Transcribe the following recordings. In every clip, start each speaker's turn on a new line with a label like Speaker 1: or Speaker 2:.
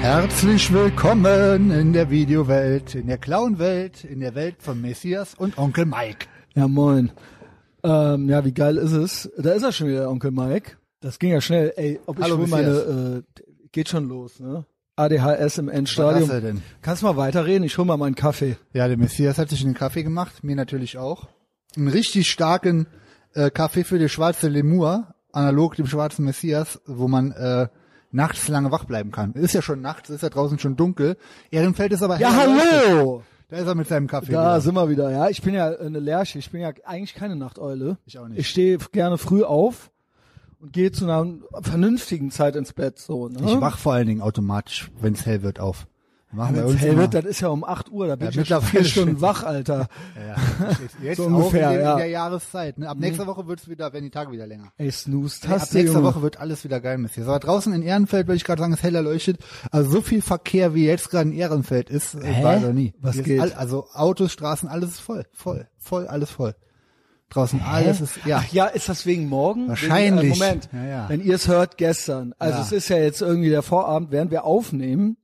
Speaker 1: Herzlich willkommen in der Videowelt, in der Clownwelt, in der Welt von Messias und Onkel Mike.
Speaker 2: Ja, moin. Ähm, ja, wie geil ist es? Da ist er schon wieder, Onkel Mike. Das ging ja schnell. Ey, ob
Speaker 1: Hallo,
Speaker 2: ich wohl
Speaker 1: Messias.
Speaker 2: meine, äh, geht schon los, ne? ADHS im
Speaker 1: Was hast
Speaker 2: Endstadium.
Speaker 1: du denn?
Speaker 2: Kannst mal weiterreden? Ich hol mal meinen Kaffee.
Speaker 1: Ja, der Messias hat sich einen Kaffee gemacht, mir natürlich auch. Einen richtig starken äh, Kaffee für die schwarze Lemur, analog dem schwarzen Messias, wo man äh, nachts lange wach bleiben kann. Ist ja schon nachts, ist ja draußen schon dunkel. Ehrenfeld ist aber
Speaker 2: Ja,
Speaker 1: hell erleuchtet.
Speaker 2: hallo!
Speaker 1: Da ist er mit seinem Kaffee.
Speaker 2: Da
Speaker 1: wieder.
Speaker 2: sind wir wieder, ja. Ich bin ja eine Lerche. Ich bin ja eigentlich keine Nachteule.
Speaker 1: Ich auch nicht.
Speaker 2: Ich stehe gerne früh auf und gehe zu einer vernünftigen Zeit ins Bett, so, ne?
Speaker 1: Ich wach vor allen Dingen automatisch, wenn es hell wird, auf. Machen wir
Speaker 2: Wenn's
Speaker 1: uns
Speaker 2: hell
Speaker 1: immer-
Speaker 2: wird, das ist ja um 8 Uhr, da bin
Speaker 1: Ja,
Speaker 2: ich ja schon
Speaker 1: mittlerweile
Speaker 2: vier Stunden
Speaker 1: schon.
Speaker 2: wach, Alter.
Speaker 1: Ja, jetzt
Speaker 2: So
Speaker 1: auch
Speaker 2: ungefähr,
Speaker 1: in, den,
Speaker 2: ja. Mhm.
Speaker 1: in der Jahreszeit. Ne? Ab nächster Woche wird's wieder, werden die Tage wieder länger.
Speaker 2: Ey, Snooze-Taste,
Speaker 1: Ab nächster
Speaker 2: Junge.
Speaker 1: Woche wird alles wieder geil, Messias. Aber draußen in Ehrenfeld, würde ich gerade sagen, ist heller leuchtet. Also so viel Verkehr, wie jetzt gerade in Ehrenfeld ist, äh,
Speaker 2: Hä?
Speaker 1: war noch nie.
Speaker 2: Was
Speaker 1: Hier ist
Speaker 2: geht?
Speaker 1: All, also Autos, Straßen, alles ist voll. Voll, voll, alles voll. Draußen alles ist, ja.
Speaker 2: Ach ja, ist das wegen morgen?
Speaker 1: Wahrscheinlich.
Speaker 2: Wegen, äh, Moment,
Speaker 1: Ja, ja.
Speaker 2: wenn ihr es hört, gestern. Also
Speaker 1: Ja.
Speaker 2: es ist ja jetzt irgendwie der Vorabend, während wir aufnehmen.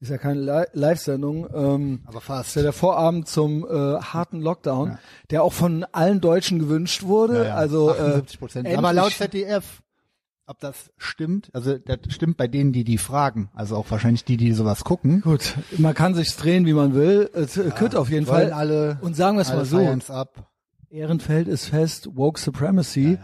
Speaker 2: Ist ja keine Li Live-Sendung. Ähm,
Speaker 1: Aber
Speaker 2: ist
Speaker 1: fast.
Speaker 2: ja der Vorabend zum äh, harten Lockdown, der auch von allen Deutschen gewünscht wurde.
Speaker 1: Ja, ja.
Speaker 2: Also
Speaker 1: 78 Prozent.
Speaker 2: Äh,
Speaker 1: Aber laut
Speaker 2: endlich-
Speaker 1: ZDF, ob das stimmt, also das stimmt bei denen, die die fragen. Also auch wahrscheinlich die, die sowas gucken.
Speaker 2: gut, man kann sich drehen, wie man will. Es äh, kürt auf jeden
Speaker 1: Wollen
Speaker 2: Fall.
Speaker 1: alle,
Speaker 2: Und sagen wir es
Speaker 1: alle
Speaker 2: mal so:
Speaker 1: feiern's ab.
Speaker 2: Ehrenfeld ist fest, woke Supremacy.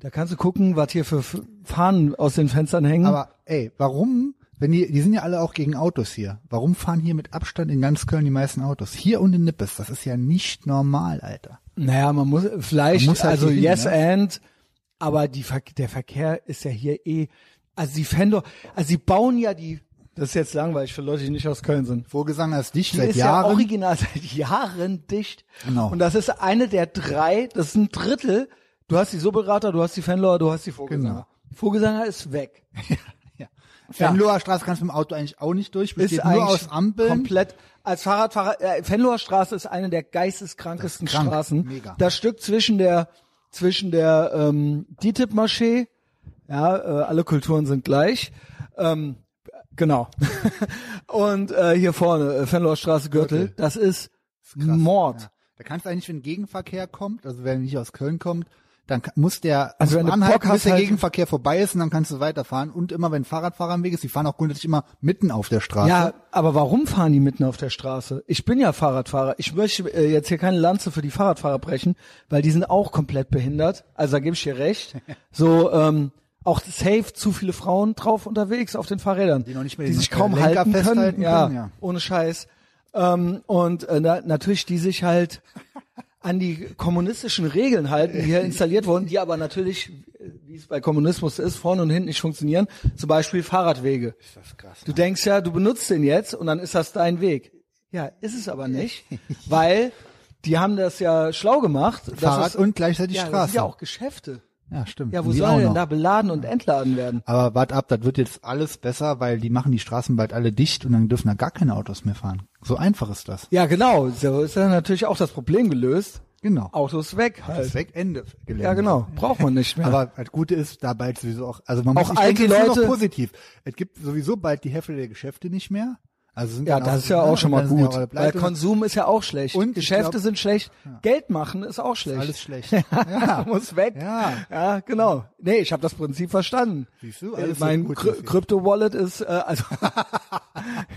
Speaker 2: Da kannst du gucken, was hier für F- Fahnen aus den Fenstern hängen.
Speaker 1: Aber ey, warum, wenn die, die sind ja alle auch gegen Autos hier. Warum fahren hier mit Abstand in ganz Köln die meisten Autos? Hier und in Nippes, das ist ja nicht normal, Alter.
Speaker 2: Naja, man muss vielleicht,
Speaker 1: Man muss halt
Speaker 2: also
Speaker 1: hier hin,
Speaker 2: yes
Speaker 1: ne?
Speaker 2: and, aber die Ver der Verkehr ist ja hier eh, also die Fendor, also sie bauen ja die, das ist jetzt langweilig für Leute, die nicht aus Köln sind.
Speaker 1: Vorgesang als dich
Speaker 2: Die
Speaker 1: seit
Speaker 2: ist ja
Speaker 1: Jahren.
Speaker 2: original seit Jahren dicht.
Speaker 1: Genau.
Speaker 2: Und das ist eine der drei, das ist ein Drittel. Du hast die Subberater, du hast die Fenloer, du hast die Vogelsanger.
Speaker 1: Genau.
Speaker 2: Vogelsanger ist weg.
Speaker 1: Ja.
Speaker 2: Ja.
Speaker 1: Fenloher Straße kannst du mit dem Auto eigentlich auch nicht durch,
Speaker 2: Ist
Speaker 1: besteht
Speaker 2: eigentlich
Speaker 1: nur aus Ampeln.
Speaker 2: komplett. Als Fahrradfahrer, äh, Venloer Straße ist eine der geisteskrankesten
Speaker 1: Das ist krank.
Speaker 2: Straßen.
Speaker 1: Mega.
Speaker 2: Das Stück zwischen der zwischen der ähm, DTIP Moschee, ja, äh, alle Kulturen sind gleich. Ähm, genau. Und äh, hier vorne, äh, Venloer Straße Gürtel,
Speaker 1: Gürtel.
Speaker 2: das ist,
Speaker 1: Krass,
Speaker 2: Mord.
Speaker 1: Ja. Da kannst du eigentlich, wenn Gegenverkehr kommt, also wenn nicht aus Köln kommt, dann ka- muss der muss
Speaker 2: Also wenn
Speaker 1: man
Speaker 2: du
Speaker 1: anhalten,
Speaker 2: Bock hast,
Speaker 1: bis der
Speaker 2: halt-
Speaker 1: Gegenverkehr vorbei ist und dann kannst du weiterfahren. Und immer wenn Fahrradfahrer am Weg ist, die fahren auch grundsätzlich immer mitten auf der Straße.
Speaker 2: Ja, aber warum fahren die mitten auf der Straße? Ich bin ja Fahrradfahrer. Ich möchte äh, jetzt hier keine Lanze für die Fahrradfahrer brechen, weil die sind auch komplett behindert. Also da gebe ich dir recht. So ähm, auch safe zu viele Frauen drauf unterwegs auf den Fahrrädern,
Speaker 1: Die noch nicht mehr
Speaker 2: die
Speaker 1: den,
Speaker 2: sich
Speaker 1: äh,
Speaker 2: kaum
Speaker 1: Lenker
Speaker 2: halten
Speaker 1: festhalten
Speaker 2: können. Ja,
Speaker 1: können, ja.
Speaker 2: ohne Scheiß. Ähm, und äh, na, natürlich die sich halt an die kommunistischen Regeln halten, die hier installiert wurden, die aber natürlich, äh, wie es bei Kommunismus ist, vorne und hinten nicht funktionieren. Zum Beispiel Fahrradwege.
Speaker 1: Das ist krass.
Speaker 2: Du denkst ja, du benutzt den jetzt und dann ist das dein Weg. Ja, ist es aber nicht, weil die haben das ja schlau gemacht. dass
Speaker 1: Fahrrad
Speaker 2: es-
Speaker 1: und gleichzeitig
Speaker 2: ja, Das
Speaker 1: Straße.
Speaker 2: sind ja auch Geschäfte.
Speaker 1: Ja, stimmt.
Speaker 2: Ja, wo
Speaker 1: Die auch
Speaker 2: soll denn
Speaker 1: noch.
Speaker 2: da beladen und entladen werden?
Speaker 1: Aber wart ab, das wird jetzt alles besser, weil die machen die Straßen bald alle dicht und dann dürfen da gar keine Autos mehr fahren. So einfach ist das.
Speaker 2: Ja, genau. So ist dann natürlich auch das Problem gelöst.
Speaker 1: Genau.
Speaker 2: Autos weg halt.
Speaker 1: Alles weg, Ende. Gelände.
Speaker 2: Ja, genau. Braucht man nicht mehr.
Speaker 1: Aber das Gute ist, da bald sowieso auch, also man muss,
Speaker 2: Auch
Speaker 1: ich denke, es
Speaker 2: alte
Speaker 1: ist nur
Speaker 2: Leute-
Speaker 1: noch positiv. Es gibt sowieso bald die Hälfte der Geschäfte nicht mehr. Also sind
Speaker 2: ja,
Speaker 1: dann
Speaker 2: das ist ja auch schon mal
Speaker 1: dann sind ja
Speaker 2: gut.
Speaker 1: auch alle
Speaker 2: Weil
Speaker 1: pleite.
Speaker 2: Konsum ist ja auch schlecht.
Speaker 1: Und ich
Speaker 2: Geschäfte
Speaker 1: glaub-
Speaker 2: sind schlecht. Geld machen ist auch schlecht.
Speaker 1: Alles schlecht. Ja.
Speaker 2: muss weg.
Speaker 1: Ja.
Speaker 2: ja genau. Nee, ich habe das Prinzip verstanden.
Speaker 1: Siehst du,
Speaker 2: Äh,
Speaker 1: alles
Speaker 2: mein
Speaker 1: wird gut,
Speaker 2: Kry
Speaker 1: Jesse.
Speaker 2: Krypto-Wallet ist, äh, also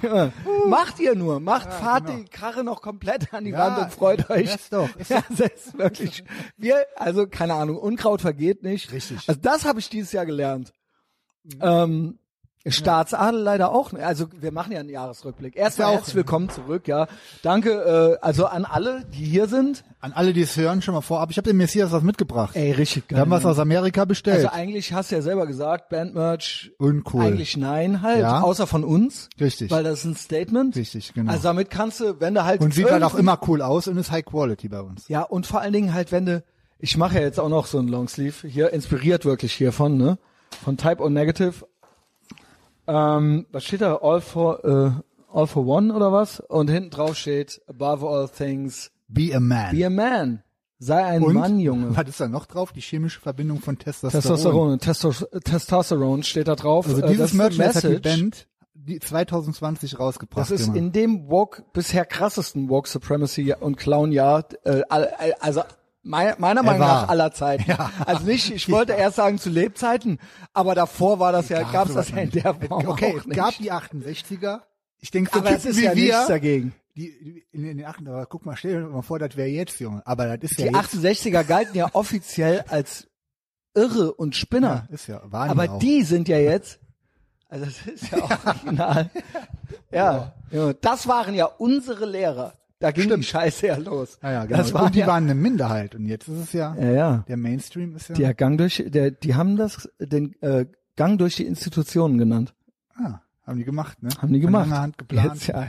Speaker 2: ja. macht ihr nur, macht, fahrt die Karre noch komplett an die
Speaker 1: genau. Ja,
Speaker 2: Wand und freut euch.
Speaker 1: das doch. Ist
Speaker 2: Ja, das ist wirklich. Wir, also keine Ahnung, Unkraut vergeht nicht.
Speaker 1: Richtig. Mhm.
Speaker 2: Also das habe ich dieses Jahr gelernt. Ähm, Staatsadel leider auch. nicht. Also wir machen ja einen Jahresrückblick. Erstmal
Speaker 1: Ja, auch.
Speaker 2: herzlich willkommen zurück, ja. Danke, äh, also an alle, die hier sind.
Speaker 1: An alle, die es hören, schon mal vorab. Ich habe dem Messias was mitgebracht.
Speaker 2: Ey, richtig geil.
Speaker 1: Wir haben was aus Amerika bestellt.
Speaker 2: Also eigentlich hast du ja selber gesagt, Bandmerch
Speaker 1: Uncool.
Speaker 2: eigentlich nein halt,
Speaker 1: Ja.
Speaker 2: außer von uns.
Speaker 1: Richtig.
Speaker 2: Weil das ist ein Statement.
Speaker 1: Richtig, genau.
Speaker 2: Also damit kannst du, wenn du halt
Speaker 1: und sieht halt auch
Speaker 2: irgendwie-
Speaker 1: immer cool aus und ist High Quality bei uns.
Speaker 2: Ja, und vor allen Dingen halt, wenn du ich mache ja jetzt auch noch so einen Longsleeve, hier inspiriert wirklich hiervon, ne? Von Type O Negative. Ähm, was steht da? All for äh, All for One oder was? Und hinten drauf steht Above all things,
Speaker 1: Be a man.
Speaker 2: be a man. Sei ein
Speaker 1: und,
Speaker 2: Mann, Junge.
Speaker 1: Was ist da noch drauf? Die chemische Verbindung von Testosteron.
Speaker 2: Testosteron, Testo Testosteron steht da drauf.
Speaker 1: Also
Speaker 2: Äh, das
Speaker 1: dieses
Speaker 2: ist eine
Speaker 1: Merchandise hat die
Speaker 2: Message.
Speaker 1: Band die 2020 rausgebracht.
Speaker 2: Das ist
Speaker 1: Junge.
Speaker 2: in dem Walk bisher krassesten Walk Supremacy und Clown Jahr, äh, all- all- also mei- meiner Meinung
Speaker 1: war.
Speaker 2: nach aller Zeiten. Also nicht, ich wollte erst sagen zu Lebzeiten, aber davor war das ja,
Speaker 1: Gab's
Speaker 2: gab's
Speaker 1: sowas
Speaker 2: das ja in der Form
Speaker 1: okay,
Speaker 2: auch
Speaker 1: es
Speaker 2: nicht.
Speaker 1: gab die 68er. Ich denke, so
Speaker 2: aber das
Speaker 1: Typen
Speaker 2: ist
Speaker 1: wie
Speaker 2: ja nichts
Speaker 1: wir,
Speaker 2: dagegen.
Speaker 1: die, die, in den 80 aber guck mal, stell dir mal vor, das wäre jetzt, Junge. Aber das ist ja
Speaker 2: Die
Speaker 1: jetzt.
Speaker 2: 68er galten ja offiziell als irre und Spinner.
Speaker 1: ist ja, waren
Speaker 2: aber
Speaker 1: ja auch.
Speaker 2: die sind ja jetzt, also das ist ja auch original. Ja. ja, das waren ja unsere Lehrer. Da ging die Scheiße ja los.
Speaker 1: Ja, ja, genau.
Speaker 2: Das
Speaker 1: und
Speaker 2: waren
Speaker 1: die
Speaker 2: ja,
Speaker 1: waren eine Minderheit. Und jetzt ist es ja,
Speaker 2: ja, ja.
Speaker 1: der Mainstream ist ja.
Speaker 2: Der Gang durch, der, die haben das, den äh, Gang durch die Institutionen genannt.
Speaker 1: ah, haben die gemacht, ne?
Speaker 2: Haben die gemacht.
Speaker 1: Von langer Hand geplant.
Speaker 2: Jetzt, ja.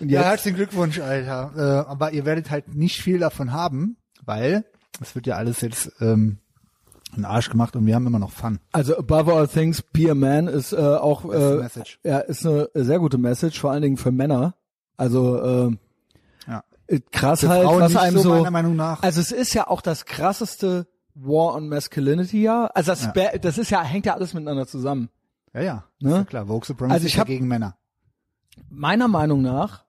Speaker 2: Und
Speaker 1: Ja,
Speaker 2: jetzt,
Speaker 1: herzlichen Glückwunsch, Alter. Äh, aber ihr werdet halt nicht viel davon haben, weil es wird ja alles jetzt ähm, in den Arsch gemacht und wir haben immer noch Fun.
Speaker 2: also above all things, be a man ist äh, auch
Speaker 1: eine
Speaker 2: äh,
Speaker 1: Message.
Speaker 2: ja, ist eine sehr gute Message, vor allen Dingen für Männer. Also
Speaker 1: Ja.
Speaker 2: äh, krass
Speaker 1: Für
Speaker 2: halt,
Speaker 1: Frauen
Speaker 2: was
Speaker 1: nicht
Speaker 2: einem
Speaker 1: so,
Speaker 2: so,
Speaker 1: meiner Meinung nach.
Speaker 2: also es ist ja auch das krasseste War on Masculinity ja. Also das, be- das ist ja hängt ja alles miteinander zusammen.
Speaker 1: Ja, ja.
Speaker 2: Ne?
Speaker 1: Ist ja klar, Vogue Supremacy
Speaker 2: Also ich
Speaker 1: ist ja
Speaker 2: hab-
Speaker 1: gegen Männer.
Speaker 2: meiner Meinung nach,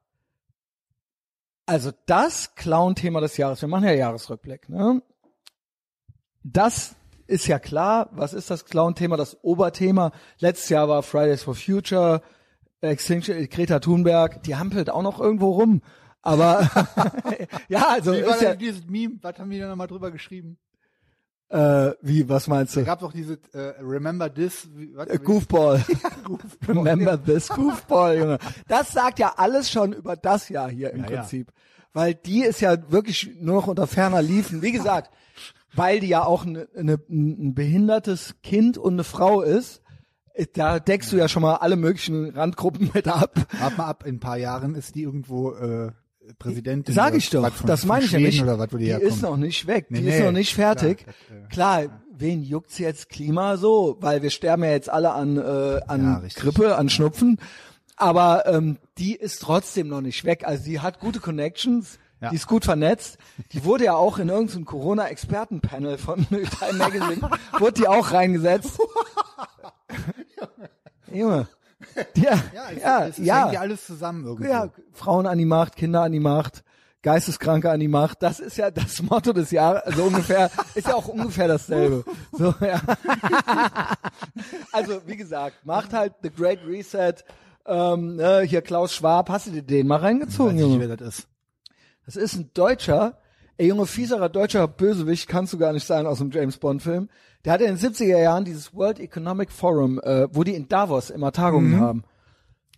Speaker 2: also das Clown-Thema des Jahres, wir machen ja Jahresrückblick, ne? Das ist ja klar. Was ist das Clown-Thema? Das Oberthema. Letztes Jahr war Fridays for Future, Extinction, Greta Thunberg, die hampelt auch noch irgendwo rum. Aber ja, also
Speaker 1: Wie war
Speaker 2: ist ja,
Speaker 1: denn dieses Meme? Was haben die da nochmal drüber geschrieben?
Speaker 2: äh, wie, was meinst du?
Speaker 1: Es gab doch diese äh, Remember This. Wie, was,
Speaker 2: Äh, Goofball.
Speaker 1: Goofball.
Speaker 2: Remember this Goofball, Junge. Das sagt ja alles schon über das Jahr hier im
Speaker 1: Ja, ja.
Speaker 2: Prinzip. Weil die ist ja wirklich nur noch unter ferner Liefen. Wie gesagt, weil die ja auch ne, ne, ein behindertes Kind und eine Frau ist, äh, da deckst du ja schon mal alle möglichen Randgruppen mit ab.
Speaker 1: Wart mal ab, in ein paar Jahren ist die irgendwo äh, Präsidentin.
Speaker 2: Sag
Speaker 1: oder
Speaker 2: ich doch,
Speaker 1: was von-
Speaker 2: das
Speaker 1: von
Speaker 2: meine ich ja
Speaker 1: Schweden
Speaker 2: nicht.
Speaker 1: Oder was, wo die
Speaker 2: die
Speaker 1: herkommt.
Speaker 2: ist noch nicht weg, die
Speaker 1: Nee,
Speaker 2: ist
Speaker 1: nee,
Speaker 2: noch nicht fertig.
Speaker 1: klar, das, äh,
Speaker 2: Klar, wen juckt's jetzt Klima so? Weil wir sterben ja jetzt alle an, äh, an
Speaker 1: Ja, richtig.
Speaker 2: Grippe, an Schnupfen. Aber ähm, die ist trotzdem noch nicht weg. Also die hat gute Connections,
Speaker 1: Ja.
Speaker 2: die ist gut vernetzt. Die wurde ja auch in irgendeinem Corona-Expertenpanel von Time Magazine, wurde die auch reingesetzt. Junge. Ja,
Speaker 1: Ja, es,
Speaker 2: ja,
Speaker 1: es, es
Speaker 2: ja.
Speaker 1: hängt ja alles zusammen irgendwie.
Speaker 2: Ja, Frauen an die Macht, Kinder an die Macht, Geisteskranke an die Macht. Das ist ja das Motto des Jahres, also ungefähr, ist ja auch ungefähr dasselbe. So, ja. Also, wie gesagt, macht halt The Great Reset. Ähm, ne, hier Klaus Schwab, hast du dir den mal
Speaker 1: Weiß
Speaker 2: reingezogen,
Speaker 1: nicht,
Speaker 2: Junge?
Speaker 1: wer das ist.
Speaker 2: Das ist ein Deutscher. Ey, Junge, fieserer deutscher Bösewicht kannst du gar nicht sein aus dem James Bond Film. Der hatte in den 70er Jahren dieses World Economic Forum, äh, wo die in Davos immer Tagungen haben.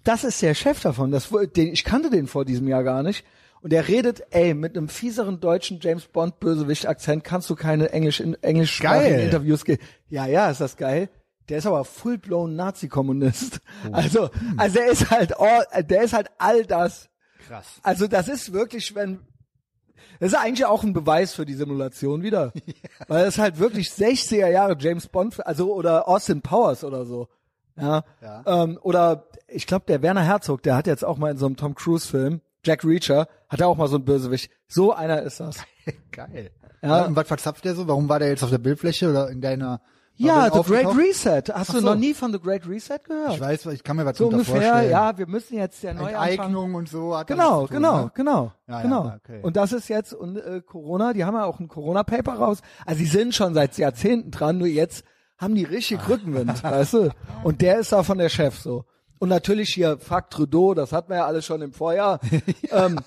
Speaker 2: Das ist der Chef davon. Das, wo- den, ich kannte den vor diesem Jahr gar nicht. Und er redet, ey, mit einem fieseren deutschen James Bond Bösewicht Akzent kannst du keine Englisch in, englischsprachigen
Speaker 1: Geil.
Speaker 2: Interviews geben. Ja, ja, ist das geil. Der ist aber full blown Nazi Kommunist. Also, also der ist halt all, der ist halt all das.
Speaker 1: Krass.
Speaker 2: Also das ist wirklich, wenn das ist eigentlich auch ein Beweis für die Simulation wieder, weil das halt wirklich 60er Jahre James Bond, also oder Austin Powers oder so, ja,
Speaker 1: Ja.
Speaker 2: Ähm, oder ich glaube der Werner Herzog, der hat jetzt auch mal in so einem Tom Cruise Film Jack Reacher, hat er auch mal so einen Bösewicht. So einer ist das.
Speaker 1: Geil.
Speaker 2: Ja.
Speaker 1: Und was verzapft der so? Warum war der jetzt auf der Bildfläche oder in deiner
Speaker 2: Ja,
Speaker 1: Bubble
Speaker 2: The Great
Speaker 1: aufgetaucht?
Speaker 2: Reset. Hast
Speaker 1: Ach
Speaker 2: du
Speaker 1: so.
Speaker 2: noch nie von The Great Reset gehört?
Speaker 1: Ich weiß, ich kann mir was
Speaker 2: so
Speaker 1: drunter
Speaker 2: ungefähr,
Speaker 1: vorstellen.
Speaker 2: ja, wir müssen jetzt der neue Anfang.
Speaker 1: Enteignung und so. Hat
Speaker 2: Genau,
Speaker 1: alles zu tun,
Speaker 2: genau,
Speaker 1: Ne?
Speaker 2: genau,
Speaker 1: Ja, ja,
Speaker 2: genau.
Speaker 1: okay.
Speaker 2: Und das ist jetzt und äh, Corona, die haben ja auch ein Corona-Paper raus. Also die sind schon seit Jahrzehnten dran, nur jetzt haben die
Speaker 1: Ah.
Speaker 2: richtig Rückenwind, weißt du? Und der ist davon der Chef so. Und natürlich hier Fuck Trudeau, das hatten wir ja alles schon im Vorjahr. ähm,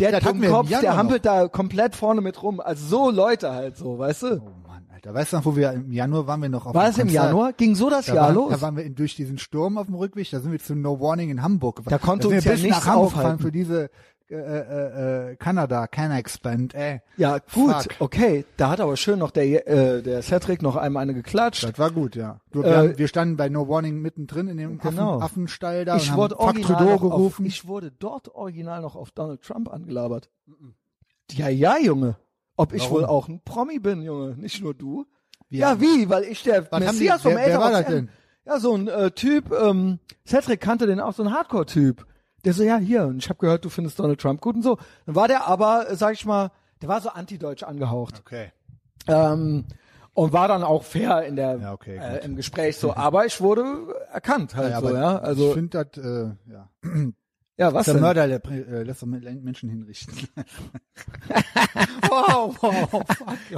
Speaker 2: der
Speaker 1: Das hatten wir im
Speaker 2: Dummkopf,
Speaker 1: Januar
Speaker 2: der hampelt da komplett vorne mit rum. Also so Leute halt so, weißt du?
Speaker 1: Oh Mann, Alter. Weißt du noch, wo wir im Januar waren wir noch auf
Speaker 2: War
Speaker 1: dem
Speaker 2: es im
Speaker 1: Konzert?
Speaker 2: Januar? Ging so das
Speaker 1: Da,
Speaker 2: Jahr
Speaker 1: waren,
Speaker 2: los?
Speaker 1: da waren wir in, durch diesen Sturm auf dem Rückweg, da sind wir zu No Warning in Hamburg gefahren.
Speaker 2: Da konnte
Speaker 1: sind
Speaker 2: uns
Speaker 1: wir
Speaker 2: ja
Speaker 1: bis
Speaker 2: nichts
Speaker 1: nach Hamburg
Speaker 2: aufhalten.
Speaker 1: fahren für diese äh, äh, äh, Kanada, Canex Band, ey.
Speaker 2: ja, gut,
Speaker 1: Fuck.
Speaker 2: okay. Da hat aber schön noch der, äh, der Cedric noch einmal eine geklatscht.
Speaker 1: Das war gut, ja. Du,
Speaker 2: Äh,
Speaker 1: wir, haben, wir standen bei No Warning mittendrin in dem
Speaker 2: Genau.
Speaker 1: Affen, Affenstall da
Speaker 2: ich
Speaker 1: und
Speaker 2: wurde
Speaker 1: haben Fuck
Speaker 2: original
Speaker 1: Trudeau
Speaker 2: noch
Speaker 1: gerufen.
Speaker 2: Auf, ich wurde dort original noch auf Donald Trump angelabert. Ja, ja, Junge. Ob ich
Speaker 1: Mhm. Warum?
Speaker 2: wohl auch ein Promi bin, Junge, nicht nur du.
Speaker 1: Wie?
Speaker 2: ja, wie? Weil ich der
Speaker 1: Was haben
Speaker 2: Messias
Speaker 1: die-
Speaker 2: vom
Speaker 1: wer- wer war
Speaker 2: Elternhaus-
Speaker 1: das denn?
Speaker 2: Ja, so ein äh, Typ, ähm, Cedric kannte den auch, so ein Hardcore-Typ. Der so, ja, hier, und ich habe gehört, du findest Donald Trump gut und so. Dann war der aber, äh, sag ich mal, der war so antideutsch angehaucht.
Speaker 1: okay.
Speaker 2: Ähm, Und war dann auch fair in der,
Speaker 1: Ja, okay, gut.
Speaker 2: äh, im Gespräch so. Aber ich wurde erkannt halt so,
Speaker 1: aber
Speaker 2: ja.
Speaker 1: ich
Speaker 2: Also,
Speaker 1: finde das, äh, ja.
Speaker 2: ja, was
Speaker 1: Der
Speaker 2: denn?
Speaker 1: Mörder, der pri- äh, lässt doch mit Menschen hinrichten.
Speaker 2: Wow, wow.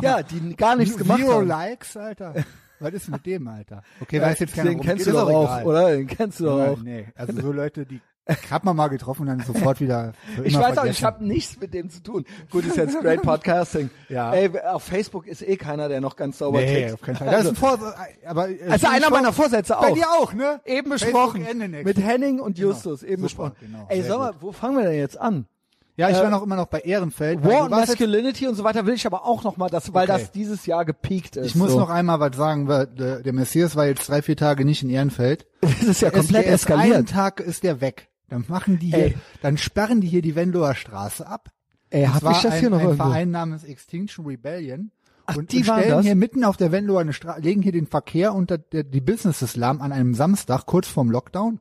Speaker 2: ja, die gar nichts gemacht
Speaker 1: Zero
Speaker 2: haben.
Speaker 1: Likes, Alter. Was ist mit dem, Alter? Okay,
Speaker 2: Ja,
Speaker 1: weiß jetzt keiner,
Speaker 2: den
Speaker 1: worum
Speaker 2: Äh, kennst
Speaker 1: geht,
Speaker 2: du
Speaker 1: ist
Speaker 2: doch
Speaker 1: auch
Speaker 2: auch,
Speaker 1: egal.
Speaker 2: oder? Den kennst du doch
Speaker 1: Äh,
Speaker 2: auch.
Speaker 1: Nee, also so Leute, die hat man mal getroffen und dann sofort wieder für
Speaker 2: Ich
Speaker 1: immer
Speaker 2: weiß auch, ich
Speaker 1: vergessen.
Speaker 2: habe nichts mit dem zu tun. Gut, ist jetzt Great Podcasting.
Speaker 1: Ja.
Speaker 2: Ey, auf Facebook ist eh keiner, der noch ganz sauber
Speaker 1: Nee,
Speaker 2: tickt.
Speaker 1: auf keinen Fall. Das ist ein Vor aber äh,
Speaker 2: Also einer
Speaker 1: Vor-
Speaker 2: meiner Vorsätze auch.
Speaker 1: bei dir auch, ne?
Speaker 2: Eben
Speaker 1: Facebook
Speaker 2: besprochen.
Speaker 1: Ende next.
Speaker 2: Mit Henning und Justus, eben
Speaker 1: Super,
Speaker 2: besprochen.
Speaker 1: genau,
Speaker 2: Ey,
Speaker 1: sehr
Speaker 2: sag mal, wo fangen wir denn jetzt an?
Speaker 1: ja, ich
Speaker 2: äh,
Speaker 1: war noch immer noch bei Ehrenfeld.
Speaker 2: War
Speaker 1: Du
Speaker 2: und
Speaker 1: warst jetzt-
Speaker 2: Masculinity und so weiter will ich aber auch nochmal, weil
Speaker 1: Okay.
Speaker 2: das dieses Jahr gepiekt ist.
Speaker 1: ich muss
Speaker 2: so.
Speaker 1: noch einmal was sagen, weil äh, der, der Messias war jetzt drei, vier Tage nicht in Ehrenfeld.
Speaker 2: Das ist ja
Speaker 1: Der ist-
Speaker 2: komplett
Speaker 1: der ist Einen
Speaker 2: eskaliert.
Speaker 1: Tag ist der weg. Dann machen die hier,
Speaker 2: Ey.
Speaker 1: dann sperren die hier die Venloer Straße ab.
Speaker 2: Ey,
Speaker 1: Es
Speaker 2: hab
Speaker 1: war
Speaker 2: ich das
Speaker 1: ein,
Speaker 2: hier noch
Speaker 1: ein
Speaker 2: irgendwo?
Speaker 1: Verein namens Extinction Rebellion.
Speaker 2: Ach,
Speaker 1: und
Speaker 2: die
Speaker 1: und
Speaker 2: waren
Speaker 1: stellen
Speaker 2: das?
Speaker 1: hier mitten auf der Venlo eine Straße, legen hier den Verkehr unter der, die Businesses lahm an einem Samstag, kurz vorm Lockdown,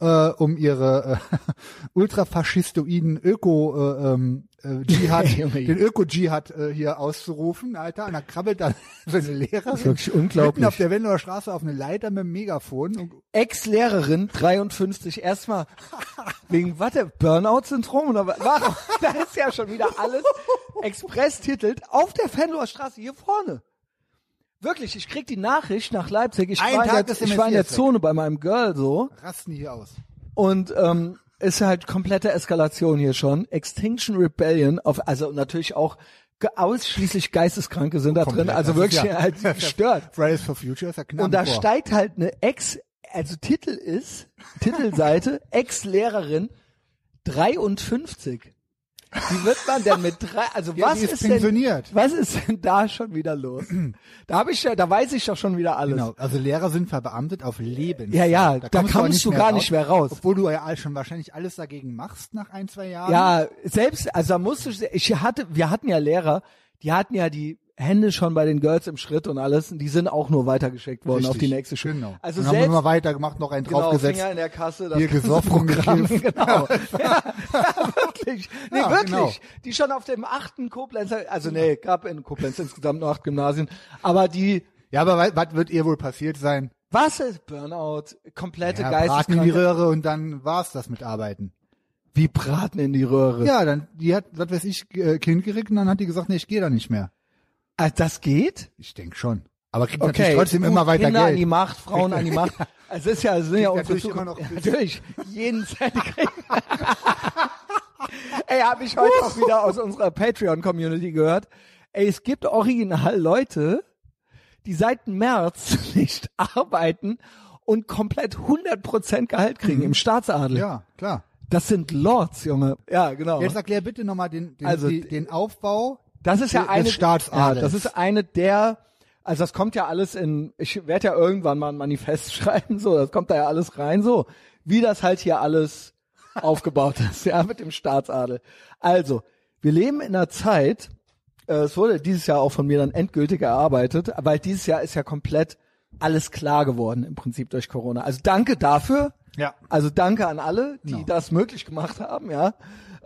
Speaker 1: äh, um ihre äh, ultrafaschistoiden Öko äh, ähm, äh, Dschihad,
Speaker 2: Junge.
Speaker 1: den Öko-Dschihad äh, hier auszurufen, Alter. Und da krabbelt dann so eine Lehrerin
Speaker 2: wirklich unglaublich.
Speaker 1: mitten auf der Venloer Straße auf eine Leiter mit einem Megafon und
Speaker 2: Ex-Lehrerin, 53, erstmal wegen, warte, Burnout-Syndrom oder wa- warum? Da ist ja schon wieder alles express titelt auf der Fenloer Straße hier vorne. Wirklich, ich krieg die Nachricht nach Leipzig. Ich,
Speaker 1: Ein
Speaker 2: war in,
Speaker 1: Tag
Speaker 2: der,
Speaker 1: ist der
Speaker 2: ich war in der
Speaker 1: Messias weg.
Speaker 2: Zone bei meinem Girl so
Speaker 1: rasten die hier aus.
Speaker 2: und ähm, ist halt komplette Eskalation hier schon. Extinction Rebellion, auf, also natürlich auch ge- ausschließlich Geisteskranke sind da drin,
Speaker 1: Komplett,
Speaker 2: also
Speaker 1: das ist
Speaker 2: wirklich
Speaker 1: ja-
Speaker 2: halt gestört.
Speaker 1: Fridays for Future ist ja knapp
Speaker 2: Und da
Speaker 1: vor.
Speaker 2: steigt halt eine Ex, also Titel ist, Titelseite, Ex-Lehrerin 53. Wie wird man denn mit drei, also
Speaker 1: Ja,
Speaker 2: was
Speaker 1: die ist
Speaker 2: denn,
Speaker 1: pensioniert.
Speaker 2: was ist denn da schon wieder los? Da habe ich ja, da weiß ich doch schon wieder alles.
Speaker 1: Genau, also Lehrer sind verbeamtet auf Leben.
Speaker 2: Ja, ja, da
Speaker 1: auch
Speaker 2: kommst du gar nicht mehr raus.
Speaker 1: Obwohl du ja all- schon wahrscheinlich alles dagegen machst nach ein, zwei Jahren.
Speaker 2: Ja, selbst, also da musste ich, ich hatte, wir hatten ja Lehrer, die hatten ja die Hände schon bei den Girls im Schritt und alles, und die sind auch nur weitergeschickt worden
Speaker 1: Richtig,
Speaker 2: auf die nächste Schule.
Speaker 1: Genau.
Speaker 2: Also
Speaker 1: Dann haben wir
Speaker 2: selbst,
Speaker 1: mal weitergemacht, noch einen
Speaker 2: genau,
Speaker 1: draufgesetzt.
Speaker 2: Finger in der Kasse, das
Speaker 1: Hier gesoffen und gekifft.
Speaker 2: Genau. ja, wirklich. Nee,
Speaker 1: Ja,
Speaker 2: wirklich.
Speaker 1: genau.
Speaker 2: Die schon auf dem achten Koblenzer, also nee, gab in Koblenz insgesamt nur acht Gymnasien, aber die,
Speaker 1: Ja, aber wa- was wird ihr wohl passiert sein?
Speaker 2: was ist Burnout? Komplette
Speaker 1: Ja, braten in die
Speaker 2: Geisteskranke.
Speaker 1: Röhre und dann war's das mit Arbeiten.
Speaker 2: Wie braten in die Röhre.
Speaker 1: Ja, dann, die hat, was weiß ich, äh, Kind gerickt und dann hat die gesagt, nee, ich gehe da nicht mehr.
Speaker 2: Ah, das geht?
Speaker 1: Ich denk schon. Aber kriegt
Speaker 2: Okay.
Speaker 1: natürlich trotzdem
Speaker 2: Gut,
Speaker 1: immer weiter
Speaker 2: Kinder an
Speaker 1: Geld.
Speaker 2: die Macht, Frauen an die Macht. Es ist ja, es sind ja
Speaker 1: Kriegt natürlich
Speaker 2: unsere
Speaker 1: immer
Speaker 2: Zukunft-
Speaker 1: noch ein bisschen-
Speaker 2: Natürlich. Jeden Cent kriegen. Ey, habe ich heute auch wieder aus unserer Patreon-Community gehört. Ey, es gibt original Leute, die seit März nicht arbeiten und komplett 100% Gehalt kriegen im Staatsadel.
Speaker 1: Ja, klar.
Speaker 2: Das sind Lords, Junge. Ja, genau.
Speaker 1: Jetzt erklär bitte nochmal den, den,
Speaker 2: Also,
Speaker 1: die, den Aufbau.
Speaker 2: Das ist ja
Speaker 1: des
Speaker 2: eine
Speaker 1: Staatsadels.
Speaker 2: Ja, das ist eine der also das kommt ja alles in ich werde ja irgendwann mal ein Manifest schreiben so, das kommt da ja alles rein so, wie das halt hier alles aufgebaut ist, ja, mit dem Staatsadel. Also, wir leben in einer Zeit, äh, es wurde dieses Jahr auch von mir dann endgültig erarbeitet, weil dieses Jahr ist ja komplett alles klar geworden im Prinzip durch Corona. Also danke dafür.
Speaker 1: Ja. Genau.
Speaker 2: Also danke an alle, die
Speaker 1: No.
Speaker 2: das möglich gemacht haben, ja.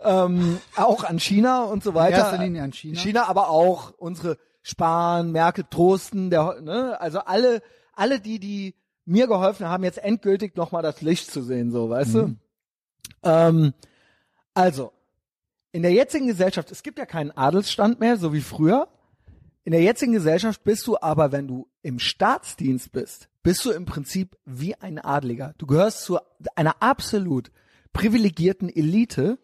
Speaker 2: Ähm, auch an China und so weiter.
Speaker 1: erster Linie an China.
Speaker 2: China, aber auch unsere Spahn, Merkel, Trosten, der, ne? also alle, alle die, die mir geholfen haben, jetzt endgültig nochmal das Licht zu sehen, so, weißt
Speaker 1: Mhm.
Speaker 2: du? Ähm, also, in der jetzigen Gesellschaft, es gibt ja keinen Adelsstand mehr, so wie früher. In der jetzigen Gesellschaft bist du aber, wenn du im Staatsdienst bist, bist du im Prinzip wie ein Adliger. Du gehörst zu einer absolut privilegierten Elite,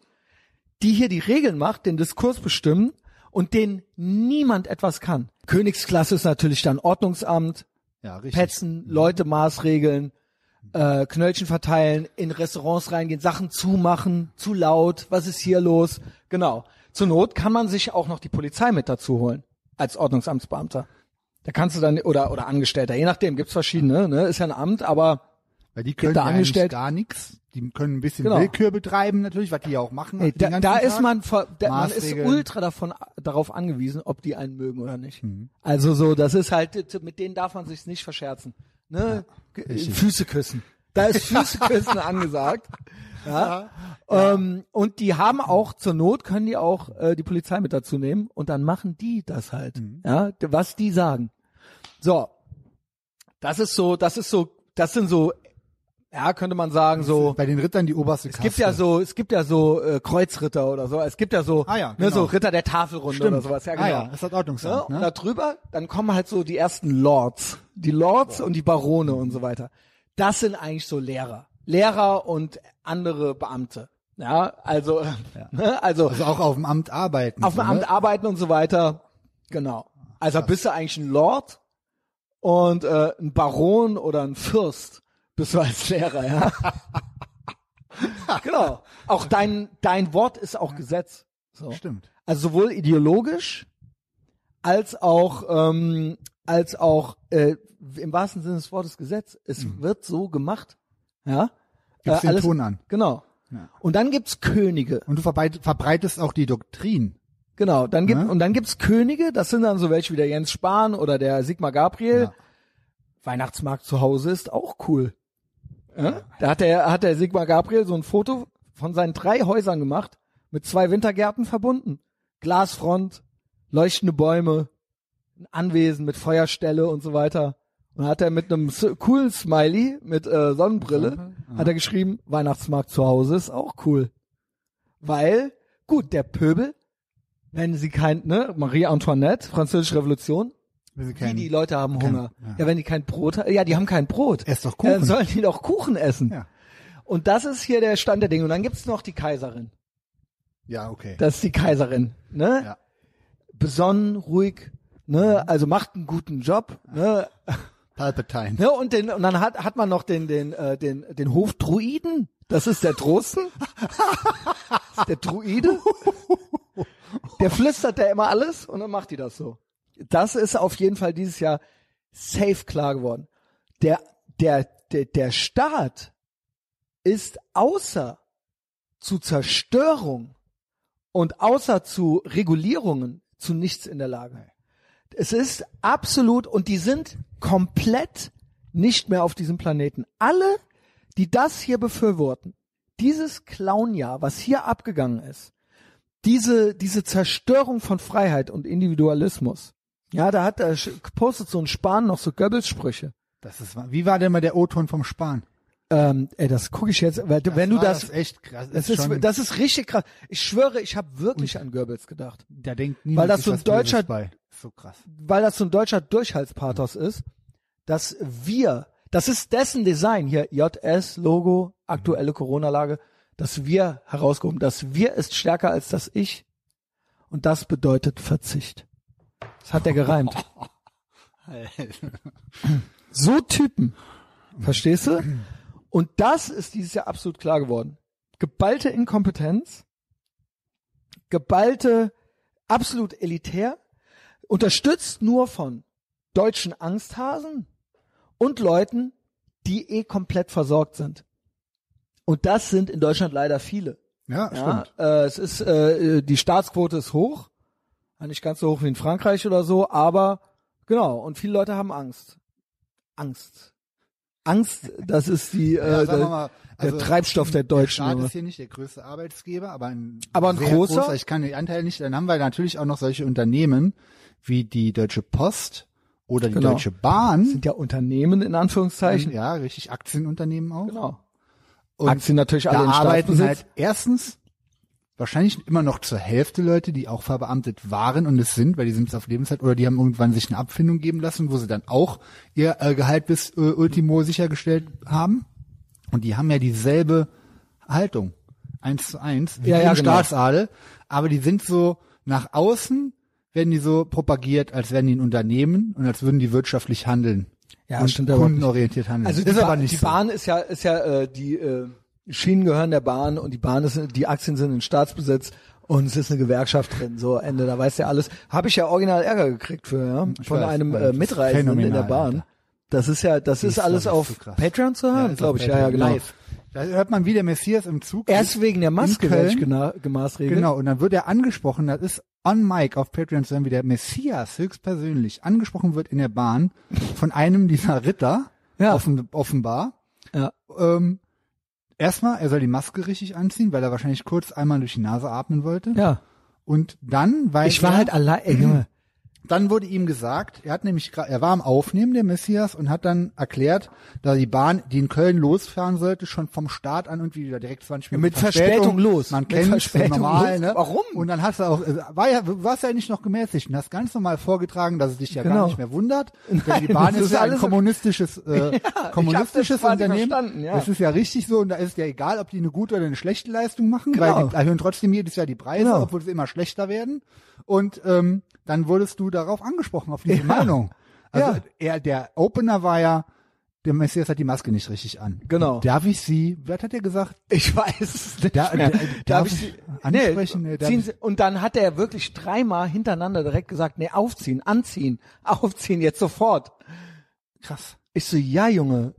Speaker 2: die hier die Regeln macht, den Diskurs bestimmen und denen niemand etwas kann. Königsklasse ist natürlich dann Ordnungsamt,
Speaker 1: Ja, richtig.
Speaker 2: Petzen, Leute maßregeln, äh, Knöllchen verteilen, in Restaurants reingehen, Sachen zumachen, zu laut, was ist hier los? Genau. Zur Not kann man sich auch noch die Polizei mit dazu holen als Ordnungsamtsbeamter. Da kannst du dann oder oder Angestellter, je nachdem, gibt's verschiedene, ne? Ist ja ein Amt, aber
Speaker 1: Weil die können
Speaker 2: da
Speaker 1: ja eigentlich
Speaker 2: angestellt-
Speaker 1: gar nichts. Die können ein bisschen
Speaker 2: Genau.
Speaker 1: Willkür betreiben natürlich, was die ja auch machen.
Speaker 2: Ey,
Speaker 1: den
Speaker 2: da,
Speaker 1: ganzen
Speaker 2: da
Speaker 1: Tag.
Speaker 2: ist man, ver, da, man ist
Speaker 1: Maßregeln.
Speaker 2: ultra davon, darauf angewiesen, ob die einen mögen oder nicht.
Speaker 1: Mhm.
Speaker 2: Also so, das ist halt, mit denen darf man sich nicht verscherzen. Ne? G- Füße küssen. Da ist Füße küssen angesagt. Ja. Ähm, und die haben auch, zur Not können
Speaker 1: Mhm.
Speaker 2: die auch äh, die Polizei mit dazu nehmen und dann machen die das halt, ja, d- was die sagen. So. Das ist so, das ist so, das sind so, ja, könnte man sagen, so,
Speaker 1: Bei den Rittern die oberste
Speaker 2: es gibt ja so, es gibt ja so äh, Kreuzritter oder so, es gibt ja so,
Speaker 1: Ah ja,
Speaker 2: ne,
Speaker 1: genau.
Speaker 2: so Ritter der Tafelrunde
Speaker 1: Stimmt.
Speaker 2: oder sowas, ja genau.
Speaker 1: Ah ja, das hat Ordnungsamt,
Speaker 2: ne?
Speaker 1: ne?
Speaker 2: Und da drüber, dann kommen halt so die ersten Lords, die Lords und die Barone und so weiter. Das sind eigentlich so Lehrer, Lehrer und andere Beamte. Ja, also, Ne, also
Speaker 1: Also auch auf dem Amt arbeiten.
Speaker 2: auf
Speaker 1: so,
Speaker 2: dem Amt
Speaker 1: ne?
Speaker 2: arbeiten und so weiter. Genau. Also bist du eigentlich ein Lord und äh, ein Baron oder ein Fürst bist du als Lehrer, ja. genau. Auch dein dein Wort ist auch Gesetz. So.
Speaker 1: Stimmt.
Speaker 2: Also sowohl ideologisch als auch ähm, als auch äh, im wahrsten Sinne des Wortes Gesetz. Es wird so gemacht, ja. Äh,
Speaker 1: Gibst Mhm. den Ton an.
Speaker 2: Genau. Und dann gibt's Könige.
Speaker 1: Und du verbreit- verbreitest auch die Doktrin.
Speaker 2: Genau, dann gibt
Speaker 1: Ne?
Speaker 2: und dann gibt's Könige, das sind dann so welche wie der Jens Spahn oder der Sigmar Gabriel.
Speaker 1: Ja.
Speaker 2: Weihnachtsmarkt zu Hause ist auch cool. Ja? Da hat der hat der Sigmar Gabriel so ein Foto von seinen drei Häusern gemacht, mit zwei Wintergärten verbunden. Glasfront, leuchtende Bäume, ein Anwesen mit Feuerstelle und so weiter. Und hat er mit einem s- coolen Smiley mit äh, Sonnenbrille hat er geschrieben, Weihnachtsmarkt zu Hause ist auch cool. Weil gut, der Pöbel wenn sie kein, ne, Marie Antoinette, französische Revolution,
Speaker 1: Wenn sie
Speaker 2: die,
Speaker 1: keinen-
Speaker 2: die Leute haben Hunger.
Speaker 1: ja.
Speaker 2: ja. wenn die kein Brot haben, ja, die haben kein Brot.
Speaker 1: Ess doch
Speaker 2: Dann
Speaker 1: Kuchen.
Speaker 2: sollen die doch Kuchen essen.
Speaker 1: Ja.
Speaker 2: Und das ist hier der Stand der Dinge. Und dann gibt's noch die Kaiserin.
Speaker 1: ja, okay.
Speaker 2: Das ist die Kaiserin, ne?
Speaker 1: Ja. Mhm.
Speaker 2: Besonnen, ruhig, ne? Also macht einen guten Job, ne?
Speaker 1: Palpatine.
Speaker 2: ne? Und den, und dann hat, hat man noch den, den, äh, den, den Hofdruiden. Das ist der Drosten. Das ist der Druide. Der flüstert ja immer alles und dann macht die das so. Das ist auf jeden Fall dieses Jahr safe klar geworden. Der, der, der, der Staat ist außer zu Zerstörung und außer zu Regulierungen zu nichts in der Lage. Es ist absolut und die sind komplett nicht mehr auf diesem Planeten. Alle, die das hier befürworten, dieses Clownjahr, was hier abgegangen ist, diese, diese Zerstörung von Freiheit und Individualismus. Ja, da hat er sch- postet so ein Spahn noch so Goebbels-Sprüche.
Speaker 1: Das ist, wa- wie war denn mal der O-Ton vom Spahn?
Speaker 2: Ähm, ey, das gucke ich jetzt, weil wenn du
Speaker 1: war
Speaker 2: das,
Speaker 1: das echt krass.
Speaker 2: das
Speaker 1: ist
Speaker 2: ist,
Speaker 1: schon,
Speaker 2: das ist richtig krass. Ich schwöre, ich habe wirklich an Goebbels gedacht.
Speaker 1: da denkt niemand
Speaker 2: weil das
Speaker 1: sich
Speaker 2: so ein
Speaker 1: was Böses
Speaker 2: deutscher-
Speaker 1: bei. So krass.
Speaker 2: weil das so ein deutscher Durchhaltspathos ist, dass wir, das ist dessen Design hier, JS-Logo, aktuelle Corona-Lage, dass wir herausgehoben, das Wir ist stärker als das Ich und das bedeutet Verzicht. Das hat er gereimt. So Typen. Verstehst du? Und das ist dieses Jahr absolut klar geworden. Geballte Inkompetenz, geballte, absolut elitär, unterstützt nur von deutschen Angsthasen und Leuten, die eh komplett versorgt sind. Und das sind in Deutschland leider viele.
Speaker 1: Ja,
Speaker 2: Ja,
Speaker 1: stimmt.
Speaker 2: äh, es ist äh, die Staatsquote ist hoch, Ja, nicht ganz so hoch wie in Frankreich oder so, aber genau. Und viele Leute haben Angst. Angst. Angst, das ist die äh,
Speaker 1: Ja, sagen wir
Speaker 2: der,
Speaker 1: mal, also-
Speaker 2: der Treibstoff der Deutschen.
Speaker 1: Staat
Speaker 2: oder?
Speaker 1: ist hier nicht der größte Arbeitsgeber, aber ein,
Speaker 2: Aber ein
Speaker 1: sehr
Speaker 2: großer?
Speaker 1: Ich kann den Anteil nicht. Dann haben wir natürlich auch noch solche Unternehmen wie die Deutsche Post oder die
Speaker 2: Genau.
Speaker 1: Deutsche Bahn.
Speaker 2: sind ja Unternehmen in Anführungszeichen.
Speaker 1: Ja, richtig Aktienunternehmen auch.
Speaker 2: Genau.
Speaker 1: Und
Speaker 2: Aktien natürlich alle
Speaker 1: da
Speaker 2: in
Speaker 1: arbeiten
Speaker 2: Staatsbesitz.
Speaker 1: halt erstens wahrscheinlich immer noch zur Hälfte Leute, die auch verbeamtet waren und es sind, weil die sind es auf Lebenszeit oder die haben irgendwann sich eine Abfindung geben lassen, wo sie dann auch ihr äh, Gehalt bis äh, Ultimo sichergestellt haben. Und die haben ja dieselbe Haltung. Eins zu eins. Wie
Speaker 2: Ja,
Speaker 1: die
Speaker 2: ja,
Speaker 1: im
Speaker 2: genau.
Speaker 1: Staatsadel. Aber die sind so nach außen werden die so propagiert, als wären die ein Unternehmen und als würden die wirtschaftlich handeln.
Speaker 2: Ja,
Speaker 1: und
Speaker 2: stimmt aber nicht.
Speaker 1: kundenorientiert handeln.
Speaker 2: Also die,
Speaker 1: Hm. ist
Speaker 2: Ba-
Speaker 1: aber nicht
Speaker 2: die
Speaker 1: so.
Speaker 2: Bahn ist ja ist ja äh, die äh, Schienen gehören der Bahn und die Bahn ist die Aktien sind in Staatsbesitz und es ist eine Gewerkschaft drin. So Ende, da weißt du ja alles. Habe ich ja original Ärger gekriegt für ja, von
Speaker 1: weiß,
Speaker 2: einem
Speaker 1: ja,
Speaker 2: äh,
Speaker 1: das ist
Speaker 2: Mitreisenden in
Speaker 1: phänomenal,
Speaker 2: der Bahn.
Speaker 1: Alter.
Speaker 2: Das ist ja das ist
Speaker 1: Ist
Speaker 2: alles
Speaker 1: das
Speaker 2: auf
Speaker 1: so krass.
Speaker 2: Patreon zu hören,
Speaker 1: ist
Speaker 2: glaube
Speaker 1: auf
Speaker 2: ich. Ja, ja,
Speaker 1: Patreon
Speaker 2: genau.
Speaker 1: Live. Da hört man, wie der Messias im Zug
Speaker 2: Erst wegen der Maske
Speaker 1: In
Speaker 2: werde ich
Speaker 1: Köln.
Speaker 2: gena- gemaßregelt.
Speaker 1: Genau, und dann wird er angesprochen, das ist on mic auf Patreon zu hören, wie der Messias höchstpersönlich angesprochen wird in der Bahn von einem dieser Ritter,
Speaker 2: Ja.
Speaker 1: offen, offenbar.
Speaker 2: Ja.
Speaker 1: Ähm, erstmal, er soll die Maske richtig anziehen, weil er wahrscheinlich kurz einmal durch die Nase atmen wollte.
Speaker 2: Ja.
Speaker 1: Und dann, weil
Speaker 2: Ich war
Speaker 1: er,
Speaker 2: halt allein. Ey, Junge,
Speaker 1: Dann wurde ihm gesagt, er hat nämlich, gra- er war am Aufnehmen der Messias und hat dann erklärt, da die Bahn, die in Köln losfahren sollte, schon vom Start an irgendwie wieder direkt 20 Minuten
Speaker 2: Mit Verspätung los.
Speaker 1: Man
Speaker 2: Mit
Speaker 1: kennt es
Speaker 2: Verspätung
Speaker 1: normal,
Speaker 2: los.
Speaker 1: ne?
Speaker 2: Warum?
Speaker 1: Und dann hast du auch, äh, war ja, warst ja nicht noch gemäßigt und hast ganz normal vorgetragen, dass es dich ja gar
Speaker 2: Genau.
Speaker 1: nicht mehr wundert,
Speaker 2: Nein,
Speaker 1: denn die Bahn
Speaker 2: das
Speaker 1: ist,
Speaker 2: ist
Speaker 1: ja ein
Speaker 2: alles-
Speaker 1: kommunistisches, äh,
Speaker 2: hab's
Speaker 1: kommunistisches
Speaker 2: jetzt quasi
Speaker 1: Unternehmen.
Speaker 2: verstanden, ja.
Speaker 1: Das ist ja richtig so und da ist ja egal, ob die eine gute oder eine schlechte Leistung machen, weil
Speaker 2: Genau.
Speaker 1: die erhöhen trotzdem jedes Jahr die Preise,
Speaker 2: Genau.
Speaker 1: obwohl sie immer schlechter werden. Und ähm, dann wurdest du darauf angesprochen, auf diese
Speaker 2: Ja.
Speaker 1: Meinung. Also
Speaker 2: Ja.
Speaker 1: er, der Opener war ja, der Messias hat die Maske nicht richtig an.
Speaker 2: Genau.
Speaker 1: Darf ich sie, was hat er gesagt?
Speaker 2: Ich weiß es nicht.
Speaker 1: Da-
Speaker 2: mehr.
Speaker 1: da- darf ich
Speaker 2: Sie-
Speaker 1: ansprechen? Nee,
Speaker 2: Nee,
Speaker 1: darf
Speaker 2: ziehen
Speaker 1: ich-
Speaker 2: Sie, und dann hat er wirklich dreimal hintereinander direkt gesagt, nee, aufziehen, anziehen, aufziehen, jetzt sofort.
Speaker 1: Krass.
Speaker 2: Ich so, ja, Junge,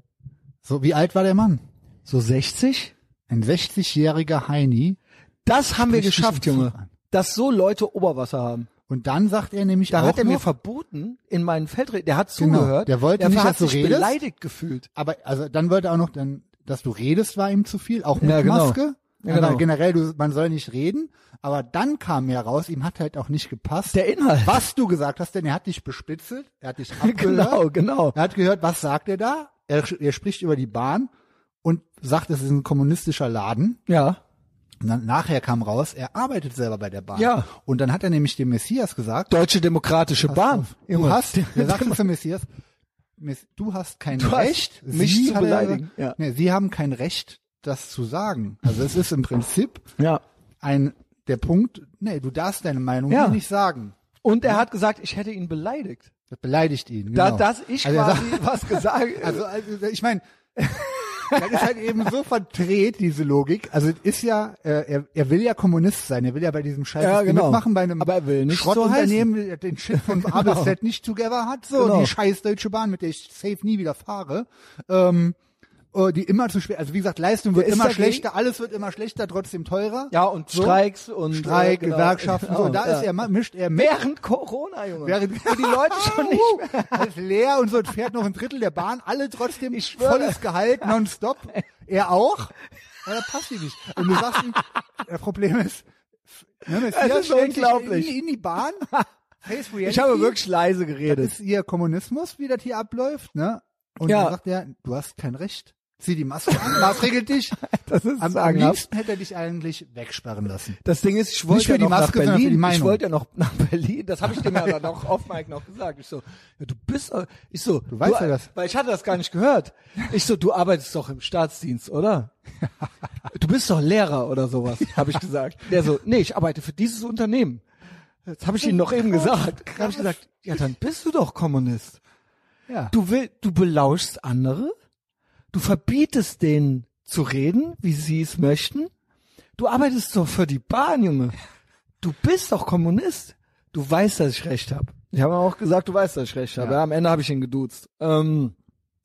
Speaker 1: So, wie alt war der Mann?
Speaker 2: so 60?
Speaker 1: Ein 60-jähriger Heini.
Speaker 2: Das haben wir
Speaker 1: Sprich dich
Speaker 2: geschafft,
Speaker 1: im Zug
Speaker 2: Junge.
Speaker 1: an.
Speaker 2: Dass so Leute Oberwasser haben.
Speaker 1: Und dann sagt er nämlich
Speaker 2: Da
Speaker 1: auch
Speaker 2: hat er mir
Speaker 1: noch,
Speaker 2: verboten, in meinen Feldreden, der hat
Speaker 1: Genau,
Speaker 2: zugehört.
Speaker 1: der wollte nicht,
Speaker 2: hat
Speaker 1: dass du
Speaker 2: sich
Speaker 1: redest.
Speaker 2: beleidigt gefühlt.
Speaker 1: aber also dann wollte er auch noch, dann, dass du redest, war ihm zu viel, auch mit
Speaker 2: Ja, genau.
Speaker 1: Maske.
Speaker 2: Ja,
Speaker 1: Aber
Speaker 2: genau.
Speaker 1: Generell, du, man soll nicht reden. Aber dann kam mir raus, ihm hat halt auch nicht gepasst,
Speaker 2: Der Inhalt.
Speaker 1: was du gesagt hast, denn er hat dich bespitzelt, er hat dich abgehört.
Speaker 2: Genau, genau.
Speaker 1: Er hat gehört, was sagt er da? Er, er spricht über die Bahn und sagt, es ist ein kommunistischer Laden.
Speaker 2: Ja.
Speaker 1: Und dann nachher kam raus, er arbeitet selber bei der Bahn.
Speaker 2: Ja.
Speaker 1: Und dann hat er nämlich dem Messias gesagt,
Speaker 2: Deutsche Demokratische Bahn.
Speaker 1: du
Speaker 2: Junge.
Speaker 1: hast, er sagt zum Messias, Mess- du hast kein
Speaker 2: Du hast
Speaker 1: Recht,
Speaker 2: mich
Speaker 1: sie
Speaker 2: zu
Speaker 1: hat er-
Speaker 2: beleidigen. Ja.
Speaker 1: Nee, sie haben kein Recht, das zu sagen. Also es ist im Prinzip
Speaker 2: Ja.
Speaker 1: ein, der Punkt, nee, du darfst deine Meinung
Speaker 2: Ja.
Speaker 1: hier nicht sagen.
Speaker 2: Und er hat gesagt, ich hätte ihn beleidigt.
Speaker 1: Das beleidigt ihn. Genau.
Speaker 2: Da, dass ich
Speaker 1: Also er sagt-
Speaker 2: quasi was gesagt äh,
Speaker 1: Also, also ich meine, das ist halt eben so verdreht, diese Logik. Also es ist ja, äh, er, er will ja Kommunist sein, er will ja bei diesem Scheiß
Speaker 2: Ja,
Speaker 1: System
Speaker 2: genau.
Speaker 1: mitmachen, bei einem
Speaker 2: Aber er will nicht so
Speaker 1: Schrottunternehmen, der den Shit von A bis Z nicht together hat, so
Speaker 2: Genau.
Speaker 1: die scheiß Deutsche Bahn, mit der ich safe nie wieder fahre. Ähm, äh, die immer zu spät, also wie gesagt, Leistung wird
Speaker 2: Der ist
Speaker 1: immer
Speaker 2: dagegen-
Speaker 1: schlechter, alles wird immer schlechter, trotzdem teurer.
Speaker 2: Ja, und
Speaker 1: So.
Speaker 2: Streiks und
Speaker 1: Streik,
Speaker 2: äh, genau.
Speaker 1: Gewerkschaften, so,
Speaker 2: Genau,
Speaker 1: da
Speaker 2: ja.
Speaker 1: ist er, ma- mischt er mit.
Speaker 2: Während Corona, Junge.
Speaker 1: Während-
Speaker 2: wo die Leute schon nicht mehr.
Speaker 1: Alles leer und so es fährt noch ein Drittel der Bahn, alle trotzdem
Speaker 2: Ich schwöre.
Speaker 1: volles Gehalt nonstop. Er auch. Ja, das passt ihm nicht. Und du sagst ihm, das Problem ist, ne, Messias
Speaker 2: Es ist
Speaker 1: stellt sich
Speaker 2: unglaublich.
Speaker 1: In, in die Bahn. Face Reality,
Speaker 2: Ich habe wirklich leise geredet.
Speaker 1: ist ihr Kommunismus, wie das hier abläuft, ne? Und
Speaker 2: Ja.
Speaker 1: dann sagt er, du hast kein Recht. Zieh die Maske an, maßregelt dich.
Speaker 2: Das ist
Speaker 1: Am, am liebsten hätte er dich eigentlich wegsperren lassen.
Speaker 2: Das Ding ist, ich wollte
Speaker 1: Nicht für
Speaker 2: ja
Speaker 1: die
Speaker 2: noch
Speaker 1: Maske,
Speaker 2: nach
Speaker 1: sondern für die
Speaker 2: Berlin. Ich
Speaker 1: Meinung.
Speaker 2: wollte ja noch nach Berlin. Das habe ich dem ja dann auch off Mike noch gesagt. Ich so, ja, du bist, äh, ich so, du
Speaker 1: weißt ja das.
Speaker 2: Weil ich hatte das gar nicht gehört. Ich so, du arbeitest doch im Staatsdienst, oder? Du bist doch Lehrer oder sowas, habe ich gesagt. Der so, nee, ich arbeite für dieses Unternehmen. Das habe ich ihm noch eben gesagt. Dann habe ich gesagt, ja, dann bist du doch Kommunist.
Speaker 1: Ja.
Speaker 2: Du will, du belauschst andere, du verbietest denen zu reden, wie sie es möchten. Du arbeitest doch für die Bahn, Junge. Du bist doch Kommunist. Du weißt, dass ich recht habe. Ich habe auch gesagt, du weißt, dass ich recht habe. Ja.
Speaker 1: Ja,
Speaker 2: am Ende habe ich ihn geduzt. Ähm,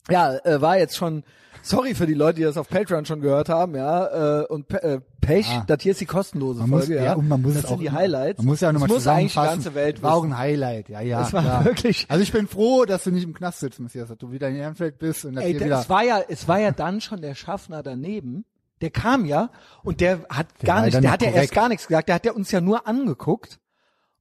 Speaker 2: ja, äh, war jetzt schon. Sorry für die Leute, die das auf Patreon schon gehört haben, ja. Äh, und Pe äh, Pech,
Speaker 1: Ah.
Speaker 2: das hier ist die kostenlose
Speaker 1: Man muss,
Speaker 2: Folge,
Speaker 1: ja,
Speaker 2: ja.
Speaker 1: und man muss
Speaker 2: das
Speaker 1: es
Speaker 2: sind
Speaker 1: auch,
Speaker 2: die Highlights.
Speaker 1: Man muss ja auch nochmal
Speaker 2: das muss eigentlich die
Speaker 1: zusammenfassen.
Speaker 2: ganze Welt
Speaker 1: war auch
Speaker 2: wissen.
Speaker 1: ein Highlight, ja, ja.
Speaker 2: Es war
Speaker 1: klar.
Speaker 2: wirklich-
Speaker 1: Also ich bin froh, dass du nicht im Knast sitzt, Messias, dass du wieder in Ehrenfeld bist und dass
Speaker 2: Ey,
Speaker 1: ihr
Speaker 2: da-
Speaker 1: wieder.
Speaker 2: es war ja, es war ja dann schon der Schaffner daneben. Der kam ja und der hat
Speaker 1: war
Speaker 2: gar
Speaker 1: ja
Speaker 2: nicht,
Speaker 1: dann
Speaker 2: der
Speaker 1: noch
Speaker 2: hat ja erst
Speaker 1: korrekt.
Speaker 2: gar nichts gesagt. Der hat ja uns ja nur angeguckt.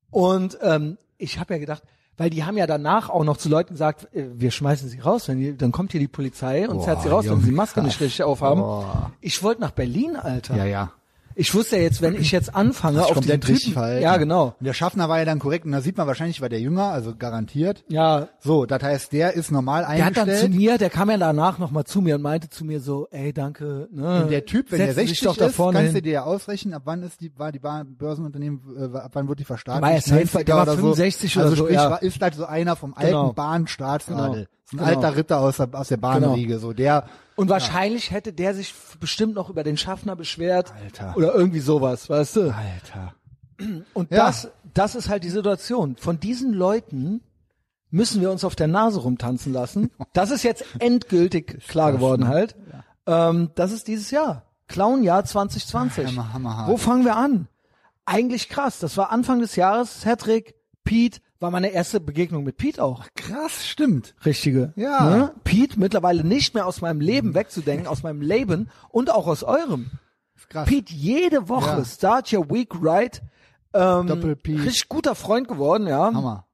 Speaker 2: Und ähm, ich habe ja gedacht, weil die haben ja danach auch noch zu Leuten gesagt, äh, wir schmeißen sie raus, wenn die, dann kommt hier die Polizei und zerrt sie
Speaker 1: Boah,
Speaker 2: raus, wenn sie die
Speaker 1: Junge,
Speaker 2: Maske nicht richtig aufhaben.
Speaker 1: Boah.
Speaker 2: Ich wollte nach Berlin, Alter.
Speaker 1: ja, ja.
Speaker 2: Ich wusste ja jetzt, wenn ich jetzt anfange
Speaker 1: Hast
Speaker 2: auf
Speaker 1: komplett
Speaker 2: den Typen,
Speaker 1: richtig verhalten.
Speaker 2: ja genau,
Speaker 1: Und der Schaffner war ja dann korrekt und da sieht man wahrscheinlich, war der jünger, also garantiert.
Speaker 2: ja,
Speaker 1: So, das heißt, der ist normal
Speaker 2: Der hat
Speaker 1: eingestellt.
Speaker 2: dann zu mir, der kam ja danach nochmal zu mir und meinte zu mir so, ey, danke. Ne,
Speaker 1: und der Typ, wenn der
Speaker 2: setzen Sie
Speaker 1: 60
Speaker 2: sich doch da
Speaker 1: ist,
Speaker 2: vorne
Speaker 1: kannst du
Speaker 2: hin.
Speaker 1: dir ja ausrechnen, ab wann ist die, war die Bahn, Börsenunternehmen, äh, ab wann wurde die verstaatlicht?
Speaker 2: War ja safe,
Speaker 1: 90er
Speaker 2: der war
Speaker 1: oder so.
Speaker 2: 65 oder
Speaker 1: also
Speaker 2: so,
Speaker 1: sprich,
Speaker 2: ja.
Speaker 1: war, ist halt so einer vom alten
Speaker 2: Genau.
Speaker 1: Bahnstaatsadel.
Speaker 2: Genau.
Speaker 1: Ist ein
Speaker 2: Genau.
Speaker 1: alter Ritter aus der, aus der Bahnriege, so der,
Speaker 2: Und wahrscheinlich hätte der sich f- bestimmt noch über den Schaffner beschwert.
Speaker 1: Alter.
Speaker 2: Oder irgendwie sowas, weißt du?
Speaker 1: Alter.
Speaker 2: Und
Speaker 1: Ja.
Speaker 2: das, das ist halt die Situation. Von diesen Leuten müssen wir uns auf der Nase rumtanzen lassen. Das ist jetzt endgültig klar
Speaker 1: ne?
Speaker 2: geworden halt. Ähm, das ist dieses Jahr. Clown-Jahr 2020.
Speaker 1: Hammer, hammerhart.
Speaker 2: Wo fangen wir an? Eigentlich krass. Das war Anfang des Jahres. Cedric, Pete, war meine erste Begegnung mit Pete auch.
Speaker 1: Krass, stimmt.
Speaker 2: Richtige.
Speaker 1: Ja.
Speaker 2: Ne? Pete mittlerweile nicht mehr aus meinem Leben wegzudenken, aus meinem Leben und auch aus eurem.
Speaker 1: Ist krass.
Speaker 2: Pete, jede Woche
Speaker 1: Ja.
Speaker 2: start your week right. Ähm,
Speaker 1: Doppel Pete.
Speaker 2: Richtig guter Freund geworden, ja.
Speaker 1: Hammer.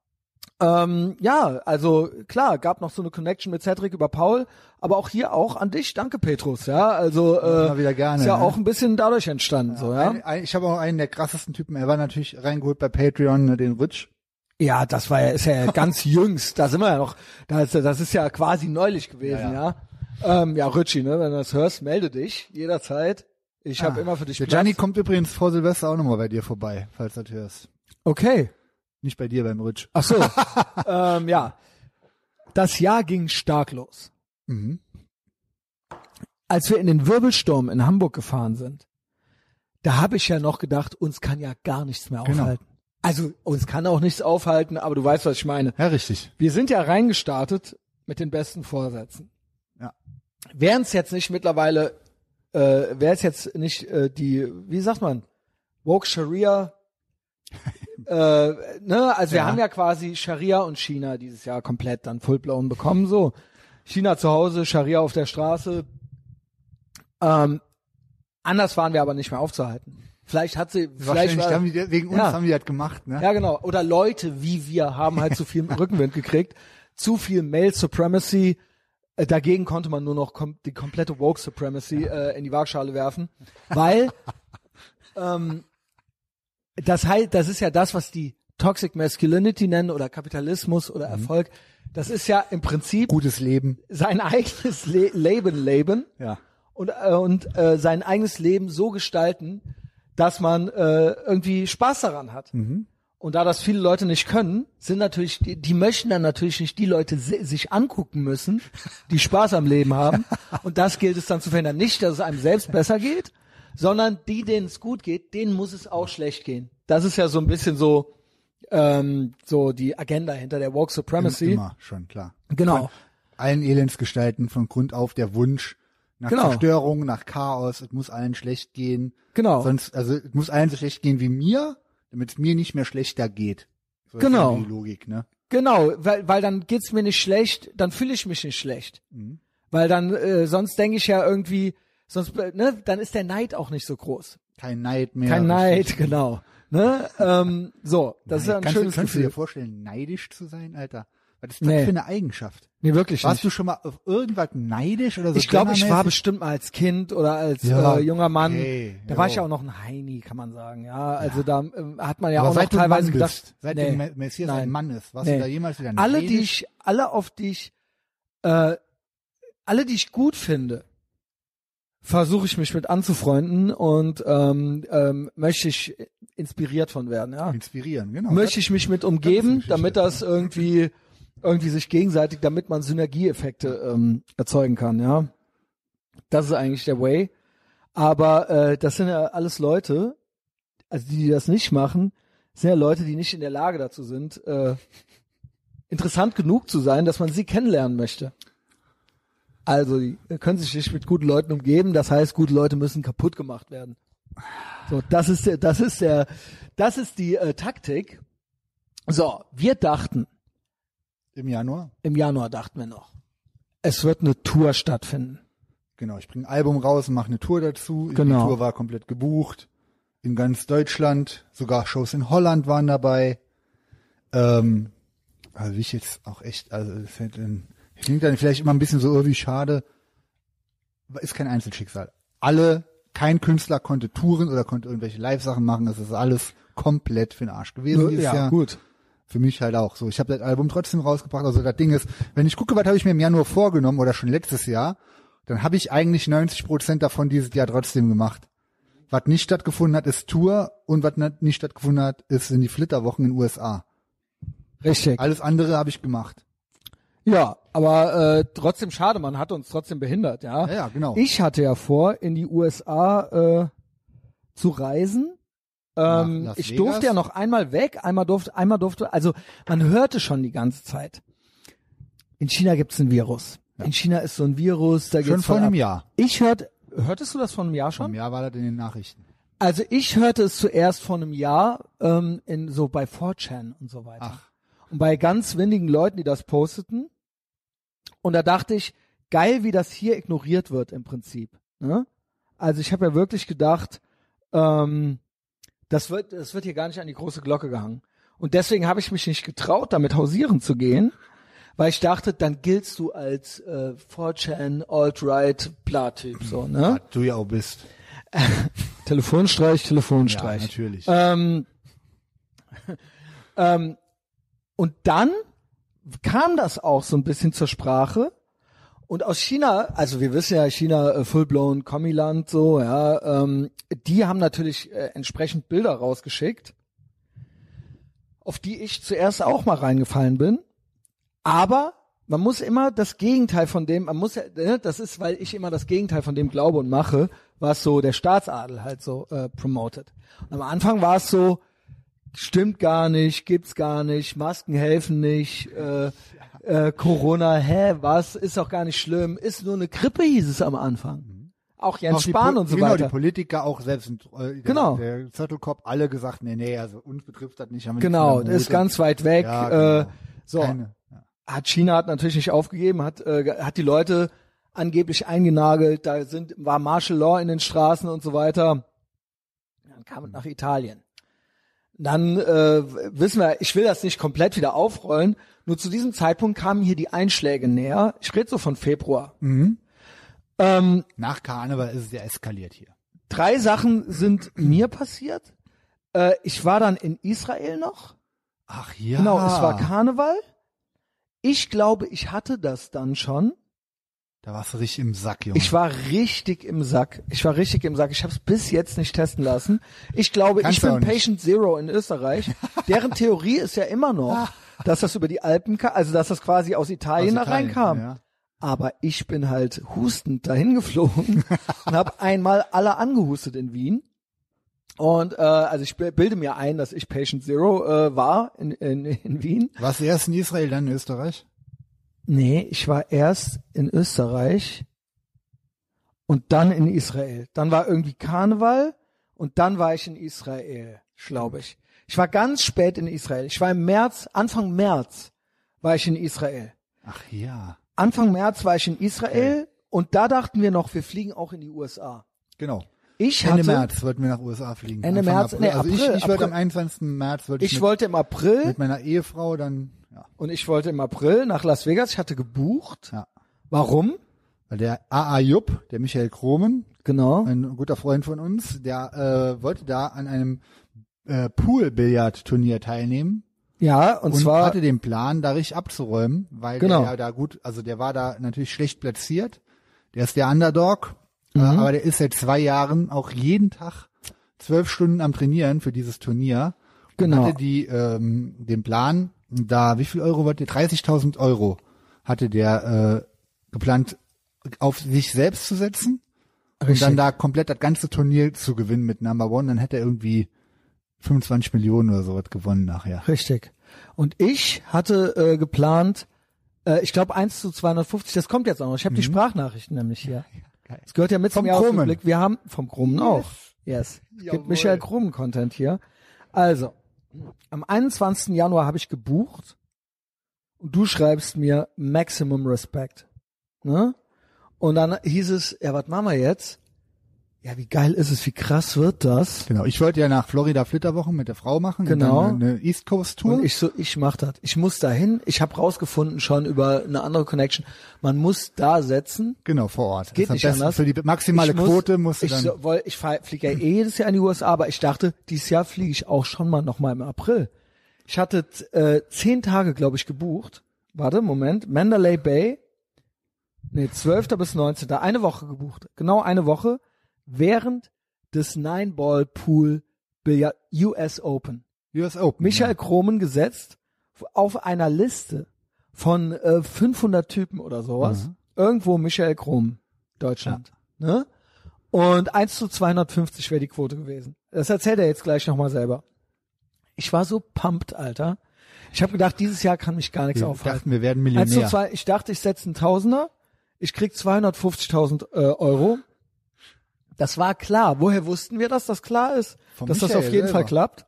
Speaker 2: Ähm, ja, also klar, gab noch so eine Connection mit Cedric über Paul, aber auch hier auch an dich, danke Petrus, ja, also äh,
Speaker 1: Immer wieder gerne,
Speaker 2: ist ja
Speaker 1: ne?
Speaker 2: auch ein bisschen dadurch entstanden, so ja.
Speaker 1: Ein, ein, ich habe auch einen der krassesten Typen. Er war natürlich reingeholt bei Patreon, ne, den Rich.
Speaker 2: Ja, das war ja, ist ja ganz jüngst. Da sind wir ja noch. Das, das ist ja quasi neulich gewesen, ja.
Speaker 1: Ja,
Speaker 2: Ja, ähm, ja Richie, ne, wenn du das hörst, melde dich jederzeit. Ich habe
Speaker 1: Ah,
Speaker 2: immer für dich
Speaker 1: Der
Speaker 2: Platz.
Speaker 1: Gianni kommt übrigens vor Silvester auch nochmal bei dir vorbei, falls du das hörst.
Speaker 2: Okay.
Speaker 1: Nicht bei dir, beim Rich.
Speaker 2: Ach so. ähm, ja. Das Jahr ging stark los.
Speaker 1: Mhm.
Speaker 2: Als wir in den Wirbelsturm in Hamburg gefahren sind, da habe ich ja noch gedacht, uns kann ja gar nichts mehr
Speaker 1: Genau.
Speaker 2: aufhalten. Also uns kann auch nichts aufhalten, aber du weißt, was ich meine.
Speaker 1: Ja, richtig.
Speaker 2: Wir sind ja reingestartet mit den besten Vorsätzen.
Speaker 1: Ja.
Speaker 2: Wären es jetzt nicht mittlerweile, äh, wäre es jetzt nicht äh, die, wie sagt man, woke Sharia, äh, ne? Also wir
Speaker 1: Ja.
Speaker 2: haben ja quasi Sharia und China dieses Jahr komplett dann fullblown bekommen. So China zu Hause, Sharia auf der Straße. Ähm, anders waren wir aber nicht mehr aufzuhalten. Vielleicht hat sie, vielleicht
Speaker 1: Wahrscheinlich
Speaker 2: war,
Speaker 1: haben die, wegen uns
Speaker 2: Ja.
Speaker 1: haben die das gemacht, ne?
Speaker 2: ja, genau. Oder Leute wie wir haben halt zu viel Rückenwind gekriegt. Zu viel Male Supremacy. Äh, Dagegen konnte man nur noch kom die komplette Woke Supremacy äh, in die Waagschale werfen. Weil ähm, das halt, das ist ja das, was die Toxic Masculinity nennen oder Kapitalismus oder Erfolg. Das ist ja im Prinzip
Speaker 1: Gutes Leben.
Speaker 2: sein eigenes Le Leben leben
Speaker 1: Ja.
Speaker 2: und, äh, und äh, sein eigenes Leben so gestalten, dass man äh, irgendwie Spaß daran hat. Und da das viele Leute nicht können, sind natürlich, die, die möchten dann natürlich nicht die Leute si- sich angucken müssen, die Spaß am Leben haben. Und das gilt es dann zu verhindern. Nicht, dass es einem selbst besser geht, sondern die, denen es gut geht, denen muss es auch schlecht gehen. Das ist ja so ein bisschen so, ähm, so die Agenda hinter der Walk Supremacy.
Speaker 1: Immer schon, klar.
Speaker 2: Genau.
Speaker 1: Allen Elendsgestalten von Grund auf der Wunsch nach
Speaker 2: Genau.
Speaker 1: Zerstörung, nach Chaos. Es muss allen schlecht gehen.
Speaker 2: Genau.
Speaker 1: Sonst, also es muss allen so schlecht gehen wie mir, damit es mir nicht mehr schlechter geht. So ist
Speaker 2: Genau.
Speaker 1: irgendwie Die Logik, ne?
Speaker 2: Genau, weil, weil dann geht's mir nicht schlecht, dann fühle ich mich nicht schlecht.
Speaker 1: Mhm.
Speaker 2: Weil dann, äh, sonst denke ich ja irgendwie, sonst, äh, ne, dann ist der Neid auch nicht so groß.
Speaker 1: Kein Neid mehr.
Speaker 2: Kein Neid,
Speaker 1: richtig.
Speaker 2: genau. Ne? ähm, so, das ist ja ein
Speaker 1: Kannst, du-
Speaker 2: schönes
Speaker 1: kannst du
Speaker 2: Gefühl.
Speaker 1: dir vorstellen, neidisch zu sein, Alter? Was ist das
Speaker 2: Nee.
Speaker 1: für eine Eigenschaft?
Speaker 2: Nee, wirklich
Speaker 1: Warst
Speaker 2: nicht.
Speaker 1: du schon mal auf irgendwas neidisch oder so?
Speaker 2: Ich glaube, ich war
Speaker 1: gönnermäßig?
Speaker 2: bestimmt mal als Kind oder als
Speaker 1: Ja,
Speaker 2: äh, junger Mann,
Speaker 1: okay,
Speaker 2: da
Speaker 1: jo.
Speaker 2: war ich ja auch noch ein Heini, kann man sagen. Ja, also da ähm, hat man ja
Speaker 1: Aber
Speaker 2: auch noch
Speaker 1: seit du ein
Speaker 2: teilweise
Speaker 1: Mann
Speaker 2: gedacht,
Speaker 1: bist, seit
Speaker 2: nee,
Speaker 1: der Me- Messias
Speaker 2: nein.
Speaker 1: ein Mann ist, warst
Speaker 2: Nee.
Speaker 1: du da jemals wieder
Speaker 2: alle,
Speaker 1: neidisch?
Speaker 2: die ich, alle auf die ich, äh, alle, die ich gut finde, versuche ich mich mit anzufreunden und ähm, ähm, möchte ich inspiriert von werden. Ja,
Speaker 1: inspirieren, genau.
Speaker 2: möchte ich mich mit um umgeben,
Speaker 1: Geschichte.
Speaker 2: damit das irgendwie irgendwie sich gegenseitig, damit man Synergieeffekte ähm, erzeugen kann. Ja, das ist eigentlich der Way. Aber äh, das sind ja alles Leute, also die, die das nicht machen, sind ja Leute, die nicht in der Lage dazu sind, äh, interessant genug zu sein, dass man sie kennenlernen möchte. Also, die können sich nicht mit guten Leuten umgeben, das heißt, gute Leute müssen kaputt gemacht werden. So, das ist der, das ist der, das ist die äh, Taktik. So, wir dachten,
Speaker 1: Im Januar,
Speaker 2: im Januar dachten wir noch, es wird eine Tour stattfinden.
Speaker 1: genau. Ich bringe ein Album raus und mache eine Tour dazu.
Speaker 2: Genau.
Speaker 1: Die Tour war komplett gebucht. In ganz Deutschland. Sogar Shows in Holland waren dabei. Ähm, also wie ich jetzt auch echt, also es hätte ein- klingt dann vielleicht immer ein bisschen so, oh, wie schade. Aber Ist kein Einzelschicksal. Alle, kein Künstler konnte touren oder konnte irgendwelche Live-Sachen machen. Das ist alles komplett für den Arsch gewesen dieses Jahr.
Speaker 2: gut.
Speaker 1: Für mich halt auch. So, ich habe das Album trotzdem rausgebracht. Also das Ding ist, wenn ich gucke, was habe ich mir im Januar vorgenommen oder schon letztes Jahr, dann habe ich eigentlich 90 Prozent davon dieses Jahr trotzdem gemacht. Was nicht stattgefunden hat, ist Tour und was nat- nicht stattgefunden hat, ist sind die Flitterwochen in den USA.
Speaker 2: Richtig.
Speaker 1: Alles andere habe ich gemacht.
Speaker 2: Ja, aber äh, trotzdem schade, man hat uns trotzdem behindert, ja.
Speaker 1: Ja, ja, genau.
Speaker 2: Ich hatte ja vor, in die USA äh, zu reisen. Ähm,
Speaker 1: Nach Las
Speaker 2: ich
Speaker 1: Vegas?
Speaker 2: durfte ja noch einmal weg, einmal durfte, einmal durfte, also man hörte schon die ganze Zeit. In China gibt's ein Virus. In China ist so ein Virus, da
Speaker 1: Schon
Speaker 2: geht's
Speaker 1: vor
Speaker 2: voll
Speaker 1: einem
Speaker 2: ab.
Speaker 1: Jahr.
Speaker 2: Ich hörte, hörtest du das von einem Jahr schon?
Speaker 1: Im Jahr war das in den Nachrichten.
Speaker 2: Also ich hörte es zuerst von einem Jahr ähm, in so bei 4chan und so weiter.
Speaker 1: Ach.
Speaker 2: Und bei ganz wenigen Leuten, die das posteten. Und da dachte ich, geil, wie das hier ignoriert wird im Prinzip. Ne? Also ich habe ja wirklich gedacht, ähm, das wird, das wird hier gar nicht an die große Glocke gehangen. Und Und deswegen habe ich mich nicht getraut, damit hausieren zu gehen, weil ich dachte, dann giltst du als äh, 4chan, alt-right, bla-Typ, so, ne?
Speaker 1: Du ja auch bist.
Speaker 2: Telefonstreich, Telefonstreich.
Speaker 1: Ja, natürlich.
Speaker 2: Ähm, ähm, und dann kam das auch so ein bisschen zur Sprache. Und aus China, also wir wissen ja, China äh, full-blown Kommiland, so, ja, ähm, die haben natürlich äh, entsprechend Bilder rausgeschickt, auf die ich zuerst auch mal reingefallen bin. Aber man muss immer das Gegenteil von dem, man muss ja, ne, das ist, weil ich immer das Gegenteil von dem glaube und mache, was so der Staatsadel halt so äh, promotet. Und am Anfang war es so, stimmt gar nicht, gibt's gar nicht, Masken helfen nicht, äh, äh, Corona, hä, was, ist doch gar nicht schlimm, ist nur eine Grippe, hieß es am Anfang. Auch Jens
Speaker 1: Mhm. Auch die
Speaker 2: Spahn
Speaker 1: Po-
Speaker 2: und so
Speaker 1: genau,
Speaker 2: weiter.
Speaker 1: die Politiker auch selbst, äh, der,
Speaker 2: Genau.
Speaker 1: der Zettelkopf, alle gesagt, nee, nee, also uns betrifft das nicht. Haben wir
Speaker 2: Genau,
Speaker 1: nichts von
Speaker 2: das
Speaker 1: der
Speaker 2: ist
Speaker 1: Route.
Speaker 2: ganz weit weg.
Speaker 1: Ja,
Speaker 2: äh,
Speaker 1: genau.
Speaker 2: so,
Speaker 1: Keine.
Speaker 2: hat China hat natürlich nicht aufgegeben, hat, äh, ge- hat die Leute angeblich eingenagelt, da sind, war Martial Law in den Straßen und so weiter. Dann kam es nach Italien. Dann äh, wissen wir, ich will das nicht komplett wieder aufrollen, nur zu diesem Zeitpunkt kamen hier die Einschläge näher. Ich rede so von Februar. Ähm,
Speaker 1: Nach Karneval ist es ja eskaliert hier.
Speaker 2: drei Sachen sind mir passiert. Äh, ich war dann in Israel noch.
Speaker 1: Ach ja.
Speaker 2: Genau, es
Speaker 1: Ah.
Speaker 2: war Karneval. Ich glaube, ich hatte das dann schon.
Speaker 1: Da warst du richtig im Sack, Junge.
Speaker 2: Ich war richtig im Sack. Ich war richtig im Sack. Ich habe es bis jetzt nicht testen lassen. Ich glaube,
Speaker 1: Kannst
Speaker 2: ich
Speaker 1: du
Speaker 2: bin
Speaker 1: auch nicht.
Speaker 2: Patient Zero in Österreich. Deren Theorie ist ja immer noch, dass das über die Alpen, ka- also dass das quasi aus
Speaker 1: Ah. Aus
Speaker 2: Italien, da
Speaker 1: Italien,
Speaker 2: reinkam.
Speaker 1: ja.
Speaker 2: Aber ich bin halt hustend dahin geflogen und habe einmal alle angehustet in Wien. Und äh, also ich bilde mir ein, dass ich Patient Zero äh, war in, in, in Wien.
Speaker 1: Warst du erst in Israel, dann in Österreich?
Speaker 2: Nee, ich war erst in Österreich und dann in Israel. Dann war irgendwie Karneval und dann war ich in Israel, glaube ich. Ich war ganz spät in Israel. Ich war im März, Anfang März war ich in Israel.
Speaker 1: Ach ja.
Speaker 2: Anfang März war ich in Israel und da dachten wir noch, wir fliegen auch in die USA.
Speaker 1: Genau.
Speaker 2: Ich hatte,
Speaker 1: Ende März wollten wir nach USA fliegen.
Speaker 2: Ende
Speaker 1: Anfang
Speaker 2: März,
Speaker 1: April.
Speaker 2: nee,
Speaker 1: also
Speaker 2: April,
Speaker 1: ich, ich wollte
Speaker 2: April.
Speaker 1: am 21. März wollte ich,
Speaker 2: ich
Speaker 1: mit,
Speaker 2: wollte im April
Speaker 1: mit meiner Ehefrau dann, ja,
Speaker 2: und ich wollte im April nach Las Vegas. Ich hatte gebucht.
Speaker 1: ja.
Speaker 2: Warum?
Speaker 1: Weil der AA Jupp, der Michael Kromen,
Speaker 2: Genau.
Speaker 1: ein guter Freund von uns, der äh, wollte da an einem äh, Pool-Billard-Turnier teilnehmen
Speaker 2: Ja, und,
Speaker 1: und
Speaker 2: zwar
Speaker 1: hatte den Plan, da richtig abzuräumen, weil
Speaker 2: Genau.
Speaker 1: der ja da gut, also der war da natürlich schlecht platziert. Der ist der Underdog, äh,
Speaker 2: Mhm.
Speaker 1: aber der ist seit zwei Jahren auch jeden Tag zwölf Stunden am Trainieren für dieses Turnier.
Speaker 2: Genau.
Speaker 1: Und hatte die ähm, den Plan, da wie viel Euro wollte? 30.000 Euro hatte der äh, geplant, auf sich selbst zu setzen und dann da komplett das ganze Turnier zu gewinnen mit Number One, dann hätte er irgendwie 25 Millionen oder sowas gewonnen nachher.
Speaker 2: Richtig. Und ich hatte äh, geplant, äh, ich glaube 1 zu 250, das kommt jetzt auch noch. Ich habe die Sprachnachrichten nämlich hier.
Speaker 1: geil.
Speaker 2: Das gehört ja mit
Speaker 1: Mhm. Vom
Speaker 2: zum
Speaker 1: Krummen.
Speaker 2: Jahresrückblick. Wir haben vom Krummen auch. Yes. Es gibt
Speaker 1: Jawohl.
Speaker 2: Michael Krummen Content hier. Also, am 21. Januar habe ich gebucht und du schreibst mir Maximum Respect. Ne? Und dann hieß es, ja, was machen wir jetzt? Ja, wie geil ist es, wie krass wird das?
Speaker 1: Genau, ich wollte ja nach Florida Flitterwochen mit der Frau machen.
Speaker 2: Genau.
Speaker 1: Und dann eine East Coast Tour.
Speaker 2: Und ich so, ich mach das. Ich muss dahin. Ich habe rausgefunden schon über eine andere Connection. Man muss da setzen.
Speaker 1: genau, vor Ort.
Speaker 2: Geht
Speaker 1: das ist
Speaker 2: nicht
Speaker 1: am besten
Speaker 2: anders.
Speaker 1: Für die maximale
Speaker 2: Ich muss-
Speaker 1: Quote musst du
Speaker 2: ich
Speaker 1: dann.
Speaker 2: So, woll, ich fliege ja eh jedes Jahr in die USA, aber ich dachte, dieses Jahr fliege ich auch schon mal noch mal im April. Ich hatte äh, zehn Tage, glaube ich, gebucht. Warte, Moment. Mandalay Bay. Nee, 12. bis 19. Eine Woche gebucht. Genau eine Woche. Während des Nine-Ball-Pool-Billard US Open.
Speaker 1: US Open.
Speaker 2: Michael Kromen gesetzt auf einer Liste von äh, 500 Typen oder sowas. Irgendwo Michael Kromen, Deutschland. Ne? Und 1 zu 250 wäre die Quote gewesen. Das erzählt er jetzt gleich nochmal selber. Ich war so pumped, Alter. Ich habe gedacht, dieses Jahr kann mich gar nichts
Speaker 1: ja. Wir
Speaker 2: aufhalten.
Speaker 1: dachten, wir werden
Speaker 2: Eins zu
Speaker 1: Millionär.
Speaker 2: Also zwei, ich dachte, ich setze einen Tausender. Ich krieg 250.000 äh, Euro. Das war klar. Woher wussten wir, dass das klar ist?
Speaker 1: Von
Speaker 2: dass das
Speaker 1: Michael
Speaker 2: auf jeden Fall
Speaker 1: selber.
Speaker 2: klappt?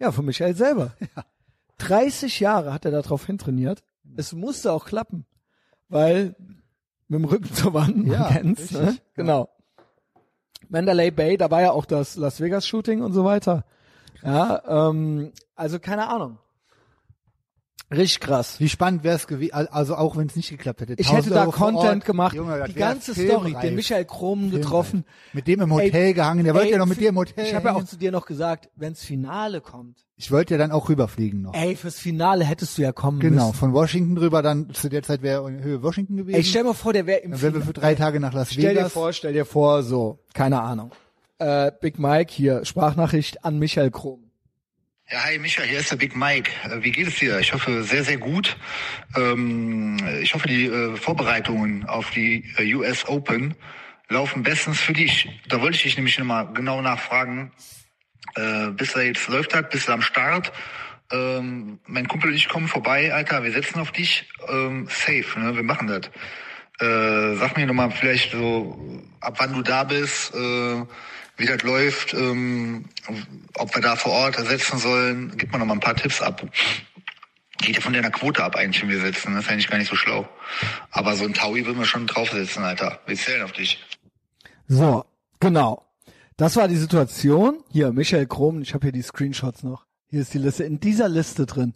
Speaker 2: Ja, von Michael selber. 30 Jahre hat er darauf hintrainiert. Es musste auch klappen. Weil mit dem Rücken zur Wand,
Speaker 1: Ja,
Speaker 2: man kennt's,
Speaker 1: richtig,
Speaker 2: ne?
Speaker 1: ja.
Speaker 2: Genau. Mandalay Bay, da war ja auch das Las Vegas Shooting und so weiter. Ja, ähm, also keine Ahnung. Richtig krass.
Speaker 1: Wie spannend wäre es gewesen, also auch wenn es nicht geklappt hätte.
Speaker 2: Ich hätte
Speaker 1: 1000
Speaker 2: da
Speaker 1: Euro vor
Speaker 2: Content
Speaker 1: Ort.
Speaker 2: gemacht,
Speaker 1: Junge, das
Speaker 2: die
Speaker 1: wär
Speaker 2: ganze
Speaker 1: filmreif.
Speaker 2: Story, den Michael Kromen
Speaker 1: Filmreif.
Speaker 2: getroffen.
Speaker 1: Mit dem im Hotel
Speaker 2: Ey,
Speaker 1: gehangen, der wollte
Speaker 2: ey,
Speaker 1: ja noch mit dir im Hotel.
Speaker 2: Ich habe ja auch
Speaker 1: hängen.
Speaker 2: zu dir noch gesagt, wenn's Finale kommt.
Speaker 1: ich wollte ja dann auch rüberfliegen noch.
Speaker 2: Ey, fürs Finale hättest du ja kommen
Speaker 1: genau,
Speaker 2: müssen.
Speaker 1: von Washington rüber, dann zu der Zeit wäre in Höhe Washington gewesen.
Speaker 2: Ey, stell mal vor, der wäre im
Speaker 1: dann wären wir
Speaker 2: Finale.
Speaker 1: für drei Tage nach Las
Speaker 2: Stell dir
Speaker 1: Vegas.
Speaker 2: vor, stell dir vor, so, keine Ahnung. Äh, Big Mike hier, Sprachnachricht an Michael Kromen.
Speaker 3: Ja, hi Michael, hier ist der Big Mike. Äh, Wie geht es dir? Ich hoffe sehr, sehr gut. Ähm, ich hoffe, die äh, Vorbereitungen auf die äh, US Open laufen bestens für dich. Da wollte ich dich nämlich nochmal genau nachfragen, äh, bis er jetzt läuft hat, bis er am Start. Ähm, mein Kumpel und ich kommen vorbei, Alter, wir setzen auf dich. Ähm, safe, ne? Wir machen das. Äh, sag mir nochmal vielleicht so, ab wann du da bist, äh, wie das läuft, ähm, ob wir da vor Ort setzen sollen. Gib mir nochmal ein paar Tipps ab. Geht ja von deiner Quote ab eigentlich, wenn wir setzen. Das ist eigentlich gar nicht so schlau. Aber so ein Taui will man schon draufsetzen, Alter. Wir zählen auf dich.
Speaker 2: So, genau. Das war die Situation. Hier, Michael Kromen, ich habe hier die Screenshots noch. Hier ist die Liste, in dieser Liste drin.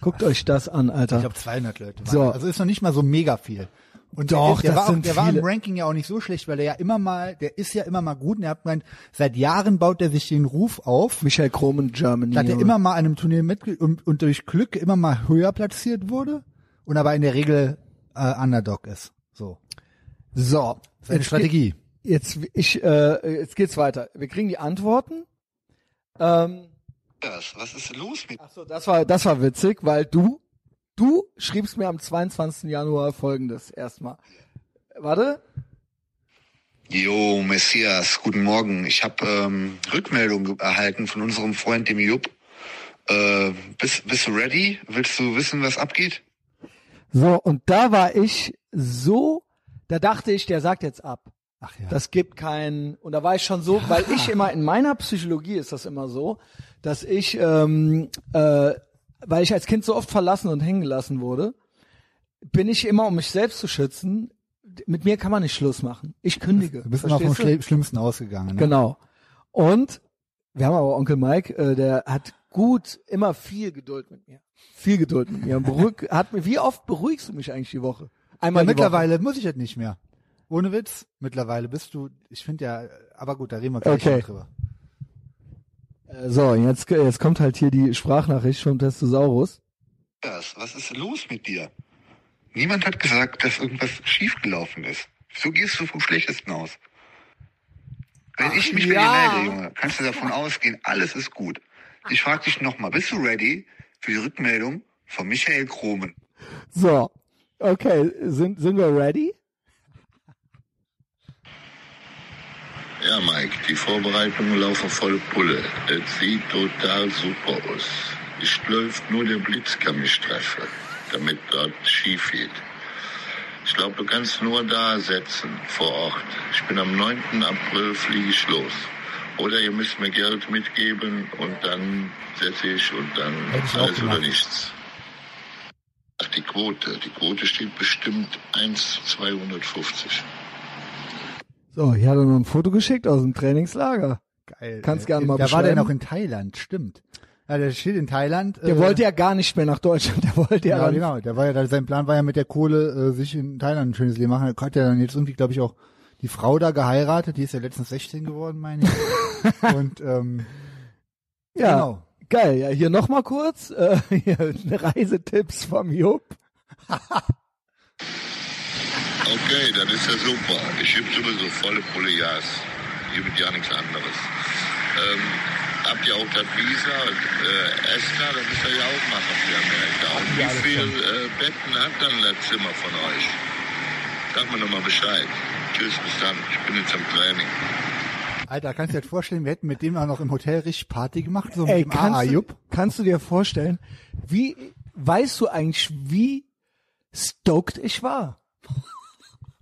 Speaker 2: Guckt euch das an, Alter.
Speaker 1: Ich glaube 200 Leute. Waren.
Speaker 2: Ah. So.
Speaker 1: Also ist noch nicht mal so mega viel. Und
Speaker 2: Doch,
Speaker 1: der, der
Speaker 2: das
Speaker 1: war auch,
Speaker 2: sind
Speaker 1: der war im
Speaker 2: viele.
Speaker 1: Ranking ja auch nicht so schlecht, weil der ja immer mal, der ist ja immer mal gut und er hat gemeint, seit Jahren baut er sich den Ruf auf,
Speaker 2: Michael Kromen, Germany.
Speaker 1: dass er
Speaker 2: Junge.
Speaker 1: immer mal an einem Turnier mit und, und durch Glück immer mal höher platziert wurde und aber in der Regel äh, Underdog ist. So.
Speaker 2: so,
Speaker 1: Seine
Speaker 2: jetzt
Speaker 1: Strategie.
Speaker 2: Geht, jetzt, ich, äh, jetzt geht's weiter. Wir kriegen die Antworten. Ähm,
Speaker 3: Das, was ist los mit
Speaker 2: Ach so, das war, das war witzig, weil du, du schriebst mir am 22. Januar folgendes erstmal. Warte.
Speaker 3: Jo, Messias, guten Morgen. Ich habe ähm, Rückmeldung ge- erhalten von unserem Freund, dem Jupp. Äh, bist, bist du ready? Willst du wissen, was abgeht?
Speaker 2: So, und da war ich so, da dachte ich, der sagt jetzt ab.
Speaker 1: Ach ja.
Speaker 2: Das gibt keinen, und da war ich schon so, weil ich immer, in meiner Psychologie ist das immer so, dass ich, ähm, äh, weil ich als Kind so oft verlassen und hängen gelassen wurde, bin ich immer, um mich selbst zu schützen, mit mir kann man nicht Schluss machen. Ich kündige.
Speaker 1: du bist immer vom
Speaker 2: verstehst du?
Speaker 1: Schle- Schlimmsten ausgegangen. Ne?
Speaker 2: Genau. Und wir haben aber Onkel Mike, äh, der hat gut immer viel Geduld mit mir. Viel Geduld mit mir. Und Beruhig, hat mir, wie oft beruhigst du mich eigentlich die Woche? Einmal
Speaker 1: Ja,
Speaker 2: die
Speaker 1: mittlerweile muss ich das nicht mehr. Ohne Witz. Mittlerweile bist du, ich finde ja, aber gut, da reden wir gleich
Speaker 2: Okay.
Speaker 1: noch drüber.
Speaker 2: Woche. Äh, So, jetzt, jetzt kommt halt hier die Sprachnachricht vom Testosaurus.
Speaker 3: Das, was ist los mit dir? Niemand hat gesagt, dass irgendwas schiefgelaufen ist. So gehst du vom Schlechtesten aus. Wenn ich mich
Speaker 2: ja.
Speaker 3: bei dir melde, Junge, kannst du davon ausgehen, alles ist gut. Ich frage dich nochmal, bist du ready für die Rückmeldung von Michael Kromen?
Speaker 2: So, okay, sind, sind wir ready?
Speaker 4: Ja, Mike, die Vorbereitungen laufen volle Pulle. Äh, Es sieht total super aus. Es läuft nur der Blitz kann mich treffen, damit dort schief geht. Ich glaube, du kannst nur da setzen, vor Ort. Ich bin am 9. April fliege ich los. Oder ihr müsst mir Geld mitgeben und dann setze ich und dann
Speaker 1: Hätte ich auch
Speaker 4: alles oder
Speaker 1: gemacht.
Speaker 4: nichts. Ach, die Quote. Die Quote steht bestimmt 1 zu 250.
Speaker 2: So, hier hat er noch ein Foto geschickt aus dem Trainingslager.
Speaker 1: Geil.
Speaker 2: Kannst
Speaker 1: Äh,
Speaker 2: gerne mal
Speaker 1: Da war der
Speaker 2: beschreiben.
Speaker 1: noch in Thailand, stimmt. Ja, der steht in Thailand.
Speaker 2: Der wollte ja gar nicht mehr nach Deutschland, der wollte ja,
Speaker 1: Äh. ja,
Speaker 2: dann-
Speaker 1: genau. Der war ja, sein Plan war ja mit der Kohle, äh, sich in Thailand ein schönes Leben machen. Hat ja dann jetzt irgendwie, glaube ich, auch die Frau da geheiratet. Die ist ja letztens 16 geworden, meine ich. Und ähm,
Speaker 2: Ja,
Speaker 1: Genau.
Speaker 2: geil. Ja, hier nochmal kurz äh, hier, Reisetipps vom Jupp.
Speaker 4: Okay, dann ist ja super. Ich übe sowieso volle Pulle Jas. Ich übe ja nichts anderes. Ähm, habt ihr auch das Visa, äh, Esther, das müsst ihr ja auch machen für Amerika. Und wie viele äh, Betten hat dann das Zimmer von euch? Sag mir nochmal Bescheid. Tschüss, bis dann. Ich bin jetzt am Training.
Speaker 1: Alter, kannst du dir das vorstellen, wir hätten mit dem auch noch im Hotel richtig Party gemacht, so
Speaker 2: Ey,
Speaker 1: mit dem AA
Speaker 2: kannst du,
Speaker 1: Jupp.
Speaker 2: kannst du dir vorstellen, wie weißt du eigentlich, wie stoked ich war?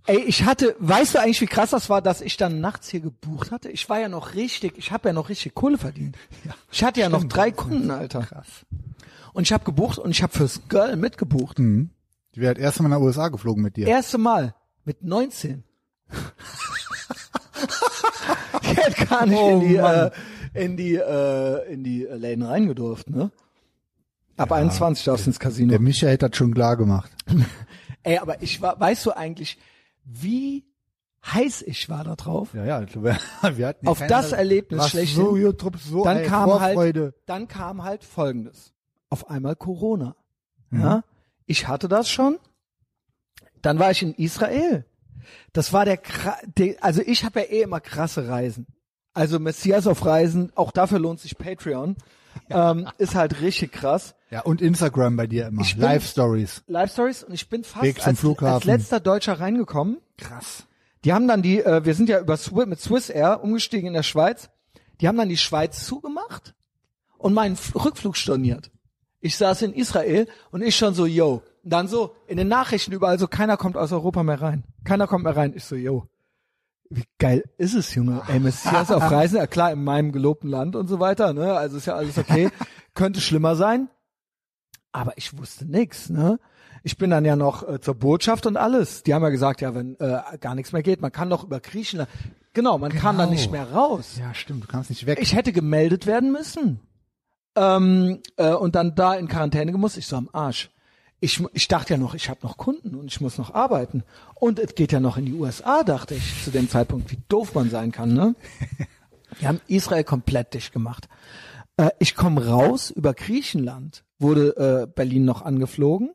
Speaker 2: Ey, ich hatte, weißt du eigentlich, wie krass das war, dass ich dann nachts hier gebucht hatte? Ich war ja noch richtig, ich habe ja noch richtig Kohle verdient. ich hatte ja noch drei Kunden, Alter.
Speaker 1: Krass.
Speaker 2: Und ich habe gebucht und ich habe fürs Girl mitgebucht.
Speaker 1: Die wäre das erste Mal nach USA geflogen mit dir.
Speaker 2: Erste Mal mit 19. ich hätte gar nicht
Speaker 1: Oh
Speaker 2: in die,
Speaker 1: Mann.
Speaker 2: äh, in die, äh, in die äh, Läden reingedurft, ne? Ab 21 darfst du ins Casino.
Speaker 1: Der Michael hat das schon klar gemacht.
Speaker 2: Ey, aber ich war, weißt du eigentlich, wie heiß ich war da drauf?
Speaker 1: Ja, ja, wir hatten
Speaker 2: Auf das Erlebnis schlechthin.
Speaker 1: So, ihr Trupp, so
Speaker 2: dann
Speaker 1: eine
Speaker 2: kam
Speaker 1: Vorfreude.
Speaker 2: halt, dann kam halt Folgendes. Auf einmal Corona.
Speaker 1: Mhm.
Speaker 2: Ja, ich hatte das schon. Dann war ich in Israel. Das war der, kra- der also ich habe ja eh immer krasse Reisen. Also Messias auf Reisen, auch dafür lohnt sich Patreon. Ähm, ist halt richtig krass.
Speaker 1: Ja, und Instagram bei dir immer.
Speaker 2: Ich bin-
Speaker 1: Live Stories.
Speaker 2: Live Stories und ich bin fast
Speaker 1: Weg zum
Speaker 2: als,
Speaker 1: Flughafen.
Speaker 2: als letzter Deutscher reingekommen.
Speaker 1: Krass.
Speaker 2: Die haben dann die, äh, wir sind ja über Swi mit Swiss Air umgestiegen in der Schweiz. Die haben dann die Schweiz zugemacht und meinen F Rückflug storniert. Ich saß in Israel und ich schon so, yo. Und dann so in den Nachrichten überall so, keiner kommt aus Europa mehr rein. Keiner kommt mehr rein. Ich so, yo. Wie geil ist es, Junge? Ey, Messias auf Reisen, ja klar, in meinem gelobten Land und so weiter, ne? Also ist ja alles okay. Könnte schlimmer sein. Aber ich wusste nix, ne? Ich bin dann ja noch äh, zur Botschaft und alles. Die haben ja gesagt, ja, wenn äh, gar nichts mehr geht, man kann doch über Griechenland. Genau, man kam dann nicht mehr raus.
Speaker 1: Ja, stimmt, du kannst nicht weg.
Speaker 2: Ich hätte gemeldet werden müssen. Ähm, äh, und dann da in Quarantäne gemusst. Ich so am Arsch. Ich, mu- ich dachte ja noch, ich habe noch Kunden und ich muss noch arbeiten. Und es geht ja noch in die USA, dachte ich zu dem Zeitpunkt, wie doof man sein kann. Ne? Wir haben Israel komplett dicht gemacht. Äh, ich komme raus über Griechenland, wurde äh, Berlin noch angeflogen.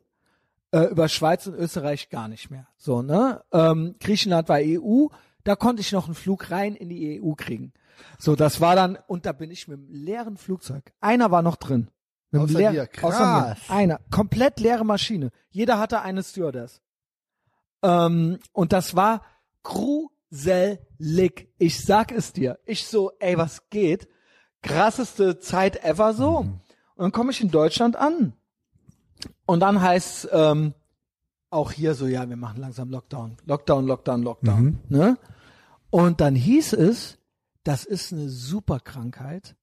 Speaker 2: Äh, über Schweiz und Österreich gar nicht mehr. So, ne? Ähm, Griechenland war EU, da konnte ich noch einen Flug rein in die EU kriegen. So, das war dann, und da bin ich mit einem leeren Flugzeug. Einer war noch drin. Mit einem
Speaker 1: Außer Oh,
Speaker 2: leeren-
Speaker 1: dir,
Speaker 2: Außer
Speaker 1: krass.
Speaker 2: mir. Einer. Komplett leere Maschine. Jeder hatte eine Stewardess. Ähm, und das war gruselig. Ich sag es dir. Ich so, ey, was geht? Krasseste Zeit ever so.
Speaker 1: Mhm.
Speaker 2: Und dann komme ich in Deutschland an. Und dann heißt ähm, auch hier so, ja, wir machen langsam Lockdown. Lockdown, Lockdown, Lockdown.
Speaker 1: Mhm.
Speaker 2: Ne? Und dann hieß es, das ist eine super Krankheit,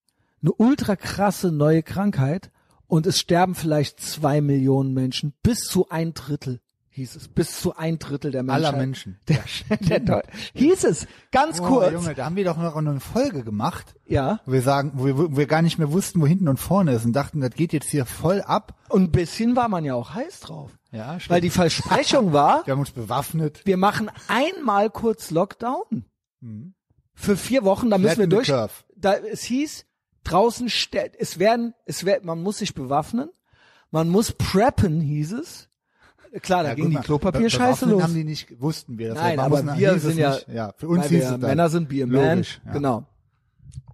Speaker 2: eine ultra krasse neue Krankheit und es sterben vielleicht zwei Millionen Menschen, bis zu ein Drittel hieß es, bis zu ein Drittel der Menschheit.
Speaker 1: Aller Menschen.
Speaker 2: Der, der, der, hieß es, ganz
Speaker 1: Oh,
Speaker 2: kurz.
Speaker 1: Junge, da haben wir doch noch eine Folge gemacht,
Speaker 2: Ja.
Speaker 1: wo wir sagen, wo wir, wo wir gar nicht mehr wussten, wo hinten und vorne ist und dachten, das geht jetzt hier voll ab.
Speaker 2: Und ein bisschen war man ja auch heiß drauf.
Speaker 1: Ja, stimmt.
Speaker 2: Weil die Versprechung war,
Speaker 1: Wir haben uns bewaffnet.
Speaker 2: wir machen einmal kurz Lockdown. Für vier Wochen, da müssen wir
Speaker 1: Mhm. Flatten the
Speaker 2: durch.
Speaker 1: curve.
Speaker 2: Da, es hieß, draußen, ste- es werden, es werden, man muss sich bewaffnen, man muss preppen, hieß es. Klar, da
Speaker 1: Ja,
Speaker 2: ging
Speaker 1: gut,
Speaker 2: die
Speaker 1: mal,
Speaker 2: Klopapierscheiße
Speaker 1: bewaffnet
Speaker 2: los.
Speaker 1: haben die nicht, wussten wir. Das
Speaker 2: Nein,
Speaker 1: war-
Speaker 2: aber
Speaker 1: wussten-
Speaker 2: wir
Speaker 1: hieß es
Speaker 2: sind ja,
Speaker 1: nicht. ja, für uns
Speaker 2: weil
Speaker 1: hieß
Speaker 2: wir
Speaker 1: es dann.
Speaker 2: Männer sind Bier, Man,
Speaker 1: Logisch, ja.
Speaker 2: genau.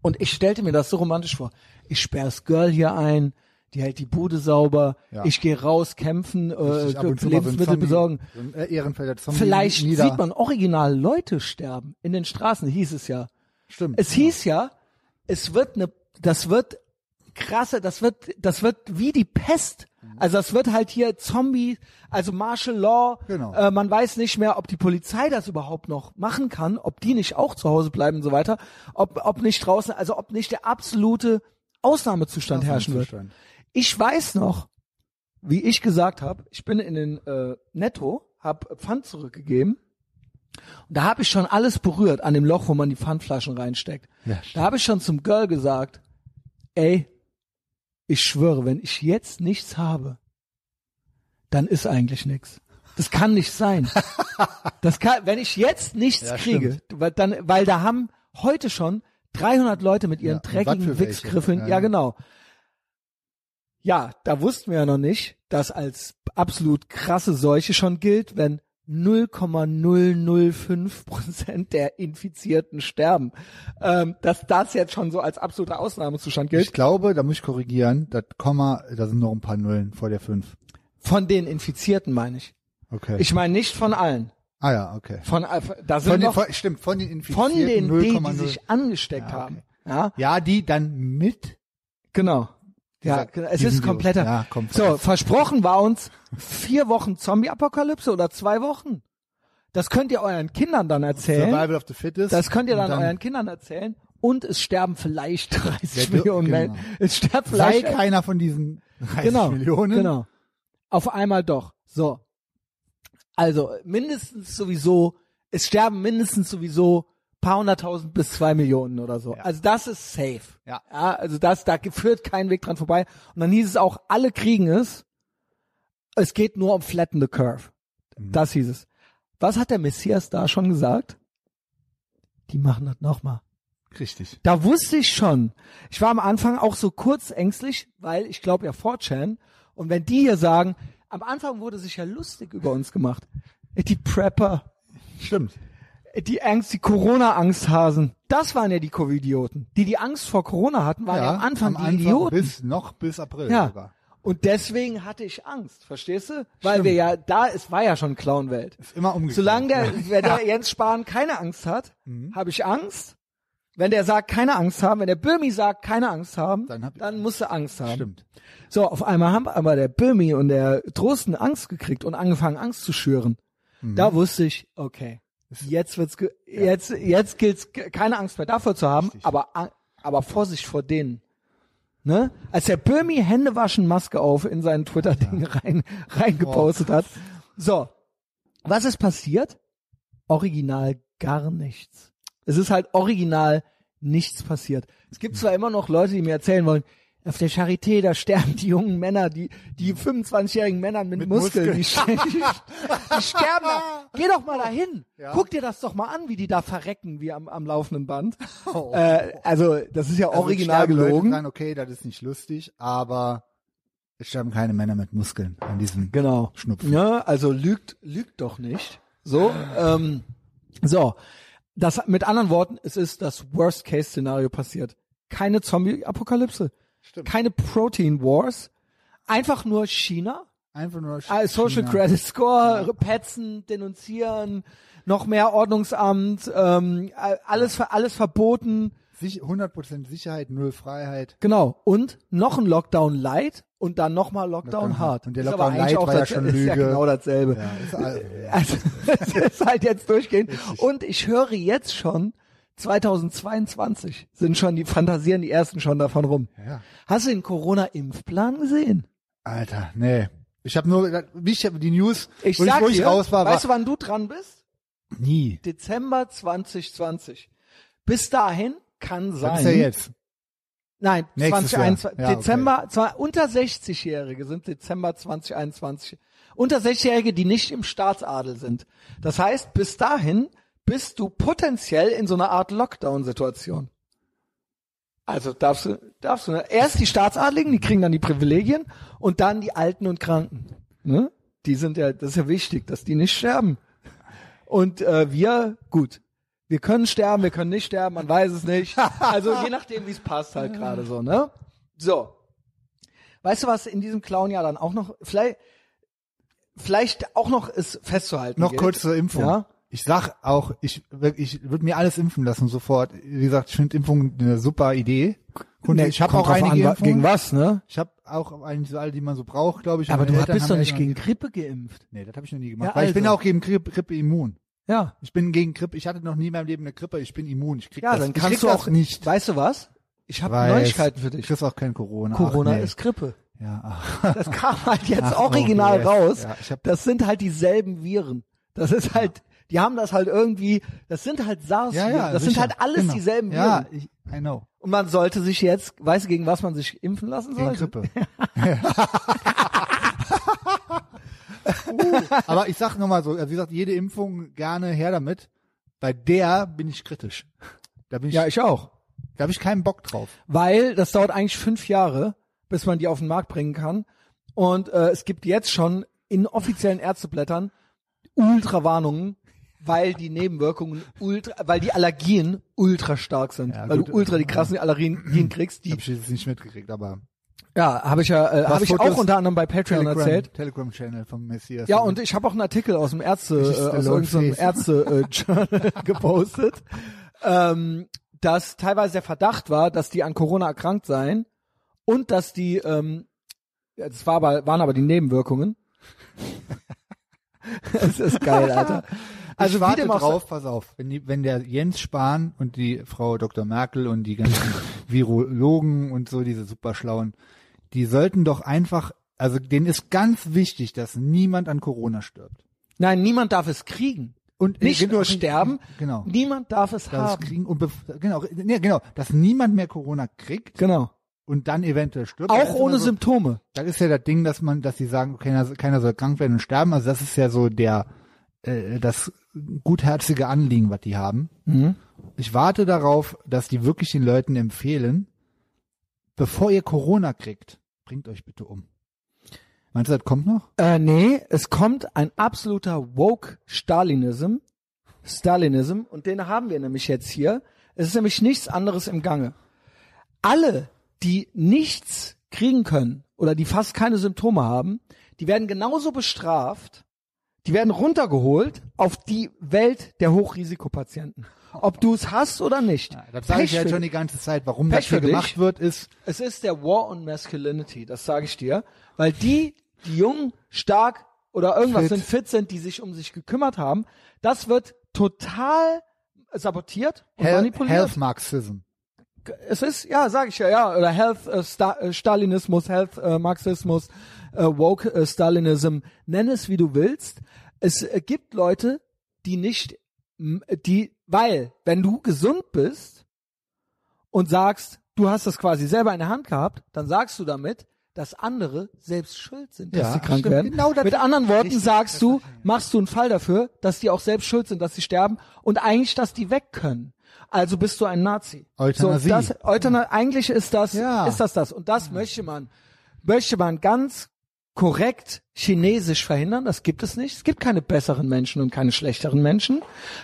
Speaker 2: Und ich stellte mir das so romantisch vor. Ich sperre das Girl hier ein, die hält die Bude sauber,
Speaker 1: Ja.
Speaker 2: ich gehe raus, kämpfen, äh,
Speaker 1: Richtig, ab und zu mal, wenn
Speaker 2: Lebensmittel
Speaker 1: Zombie-
Speaker 2: besorgen.
Speaker 1: so ein äh, Ehrenfelder Zombie
Speaker 2: Vielleicht
Speaker 1: nieder.
Speaker 2: sieht man original Leute sterben in den Straßen, hieß es ja.
Speaker 1: Stimmt.
Speaker 2: Es hieß ja, es wird eine, das wird krasse, das wird, das wird wie die Pest. Also das wird halt hier Zombie, also Martial Law.
Speaker 1: Genau.
Speaker 2: Äh, man weiß nicht mehr, ob die Polizei das überhaupt noch machen kann, ob die nicht auch zu Hause bleiben und so weiter, ob, ob nicht draußen, also ob nicht der absolute Ausnahmezustand herrschen wird.
Speaker 1: Zustand.
Speaker 2: Ich weiß noch, wie ich gesagt habe, ich bin in den äh, Netto, hab Pfand zurückgegeben. Und da habe ich schon alles berührt an dem Loch, wo man die Pfandflaschen reinsteckt.
Speaker 1: Ja, stimmt.
Speaker 2: da habe ich schon zum Girl gesagt, ey, ich schwöre, wenn ich jetzt nichts habe, dann ist eigentlich nichts. Das kann nicht sein. Das kann, wenn ich jetzt nichts
Speaker 1: Ja,
Speaker 2: kriege, weil dann, weil da haben heute schon 300 Leute mit ihren
Speaker 1: Ja, und was
Speaker 2: dreckigen
Speaker 1: für welche.
Speaker 2: Wichsgriffeln,
Speaker 1: Ja,
Speaker 2: ja
Speaker 1: ja.
Speaker 2: genau, ja, da wussten wir ja noch nicht, dass als absolut krasse Seuche schon gilt, wenn 0,005 Prozent der Infizierten sterben. Ähm, dass das jetzt schon so als absoluter Ausnahmezustand
Speaker 1: Ich
Speaker 2: gilt.
Speaker 1: glaube, da muss ich korrigieren, das Komma, da sind noch ein paar Nullen vor der 5.
Speaker 2: Von den Infizierten meine ich.
Speaker 1: Okay.
Speaker 2: Ich meine nicht von allen.
Speaker 1: ah ja, okay.
Speaker 2: Von, äh, da sind
Speaker 1: Von den,
Speaker 2: noch
Speaker 1: von, stimmt, von den Infizierten
Speaker 2: von den, die, die
Speaker 1: 0,0.
Speaker 2: sich angesteckt
Speaker 1: Ja, okay.
Speaker 2: haben. Ja,
Speaker 1: Ja, die dann mit.
Speaker 2: Genau. Ja,
Speaker 1: Dieser-
Speaker 2: genau. es
Speaker 1: diesen
Speaker 2: ist
Speaker 1: Virus.
Speaker 2: kompletter.
Speaker 1: Ja, komplett.
Speaker 2: So, versprochen war uns vier Wochen Zombie-Apokalypse oder zwei Wochen. Das könnt ihr euren Kindern dann erzählen.
Speaker 1: Survival of the Fittest.
Speaker 2: Das könnt ihr
Speaker 1: Und
Speaker 2: dann, euren Kindern erzählen. Und es sterben vielleicht 30
Speaker 1: Ja, du-
Speaker 2: Millionen
Speaker 1: genau.
Speaker 2: Menschen. Es sterben
Speaker 1: Sei
Speaker 2: vielleicht
Speaker 1: keiner von diesen 30
Speaker 2: genau,
Speaker 1: Millionen.
Speaker 2: Genau. Auf einmal doch. So. Also mindestens sowieso, es sterben mindestens sowieso paar hunderttausend bis zwei Millionen oder so. Also das ist safe.
Speaker 1: Ja.
Speaker 2: ja. Also das, da führt kein Weg dran vorbei. Und dann hieß es auch, alle kriegen es. Es geht nur um flatten the curve.
Speaker 1: Mhm.
Speaker 2: Das hieß es. Was hat der Messias da schon gesagt? Die machen das nochmal.
Speaker 1: Richtig.
Speaker 2: Da wusste ich schon. Ich war am Anfang auch so kurz ängstlich, weil ich glaube ja 4chan. Und wenn die hier sagen, am Anfang wurde sich ja lustig über uns gemacht. Die Prepper,
Speaker 1: Stimmt.
Speaker 2: die Angst, die Corona-Angsthasen, das waren ja die Covidioten. Die, die Angst vor Corona hatten, waren ja, am Anfang die Idioten.
Speaker 1: bis noch bis April
Speaker 2: ja.
Speaker 1: sogar.
Speaker 2: Und deswegen hatte ich Angst, verstehst du? Weil wir ja da, es war ja schon Clownwelt.
Speaker 1: Ist immer umgekehrt.
Speaker 2: Solange der, wenn der Jens Spahn keine Angst hat,
Speaker 1: Mhm.
Speaker 2: habe ich Angst. Wenn der sagt, keine Angst haben, wenn der Böhmi sagt, keine Angst haben,
Speaker 1: Dann
Speaker 2: dann,
Speaker 1: hab ich
Speaker 2: musst du Angst haben.
Speaker 1: Stimmt.
Speaker 2: So, auf einmal haben aber der Böhmi und der Drosten Angst gekriegt und angefangen Angst zu schüren. Da wusste ich, okay, jetzt wird's, ge- jetzt, jetzt gilt's ge- keine Angst mehr davor zu haben, aber, an- aber Vorsicht vor denen. Ne? Als der Böhmi Hände waschen Maske auf in seinen Twitter-Ding rein, reingepostet hat. So. Was ist passiert? Original gar nichts. Es ist halt original nichts passiert. Es gibt zwar immer noch Leute, die mir erzählen wollen, auf der Charité, da sterben die jungen Männer, die, die 25-jährigen Männer mit,
Speaker 1: Mit
Speaker 2: Muskeln,
Speaker 1: Muskeln.
Speaker 2: Die, sterben- die sterben da. Geh doch mal dahin. Guck dir das doch mal an, wie die da verrecken, wie am, am laufenden Band. Äh, also, das ist ja
Speaker 1: Oh. Also
Speaker 2: original
Speaker 1: sterben Leute und
Speaker 2: gelogen.
Speaker 1: Sagen, okay, das ist nicht lustig, aber es sterben keine Männer mit Muskeln an diesem
Speaker 2: Genau.
Speaker 1: Schnupfen.
Speaker 2: Ja, also lügt, lügt doch nicht. So, ähm, so. Das, mit anderen Worten, es ist das Worst-Case-Szenario passiert. Keine Zombie-Apokalypse. Keine Protein-Wars. Einfach nur China.
Speaker 1: Einfach nur
Speaker 2: Ah, Social
Speaker 1: China.
Speaker 2: Credit Score, petzen, denunzieren, noch mehr Ordnungsamt, ähm, alles, ver- alles verboten.
Speaker 1: Sich, 100% Sicherheit, null Freiheit.
Speaker 2: Genau. Und noch ein Lockdown Light und dann nochmal Lockdown,
Speaker 1: Lockdown
Speaker 2: Hard.
Speaker 1: Hard. Und der
Speaker 2: Ist
Speaker 1: Lockdown
Speaker 2: aber eigentlich
Speaker 1: Light
Speaker 2: auch
Speaker 1: war ja
Speaker 2: das-
Speaker 1: schon
Speaker 2: Ist ja
Speaker 1: Lüge.
Speaker 2: genau dasselbe.
Speaker 1: Ja, ist all,
Speaker 2: Also es ist halt jetzt durchgehend. Und ich höre jetzt schon, 2022 sind schon die fantasieren die ersten schon davon rum.
Speaker 1: ja.
Speaker 2: Hast du den Corona-Impfplan gesehen?
Speaker 1: Alter, nee. Ich habe nur, gedacht, wie ich die News,
Speaker 2: Ich
Speaker 1: wo
Speaker 2: sag
Speaker 1: ich, wo ich
Speaker 2: dir,
Speaker 1: raus war,
Speaker 2: weißt du,
Speaker 1: war
Speaker 2: wann du dran bist?
Speaker 1: nie.
Speaker 2: Dezember 2020. Bis dahin kann sein.
Speaker 1: Was ist ja jetzt?
Speaker 2: Nein,
Speaker 1: Nächstes
Speaker 2: 2021.
Speaker 1: Jahr. Ja, okay.
Speaker 2: Dezember, zwar unter 60-Jährige sind Dezember 2021. Unter 60-Jährige, die nicht im Staatsadel sind. Das heißt, bis dahin bist du potenziell in so einer Art Lockdown-Situation. Also darfst du, darfst du ne? erst die Staatsadeligen, die kriegen dann die Privilegien und dann die Alten und Kranken. Ne? Die sind ja, das ist ja wichtig, dass die nicht sterben. Und äh, wir, gut, wir können sterben, wir können nicht sterben, man weiß es nicht. Also je nachdem, wie es passt halt gerade so, ne? So. Weißt du, was in diesem Clown-Jahr dann auch noch, vielleicht, vielleicht auch noch ist festzuhalten.
Speaker 1: Noch
Speaker 2: gilt?
Speaker 1: kurz zur Impfung.
Speaker 2: Ja?
Speaker 1: Ich sag auch, ich, ich würde mir alles impfen lassen sofort. Wie gesagt, ich finde Impfung eine super Idee. Und
Speaker 2: Nee,
Speaker 1: ich habe auch
Speaker 2: kommt drauf
Speaker 1: einige
Speaker 2: wa-
Speaker 1: Impfungen.
Speaker 2: gegen was, ne?
Speaker 1: Ich habe auch eigentlich so alle, die man so braucht, glaube ich.
Speaker 2: Aber
Speaker 1: Meine
Speaker 2: du
Speaker 1: Eltern
Speaker 2: bist
Speaker 1: haben
Speaker 2: doch
Speaker 1: ja
Speaker 2: nicht
Speaker 1: noch-
Speaker 2: gegen Grippe geimpft.
Speaker 1: Nee, das habe ich noch nie gemacht.
Speaker 2: Ja,
Speaker 1: weil ich bin
Speaker 2: also.
Speaker 1: auch gegen Grippe, Grippe immun.
Speaker 2: Ja.
Speaker 1: Ich bin gegen Grippe. Ich hatte noch nie in meinem Leben eine Grippe. Ich bin immun. Ich krieg
Speaker 2: Ja,
Speaker 1: das.
Speaker 2: dann
Speaker 1: ich krieg
Speaker 2: kannst du
Speaker 1: das
Speaker 2: auch
Speaker 1: nicht.
Speaker 2: Weißt du was? Ich habe
Speaker 1: Weiß.
Speaker 2: Neuigkeiten für dich.
Speaker 1: Du kriegst auch kein Corona.
Speaker 2: Corona
Speaker 1: Ach, nee.
Speaker 2: ist Grippe.
Speaker 1: Ja, ah. ach.
Speaker 2: Das kam halt jetzt
Speaker 1: Ach,
Speaker 2: original
Speaker 1: okay.
Speaker 2: raus.
Speaker 1: Ja, ich hab-
Speaker 2: das sind halt dieselben Viren. Das ist halt, die haben das halt irgendwie, das sind halt SARS,
Speaker 1: ja, ja.
Speaker 2: das sind
Speaker 1: sicher.
Speaker 2: halt alles
Speaker 1: Genau.
Speaker 2: dieselben Viren.
Speaker 1: Ja, ich, I know.
Speaker 2: Und man sollte sich jetzt, weißt du, gegen was man sich impfen lassen
Speaker 1: Gegen
Speaker 2: sollte?
Speaker 1: Grippe. uh, aber ich sag nochmal so, also wie gesagt, jede Impfung gerne her damit. Bei der bin ich kritisch. Da bin ich,
Speaker 2: ich auch.
Speaker 1: da habe ich keinen Bock drauf.
Speaker 2: Weil das dauert eigentlich fünf Jahre, bis man die auf den Markt bringen kann. Und äh, es gibt jetzt schon in offiziellen Ärzteblättern Ultrawarnungen, weil die Nebenwirkungen ultra, weil die Allergien ultra stark sind,
Speaker 1: Ja,
Speaker 2: weil
Speaker 1: gut.
Speaker 2: du ultra die krassen Allergien kriegst, die
Speaker 1: Habe ich jetzt nicht mitgekriegt, aber
Speaker 2: Ja, habe ich ja, äh,
Speaker 1: Was
Speaker 2: habe ich
Speaker 1: Fotos?
Speaker 2: auch unter anderem bei Patreon erzählt.
Speaker 1: Telegram Channel vom Messias.
Speaker 2: Ja, und ich habe auch einen Artikel aus dem Ärzte,
Speaker 1: Ist
Speaker 2: äh, aus
Speaker 1: Stallone
Speaker 2: irgendeinem
Speaker 1: face.
Speaker 2: Ärzte-Journal gepostet, ähm, dass teilweise der Verdacht war, dass die an Corona erkrankt seien und dass die, ähm, ja, das war aber, waren aber die Nebenwirkungen. das ist geil, Alter.
Speaker 1: also
Speaker 2: Also
Speaker 1: ich
Speaker 2: wie
Speaker 1: warte
Speaker 2: dem auch sei-
Speaker 1: drauf, pass auf, wenn, die, wenn der Jens Spahn und die Frau Dr. Merkel und die ganzen Virologen und so, diese superschlauen, die sollten doch einfach, also denen ist ganz wichtig, dass niemand an Corona stirbt.
Speaker 2: Nein, niemand darf es kriegen.
Speaker 1: Und
Speaker 2: Nicht
Speaker 1: eventuell-
Speaker 2: nur sterben,
Speaker 1: Genau.
Speaker 2: niemand darf es
Speaker 1: Das
Speaker 2: haben.
Speaker 1: kriegen und bef- genau, nee, genau, dass niemand mehr Corona kriegt
Speaker 2: Genau.
Speaker 1: und dann eventuell stirbt. Das
Speaker 2: Auch
Speaker 1: ist
Speaker 2: ohne
Speaker 1: immer so,
Speaker 2: Symptome.
Speaker 1: Das ist ja das Ding, dass man, dass sie sagen, keiner, keiner soll krank werden und sterben. Also das ist ja so der äh, das gutherzige Anliegen, was die haben.
Speaker 2: Mhm.
Speaker 1: Ich warte darauf, dass die wirklich den Leuten empfehlen, bevor ihr Corona kriegt, bringt euch bitte um. Meinst du, das kommt noch?
Speaker 2: Äh, nee, es kommt ein absoluter woke Stalinism. Stalinism. Und den haben wir nämlich jetzt hier. Es ist nämlich nichts anderes im Gange. Alle, die nichts kriegen können oder die fast keine Symptome haben, die werden genauso bestraft, die werden runtergeholt auf die Welt der Hochrisikopatienten. Ob du es hast oder nicht.
Speaker 1: das sage ich
Speaker 2: Pech
Speaker 1: ja
Speaker 2: für
Speaker 1: schon die ganze Zeit. Warum
Speaker 2: Pech
Speaker 1: das hier
Speaker 2: für dich.
Speaker 1: gemacht wird, ist
Speaker 2: Es ist der War on Masculinity, das sage ich dir, weil die, die jung, stark oder irgendwas
Speaker 1: Fit.
Speaker 2: sind, fit sind, die sich um sich gekümmert haben, das wird total sabotiert und
Speaker 1: Hel
Speaker 2: manipuliert.
Speaker 1: Health Marxism.
Speaker 2: Es ist, ja, sage ich ja, ja, oder Health äh, Sta äh, Stalinismus, Health äh, Marxismus, äh, Woke äh, Stalinism, nenn es wie du willst. Es äh, gibt Leute, die nicht, m- die, weil, wenn du gesund bist, und sagst, du hast das quasi selber in der Hand gehabt, dann sagst du damit, dass andere selbst schuld sind, dass
Speaker 1: Ja,
Speaker 2: sie krank
Speaker 1: stimmt.
Speaker 2: werden.
Speaker 1: Genau das-
Speaker 2: Mit anderen Worten
Speaker 1: Richtig,
Speaker 2: sagst du, machst du einen Fall dafür, dass die auch selbst schuld sind, dass sie sterben und eigentlich, dass die weg können. Also bist du ein Nazi.
Speaker 1: Euthanasie.
Speaker 2: So, das, Euthana eigentlich ist das,
Speaker 1: Ja.
Speaker 2: ist das das. Und das möchte man, möchte man ganz korrekt chinesisch verhindern. Das gibt es nicht. Es gibt keine besseren Menschen und keine schlechteren Menschen.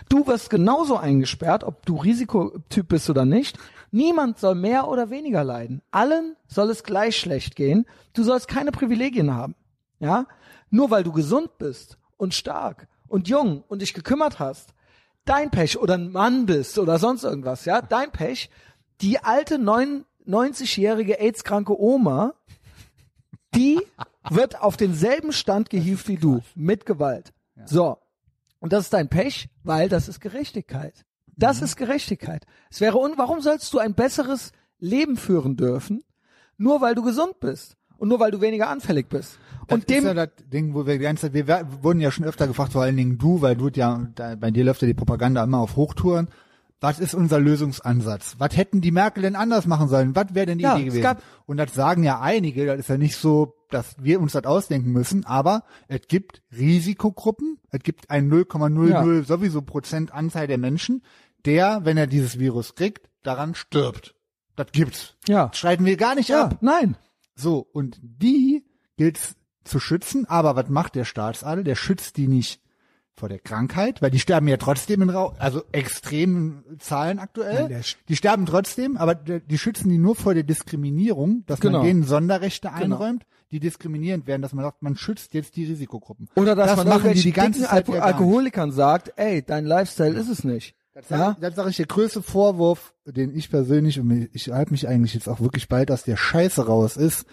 Speaker 2: Du wirst genauso eingesperrt, ob du Risikotyp bist oder nicht. Niemand soll mehr oder weniger leiden. Allen soll es gleich schlecht gehen. Du sollst keine Privilegien haben. Ja? Nur weil du gesund bist und stark und jung und dich gekümmert hast, dein Pech oder ein Mann bist oder sonst irgendwas, ja, dein Pech, die alte 90-jährige AIDS-kranke Oma, die wird auf denselben Stand gehievt wie du, mit Gewalt. So. Und das ist dein Pech, weil das ist Gerechtigkeit. Das
Speaker 1: Mhm.
Speaker 2: ist Gerechtigkeit. Es wäre un, warum sollst du ein besseres Leben führen dürfen, nur weil du gesund bist und nur weil du weniger anfällig bist?
Speaker 1: Das
Speaker 2: Und dem,
Speaker 1: ist ja das Ding, wo wir die ganze Zeit, wir wer- wurden ja schon öfter gefragt, vor allen Dingen du, weil du ja, da, bei dir läuft ja die Propaganda immer auf Hochtouren. Was ist unser Lösungsansatz? Was hätten die Merkel denn anders machen sollen? Was wäre denn die
Speaker 2: Ja,
Speaker 1: Idee
Speaker 2: es
Speaker 1: gewesen?
Speaker 2: gab-
Speaker 1: Und das sagen ja einige, das ist ja nicht so, dass wir uns das ausdenken müssen, aber es gibt Risikogruppen, es gibt ein 0,00
Speaker 2: Ja.
Speaker 1: sowieso Prozent Anteil der Menschen, der, wenn er dieses Virus kriegt, daran stirbt. Das gibt's.
Speaker 2: Ja.
Speaker 1: Das streiten wir gar nicht
Speaker 2: ja,
Speaker 1: ab.
Speaker 2: nein.
Speaker 1: So, und die gilt's zu schützen, aber was macht der Staatsadel? Der schützt die nicht vor der Krankheit, weil die sterben ja trotzdem in Rau also extremen Zahlen aktuell.
Speaker 2: Nein, der sch-
Speaker 1: die sterben trotzdem, aber der- die schützen die nur vor der Diskriminierung, dass
Speaker 2: Genau.
Speaker 1: man denen Sonderrechte einräumt, die diskriminierend werden, dass man sagt, man schützt jetzt die Risikogruppen.
Speaker 2: Oder dass
Speaker 1: das machen
Speaker 2: man
Speaker 1: die
Speaker 2: irgendwelchen
Speaker 1: die ganze
Speaker 2: dicken
Speaker 1: Zeit
Speaker 2: Alko
Speaker 1: ja gar nicht.
Speaker 2: Alkoholikern sagt, ey, dein Lifestyle ist es nicht. Ja?
Speaker 1: Das, das sage ich, der größte Vorwurf, den ich persönlich, und ich halte mich eigentlich jetzt auch wirklich bald aus der Scheiße raus, ist,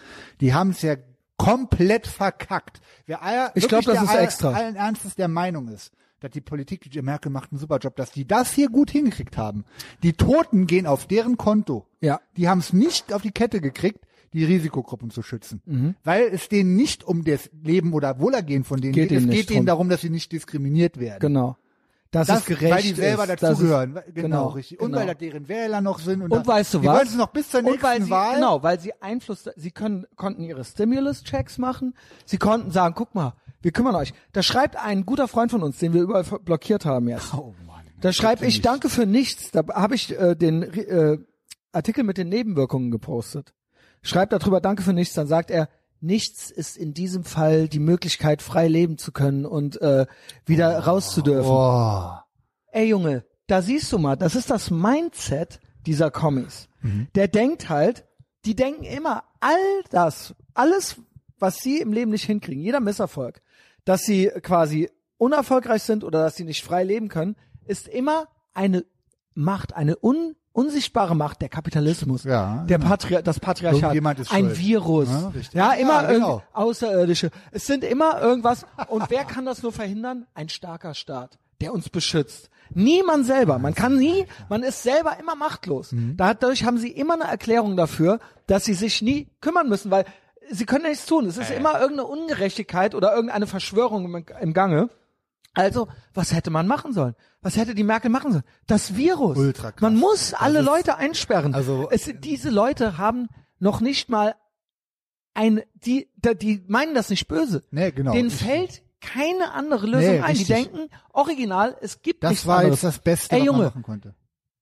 Speaker 1: die haben es ja komplett verkackt. Wer aller,
Speaker 2: Ich glaub,
Speaker 1: wirklich
Speaker 2: das
Speaker 1: der
Speaker 2: ist
Speaker 1: aller-
Speaker 2: extra.
Speaker 1: allen Ernstes der Meinung ist, dass die Politik, die Merkel macht einen super Job, dass die das hier gut hingekriegt haben. Die Toten gehen auf deren Konto.
Speaker 2: Ja.
Speaker 1: Die haben es nicht auf die Kette gekriegt, die Risikogruppen zu schützen.
Speaker 2: Mhm.
Speaker 1: Weil es denen nicht um das Leben oder Wohlergehen von denen
Speaker 2: Geht
Speaker 1: geht. Es
Speaker 2: ihnen
Speaker 1: geht
Speaker 2: nicht
Speaker 1: ihnen
Speaker 2: drum.
Speaker 1: darum, dass sie nicht diskriminiert werden.
Speaker 2: Genau. Dass
Speaker 1: Das,
Speaker 2: es gerecht
Speaker 1: weil die selber
Speaker 2: ist. dass es-
Speaker 1: dazugehören. Genau, genau, richtig. Und
Speaker 2: genau.
Speaker 1: weil da deren Wähler noch sind. Und,
Speaker 2: und
Speaker 1: da,
Speaker 2: weißt du
Speaker 1: die
Speaker 2: was?
Speaker 1: wollen es noch bis zur nächsten
Speaker 2: und weil sie,
Speaker 1: Wahl.
Speaker 2: Genau, weil sie Einfluss, sie können, konnten ihre Stimulus-Checks machen. Sie konnten sagen, guck mal, wir kümmern euch. Da schreibt ein guter Freund von uns, den wir überall ver- blockiert haben jetzt.
Speaker 1: Oh Mann.
Speaker 2: Da schreibe ich Danke für nichts. Da habe ich äh, den äh, Artikel mit den Nebenwirkungen gepostet. Schreibt darüber Danke für nichts, dann sagt er, nichts ist in diesem Fall die Möglichkeit, frei leben zu können und äh, wieder raus zu dürfen.
Speaker 1: Boah.
Speaker 2: Ey Junge, da siehst du mal, das ist das Mindset dieser Kommis.
Speaker 1: Mhm.
Speaker 2: Der denkt halt, die denken immer all das, alles, was sie im Leben nicht hinkriegen, jeder Misserfolg, dass sie quasi unerfolgreich sind oder dass sie nicht frei leben können, ist immer eine Macht, eine un unsichtbare Macht, der Kapitalismus,
Speaker 1: Ja,
Speaker 2: der
Speaker 1: genau.
Speaker 2: Patri das Patriarchat,
Speaker 1: Irgendjemand ist
Speaker 2: ein
Speaker 1: schuld.
Speaker 2: Virus,
Speaker 1: Ja, richtig.
Speaker 2: ja,
Speaker 1: Ja,
Speaker 2: immer irgend-
Speaker 1: genau.
Speaker 2: Außerirdische. Es sind immer irgendwas. Und wer kann das nur verhindern? Ein starker Staat, der uns beschützt. Niemand selber. Man kann nie, man ist selber immer machtlos.
Speaker 1: Mhm.
Speaker 2: Dadurch haben sie immer eine Erklärung dafür, dass sie sich nie kümmern müssen, weil sie können ja nichts tun. Es ist immer irgendeine Ungerechtigkeit oder irgendeine Verschwörung im, im Gange. Also, was hätte man machen sollen? Was hätte die Merkel machen sollen? Das Virus.
Speaker 1: Ultra krass.
Speaker 2: Man muss alle Leute einsperren.
Speaker 1: also-
Speaker 2: es, diese Leute haben noch nicht mal ein, die, da- die meinen das nicht böse.
Speaker 1: Nee, genau.
Speaker 2: Denen
Speaker 1: Ich-
Speaker 2: fällt keine andere Lösung
Speaker 1: Nee,
Speaker 2: ein. Die
Speaker 1: richtig.
Speaker 2: denken, original, es gibt
Speaker 1: Das
Speaker 2: nichts
Speaker 1: war
Speaker 2: anderes.
Speaker 1: jetzt das Beste,
Speaker 2: Ey,
Speaker 1: was man
Speaker 2: Junge.
Speaker 1: machen konnte.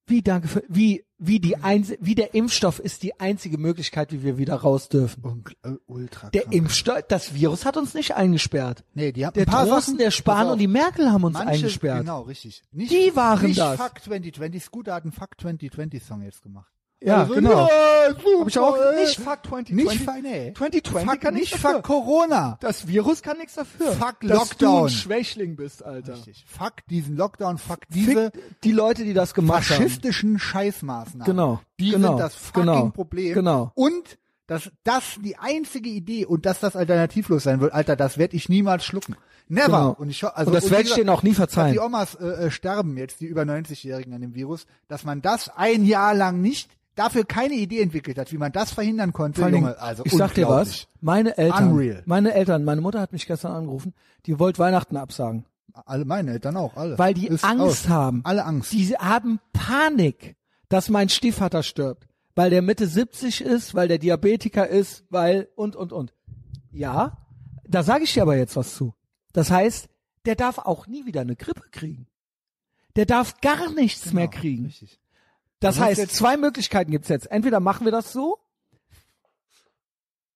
Speaker 2: Wie danke für, wie, wie die einz wie der Impfstoff ist die einzige Möglichkeit, wie wir wieder raus dürfen.
Speaker 1: Und, äh, ultra
Speaker 2: Der
Speaker 1: krank.
Speaker 2: Impfstoff, das Virus hat uns nicht eingesperrt.
Speaker 1: Nee, die haben
Speaker 2: Der
Speaker 1: ein paar
Speaker 2: Drosten,
Speaker 1: Sachen-
Speaker 2: der
Speaker 1: Pass
Speaker 2: Spahn
Speaker 1: auf.
Speaker 2: und die Merkel haben uns
Speaker 1: Manche,
Speaker 2: eingesperrt.
Speaker 1: Genau, richtig. Nicht,
Speaker 2: Die waren
Speaker 1: nicht
Speaker 2: das.
Speaker 1: Fuck 2020. Scooter hat einen Fuck 2020 Song jetzt gemacht.
Speaker 2: Ja,
Speaker 1: Also, Ja,
Speaker 2: genau.
Speaker 1: super,
Speaker 2: Hab ich auch
Speaker 1: ey.
Speaker 2: nicht fuck 2020.
Speaker 1: Nicht fuck, nee.
Speaker 2: 2020
Speaker 1: Fuck,
Speaker 2: kann
Speaker 1: nicht
Speaker 2: nichts
Speaker 1: fuck
Speaker 2: dafür.
Speaker 1: Corona.
Speaker 2: Das Virus kann nichts dafür.
Speaker 1: Fuck
Speaker 2: dass du
Speaker 1: Lockdown.
Speaker 2: ein Schwächling bist, Alter.
Speaker 1: Richtig. Fuck diesen Lockdown, fuck diese
Speaker 2: Fick die Leute, die das gemacht haben.
Speaker 1: faschistischen Scheißmaßnahmen.
Speaker 2: Genau,
Speaker 1: Die
Speaker 2: genau,
Speaker 1: sind das fucking
Speaker 2: genau,
Speaker 1: Problem.
Speaker 2: genau.
Speaker 1: Und dass das die einzige Idee und dass das alternativlos sein wird, Alter, das werde ich niemals schlucken. Never.
Speaker 2: Genau.
Speaker 1: Und, ich, ho- also,
Speaker 2: Und das
Speaker 1: wie
Speaker 2: werd ich
Speaker 1: gesagt,
Speaker 2: denen auch nie verzeihen.
Speaker 1: Dass die Omas äh, äh, sterben jetzt, die über 90-Jährigen an dem Virus, dass man das ein Jahr lang nicht, dafür keine Idee entwickelt hat, wie man das verhindern konnte.
Speaker 2: Vor allen
Speaker 1: Junge,
Speaker 2: Dingen,
Speaker 1: also
Speaker 2: ich sag dir was,
Speaker 1: unglaublich.
Speaker 2: meine Eltern,
Speaker 1: Unreal.
Speaker 2: meine Eltern, meine Mutter hat mich gestern angerufen, die wollte Weihnachten absagen,
Speaker 1: Alle meine Eltern auch, alle.
Speaker 2: weil die
Speaker 1: Ist
Speaker 2: Angst
Speaker 1: aus.
Speaker 2: haben.
Speaker 1: Alle Angst.
Speaker 2: Die haben Panik, dass mein Stiefvater stirbt, weil der Mitte 70 ist, weil der Diabetiker ist, weil und und und. Ja, da sage ich dir aber jetzt was zu. Das heißt, der darf auch nie wieder eine Grippe kriegen. Der darf gar nichts
Speaker 1: Genau.
Speaker 2: mehr kriegen.
Speaker 1: Richtig.
Speaker 2: Das
Speaker 1: Du hast
Speaker 2: heißt,
Speaker 1: jetzt-
Speaker 2: zwei Möglichkeiten gibt's jetzt. Entweder machen wir das so,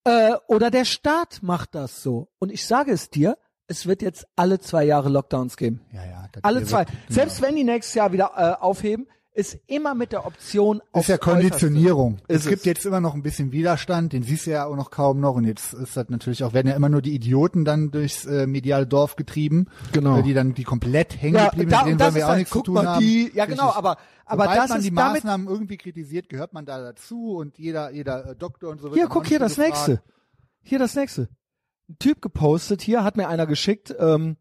Speaker 2: äh, oder der Staat macht das so. Und ich sage es dir, es wird jetzt alle zwei Jahre Lockdowns geben.
Speaker 1: Ja, ja. das-
Speaker 2: Alle
Speaker 1: wir-
Speaker 2: zwei.
Speaker 1: genau.
Speaker 2: Selbst wenn die nächstes Jahr wieder äh, aufheben, ist immer mit der Option
Speaker 1: ist
Speaker 2: aufs
Speaker 1: ja Konditionierung.
Speaker 2: Äußerste. Ist
Speaker 1: es gibt jetzt immer noch ein bisschen Widerstand, den siehst du ja auch noch kaum noch. Und jetzt ist das natürlich auch, werden ja immer nur die Idioten dann durchs äh, mediale Dorf getrieben,
Speaker 2: Genau.
Speaker 1: äh, die dann die komplett hängen
Speaker 2: Ja,
Speaker 1: geblieben,
Speaker 2: da,
Speaker 1: mit denen
Speaker 2: und das
Speaker 1: wollen wir
Speaker 2: ist
Speaker 1: auch
Speaker 2: halt,
Speaker 1: nichts zu
Speaker 2: guck
Speaker 1: tun
Speaker 2: mal,
Speaker 1: haben.
Speaker 2: die, ja genau,
Speaker 1: Richtig.
Speaker 2: aber, aber
Speaker 1: Sobald
Speaker 2: das
Speaker 1: man die
Speaker 2: ist damit,
Speaker 1: Maßnahmen irgendwie kritisiert, gehört man da dazu und jeder, jeder äh, Doktor und so wird
Speaker 2: Hier,
Speaker 1: dann auch
Speaker 2: guck
Speaker 1: nicht
Speaker 2: hier das
Speaker 1: gefragt.
Speaker 2: nächste. Hier das nächste. Ein Typ gepostet, hier hat mir einer geschickt, ähm,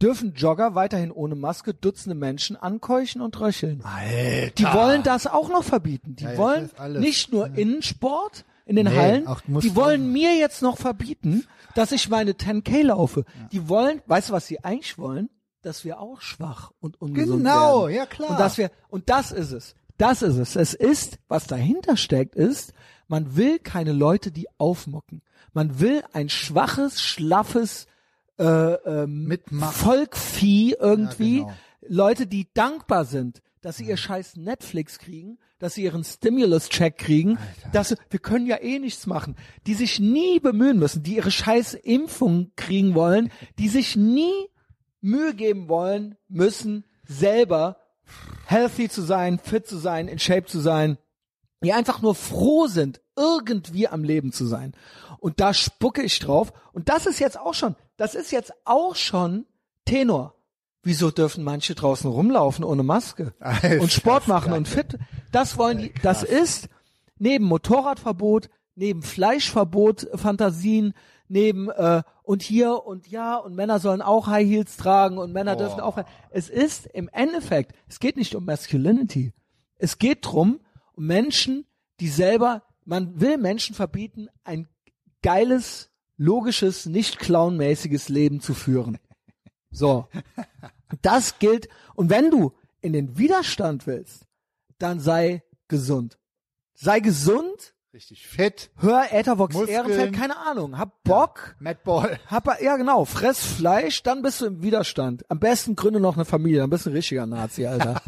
Speaker 2: dürfen Jogger weiterhin ohne Maske Dutzende Menschen ankeuchen und röcheln.
Speaker 1: Alter.
Speaker 2: Die wollen das auch noch verbieten. Die
Speaker 1: Ja, ja,
Speaker 2: wollen
Speaker 1: das ist alles.
Speaker 2: nicht nur Innensport in den
Speaker 1: Nee,
Speaker 2: Hallen,
Speaker 1: auch muss
Speaker 2: die wollen mir jetzt noch verbieten, dass ich meine 10K laufe. Die wollen, weißt du, was sie eigentlich wollen? Dass wir auch schwach und ungesund
Speaker 1: Genau,
Speaker 2: werden.
Speaker 1: ja, klar.
Speaker 2: Und dass wir, und das ist es. Das ist es. Es ist, was dahinter steckt, ist, man will keine Leute, die aufmucken. Man will ein schwaches, schlaffes,
Speaker 1: Mit Macht.
Speaker 2: Volkvieh irgendwie.
Speaker 1: Ja, genau.
Speaker 2: Leute, die dankbar sind, dass sie ihr scheiß Netflix kriegen, dass sie ihren Stimulus-Check kriegen, dass sie, wir können ja eh nichts machen, die sich nie bemühen müssen, die ihre scheiß Impfung kriegen wollen, die sich nie Mühe geben wollen müssen, selber healthy zu sein, fit zu sein, in shape zu sein, die einfach nur froh sind, irgendwie am Leben zu sein. Und da spucke ich drauf. Und das ist jetzt auch schon, das ist jetzt auch schon Tenor. Wieso dürfen manche draußen rumlaufen ohne Maske
Speaker 1: Alter,
Speaker 2: und Sport machen und fit? Das wollen die, das ist neben Motorradverbot, neben Fleischverbot, äh, Fantasien, neben äh, und hier und ja und Männer sollen auch High Heels tragen und Männer dürfen auch. Es ist im Endeffekt, es geht nicht um Masculinity. Es geht drum um Menschen, die selber, man will Menschen verbieten, ein geiles, logisches, nicht clownmäßiges Leben zu führen. So. Das gilt. Und wenn du in den Widerstand willst, dann sei gesund. Sei gesund,
Speaker 1: Richtig fett.
Speaker 2: hör Äthervox
Speaker 1: Muskeln.
Speaker 2: Ehrenfeld, keine Ahnung, hab Bock,
Speaker 1: Matt Ball.
Speaker 2: hab, ja genau, fress Fleisch, dann bist du im Widerstand. Am besten gründe noch eine Familie, dann bist du ein richtiger Nazi, Alter.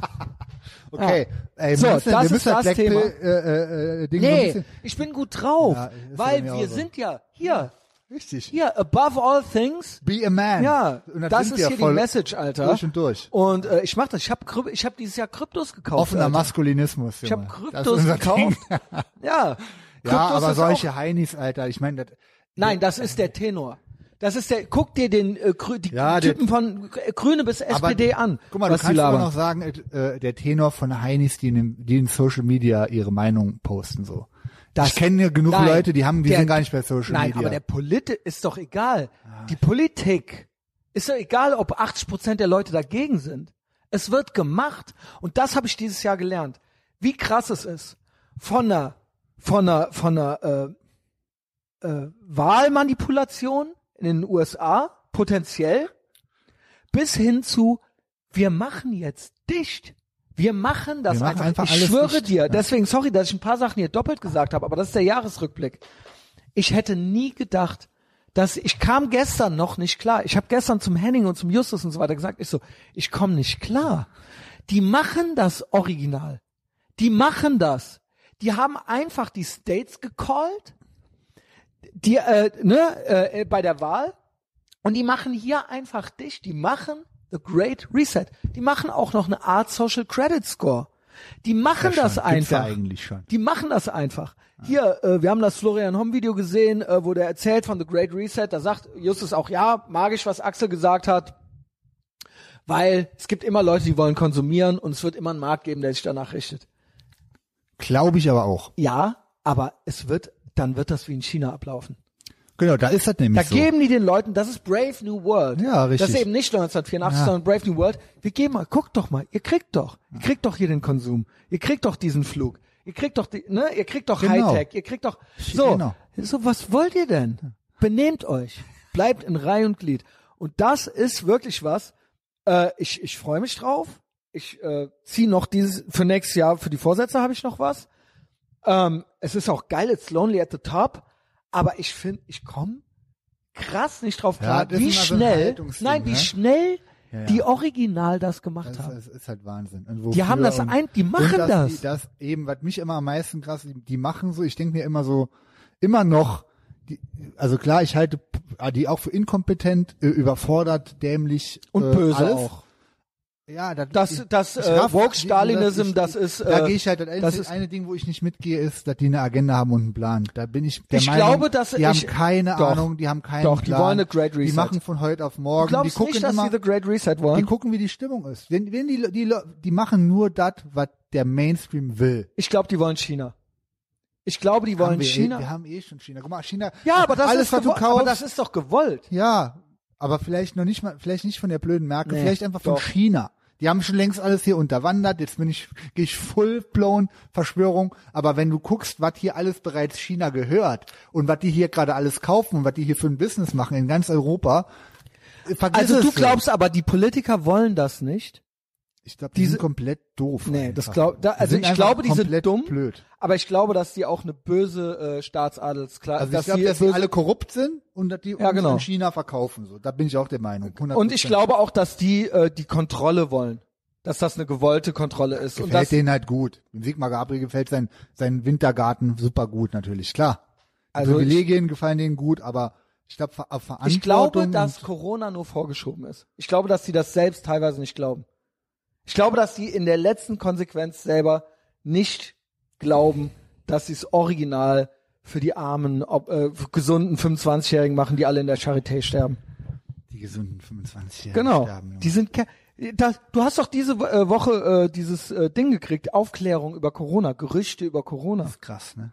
Speaker 1: Okay. Ey,
Speaker 2: So,
Speaker 1: wir müssen,
Speaker 2: das
Speaker 1: wir
Speaker 2: ist
Speaker 1: müssen
Speaker 2: das
Speaker 1: Black Pill,
Speaker 2: Thema.
Speaker 1: äh, äh, äh, Ding so ein
Speaker 2: nee,
Speaker 1: bisschen.
Speaker 2: ich bin gut drauf,
Speaker 1: Ja, ist bei
Speaker 2: weil
Speaker 1: mir auch
Speaker 2: wir
Speaker 1: so.
Speaker 2: sind ja hier,
Speaker 1: Richtig.
Speaker 2: hier, above all things,
Speaker 1: Be a man.
Speaker 2: Ja,
Speaker 1: Und dann
Speaker 2: das
Speaker 1: sind
Speaker 2: ist
Speaker 1: wir
Speaker 2: hier die
Speaker 1: voll
Speaker 2: Message, Alter.
Speaker 1: Durch und durch.
Speaker 2: Und äh, ich mach das. Ich habe ich hab dieses Jahr Kryptos gekauft.
Speaker 1: Offener
Speaker 2: Alter.
Speaker 1: Maskulinismus.
Speaker 2: Ich
Speaker 1: Junge.
Speaker 2: habe
Speaker 1: Das ist
Speaker 2: Kryptos
Speaker 1: unser Ding.
Speaker 2: gekauft. ja. Kryptos
Speaker 1: Ja, aber
Speaker 2: ist
Speaker 1: solche Heinis, Alter, ich meine, das-
Speaker 2: Nein, das ist der Tenor. Das ist der. Guck dir den äh, Grü, die
Speaker 1: Ja,
Speaker 2: Typen von Gr- Grüne bis
Speaker 1: aber-
Speaker 2: SPD an.
Speaker 1: Guck mal,
Speaker 2: was
Speaker 1: du kannst
Speaker 2: die
Speaker 1: aber
Speaker 2: labern.
Speaker 1: noch sagen, äh, der Tenor von Heinis, die in, dem, die in Social Media ihre Meinung posten so.
Speaker 2: Das-
Speaker 1: ich kenne ja genug
Speaker 2: Nein,
Speaker 1: Leute, die haben, die
Speaker 2: der-
Speaker 1: sind gar nicht bei Social
Speaker 2: Nein,
Speaker 1: Media. Ah.
Speaker 2: aber der Polit ist doch egal. Die Politik ist doch egal, ob 80 Prozent der Leute dagegen sind. Es wird gemacht und das habe ich dieses Jahr gelernt. Wie krass es ist, von einer von einer von einer äh, äh, Wahlmanipulation in den USA potenziell bis hin zu, wir machen jetzt dicht. Wir machen das
Speaker 1: Wir machen
Speaker 2: einfach.
Speaker 1: einfach
Speaker 2: Ich
Speaker 1: alles
Speaker 2: schwöre
Speaker 1: dicht.
Speaker 2: dir.
Speaker 1: Ja.
Speaker 2: Deswegen, sorry, dass ich ein paar Sachen hier doppelt gesagt habe, aber das ist der Jahresrückblick. Ich hätte nie gedacht, dass ich kam gestern noch nicht klar. Ich habe gestern zum Henning und zum Justus und so weiter gesagt, ich so, ich komme nicht klar. Die machen das Original. Die machen das. Die haben einfach die States gecallt, die äh, ne äh, äh, bei der Wahl und die machen hier einfach dich. Die machen the Great Reset. Die machen auch noch eine Art Social Credit Score. Die machen das
Speaker 1: schon. Gibt's ja
Speaker 2: einfach.
Speaker 1: eigentlich schon.
Speaker 2: Die machen das einfach. Hier, äh, wir haben das Florian Homm Video gesehen, äh, wo der erzählt von The Great Reset. Da sagt Justus auch, ja, magisch, was Axel gesagt hat. Weil es gibt immer Leute, die wollen konsumieren und es wird immer einen Markt geben, der sich danach richtet.
Speaker 1: Glaube ich aber auch.
Speaker 2: Ja, aber es wird, dann wird das wie in China ablaufen.
Speaker 1: Genau, da ist das nämlich
Speaker 2: Da
Speaker 1: so.
Speaker 2: geben die den Leuten, das ist Brave New World.
Speaker 1: Ja, richtig.
Speaker 2: Das ist eben nicht 1984,
Speaker 1: Ja.
Speaker 2: sondern Brave New World. Wir geben mal, guckt doch mal, ihr kriegt doch, ihr kriegt doch hier den Konsum, ihr kriegt doch diesen Flug, ihr kriegt doch, die, ne, ihr kriegt doch
Speaker 1: Genau.
Speaker 2: Hightech, ihr kriegt doch, so,
Speaker 1: Genau.
Speaker 2: so, was wollt ihr denn? Benehmt euch, bleibt in Reihe und Glied. Und das ist wirklich was, äh, ich, ich freue mich drauf. Ich äh, ziehe noch dieses, für nächstes Jahr, für die Vorsätze habe ich noch was. Ähm, es ist auch geil, it's lonely at the top, aber ich finde, ich komme krass nicht drauf
Speaker 1: Ja,
Speaker 2: klar,
Speaker 1: das ist
Speaker 2: wie
Speaker 1: immer so ein
Speaker 2: schnell,
Speaker 1: Haltungsding,
Speaker 2: nein, wie
Speaker 1: ne?
Speaker 2: schnell
Speaker 1: Ja, ja.
Speaker 2: die Original das gemacht
Speaker 1: Das
Speaker 2: haben.
Speaker 1: ist, ist halt Wahnsinn. Und
Speaker 2: Die haben
Speaker 1: wofür
Speaker 2: das
Speaker 1: und,
Speaker 2: ein- die machen
Speaker 1: und dass
Speaker 2: das.
Speaker 1: Die, das eben, was mich immer am meisten krass, die, die machen so, ich denke mir immer so, immer noch, die, also klar, ich halte p- die auch für inkompetent, äh, überfordert, dämlich
Speaker 2: Und
Speaker 1: äh,
Speaker 2: böse
Speaker 1: alles.
Speaker 2: auch.
Speaker 1: Ja,
Speaker 2: Das- das,
Speaker 1: ich
Speaker 2: äh,
Speaker 1: raff-
Speaker 2: Woke-Stalinism,
Speaker 1: ich-
Speaker 2: das ist,
Speaker 1: Da
Speaker 2: äh,
Speaker 1: gehe ich halt, das, einzige-
Speaker 2: das ist-
Speaker 1: eine Ding, wo ich nicht mitgehe, ist, dass die eine Agenda haben und einen Plan. Da bin ich der
Speaker 2: Ich
Speaker 1: Meinung,
Speaker 2: glaube, dass
Speaker 1: die haben
Speaker 2: ich-
Speaker 1: keine
Speaker 2: doch.
Speaker 1: Ahnung, die haben keinen
Speaker 2: Doch, die
Speaker 1: Plan.
Speaker 2: wollen eine Great
Speaker 1: Die
Speaker 2: Reset.
Speaker 1: machen von heute auf
Speaker 2: Du
Speaker 1: morgen. die
Speaker 2: glaubst
Speaker 1: gucken
Speaker 2: nicht, dass
Speaker 1: immer,
Speaker 2: sie The Great Reset
Speaker 1: die
Speaker 2: wollen?
Speaker 1: gucken, wie die Stimmung ist. Wenn, wenn die, die, die machen nur das, was der Mainstream will.
Speaker 2: Ich glaube, die wollen China. Ich glaube, die wollen
Speaker 1: haben wir, Eh, wir
Speaker 2: China.
Speaker 1: haben eh schon China. Guck mal, China.
Speaker 2: Ja, aber das,
Speaker 1: alles,
Speaker 2: ist
Speaker 1: was du
Speaker 2: gewollt, aber
Speaker 1: kaufst.
Speaker 2: das ist doch gewollt.
Speaker 1: ja, aber vielleicht noch nicht mal, vielleicht nicht von der blöden Merkel,
Speaker 2: Nee,
Speaker 1: vielleicht einfach von
Speaker 2: doch.
Speaker 1: China. Die haben schon längst alles hier unterwandert. Jetzt bin ich, gehe ich full blown Verschwörung. Aber wenn du guckst, was hier alles bereits China gehört und was die hier gerade alles kaufen und was die hier für ein Business machen in ganz Europa, äh, vergiss
Speaker 2: Also
Speaker 1: es
Speaker 2: du
Speaker 1: so.
Speaker 2: glaubst aber, die Politiker wollen das nicht.
Speaker 1: ich glaube, die
Speaker 2: diese-
Speaker 1: sind komplett doof.
Speaker 2: Nee, das
Speaker 1: einfach.
Speaker 2: glaub, da,
Speaker 1: Die
Speaker 2: also
Speaker 1: sind
Speaker 2: ich
Speaker 1: einfach
Speaker 2: glaube, die sind
Speaker 1: komplett
Speaker 2: dumm,
Speaker 1: Blöd.
Speaker 2: aber ich glaube, dass die auch eine böse äh, Staatsadelsklasse,
Speaker 1: Also
Speaker 2: dass
Speaker 1: ich glaube,
Speaker 2: die
Speaker 1: dass die
Speaker 2: böse-
Speaker 1: alle korrupt sind und dass die uns
Speaker 2: Ja, genau.
Speaker 1: in China verkaufen. So, da bin ich auch der Meinung. 100%.
Speaker 2: Und ich glaube auch, dass die äh, die Kontrolle wollen. Dass das eine gewollte Kontrolle ist. Und
Speaker 1: gefällt
Speaker 2: das,
Speaker 1: denen halt gut. Dem Sigmar Gabriel gefällt sein sein Wintergarten super gut natürlich, klar.
Speaker 2: Also
Speaker 1: Also Privilegien gefallen denen gut, aber ich glaube Ver auf Verantwortung.
Speaker 2: ich glaube, dass
Speaker 1: und-
Speaker 2: Corona nur vorgeschoben ist. Ich glaube, dass die das selbst teilweise nicht glauben. Ich glaube, dass die in der letzten Konsequenz selber nicht glauben, dass sie es original für die armen, ob, äh, für gesunden 25-Jährigen machen, die alle in der Charité sterben.
Speaker 1: die gesunden 25 Jahre
Speaker 2: Genau.
Speaker 1: sterben.
Speaker 2: die
Speaker 1: Junge.
Speaker 2: sind ke- das, du hast doch diese äh, Woche äh, dieses äh, Ding gekriegt, Aufklärung über Corona, Gerüchte über Corona.
Speaker 1: Das ist krass, ne?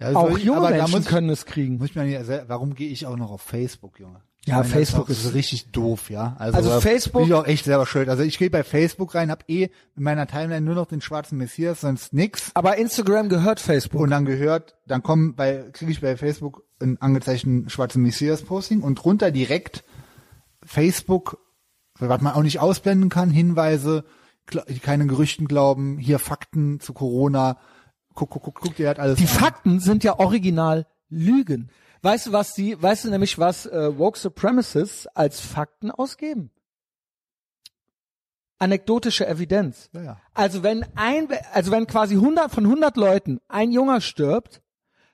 Speaker 1: Ja,
Speaker 2: Auch
Speaker 1: soll ich-
Speaker 2: junge
Speaker 1: aber da
Speaker 2: Menschen
Speaker 1: muss ich,
Speaker 2: können es kriegen.
Speaker 1: Muss ich mir nicht, erzählen, warum gehe ich auch noch auf Facebook, Junge? Ich
Speaker 2: Ja,
Speaker 1: meine, das
Speaker 2: Facebook
Speaker 1: ist, auch,
Speaker 2: ist-
Speaker 1: ist richtig doof, ja. Also,
Speaker 2: Also
Speaker 1: da
Speaker 2: Facebook-
Speaker 1: bin ich auch echt selber schuld. Also ich gehe bei Facebook rein, habe eh in meiner Timeline nur noch den schwarzen Messias, sonst nix.
Speaker 2: Aber Instagram gehört Facebook.
Speaker 1: Und dann gehört, dann kommen bei kriege ich bei Facebook einen angezeigten schwarzen Messias Posting und runter direkt Facebook, was man auch nicht ausblenden kann, Hinweise, gl- keine Gerüchten glauben, hier Fakten zu Corona. Guck, guck, guck, guck, der hat alles.
Speaker 2: die
Speaker 1: an.
Speaker 2: Fakten sind ja original Lügen. Weißt du, was die, weißt du nämlich, was äh, Woke Supremacists als Fakten ausgeben? Anekdotische Evidenz.
Speaker 1: Ja, ja.
Speaker 2: Also wenn ein, also wenn quasi 100 von 100 Leuten ein Junger stirbt,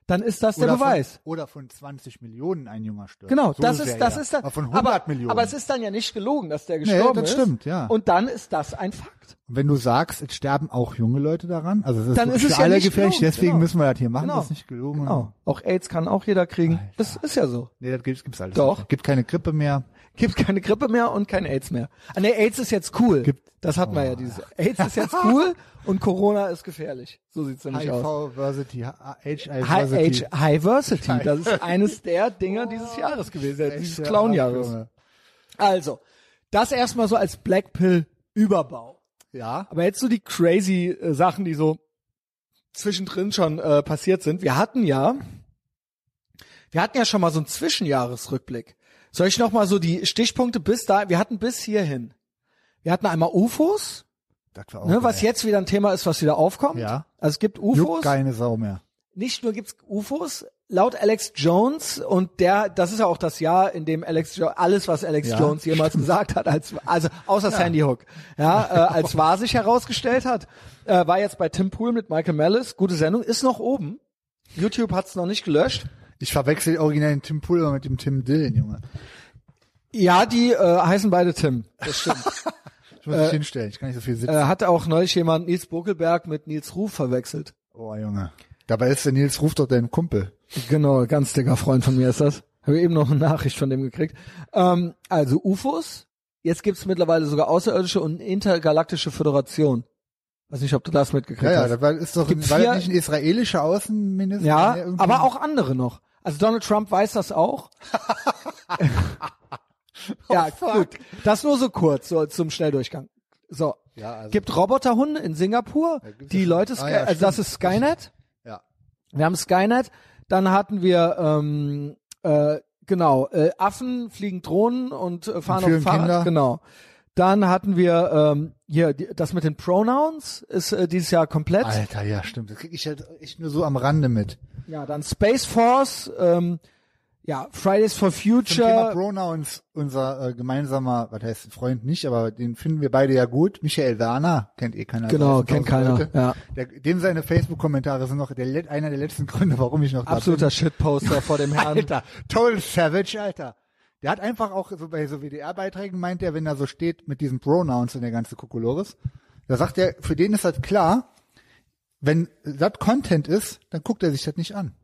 Speaker 2: dann ist das der
Speaker 1: oder
Speaker 2: Beweis.
Speaker 1: Von, oder von 20 Millionen ein junger stirbt.
Speaker 2: Genau,
Speaker 1: So
Speaker 2: das
Speaker 1: es
Speaker 2: ist,
Speaker 1: ja
Speaker 2: das
Speaker 1: eher.
Speaker 2: ist dann,
Speaker 1: Aber von 100
Speaker 2: aber,
Speaker 1: Millionen.
Speaker 2: aber es ist dann ja nicht gelogen, dass der gestorben
Speaker 1: das
Speaker 2: ist.
Speaker 1: stimmt, ja.
Speaker 2: Und dann ist das ein Fakt.
Speaker 1: Und wenn du sagst, es sterben auch junge Leute daran, also es ist,
Speaker 2: Dann
Speaker 1: für
Speaker 2: ist es ja
Speaker 1: alle
Speaker 2: nicht
Speaker 1: gefährlich,
Speaker 2: gelogen,
Speaker 1: deswegen
Speaker 2: genau.
Speaker 1: müssen wir das hier machen,
Speaker 2: Genau.
Speaker 1: das ist nicht gelogen.
Speaker 2: Genau. Auch AIDS kann auch jeder kriegen. Das ist ja so.
Speaker 1: Nee, das gibt's, gibt's alles
Speaker 2: Doch.
Speaker 1: nicht. Gibt keine Grippe mehr.
Speaker 2: gibt keine Grippe mehr und kein AIDS mehr. Ah, nee, AIDS ist jetzt cool.
Speaker 1: Gibt-
Speaker 2: das hatten wir ja dieses. AIDS ist jetzt cool und Corona ist gefährlich. So sieht's nämlich aus.
Speaker 1: HIV-Versity,
Speaker 2: Hi-
Speaker 1: HIV-Versity.
Speaker 2: H- Hiversity, das ist eines der Dinger dieses Jahres gewesen, dieses Clown-Jahres. Also, das erstmal so als Black Pill Überbau.
Speaker 1: Ja.
Speaker 2: Aber jetzt so die crazy äh, Sachen, die so zwischendrin schon äh, passiert sind. Wir hatten ja, wir hatten ja schon mal so einen Zwischenjahresrückblick. Soll ich nochmal so die Stichpunkte bis da, wir hatten bis hierhin. Wir hatten einmal UFOs,
Speaker 1: Das war auch
Speaker 2: ne, was
Speaker 1: geil.
Speaker 2: jetzt wieder ein Thema ist, was wieder aufkommt.
Speaker 1: Ja.
Speaker 2: Also es gibt
Speaker 1: Juckt
Speaker 2: UFOs.
Speaker 1: keine Sau mehr.
Speaker 2: Nicht nur gibt's UFOs, laut Alex Jones und der, das ist ja auch das Jahr, in dem Alex jo alles, was Alex
Speaker 1: Ja.
Speaker 2: Jones jemals gesagt hat, als also außer Sandy Hook, ja, äh, als wahr sich herausgestellt hat, äh, war jetzt bei Tim Pool mit Michael Mellis, gute Sendung, ist noch oben. YouTube hat's noch nicht gelöscht.
Speaker 1: Ich verwechsel originell den Tim Pulver mit dem Tim Dillon, Junge.
Speaker 2: Ja, die äh, heißen beide Tim.
Speaker 1: Ich muss mich hinstellen, ich kann nicht so viel sitzen.
Speaker 2: Äh, hat auch neulich jemand Nils Buckelberg mit Nils Ruf verwechselt.
Speaker 1: oh, Junge. Dabei ist der Nils, ruf doch deinen Kumpel.
Speaker 2: Genau, ganz dicker Freund von mir ist das. Habe eben noch eine Nachricht von dem gekriegt. Ähm, also UFOs. Jetzt gibt's mittlerweile sogar außerirdische und intergalaktische Föderation. Weiß nicht, ob du das mitgekriegt
Speaker 1: Ja, ja,
Speaker 2: hast.
Speaker 1: dabei ist doch
Speaker 2: Gibt's
Speaker 1: war
Speaker 2: hier-
Speaker 1: das nicht ein israelischer Außenminister.
Speaker 2: Ja,
Speaker 1: der irgendwie-
Speaker 2: aber auch andere noch. Also Donald Trump weiß das auch. ja,
Speaker 1: Oh,
Speaker 2: gut. Das nur so kurz, so zum Schnelldurchgang. So.
Speaker 1: Ja, also-
Speaker 2: Gibt Roboterhunde in Singapur,
Speaker 1: gibt's
Speaker 2: die
Speaker 1: ja schon.
Speaker 2: Leute,
Speaker 1: Ah,
Speaker 2: Sky
Speaker 1: ja,
Speaker 2: also das
Speaker 1: stimmt.
Speaker 2: ist Skynet.
Speaker 1: Ja.
Speaker 2: Wir haben Skynet, dann hatten wir ähm, äh, genau äh, Affen fliegen Drohnen und äh, fahren auf dem
Speaker 1: führen
Speaker 2: Fahrrad.
Speaker 1: Kinder.
Speaker 2: Genau. Dann hatten wir ähm, hier die, das mit den Pronouns ist äh, dieses Jahr komplett.
Speaker 1: Alter, ja, stimmt. Das kriege ich halt echt nur so am Rande mit.
Speaker 2: Ja, dann Space Force, ähm, ja Fridays for
Speaker 1: Zum Thema
Speaker 2: Future.
Speaker 1: Pronouns, unser äh, gemeinsamer, was heißt Freund nicht, aber den finden wir beide ja gut. Michael Werner kennt eh keiner.
Speaker 2: Genau,
Speaker 1: 13.000
Speaker 2: kennt keiner,
Speaker 1: Leute.
Speaker 2: ja.
Speaker 1: Der, dem seine Facebook-Kommentare sind noch der, let- einer der letzten Gründe, warum ich noch da
Speaker 2: Absoluter Shitposter vor dem
Speaker 1: bin.
Speaker 2: Herrn.
Speaker 1: Alter, total savage, Alter. Der hat einfach auch so bei so WDR-Beiträgen meint er, wenn da so steht mit diesen Pronouns und der ganze Kokolores, da sagt er, für den ist das klar, wenn das Content ist, dann guckt er sich das nicht an.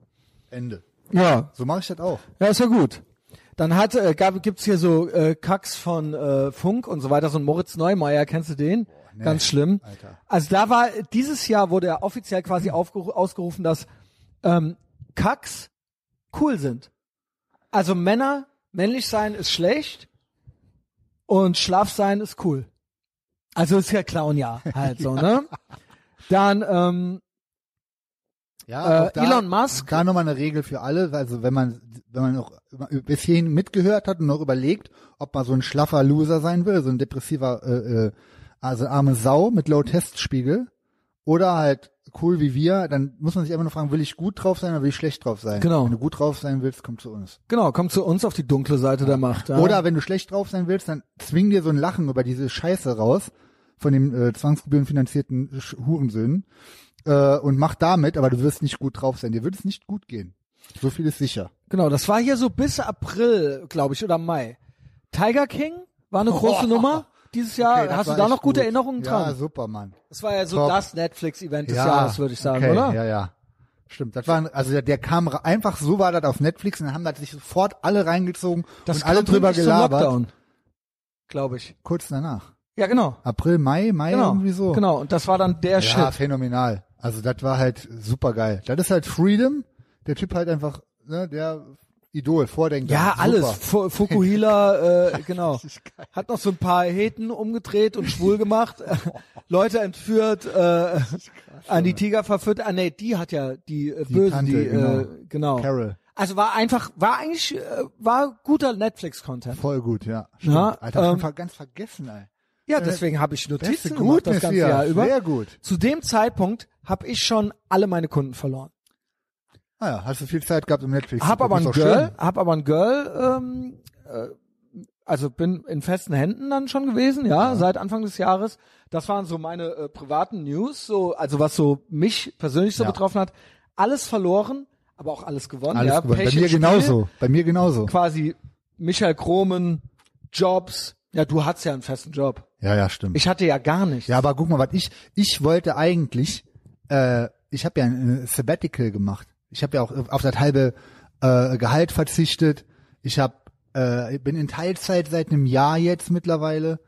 Speaker 1: Ende.
Speaker 2: Ja,
Speaker 1: So mache ich das auch.
Speaker 2: ja, ist ja gut. Dann hat äh, gab, gibt's hier so äh, Kacks von äh, Funk und so weiter, so ein Moritz Neumeier, kennst du den?
Speaker 1: nee,
Speaker 2: Ganz schlimm.
Speaker 1: Alter.
Speaker 2: Also da war dieses Jahr wurde er offiziell quasi aufgeru- ausgerufen, dass ähm, Kacks cool sind. Also Männer, männlich sein ist schlecht und schlaf sein ist cool. Also ist ja Clownjahr halt so, ne? Dann ähm,
Speaker 1: Ja,
Speaker 2: Äh,
Speaker 1: auch da,
Speaker 2: Elon Musk.
Speaker 1: Da nochmal eine Regel für alle, also wenn man, wenn man noch bis hierhin mitgehört hat und noch überlegt, ob man so ein schlaffer Loser sein will, so ein depressiver, äh, äh, also arme Sau mit low Testspiegel oder halt cool wie wir, dann muss man sich einfach nur fragen, will ich gut drauf sein oder will ich schlecht drauf sein?
Speaker 2: Genau.
Speaker 1: Wenn du gut drauf sein willst, komm zu uns.
Speaker 2: Genau, komm zu uns auf die dunkle Seite der Macht. Ja.
Speaker 1: Oder wenn du schlecht drauf sein willst, dann zwing dir so ein Lachen über diese Scheiße raus von dem äh, zwangsgebührenfinanzierten Sch- Hurensöhnen äh, und mach damit, aber du wirst nicht gut drauf sein. Dir wird es nicht gut gehen. So viel ist sicher.
Speaker 2: genau, das war hier so bis April, glaube ich, oder Mai. Tiger King war eine große
Speaker 1: Oh.
Speaker 2: Nummer dieses Jahr.
Speaker 1: Okay, das
Speaker 2: Hast du
Speaker 1: war
Speaker 2: da
Speaker 1: echt
Speaker 2: noch gute
Speaker 1: gut.
Speaker 2: Erinnerungen
Speaker 1: ja,
Speaker 2: dran?
Speaker 1: Ja, super, Mann.
Speaker 2: das war ja so
Speaker 1: top.
Speaker 2: das Netflix-Event des
Speaker 1: ja,
Speaker 2: Jahres, würde ich sagen,
Speaker 1: okay,
Speaker 2: oder?
Speaker 1: Ja, ja. Stimmt, das waren, also der, der kam ra- einfach so war das auf Netflix und dann haben da sich sofort alle reingezogen
Speaker 2: Das
Speaker 1: und alle
Speaker 2: kam
Speaker 1: drüber
Speaker 2: pünktlich zum
Speaker 1: gelabert.
Speaker 2: Lockdown, glaube ich.
Speaker 1: Kurz danach.
Speaker 2: Ja, genau.
Speaker 1: April, Mai, Mai
Speaker 2: Genau.
Speaker 1: irgendwie so.
Speaker 2: Genau, und das war dann der
Speaker 1: Ja,
Speaker 2: Shit.
Speaker 1: phänomenal. Also das war halt super geil. Das ist halt Freedom. Der Typ halt einfach, ne, der Idol, Vordenker.
Speaker 2: Ja,
Speaker 1: super.
Speaker 2: alles. Fu- Fukuhila, äh, genau. Hat noch so ein paar Heten umgedreht und schwul gemacht,
Speaker 1: Oh.
Speaker 2: äh, Leute entführt, äh, an die Tiger verführt. Ah, nee, die hat ja die, äh, böse,
Speaker 1: Tante,
Speaker 2: die, äh,
Speaker 1: genau.
Speaker 2: genau.
Speaker 1: Carol.
Speaker 2: Also war einfach, war eigentlich, äh, war guter Netflix-Content.
Speaker 1: Voll gut, ja.
Speaker 2: Ja,
Speaker 1: Stimmt. Alter, hab ich
Speaker 2: ähm,
Speaker 1: ver- ganz vergessen, ey. Äh,
Speaker 2: Ja, deswegen habe ich Notizen
Speaker 1: gut,
Speaker 2: gemacht das ganze
Speaker 1: Messias.
Speaker 2: Jahr über.
Speaker 1: Sehr gut.
Speaker 2: Zu dem Zeitpunkt habe ich schon alle meine Kunden verloren.
Speaker 1: Ah ja, hast du viel Zeit gehabt um Netflix? zu
Speaker 2: Hab aber
Speaker 1: gucken,
Speaker 2: ein
Speaker 1: ist doch
Speaker 2: Girl,
Speaker 1: schön.
Speaker 2: hab aber ein Girl, ähm, äh, also bin in festen Händen dann schon gewesen, ja, seit Anfang des Jahres. Das waren so meine äh, privaten News, so also was so mich persönlich so
Speaker 1: Ja.
Speaker 2: betroffen hat. Alles verloren, aber auch alles gewonnen.
Speaker 1: Alles
Speaker 2: ja.
Speaker 1: gut. Bei
Speaker 2: Pech im
Speaker 1: mir
Speaker 2: Spiel,
Speaker 1: genauso. Bei mir genauso.
Speaker 2: Quasi Michael Kromen, Jobs. Ja, du hattest ja einen festen Job.
Speaker 1: Ja, ja, stimmt.
Speaker 2: Ich hatte ja gar nichts.
Speaker 1: Ja, aber guck mal, was ich ich wollte eigentlich, äh, ich habe ja ein äh, Sabbatical gemacht. Ich habe ja auch auf das halbe äh, Gehalt verzichtet. Ich habe äh, bin in Teilzeit seit einem Jahr jetzt mittlerweile,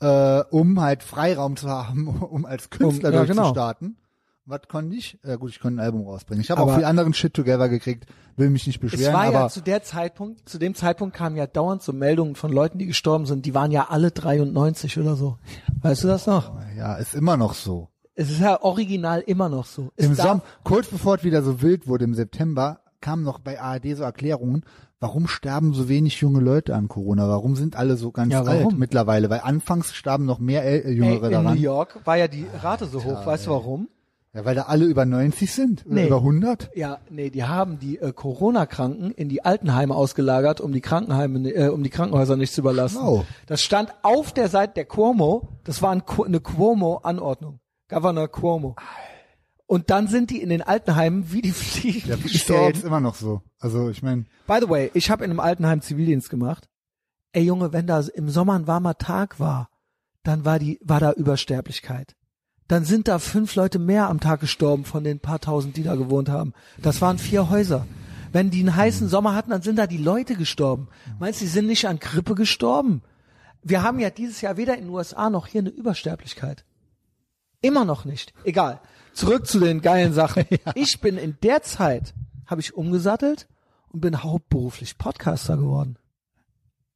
Speaker 1: äh, um halt Freiraum zu haben, um als Künstler
Speaker 2: Mhm. Um- ja, genau.
Speaker 1: durchzustarten. Was konnte ich? Äh, gut, ich konnte ein Album rausbringen. Ich habe auch
Speaker 2: Aber-
Speaker 1: viel anderen Shit together gekriegt. Will mich nicht beschweren,
Speaker 2: Es war
Speaker 1: aber
Speaker 2: ja zu der Zeitpunkt, zu dem Zeitpunkt kamen ja dauernd so Meldungen von Leuten, die gestorben sind. Die waren ja alle 93 oder so. Weißt du das noch?
Speaker 1: ja, ist immer noch so.
Speaker 2: Es ist ja original immer noch so. Es
Speaker 1: Im
Speaker 2: darf-
Speaker 1: Sommer, kurz bevor es wieder so wild wurde im September, kamen noch bei ARD so Erklärungen, warum sterben so wenig junge Leute an Corona? Warum sind alle so ganz
Speaker 2: Ja,
Speaker 1: alt
Speaker 2: warum?
Speaker 1: mittlerweile? Weil anfangs starben noch mehr äl äh,
Speaker 2: Ey,
Speaker 1: Jüngere
Speaker 2: in New
Speaker 1: daran.
Speaker 2: York war ja die Rate so hoch. weißt du warum?
Speaker 1: Ja, weil da alle über 90 sind oder
Speaker 2: Nee.
Speaker 1: über 100.
Speaker 2: Ja, nee, die haben die äh, Corona-Kranken in die Altenheime ausgelagert, um die Krankenheime, äh, um die Krankenhäuser nicht zu überlasten.
Speaker 1: Schlau.
Speaker 2: Das stand auf der Seite der Cuomo. Das war ein, Cu- eine Cuomo-Anordnung. Governor Cuomo. Und dann sind die in den Altenheimen wie die Fliegen
Speaker 1: Ja, ist ja
Speaker 2: gestorben.
Speaker 1: jetzt immer noch so. Also ich meine,
Speaker 2: By the way, ich habe in einem Altenheim Zivildienst gemacht. Ey Junge, wenn da im Sommer ein warmer Tag war, dann war die war da Übersterblichkeit. Dann sind da fünf Leute mehr am Tag gestorben von den paar tausend, die da gewohnt haben. Das waren vier Häuser. Wenn die einen heißen Sommer hatten, dann sind da die Leute gestorben. Meinst du, die sind nicht an Grippe gestorben? Wir haben ja dieses Jahr weder in den USA noch hier eine Übersterblichkeit. Immer noch nicht. Egal. Zurück zu den geilen Sachen. Ich bin in der Zeit, habe ich umgesattelt und bin hauptberuflich Podcaster geworden.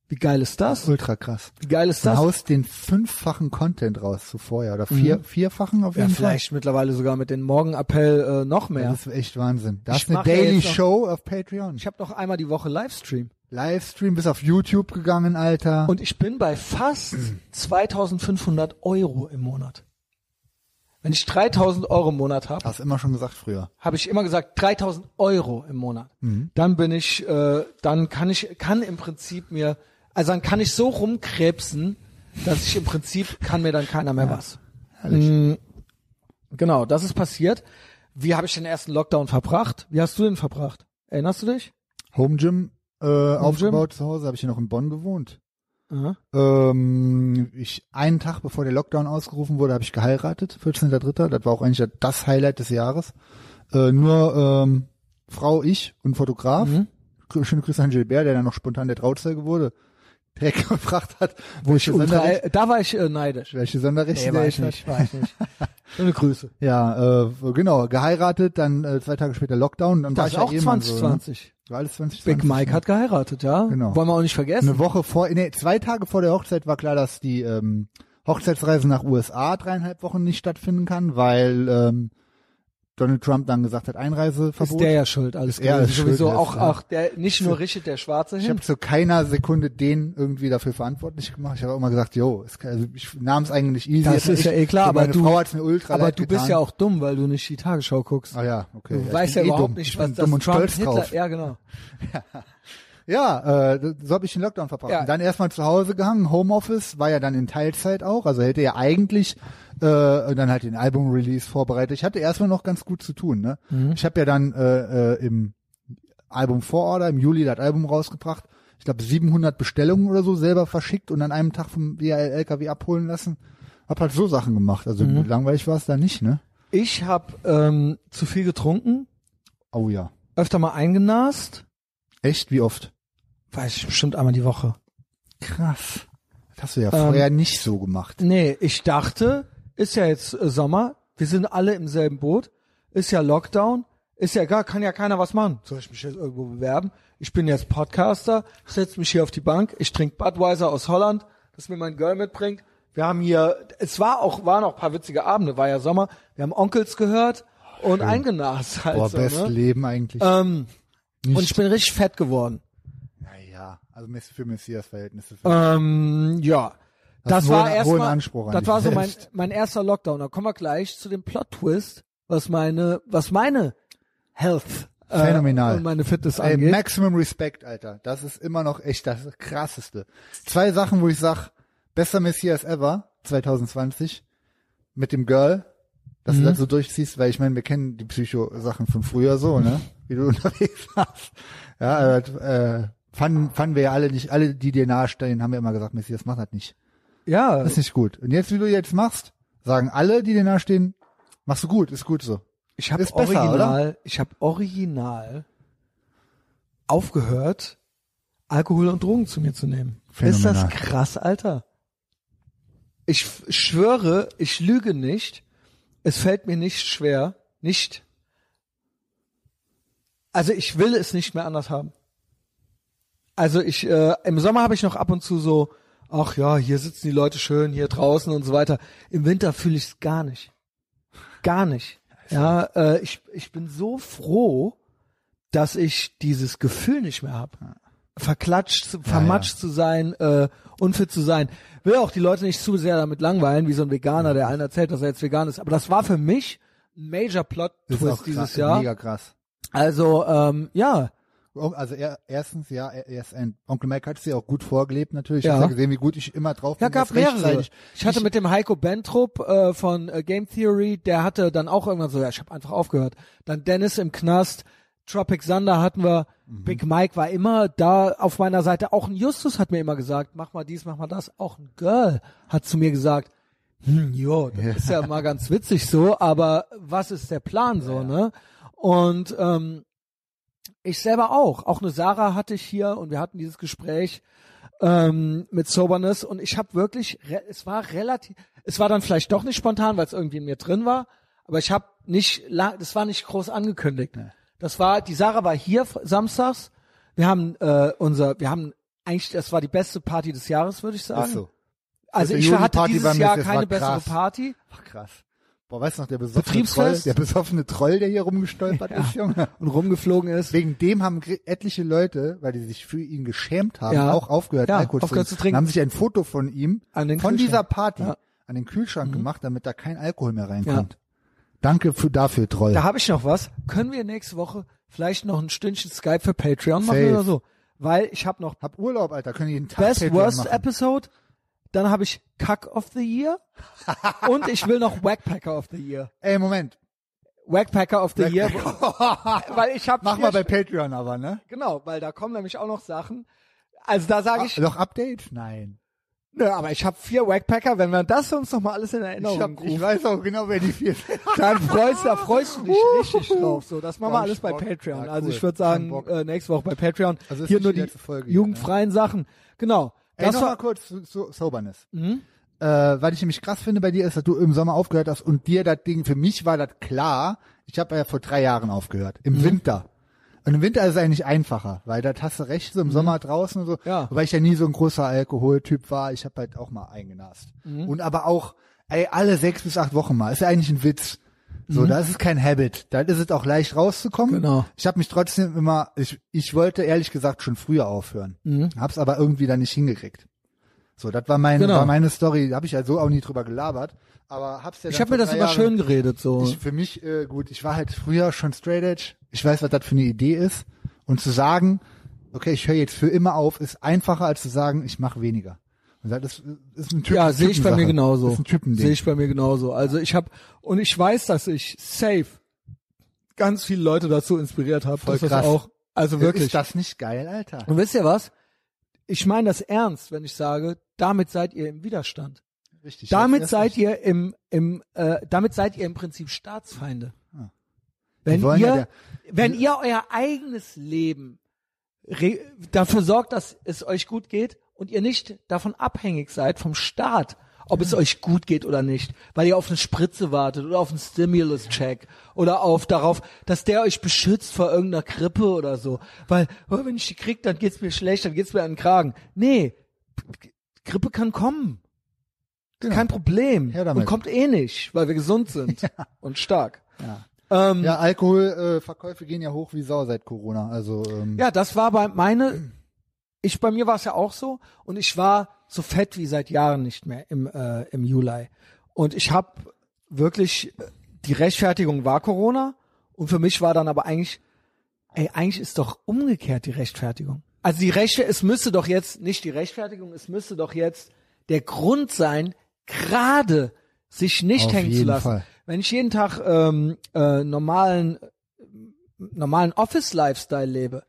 Speaker 2: Wie geil ist das?
Speaker 1: ultra krass.
Speaker 2: Wie geil ist
Speaker 1: Du
Speaker 2: das?
Speaker 1: haust den fünffachen Content raus zu vorher oder vier, vierfachen auf
Speaker 2: Mhm. ja,
Speaker 1: jeden Fall.
Speaker 2: vielleicht mittlerweile sogar mit dem Morgenappell äh, noch mehr.
Speaker 1: Das ist echt Wahnsinn. Da
Speaker 2: Ich
Speaker 1: ist eine
Speaker 2: mache ja jetzt
Speaker 1: Daily
Speaker 2: noch-
Speaker 1: Show auf Patreon.
Speaker 2: Ich habe noch einmal die Woche Livestream.
Speaker 1: Livestream bis auf YouTube gegangen, Alter.
Speaker 2: Und ich bin bei fast 2500 Euro im Monat. Wenn ich 3000 Euro im Monat habe,
Speaker 1: Hast immer schon gesagt früher.
Speaker 2: habe ich immer gesagt 3000 Euro im Monat. Dann bin ich, äh, dann kann ich, kann im Prinzip mir, also dann kann ich so rumkrebsen, dass ich im Prinzip kann mir dann keiner mehr was. Mm, Genau, das ist passiert. Wie habe ich den ersten Lockdown verbracht? Wie hast du den verbracht? Erinnerst du dich?
Speaker 1: Home Gym äh, aufgebaut zu Hause, habe ich hier noch in Bonn gewohnt.
Speaker 2: Mhm.
Speaker 1: Ähm, ich einen Tag bevor der Lockdown ausgerufen wurde, habe ich geheiratet, 14.3. Das war auch eigentlich das Highlight des Jahres. Äh, nur ähm, Frau, ich und Fotograf.
Speaker 2: Mhm.
Speaker 1: Grü- Schöne Grüße an Gilbert, der dann noch spontan der Trauzeuge wurde, direkt gefragt hat, wo ich
Speaker 2: Ultra,
Speaker 1: Sonderrechte,
Speaker 2: äh, da war ich äh, neidisch.
Speaker 1: welche Sonderrechte der ich hat.
Speaker 2: war ich nicht. Schöne Grüße.
Speaker 1: Ja, äh, genau, geheiratet, dann äh, zwei Tage später Lockdown. und Dann war
Speaker 2: Das
Speaker 1: ich
Speaker 2: ist
Speaker 1: ja
Speaker 2: auch
Speaker 1: eh mal
Speaker 2: 2020.
Speaker 1: So, ne? War alles 2020.
Speaker 2: Big Mike
Speaker 1: ne?
Speaker 2: hat geheiratet, ja.
Speaker 1: Genau.
Speaker 2: Wollen wir auch nicht vergessen.
Speaker 1: Eine Woche vor, nee, zwei Tage vor der Hochzeit war klar, dass die ähm, Hochzeitsreise nach USA dreieinhalb Wochen nicht stattfinden kann, weil ähm, Donald Trump dann gesagt hat, Einreiseverbot.
Speaker 2: Ist der ja schuld, alles
Speaker 1: Ist er
Speaker 2: gewesen.
Speaker 1: schuld,
Speaker 2: Sowieso
Speaker 1: das,
Speaker 2: auch,
Speaker 1: ja.
Speaker 2: auch der, nicht nur Richard der Schwarze
Speaker 1: ich
Speaker 2: hin.
Speaker 1: habe zu keiner Sekunde den irgendwie dafür verantwortlich gemacht. Ich habe immer gesagt, jo, es kann- also ich nahm es eigentlich easy.
Speaker 2: Das
Speaker 1: Es hat
Speaker 2: ist ja
Speaker 1: echt-
Speaker 2: eh klar,
Speaker 1: für
Speaker 2: aber
Speaker 1: meine
Speaker 2: du-
Speaker 1: Frau hat's mir ultra
Speaker 2: Aber
Speaker 1: leid
Speaker 2: du bist
Speaker 1: getan.
Speaker 2: ja auch dumm, weil du nicht die Tagesschau guckst.
Speaker 1: Ah ja, okay.
Speaker 2: Du
Speaker 1: ja, ich
Speaker 2: weißt ja
Speaker 1: bin eh
Speaker 2: überhaupt
Speaker 1: dumm.
Speaker 2: nicht,
Speaker 1: ich
Speaker 2: was
Speaker 1: bin
Speaker 2: das
Speaker 1: dumm und
Speaker 2: Trump
Speaker 1: stolz
Speaker 2: Hitler,
Speaker 1: drauf.
Speaker 2: ja genau.
Speaker 1: Ja, äh, so habe ich den Lockdown verbracht.
Speaker 2: Ja.
Speaker 1: Und dann erstmal zu Hause gehangen, Homeoffice, war ja dann in Teilzeit auch, also hätte ja eigentlich äh, dann halt den Album-Release vorbereitet. Ich hatte erstmal noch ganz gut zu tun. Ne?
Speaker 2: Mhm.
Speaker 1: Ich habe ja dann äh, äh, im Album Vororder, im Juli das Album rausgebracht. Ich glaube 700 Bestellungen oder so selber verschickt und an einem Tag vom DHL-LKW abholen lassen. Hab halt so Sachen gemacht. Also
Speaker 2: Mhm.
Speaker 1: langweilig war es da nicht, ne?
Speaker 2: Ich habe ähm, zu viel getrunken,
Speaker 1: Oh ja.
Speaker 2: öfter mal eingenast,
Speaker 1: Echt? Wie oft?
Speaker 2: weiß ich bestimmt einmal die Woche.
Speaker 1: Krass. Das hast du ja vorher
Speaker 2: Ähm.
Speaker 1: nicht so gemacht.
Speaker 2: Nee, ich dachte, ist ja jetzt äh, Sommer, wir sind alle im selben Boot, ist ja Lockdown, ist ja gar, kann ja keiner was machen. Soll ich mich jetzt irgendwo bewerben? Ich bin jetzt Podcaster, ich setze mich hier auf die Bank, ich trinke Budweiser aus Holland, das mir mein Girl mitbringt. Wir haben hier, es war auch, waren auch ein paar witzige Abende, war ja Sommer, wir haben Onkels gehört und eingenast halt
Speaker 1: Boah,
Speaker 2: so,
Speaker 1: best
Speaker 2: ne?
Speaker 1: Leben eigentlich.
Speaker 2: ähm,
Speaker 1: Nicht.
Speaker 2: Und ich bin richtig fett geworden.
Speaker 1: Naja, also Messi- für Messias-Verhältnisse.
Speaker 2: Ähm, ja.
Speaker 1: Hast
Speaker 2: Das
Speaker 1: einen
Speaker 2: war
Speaker 1: hohen- hohen
Speaker 2: erstmal,
Speaker 1: Anspruch an
Speaker 2: das
Speaker 1: dich
Speaker 2: war so mein,
Speaker 1: selbst.
Speaker 2: mein erster Lockdown. Da kommen wir gleich zu dem Plot Twist, was meine, was meine Health äh,
Speaker 1: Phänomenal.
Speaker 2: und meine Fitness
Speaker 1: Ey,
Speaker 2: angeht.
Speaker 1: Maximum Respect, Alter. Das ist immer noch echt das Krasseste. Zwei Sachen, wo ich sag, bester Messias ever 2020 mit dem Girl, dass
Speaker 2: Mhm.
Speaker 1: du das so durchziehst, weil ich meine, wir kennen die Psycho-Sachen von früher so, ne? Wie du unterwegs warst. Ja, also das, äh, fanden, fanden wir ja alle nicht, alle, die dir nahestehen, haben ja immer gesagt, Messias, mach das nicht.
Speaker 2: ja,
Speaker 1: Das ist nicht gut. Und jetzt, wie du jetzt machst, sagen alle, die dir nahestehen, machst du gut, ist gut so.
Speaker 2: ich habe
Speaker 1: ist besser,
Speaker 2: original, ich habe original aufgehört, Alkohol und Drogen zu mir zu nehmen. Ist
Speaker 1: Phänomenal.
Speaker 2: das krass, Alter? Ich f- schwöre, ich lüge nicht. Es fällt mir nicht schwer, nicht. Also ich will es nicht mehr anders haben. Also ich äh, im Sommer habe ich noch ab und zu so, ach ja, hier sitzen die Leute schön hier draußen und so weiter. Im Winter fühle ich es gar nicht, gar nicht. Ja, äh, ich ich bin so froh, dass ich dieses Gefühl nicht mehr habe. Verklatscht, zu- vermatscht zu sein, äh, unfit zu sein. Will auch die Leute nicht zu sehr damit langweilen, wie so ein Veganer, der allen erzählt, dass er jetzt vegan ist. Aber das war für mich ein Major Plot
Speaker 1: Das ist auch
Speaker 2: Twist dieses
Speaker 1: krass,
Speaker 2: Jahr.
Speaker 1: mega krass.
Speaker 2: Also, ähm, ja,
Speaker 1: Also er, erstens, ja, er er ist ein Onkel Mike hat es ja auch gut vorgelebt natürlich.
Speaker 2: Ja.
Speaker 1: Ich habe ja gesehen, wie gut ich immer drauf
Speaker 2: Ja,
Speaker 1: bin.
Speaker 2: gab
Speaker 1: das
Speaker 2: mehrere.
Speaker 1: rechtzeitig-
Speaker 2: Ich hatte mit dem Heiko Bentrup äh, von äh, Game Theory, der hatte dann auch irgendwann so, ja, ich habe einfach aufgehört. Dann Dennis im Knast, Tropic Thunder hatten wir,
Speaker 1: Mhm.
Speaker 2: Big Mike war immer da auf meiner Seite. Auch ein Justus hat mir immer gesagt, mach mal dies, mach mal das. Auch ein Girl hat zu mir gesagt, hm, jo, das ist ja mal ganz witzig so, aber was ist der Plan so, ne? Und ähm, ich selber auch. Auch eine Sarah hatte ich hier und wir hatten dieses Gespräch ähm, mit Soberness und ich habe wirklich, re- es war relativ, es war dann vielleicht doch nicht spontan, weil es irgendwie in mir drin war, aber ich habe nicht, la- das war nicht groß angekündigt. Das war, die Sarah war hier f- samstags. Wir haben äh, unser, wir haben eigentlich, das war die beste Party des Jahres, würde ich sagen.
Speaker 1: Ist so. Also
Speaker 2: Also ich hatte
Speaker 1: Jugendparty
Speaker 2: dieses
Speaker 1: beim
Speaker 2: Jahr
Speaker 1: Misses war
Speaker 2: keine bessere
Speaker 1: krass.
Speaker 2: Party.
Speaker 1: Ach, krass. Boah, weißt du noch, der besoffene Troll,
Speaker 2: Betriebsfest?
Speaker 1: der besoffene Troll, der hier rumgestolpert ist, Junge.
Speaker 2: und rumgeflogen ist.
Speaker 1: Wegen dem haben gr- etliche Leute, weil die sich für ihn geschämt haben,
Speaker 2: Ja.
Speaker 1: auch aufgehört,
Speaker 2: Ja,
Speaker 1: Alkohol
Speaker 2: aufgehört zu
Speaker 1: zu
Speaker 2: trinken.
Speaker 1: trinken. Haben sich ein Foto von ihm,
Speaker 2: An den
Speaker 1: von
Speaker 2: Kühlschrank.
Speaker 1: dieser Party,
Speaker 2: Ja. Mhm.
Speaker 1: an den Kühlschrank gemacht, damit da kein Alkohol mehr reinkommt. Danke für, dafür, Troll.
Speaker 2: Da habe ich noch was. Können wir nächste Woche vielleicht noch ein Stündchen Skype für Patreon machen
Speaker 1: Safe.
Speaker 2: oder so? Weil ich habe noch
Speaker 1: hab Urlaub, Alter, können jeden Tag
Speaker 2: Best
Speaker 1: Patreon
Speaker 2: Worst
Speaker 1: machen.
Speaker 2: Episode, dann habe ich Kack of the Year und ich will noch Wackpacker of the Year.
Speaker 1: Ey, Moment.
Speaker 2: Wackpacker of the Year, weil ich habe
Speaker 1: Mach mal bei Patreon aber, ne?
Speaker 2: genau, weil da kommen nämlich auch noch Sachen. Also da sage ich,
Speaker 1: Noch Update? Nein.
Speaker 2: nö, aber ich habe vier Wackpacker, wenn wir das uns noch mal alles in
Speaker 1: Ich,
Speaker 2: Erinnerung
Speaker 1: hab, ich
Speaker 2: rufen,
Speaker 1: weiß auch genau, wer die vier sind.
Speaker 2: dann freust, da freust du dich richtig drauf. So, das machen wir
Speaker 1: Hab ich
Speaker 2: alles bei
Speaker 1: Bock.
Speaker 2: Patreon.
Speaker 1: Ja,
Speaker 2: Also
Speaker 1: cool.
Speaker 2: ich würde
Speaker 1: Hab
Speaker 2: sagen,
Speaker 1: Bock.
Speaker 2: äh, nächste Woche bei Patreon.
Speaker 1: Also ist
Speaker 2: Hier
Speaker 1: nicht
Speaker 2: nur
Speaker 1: die
Speaker 2: die,
Speaker 1: letzte Folge hier, ne?
Speaker 2: jugendfreien Sachen. Genau.
Speaker 1: Ey,
Speaker 2: das
Speaker 1: noch mal
Speaker 2: war,
Speaker 1: kurz zu, zu Soberness. Äh, weil ich nämlich krass finde bei dir ist, dass du im Sommer aufgehört hast und dir das Ding, für mich war das klar, ich habe ja vor drei Jahren aufgehört, im Winter. Und im Winter ist es eigentlich einfacher, weil da hast du recht, so im Sommer draußen und so.
Speaker 2: Ja.
Speaker 1: Wobei ich Mhm. ja nie so ein großer Alkoholtyp war, ich habe halt auch mal eingenast. Und aber auch, ey, alle sechs bis acht Wochen mal, ist ja eigentlich ein Witz. So, da ist es kein Habit. Da ist es auch leicht rauszukommen.
Speaker 2: Genau.
Speaker 1: Ich habe mich trotzdem immer, ich, ich wollte ehrlich gesagt schon früher aufhören.
Speaker 2: Mhm.
Speaker 1: Hab's aber irgendwie dann nicht hingekriegt. So, das war, mein,
Speaker 2: Genau.
Speaker 1: war meine Story, da habe ich halt so auch nie drüber gelabert, aber hab's ja
Speaker 2: ich
Speaker 1: dann
Speaker 2: habe mir
Speaker 1: vor
Speaker 2: das
Speaker 1: drei
Speaker 2: immer
Speaker 1: Jahren-
Speaker 2: schön geredet. So.
Speaker 1: Ich, für mich, äh, gut, ich war halt früher schon straight edge, ich weiß, was das für eine Idee ist und zu sagen, okay, ich höre jetzt für immer auf, ist einfacher, als zu sagen, ich mache weniger. Und das ist, ist ein Typ
Speaker 2: Ja, sehe ich bei mir
Speaker 1: Typensache.
Speaker 2: genauso.
Speaker 1: Ist ein Typending.
Speaker 2: Sehe ich bei mir genauso. Also ich habe und ich weiß, dass ich safe ganz viele Leute dazu inspiriert habe,
Speaker 1: Voll
Speaker 2: dass das
Speaker 1: krass.
Speaker 2: auch also wirklich.
Speaker 1: Ist das nicht geil, Alter?
Speaker 2: und wisst ihr was? Ich meine das ernst, wenn ich sage, damit seid ihr im Widerstand.
Speaker 1: Richtig.
Speaker 2: damit
Speaker 1: jetzt erst
Speaker 2: seid ihr im im äh, damit seid ihr im Prinzip Staatsfeinde. Wenn
Speaker 1: Ah. wollen ja
Speaker 2: ihr
Speaker 1: der-
Speaker 2: wenn ihr euer eigenes Leben re dafür sorgt, dass es euch gut geht und ihr nicht davon abhängig seid vom Staat, ob es euch gut geht oder nicht, weil ihr auf eine Spritze wartet oder auf einen Stimulus-Check oder auf darauf, dass der euch beschützt vor irgendeiner Grippe oder so. Weil, oh, wenn ich die krieg, dann geht's mir schlecht, dann geht's mir an den Kragen. Nee, Grippe kann kommen. Kein Problem.
Speaker 1: Genau. Her damit.
Speaker 2: und kommt eh nicht, weil wir gesund sind und stark.
Speaker 1: erst- Ja, Alkoholverkäufe äh, Verkäufe gehen ja hoch wie Sau seit Corona. Also ähm,
Speaker 2: Ja, das war bei meine, ich bei mir war es ja auch so und ich war so fett wie seit Jahren nicht mehr im äh, im Juli und ich habe wirklich äh, die Rechtfertigung war Corona und für mich war dann aber eigentlich ey, eigentlich ist doch umgekehrt die Rechtfertigung. Also die Rechte, es müsste doch jetzt nicht die Rechtfertigung, es müsste doch jetzt der Grund sein, gerade sich nicht
Speaker 1: Auf
Speaker 2: hängen zu
Speaker 1: jeden
Speaker 2: lassen.
Speaker 1: Fall.
Speaker 2: Wenn ich jeden Tag ähm, äh, normalen äh, normalen Office Lifestyle lebe,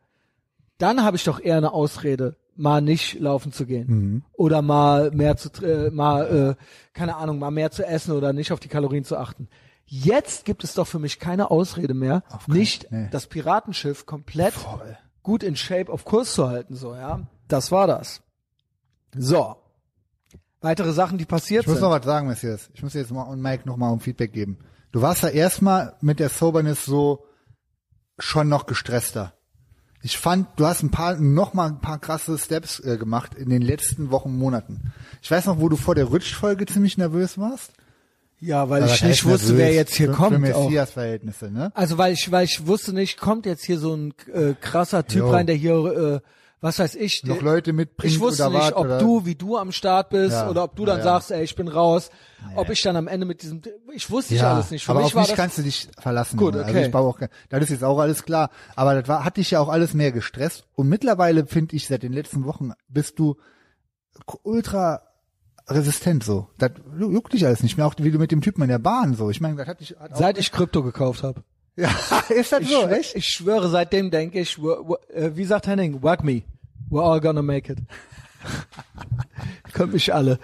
Speaker 2: dann habe ich doch eher eine Ausrede, mal nicht laufen zu gehen
Speaker 1: Mhm.
Speaker 2: oder mal mehr zu tr- äh, mal äh, keine Ahnung, mal mehr zu essen oder nicht auf die Kalorien zu achten. Jetzt gibt es doch für mich keine Ausrede mehr,
Speaker 1: keinen-
Speaker 2: nicht
Speaker 1: nee.
Speaker 2: das Piratenschiff komplett gut in Shape auf Kurs zu halten, so, ja. Das war das. So. Weitere Sachen, die passiert
Speaker 1: Ich muss
Speaker 2: sind.
Speaker 1: noch was sagen, Messias. Ich muss jetzt mal und Mike noch mal um Feedback geben. Du warst ja erstmal mit der Soberness so schon noch gestresster. Ich fand, du hast ein paar, noch mal ein paar krasse Steps äh, gemacht in den letzten Wochen, Monaten. Ich weiß noch, wo du vor der Rutschfolge ziemlich nervös warst.
Speaker 2: Ja, weil
Speaker 1: Aber
Speaker 2: ich
Speaker 1: der
Speaker 2: nicht
Speaker 1: ist
Speaker 2: wusste, wer
Speaker 1: nervös.
Speaker 2: jetzt hier
Speaker 1: für,
Speaker 2: kommt.
Speaker 1: Für
Speaker 2: auch.
Speaker 1: Messias-Verhältnisse, ne?
Speaker 2: Also weil ich, weil ich wusste nicht, kommt jetzt hier so ein äh, krasser Typ
Speaker 1: Jo.
Speaker 2: rein, der hier, äh, was weiß ich,
Speaker 1: Noch
Speaker 2: der-
Speaker 1: Leute mitbringt
Speaker 2: ich wusste
Speaker 1: oder
Speaker 2: nicht,
Speaker 1: wat,
Speaker 2: ob
Speaker 1: oder-
Speaker 2: du, wie du am Start bist
Speaker 1: Ja.
Speaker 2: oder ob du dann
Speaker 1: Ja.
Speaker 2: sagst, ey, ich bin raus. Ob ich dann am Ende mit diesem, ich wusste nicht alles nicht. Für
Speaker 1: aber
Speaker 2: mich
Speaker 1: auf
Speaker 2: war
Speaker 1: mich
Speaker 2: das,
Speaker 1: kannst du dich verlassen.
Speaker 2: Gut,
Speaker 1: Junge.
Speaker 2: okay.
Speaker 1: Also ich baue auch, kein- das ist jetzt auch alles klar. Aber das war, hat dich ja auch alles mehr gestresst. Und mittlerweile finde ich, seit den letzten Wochen bist du k- ultra resistent so. Das ju- juckt dich alles nicht mehr. Auch wie du mit dem Typen in der Bahn so. Ich meine, das hat dich. Hat auch-
Speaker 2: seit ich Krypto gekauft habe.
Speaker 1: ja, ist das
Speaker 2: Ich,
Speaker 1: so,
Speaker 2: schwö-
Speaker 1: echt?
Speaker 2: ich schwöre, seitdem denke ich, wo- wo- äh, wie sagt Henning, work me. We're all gonna make it. Könnt mich alle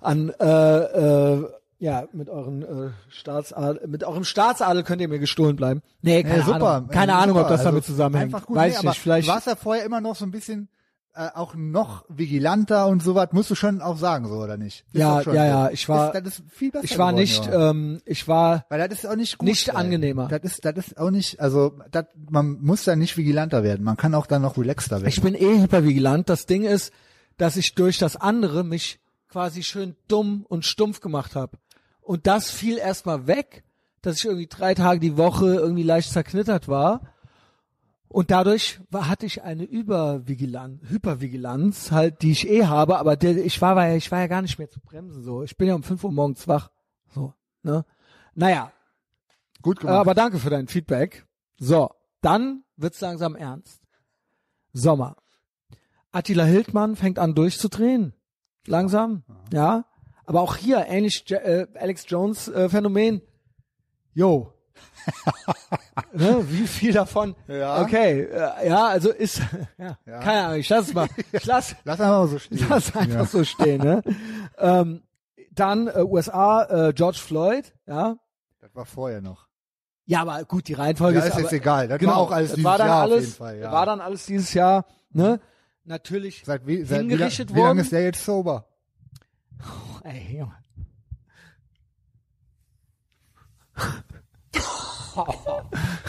Speaker 2: an äh, äh, ja, mit euren äh, Staatsadel, mit eurem Staatsadel könnt ihr mir gestohlen bleiben. Nee, keine
Speaker 1: Ja, super.
Speaker 2: Ahnung. Keine
Speaker 1: Ja,
Speaker 2: Ahnung, ob
Speaker 1: super.
Speaker 2: das damit
Speaker 1: Also
Speaker 2: zusammenhängt.
Speaker 1: Einfach gut,
Speaker 2: Weiß
Speaker 1: nee,
Speaker 2: ich
Speaker 1: aber
Speaker 2: nicht, vielleicht
Speaker 1: Du warst ja vorher immer noch so ein bisschen äh, auch noch vigilanter und sowas, musst du schon auch sagen, so oder nicht? Ist
Speaker 2: Ja,
Speaker 1: doch schon
Speaker 2: ja,
Speaker 1: so.
Speaker 2: ja, ich war-
Speaker 1: Ist, das ist viel besser
Speaker 2: ich war
Speaker 1: geworden,
Speaker 2: nicht
Speaker 1: Johann.
Speaker 2: ähm, ich war
Speaker 1: Weil das ist auch nicht gut.
Speaker 2: nicht
Speaker 1: ey.
Speaker 2: angenehmer.
Speaker 1: Das ist, das ist auch nicht, also das, man muss da nicht vigilanter werden. Man kann auch dann noch relaxter werden.
Speaker 2: ich bin eh hypervigilant. Das Ding ist, dass ich durch das andere mich quasi schön dumm und stumpf gemacht habe. Und das fiel erstmal weg, dass ich irgendwie drei Tage die Woche irgendwie leicht zerknittert war. Und dadurch war, hatte ich eine Übervigilanz, Hypervigilanz halt, die ich eh habe, aber der, ich war, war ja, ich war ja gar nicht mehr zu bremsen, so. Ich bin ja um 5 Uhr morgens wach, so, ne. Naja,
Speaker 1: gut
Speaker 2: äh, Aber danke für dein Feedback. So, dann wird's langsam ernst. Sommer. Attila Hildmann fängt an durchzudrehen. Langsam, ja. Aber auch hier ähnlich Ja- äh, Alex Jones äh, Phänomen. Yo. ne, wie viel davon?
Speaker 1: Ja.
Speaker 2: Okay, äh, ja, also ist ja,
Speaker 1: Ja.
Speaker 2: keine Ahnung, ich lass es mal. Ich lass
Speaker 1: Lass einfach mal so stehen.
Speaker 2: das einfach
Speaker 1: ja.
Speaker 2: so stehen, ne? ähm, dann äh, USA äh, George Floyd, ja.
Speaker 1: Das war vorher noch.
Speaker 2: Ja, aber gut, die Reihenfolge
Speaker 1: Ja, ist
Speaker 2: aber,
Speaker 1: jetzt egal. Das war auch alles
Speaker 2: das
Speaker 1: dieses
Speaker 2: Genau. war dann
Speaker 1: Jahr auf
Speaker 2: alles,
Speaker 1: jeden Fall, ja.
Speaker 2: War dann alles dieses Jahr, ne? Natürlich.
Speaker 1: Seit wie, seit wie,
Speaker 2: Hingerichtet
Speaker 1: lang- wie
Speaker 2: worden?
Speaker 1: lange ist der jetzt sober?
Speaker 2: Puh, ey, Junge.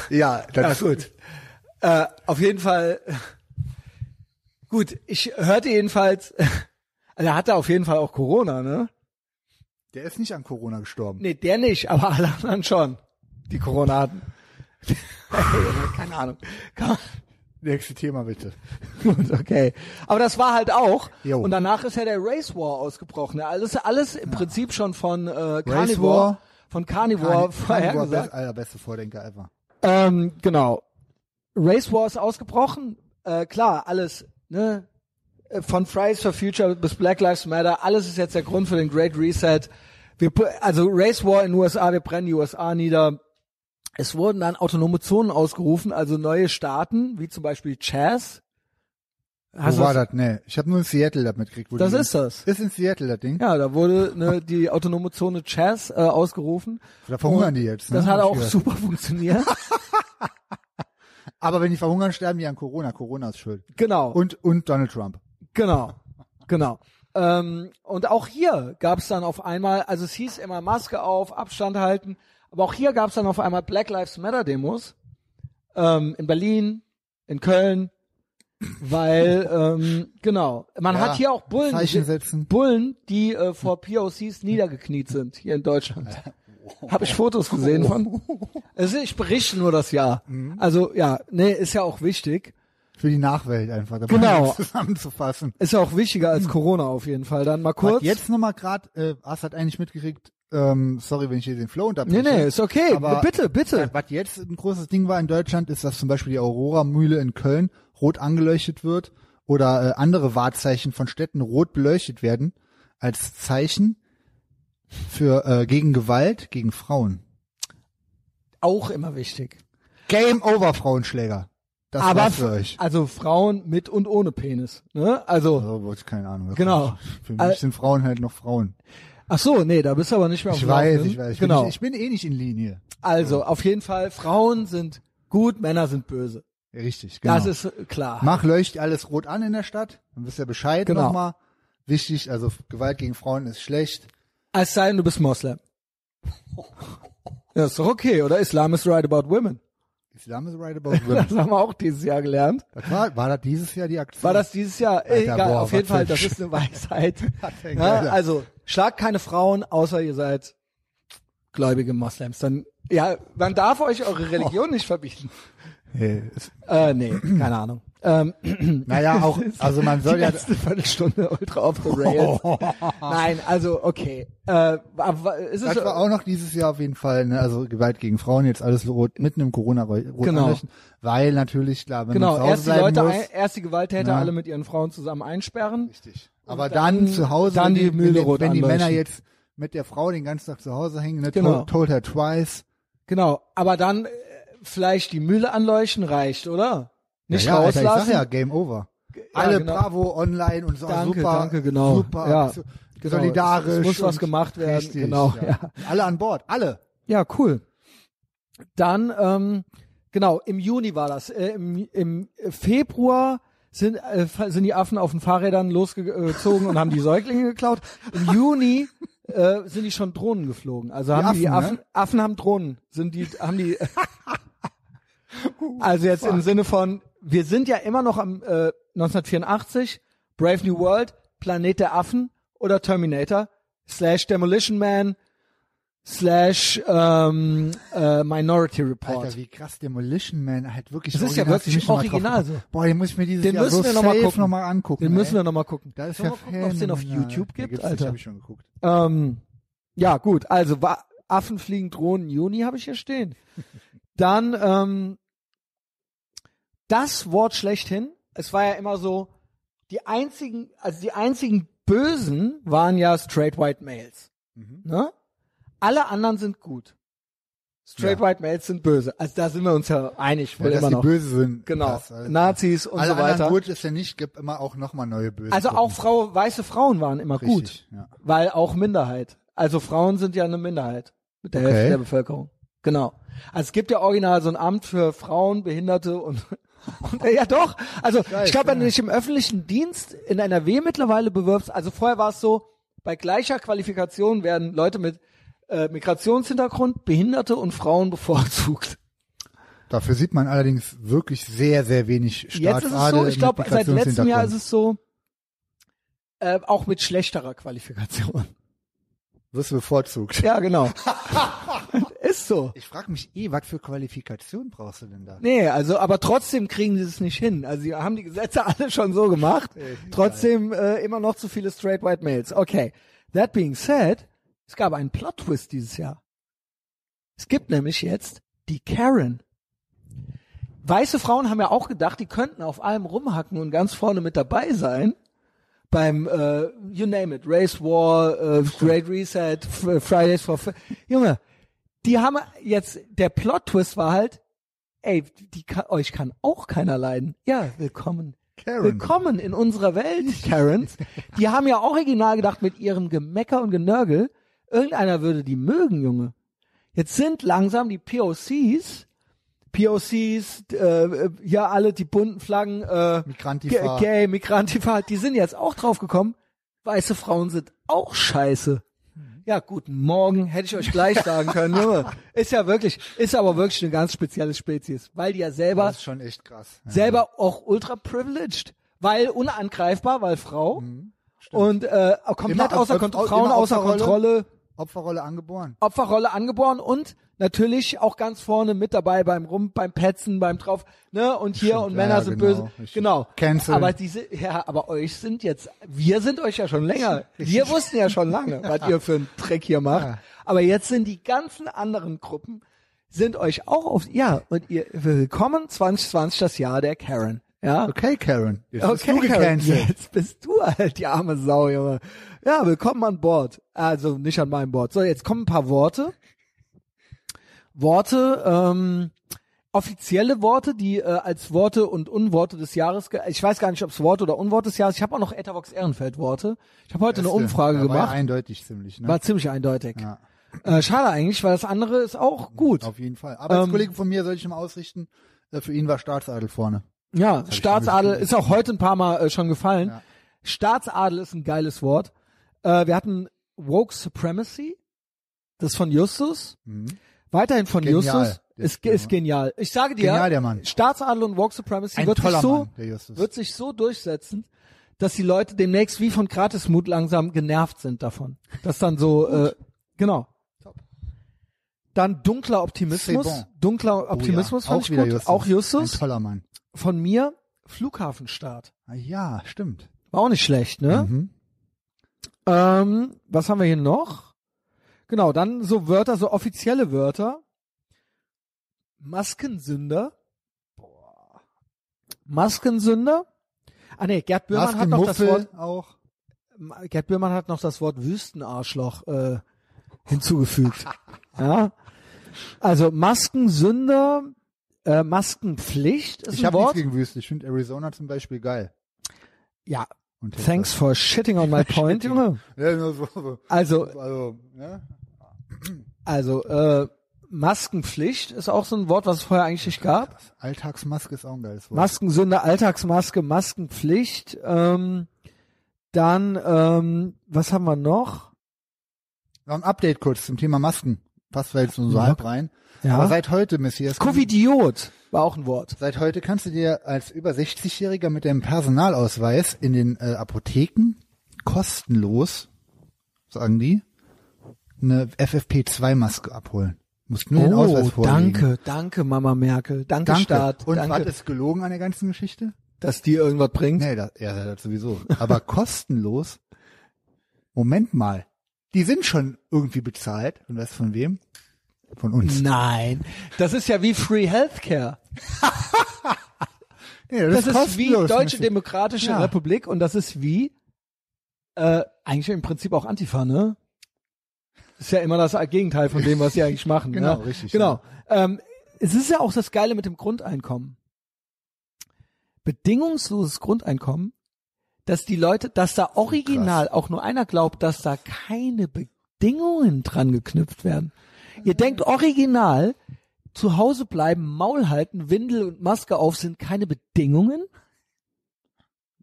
Speaker 1: Ja, das
Speaker 2: Ja, gut. Äh, auf jeden Fall. Gut, ich hörte jedenfalls, also er hatte auf jeden Fall auch Corona, ne?
Speaker 1: der ist nicht an Corona gestorben.
Speaker 2: Nee, der nicht, aber alle anderen schon. Die Corona hatten. Ey, Junge, Keine Ahnung. Kann man,
Speaker 1: Nächstes Thema bitte.
Speaker 2: Gut, okay. Aber das war halt auch.
Speaker 1: Jo.
Speaker 2: Und danach ist ja der Race War ausgebrochen. Ja, Alles, alles im Prinzip schon von äh, Carnivore,
Speaker 1: War.
Speaker 2: von Carnivore
Speaker 1: best,
Speaker 2: vorhergesagt.
Speaker 1: aller beste Vordenker ever.
Speaker 2: Ähm, genau. Race War ist ausgebrochen. Äh, klar, alles, ne? Äh, Von Fridays for Future bis Black Lives Matter, alles ist jetzt der Grund für den Great Reset. Wir, pu- also Race War in den USA, wir brennen die USA nieder. Es wurden dann autonome Zonen ausgerufen, also neue Staaten, wie zum Beispiel Chaz. Hast
Speaker 1: Wo
Speaker 2: du
Speaker 1: war das? Nee, ich habe nur in Seattle das mitgekriegt. wo
Speaker 2: Das
Speaker 1: die-
Speaker 2: ist das.
Speaker 1: Ist in Seattle das Ding?
Speaker 2: Ja, da wurde ne, die autonome Zone Chaz äh, ausgerufen.
Speaker 1: Da verhungern
Speaker 2: Und
Speaker 1: die jetzt, ne?
Speaker 2: Das hat
Speaker 1: Hab ich
Speaker 2: auch
Speaker 1: gehört.
Speaker 2: super funktioniert.
Speaker 1: Aber wenn die verhungern, sterben die an Corona. Corona ist schuld.
Speaker 2: genau,
Speaker 1: Und, und Donald Trump.
Speaker 2: genau, genau. Ähm, und auch hier gab es dann auf einmal, also es hieß immer Maske auf, Abstand halten, aber auch hier gab es dann auf einmal Black Lives Matter Demos ähm, in Berlin, in Köln, weil ähm, genau, man
Speaker 1: Ja,
Speaker 2: hat hier auch Bullen,
Speaker 1: Zeichen
Speaker 2: gesehen-
Speaker 1: setzen.
Speaker 2: Bullen, die äh, vor POCs niedergekniet sind hier in Deutschland. Habe ich Fotos gesehen von. Also ich berichte nur das Jahr.
Speaker 1: Mhm.
Speaker 2: Also ja, nee, ist ja auch wichtig.
Speaker 1: Für die Nachwelt einfach. Da
Speaker 2: Genau.
Speaker 1: das Zusammenzufassen.
Speaker 2: Ist ja auch wichtiger als Corona auf jeden Fall. Dann mal
Speaker 1: Kurz.
Speaker 2: kurz.
Speaker 1: Mhm. Jetzt nochmal gerade, äh, hast du das eigentlich mitgekriegt, ähm, sorry, wenn ich hier den Flow
Speaker 2: Nee,
Speaker 1: unterbreche.
Speaker 2: nee, ist okay.
Speaker 1: Aber-
Speaker 2: bitte,
Speaker 1: Ja,
Speaker 2: bitte.
Speaker 1: Was jetzt ein großes Ding war in Deutschland, ist, dass zum Beispiel die Aurora-Mühle in Köln rot angeleuchtet wird oder äh, andere Wahrzeichen von Städten rot beleuchtet werden als Zeichen für äh, gegen Gewalt gegen Frauen.
Speaker 2: Auch immer wichtig.
Speaker 1: Game over, Frauenschläger. Das
Speaker 2: Aber
Speaker 1: war's für euch.
Speaker 2: also Frauen mit und ohne Penis. Ne? Also,
Speaker 1: Also, wollte ich keine Ahnung.
Speaker 2: Genau.
Speaker 1: Für
Speaker 2: Al-
Speaker 1: mich sind Frauen halt noch Frauen.
Speaker 2: ach so, nee, da bist du aber nicht mehr auf
Speaker 1: Ich
Speaker 2: dem
Speaker 1: weiß,
Speaker 2: Laufenden.
Speaker 1: ich weiß. Ich,
Speaker 2: Genau.
Speaker 1: bin, ich bin eh nicht in Linie.
Speaker 2: also auf jeden Fall, Frauen sind gut, Männer sind böse.
Speaker 1: Richtig, genau.
Speaker 2: Das ist äh, klar.
Speaker 1: Mach leucht alles rot an in der Stadt, dann wisst ihr Bescheid
Speaker 2: Genau.
Speaker 1: nochmal. Wichtig, also Gewalt gegen Frauen ist schlecht.
Speaker 2: Als sei denn, du bist Moslem. Ja, ist doch okay, oder? Islam is right about women.
Speaker 1: Islam is right about women.
Speaker 2: Das haben wir auch dieses Jahr gelernt.
Speaker 1: Das war, war das dieses Jahr die Aktion?
Speaker 2: War das dieses Jahr? Egal,
Speaker 1: boah,
Speaker 2: auf jeden
Speaker 1: was
Speaker 2: Fall,
Speaker 1: für ein
Speaker 2: das ist eine Weisheit.
Speaker 1: Hat der
Speaker 2: Ja,
Speaker 1: Geiler.
Speaker 2: also, schlagt keine Frauen, außer ihr seid gläubige Moslems. Dann, ja, man darf euch eure Religion nicht verbieten.
Speaker 1: Hey, ist,
Speaker 2: Äh, nee, keine Ahnung. Ähm,
Speaker 1: naja, auch, also man soll
Speaker 2: die
Speaker 1: ja,
Speaker 2: letzte Viertelstunde ultra off the rails.
Speaker 1: Oh.
Speaker 2: Nein, also okay. Äh, aber ist es
Speaker 1: das war auch noch dieses Jahr auf jeden Fall, ne? also Gewalt gegen Frauen, jetzt alles rot, mitten im Corona-Rot
Speaker 2: Genau.
Speaker 1: anrichten, weil natürlich, klar, wenn
Speaker 2: genau
Speaker 1: man zu Hause
Speaker 2: erst die
Speaker 1: bleiben
Speaker 2: Leute,
Speaker 1: muss,
Speaker 2: ein, erst die Gewalttäter
Speaker 1: Ja.
Speaker 2: alle mit ihren Frauen zusammen einsperren.
Speaker 1: Richtig. Aber dann,
Speaker 2: dann-
Speaker 1: zu Hause,
Speaker 2: dann
Speaker 1: wenn
Speaker 2: die Mühle
Speaker 1: wenn
Speaker 2: rot
Speaker 1: wenn die
Speaker 2: anleuchten.
Speaker 1: Männer jetzt mit der Frau den ganzen Tag zu Hause hängen, ne?
Speaker 2: Genau.
Speaker 1: Told, told her twice.
Speaker 2: Genau, aber dann äh, vielleicht die Mühle anleuchten reicht, oder? Nicht
Speaker 1: ja, ja, Alter,
Speaker 2: rauslassen.
Speaker 1: ich sag ja, Game Over.
Speaker 2: Ja,
Speaker 1: Alle
Speaker 2: genau.
Speaker 1: Bravo online und so
Speaker 2: Danke,
Speaker 1: super,
Speaker 2: danke, genau.
Speaker 1: super,
Speaker 2: Ja,
Speaker 1: so-
Speaker 2: genau.
Speaker 1: solidarisch.
Speaker 2: Es muss was
Speaker 1: und-
Speaker 2: gemacht werden,
Speaker 1: Richtig,
Speaker 2: genau, ja.
Speaker 1: Ja. Alle an Bord, alle.
Speaker 2: Ja, cool. Dann, ähm, genau, im Juni war das. Äh, im, Im Februar sind, äh, fa- sind die Affen auf den Fahrrädern losgezogen und haben die Säuglinge geklaut. Im Juni äh, sind die schon Drohnen geflogen. Also haben die, die
Speaker 1: Affen,
Speaker 2: Affen, Affen haben Drohnen. Sind die, haben die. also jetzt im Sinne von, wir sind ja immer noch am äh, 1984, Brave New World, Planet der Affen oder Terminator, slash Demolition Man, slash ähm, äh, Minority Report.
Speaker 1: Alter, wie krass Demolition Man halt wirklich.
Speaker 2: Das ist ja
Speaker 1: original, hast du
Speaker 2: wirklich
Speaker 1: mich noch mal drauf
Speaker 2: original
Speaker 1: gebracht.
Speaker 2: so.
Speaker 1: Boah, den muss ich mir dieses
Speaker 2: Den
Speaker 1: Jahr
Speaker 2: müssen
Speaker 1: so
Speaker 2: wir noch mal
Speaker 1: safe
Speaker 2: gucken.
Speaker 1: noch mal angucken.
Speaker 2: Den müssen
Speaker 1: ey.
Speaker 2: wir nochmal gucken.
Speaker 1: Da ist
Speaker 2: Sollen
Speaker 1: ja
Speaker 2: wir gucken, ob es den auf
Speaker 1: phänomenal.
Speaker 2: YouTube
Speaker 1: Den
Speaker 2: gibt,
Speaker 1: gibt's nicht,
Speaker 2: Alter.
Speaker 1: Hab ich schon geguckt.
Speaker 2: Ähm, ja, gut, also wa Affen fliegen Drohnen Juni habe ich hier stehen. Dann ähm, das Wort schlechthin. Es war ja immer so, die einzigen, also die einzigen Bösen waren ja straight white males.
Speaker 1: Mhm.
Speaker 2: Ne? Alle anderen sind gut. Straight white males sind böse. Also da sind wir uns ja einig wohl
Speaker 1: Ja, dass
Speaker 2: immer
Speaker 1: die
Speaker 2: noch.
Speaker 1: böse sind.
Speaker 2: genau.
Speaker 1: krass, Alter.
Speaker 2: Nazis und
Speaker 1: Alle
Speaker 2: so weiter.
Speaker 1: anderen gut Also ist ja nicht, gibt immer auch nochmal neue Böse.
Speaker 2: Also auch Frau, weiße Frauen waren immer gut.
Speaker 1: Richtig, ja.
Speaker 2: Weil auch Minderheit. Also Frauen sind ja eine Minderheit mit der
Speaker 1: Okay.
Speaker 2: Hälfte der Bevölkerung. Genau. Also es gibt ja original so ein Amt für Frauen, Behinderte und, und ja doch. Also ich glaube, wenn du dich im öffentlichen Dienst in NRW mittlerweile bewirbst, also vorher war es so, bei gleicher Qualifikation werden Leute mit äh, Migrationshintergrund, Behinderte und Frauen bevorzugt.
Speaker 1: Dafür sieht man allerdings wirklich sehr, sehr wenig
Speaker 2: Jetzt ist es so,
Speaker 1: Staatsadel
Speaker 2: ich glaube,
Speaker 1: mit
Speaker 2: seit letztem Jahr
Speaker 1: Migrationshintergrund.
Speaker 2: ist es so, äh, auch mit schlechterer Qualifikation.
Speaker 1: wirst du bevorzugt.
Speaker 2: Ja, genau. ist so.
Speaker 1: Ich frage mich eh, was für Qualifikation brauchst du denn da?
Speaker 2: Nee, also aber trotzdem kriegen sie es nicht hin. Also sie haben die Gesetze alle schon so gemacht. Trotzdem äh, immer noch zu viele straight white males. Okay. That being said, es gab einen Plot Twist dieses Jahr. Es gibt nämlich jetzt die Karen. Weiße Frauen haben ja auch gedacht, die könnten auf allem rumhacken und ganz vorne mit dabei sein. Beim, äh, you name it, Race War, äh, Great Reset, F- Fridays for... F Junge, die haben jetzt, der Plot-Twist war halt, ey, die kann, euch kann auch keiner leiden. Ja, willkommen.
Speaker 1: Karen.
Speaker 2: Willkommen in unserer Welt, Karens. Die haben ja original gedacht mit ihrem Gemecker und Genörgel, irgendeiner würde die mögen, Junge. Jetzt sind langsam die POCs, POCs, äh, ja alle die bunten Flaggen, äh,
Speaker 1: Migrantifa.
Speaker 2: Ga- Gay, Migrantifa, die sind jetzt auch draufgekommen. Weiße Frauen sind auch scheiße.
Speaker 1: Mhm.
Speaker 2: Ja, guten Morgen, hätte ich euch gleich sagen können. Junge. Ist ja wirklich, ist aber wirklich eine ganz spezielle Spezies, weil die ja selber
Speaker 1: Das ist schon echt krass. Ja.
Speaker 2: selber auch ultra privileged, weil unangreifbar, weil Frau und äh, komplett
Speaker 1: Mhm, Immer
Speaker 2: außer
Speaker 1: Op- Op-
Speaker 2: Kontrolle,
Speaker 1: Op-
Speaker 2: Frauen
Speaker 1: immer
Speaker 2: außer
Speaker 1: Opferrolle.
Speaker 2: Kontrolle,
Speaker 1: Opferrolle angeboren.
Speaker 2: Opferrolle angeboren und natürlich auch ganz vorne mit dabei beim Rum, beim Petzen, beim drauf, ne und hier
Speaker 1: Stimmt,
Speaker 2: und
Speaker 1: ja,
Speaker 2: Männer
Speaker 1: ja,
Speaker 2: sind
Speaker 1: genau,
Speaker 2: böse,
Speaker 1: richtig.
Speaker 2: genau.
Speaker 1: Cancel.
Speaker 2: Aber diese, ja, aber euch sind jetzt, wir sind euch ja schon länger, wir wussten ja schon lange, was ihr für einen Trick hier macht. Aber jetzt sind die ganzen anderen Gruppen sind euch auch auf, ja und ihr willkommen 2020 das Jahr der Karen, ja.
Speaker 1: Okay, Karen. Jetzt bist
Speaker 2: Okay,
Speaker 1: du
Speaker 2: Karen,
Speaker 1: gecancelt.
Speaker 2: jetzt bist du halt die arme Sau, Junge. Ja, willkommen an Bord. Also nicht an meinem Bord. So, jetzt kommen ein paar Worte. Worte, ähm, offizielle Worte, die äh, als Worte und Unworte des Jahres, ge ich weiß gar nicht, ob es Worte oder Unworte des Jahres, ich habe auch noch Etavox Ehrenfeld Worte. Ich habe heute eine Umfrage
Speaker 1: Da war ja
Speaker 2: gemacht,
Speaker 1: eindeutig ziemlich, ne?
Speaker 2: war ziemlich eindeutig.
Speaker 1: Ja.
Speaker 2: Äh, schade eigentlich, weil das andere ist auch gut. Ähm,
Speaker 1: Auf jeden Fall. Arbeitskollegen von mir soll ich ihm ausrichten, äh, für ihn war Staatsadel vorne.
Speaker 2: Ja, Staatsadel ist auch heute ein paar Mal äh, schon gefallen. Staatsadel ist ein geiles Wort. Äh, wir hatten Woke Supremacy, das von Justus. Weiterhin von
Speaker 1: Mhm. Genial,
Speaker 2: Justus.
Speaker 1: der
Speaker 2: Ist,
Speaker 1: Typ,
Speaker 2: ist
Speaker 1: ja.
Speaker 2: genial. Ich sage dir,
Speaker 1: Genial, der Mann.
Speaker 2: Staatsadel und Woke Supremacy
Speaker 1: Ein
Speaker 2: wird sich,
Speaker 1: toller
Speaker 2: so,
Speaker 1: Mann, der Justus. Oh
Speaker 2: wird sich so durchsetzen, dass die Leute demnächst wie von Gratismut langsam genervt sind davon. Das dann so, äh, genau. Dann dunkler Optimismus.
Speaker 1: C'est bon. Oh
Speaker 2: Dunkler Optimismus
Speaker 1: ja.
Speaker 2: fand
Speaker 1: Auch
Speaker 2: ich
Speaker 1: wieder
Speaker 2: gut.
Speaker 1: Justus.
Speaker 2: Auch
Speaker 1: Ein
Speaker 2: Justus.
Speaker 1: toller Mann.
Speaker 2: Von mir Flughafenstart.
Speaker 1: Ah, Ja, stimmt.
Speaker 2: War auch nicht schlecht, ne?
Speaker 1: Mhm.
Speaker 2: Ähm, was haben wir hier noch? Genau, dann so Wörter, so offizielle Wörter. Maskensünder. Boah. Maskensünder. Ah nee, Gerd Bührmann hat noch das Wort.
Speaker 1: Maskenmuffel auch.
Speaker 2: Gerd Bührmann hat noch das Wort Wüstenarschloch äh, hinzugefügt. ja. Also Maskensünder, äh, Maskenpflicht ist
Speaker 1: Ich
Speaker 2: ein
Speaker 1: habe nichts
Speaker 2: Wort.
Speaker 1: gegen Wüste. Ich finde Arizona zum Beispiel geil.
Speaker 2: Ja,
Speaker 1: Und Texas.
Speaker 2: thanks for shitting on my point, Junge.
Speaker 1: Ja, nur so, so.
Speaker 2: Also
Speaker 1: Also, ne?
Speaker 2: Also, äh, Maskenpflicht ist auch so ein Wort, was es vorher eigentlich nicht gab.
Speaker 1: Alltagsmaske ist auch ein geiles Wort.
Speaker 2: Maskensünde, Alltagsmaske, Maskenpflicht. Ähm, dann, ähm, was haben wir noch?
Speaker 1: Noch ein Update kurz zum Thema Masken. Passt vielleicht so
Speaker 2: Ja.
Speaker 1: halb rein.
Speaker 2: Ja.
Speaker 1: Aber seit heute, Messias,
Speaker 2: Covidiot war auch ein Wort.
Speaker 1: seit heute kannst du dir als über 60-Jähriger mit deinem Personalausweis in den äh, Apotheken kostenlos, sagen die, eine FFP2-Maske abholen. Musst nur den Ausweis vorlegen.
Speaker 2: Oh, danke, danke Mama Merkel, danke,
Speaker 1: Danke.
Speaker 2: Staat,
Speaker 1: Und was
Speaker 2: danke,
Speaker 1: ist gelogen an der ganzen Geschichte?
Speaker 2: dass die irgendwas bringt.
Speaker 1: Nee, das, ja, das sowieso. Aber kostenlos? Moment mal. Die sind schon irgendwie bezahlt. Und weißt du von wem? Von uns.
Speaker 2: Nein, das ist ja wie Free Healthcare.
Speaker 1: Nee,
Speaker 2: Das, ist, wie
Speaker 1: kostenlos,
Speaker 2: Deutsche
Speaker 1: Messi.
Speaker 2: Demokratische
Speaker 1: Ja.
Speaker 2: Republik und das ist wie äh, eigentlich im Prinzip auch Antifa, ne? Ist ja immer das Gegenteil von dem, was sie eigentlich machen.
Speaker 1: Genau,
Speaker 2: ne?
Speaker 1: richtig,
Speaker 2: Genau. Ähm, es ist ja auch das Geile mit dem Grundeinkommen. Bedingungsloses Grundeinkommen, dass die Leute, dass da original auch nur einer glaubt, dass da keine Bedingungen dran geknüpft werden. Ihr denkt original, zu Hause bleiben, Maul halten, Windel und Maske auf sind keine Bedingungen?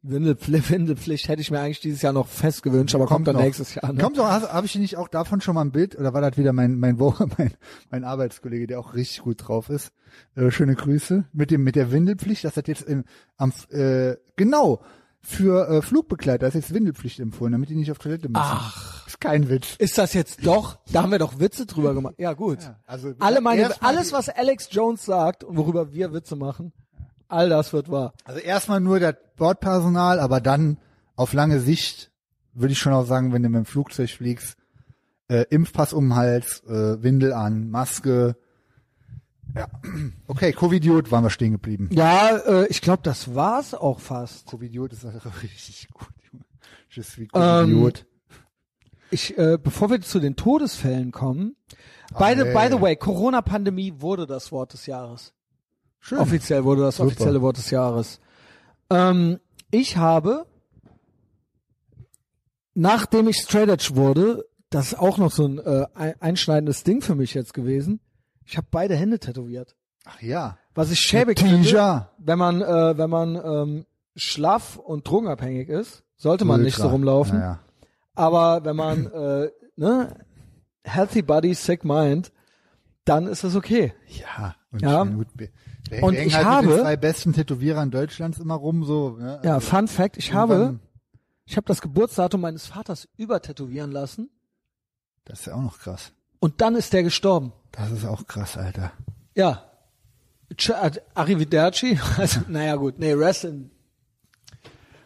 Speaker 2: Windelpflicht, Windelpflicht hätte ich mir eigentlich dieses Jahr noch fest gewünscht, aber kommt, dann
Speaker 1: noch.
Speaker 2: nächstes Jahr. Ne?
Speaker 1: Kommt doch, habe ich nicht auch davon schon mal ein Bild? Oder war das wieder mein mein, Wo- mein mein Arbeitskollege, der auch richtig gut drauf ist? Äh, schöne Grüße mit dem mit der Windelpflicht. Das hat jetzt im am äh, genau für äh, Flugbegleiter ist jetzt Windelpflicht empfohlen, damit die nicht auf Toilette müssen.
Speaker 2: Ach.
Speaker 1: ist kein Witz.
Speaker 2: Ist das jetzt doch? Da haben wir doch Witze drüber gemacht. Ja gut.
Speaker 1: Also
Speaker 2: Alle meine,
Speaker 1: erstmal
Speaker 2: alles
Speaker 1: die-
Speaker 2: was Alex Jones sagt und worüber wir Witze machen, all das wird wahr.
Speaker 1: Also erstmal nur das Bordpersonal, aber dann auf lange Sicht würde ich schon auch sagen, wenn du mit dem Flugzeug fliegst, äh, Impfpass um den Hals, äh, Windel an, Maske. Ja. Okay, Covidiot waren wir stehen geblieben.
Speaker 2: Ja, äh, ich glaube, das war's auch fast.
Speaker 1: Covidiot ist einfach richtig gut. Junge. Je suis
Speaker 2: Ähm,
Speaker 1: Covidiot.
Speaker 2: Ich, äh, bevor wir zu den Todesfällen kommen, by the,
Speaker 1: nee.
Speaker 2: by the way, Corona-Pandemie wurde das Wort des Jahres.
Speaker 1: Schön.
Speaker 2: Hm. Offiziell wurde das
Speaker 1: Super.
Speaker 2: offizielle Wort des Jahres. Ähm, ich habe, nachdem ich Straight Edge wurde, das ist auch noch so ein äh, ein- einschneidendes Ding für mich jetzt gewesen. Ich habe beide Hände tätowiert.
Speaker 1: Ach ja.
Speaker 2: Was ich schäbig finde,
Speaker 1: Tija.
Speaker 2: wenn man äh, wenn man ähm, schlaff und drogenabhängig ist, sollte man nicht so rumlaufen.
Speaker 1: Naja.
Speaker 2: Aber wenn man äh, ne, healthy body, sick mind, dann ist das okay.
Speaker 1: Ja. Und,
Speaker 2: Ja.
Speaker 1: ich meine, gut, wir, wir
Speaker 2: Und
Speaker 1: hängen
Speaker 2: ich
Speaker 1: halt mit
Speaker 2: habe-
Speaker 1: den zwei besten Tätowierern Deutschlands immer rum, so. Ne?
Speaker 2: Ja,
Speaker 1: Also
Speaker 2: Fun Fact, ich habe
Speaker 1: irgendwann-
Speaker 2: Ich habe das Geburtsdatum meines Vaters übertätowieren lassen
Speaker 1: Das ist ja auch noch krass.
Speaker 2: und dann ist der gestorben.
Speaker 1: Das ist auch krass, Alter.
Speaker 2: Ja. Tsch- ad- Arrivederci. Also, naja, gut. Nee, Rest in.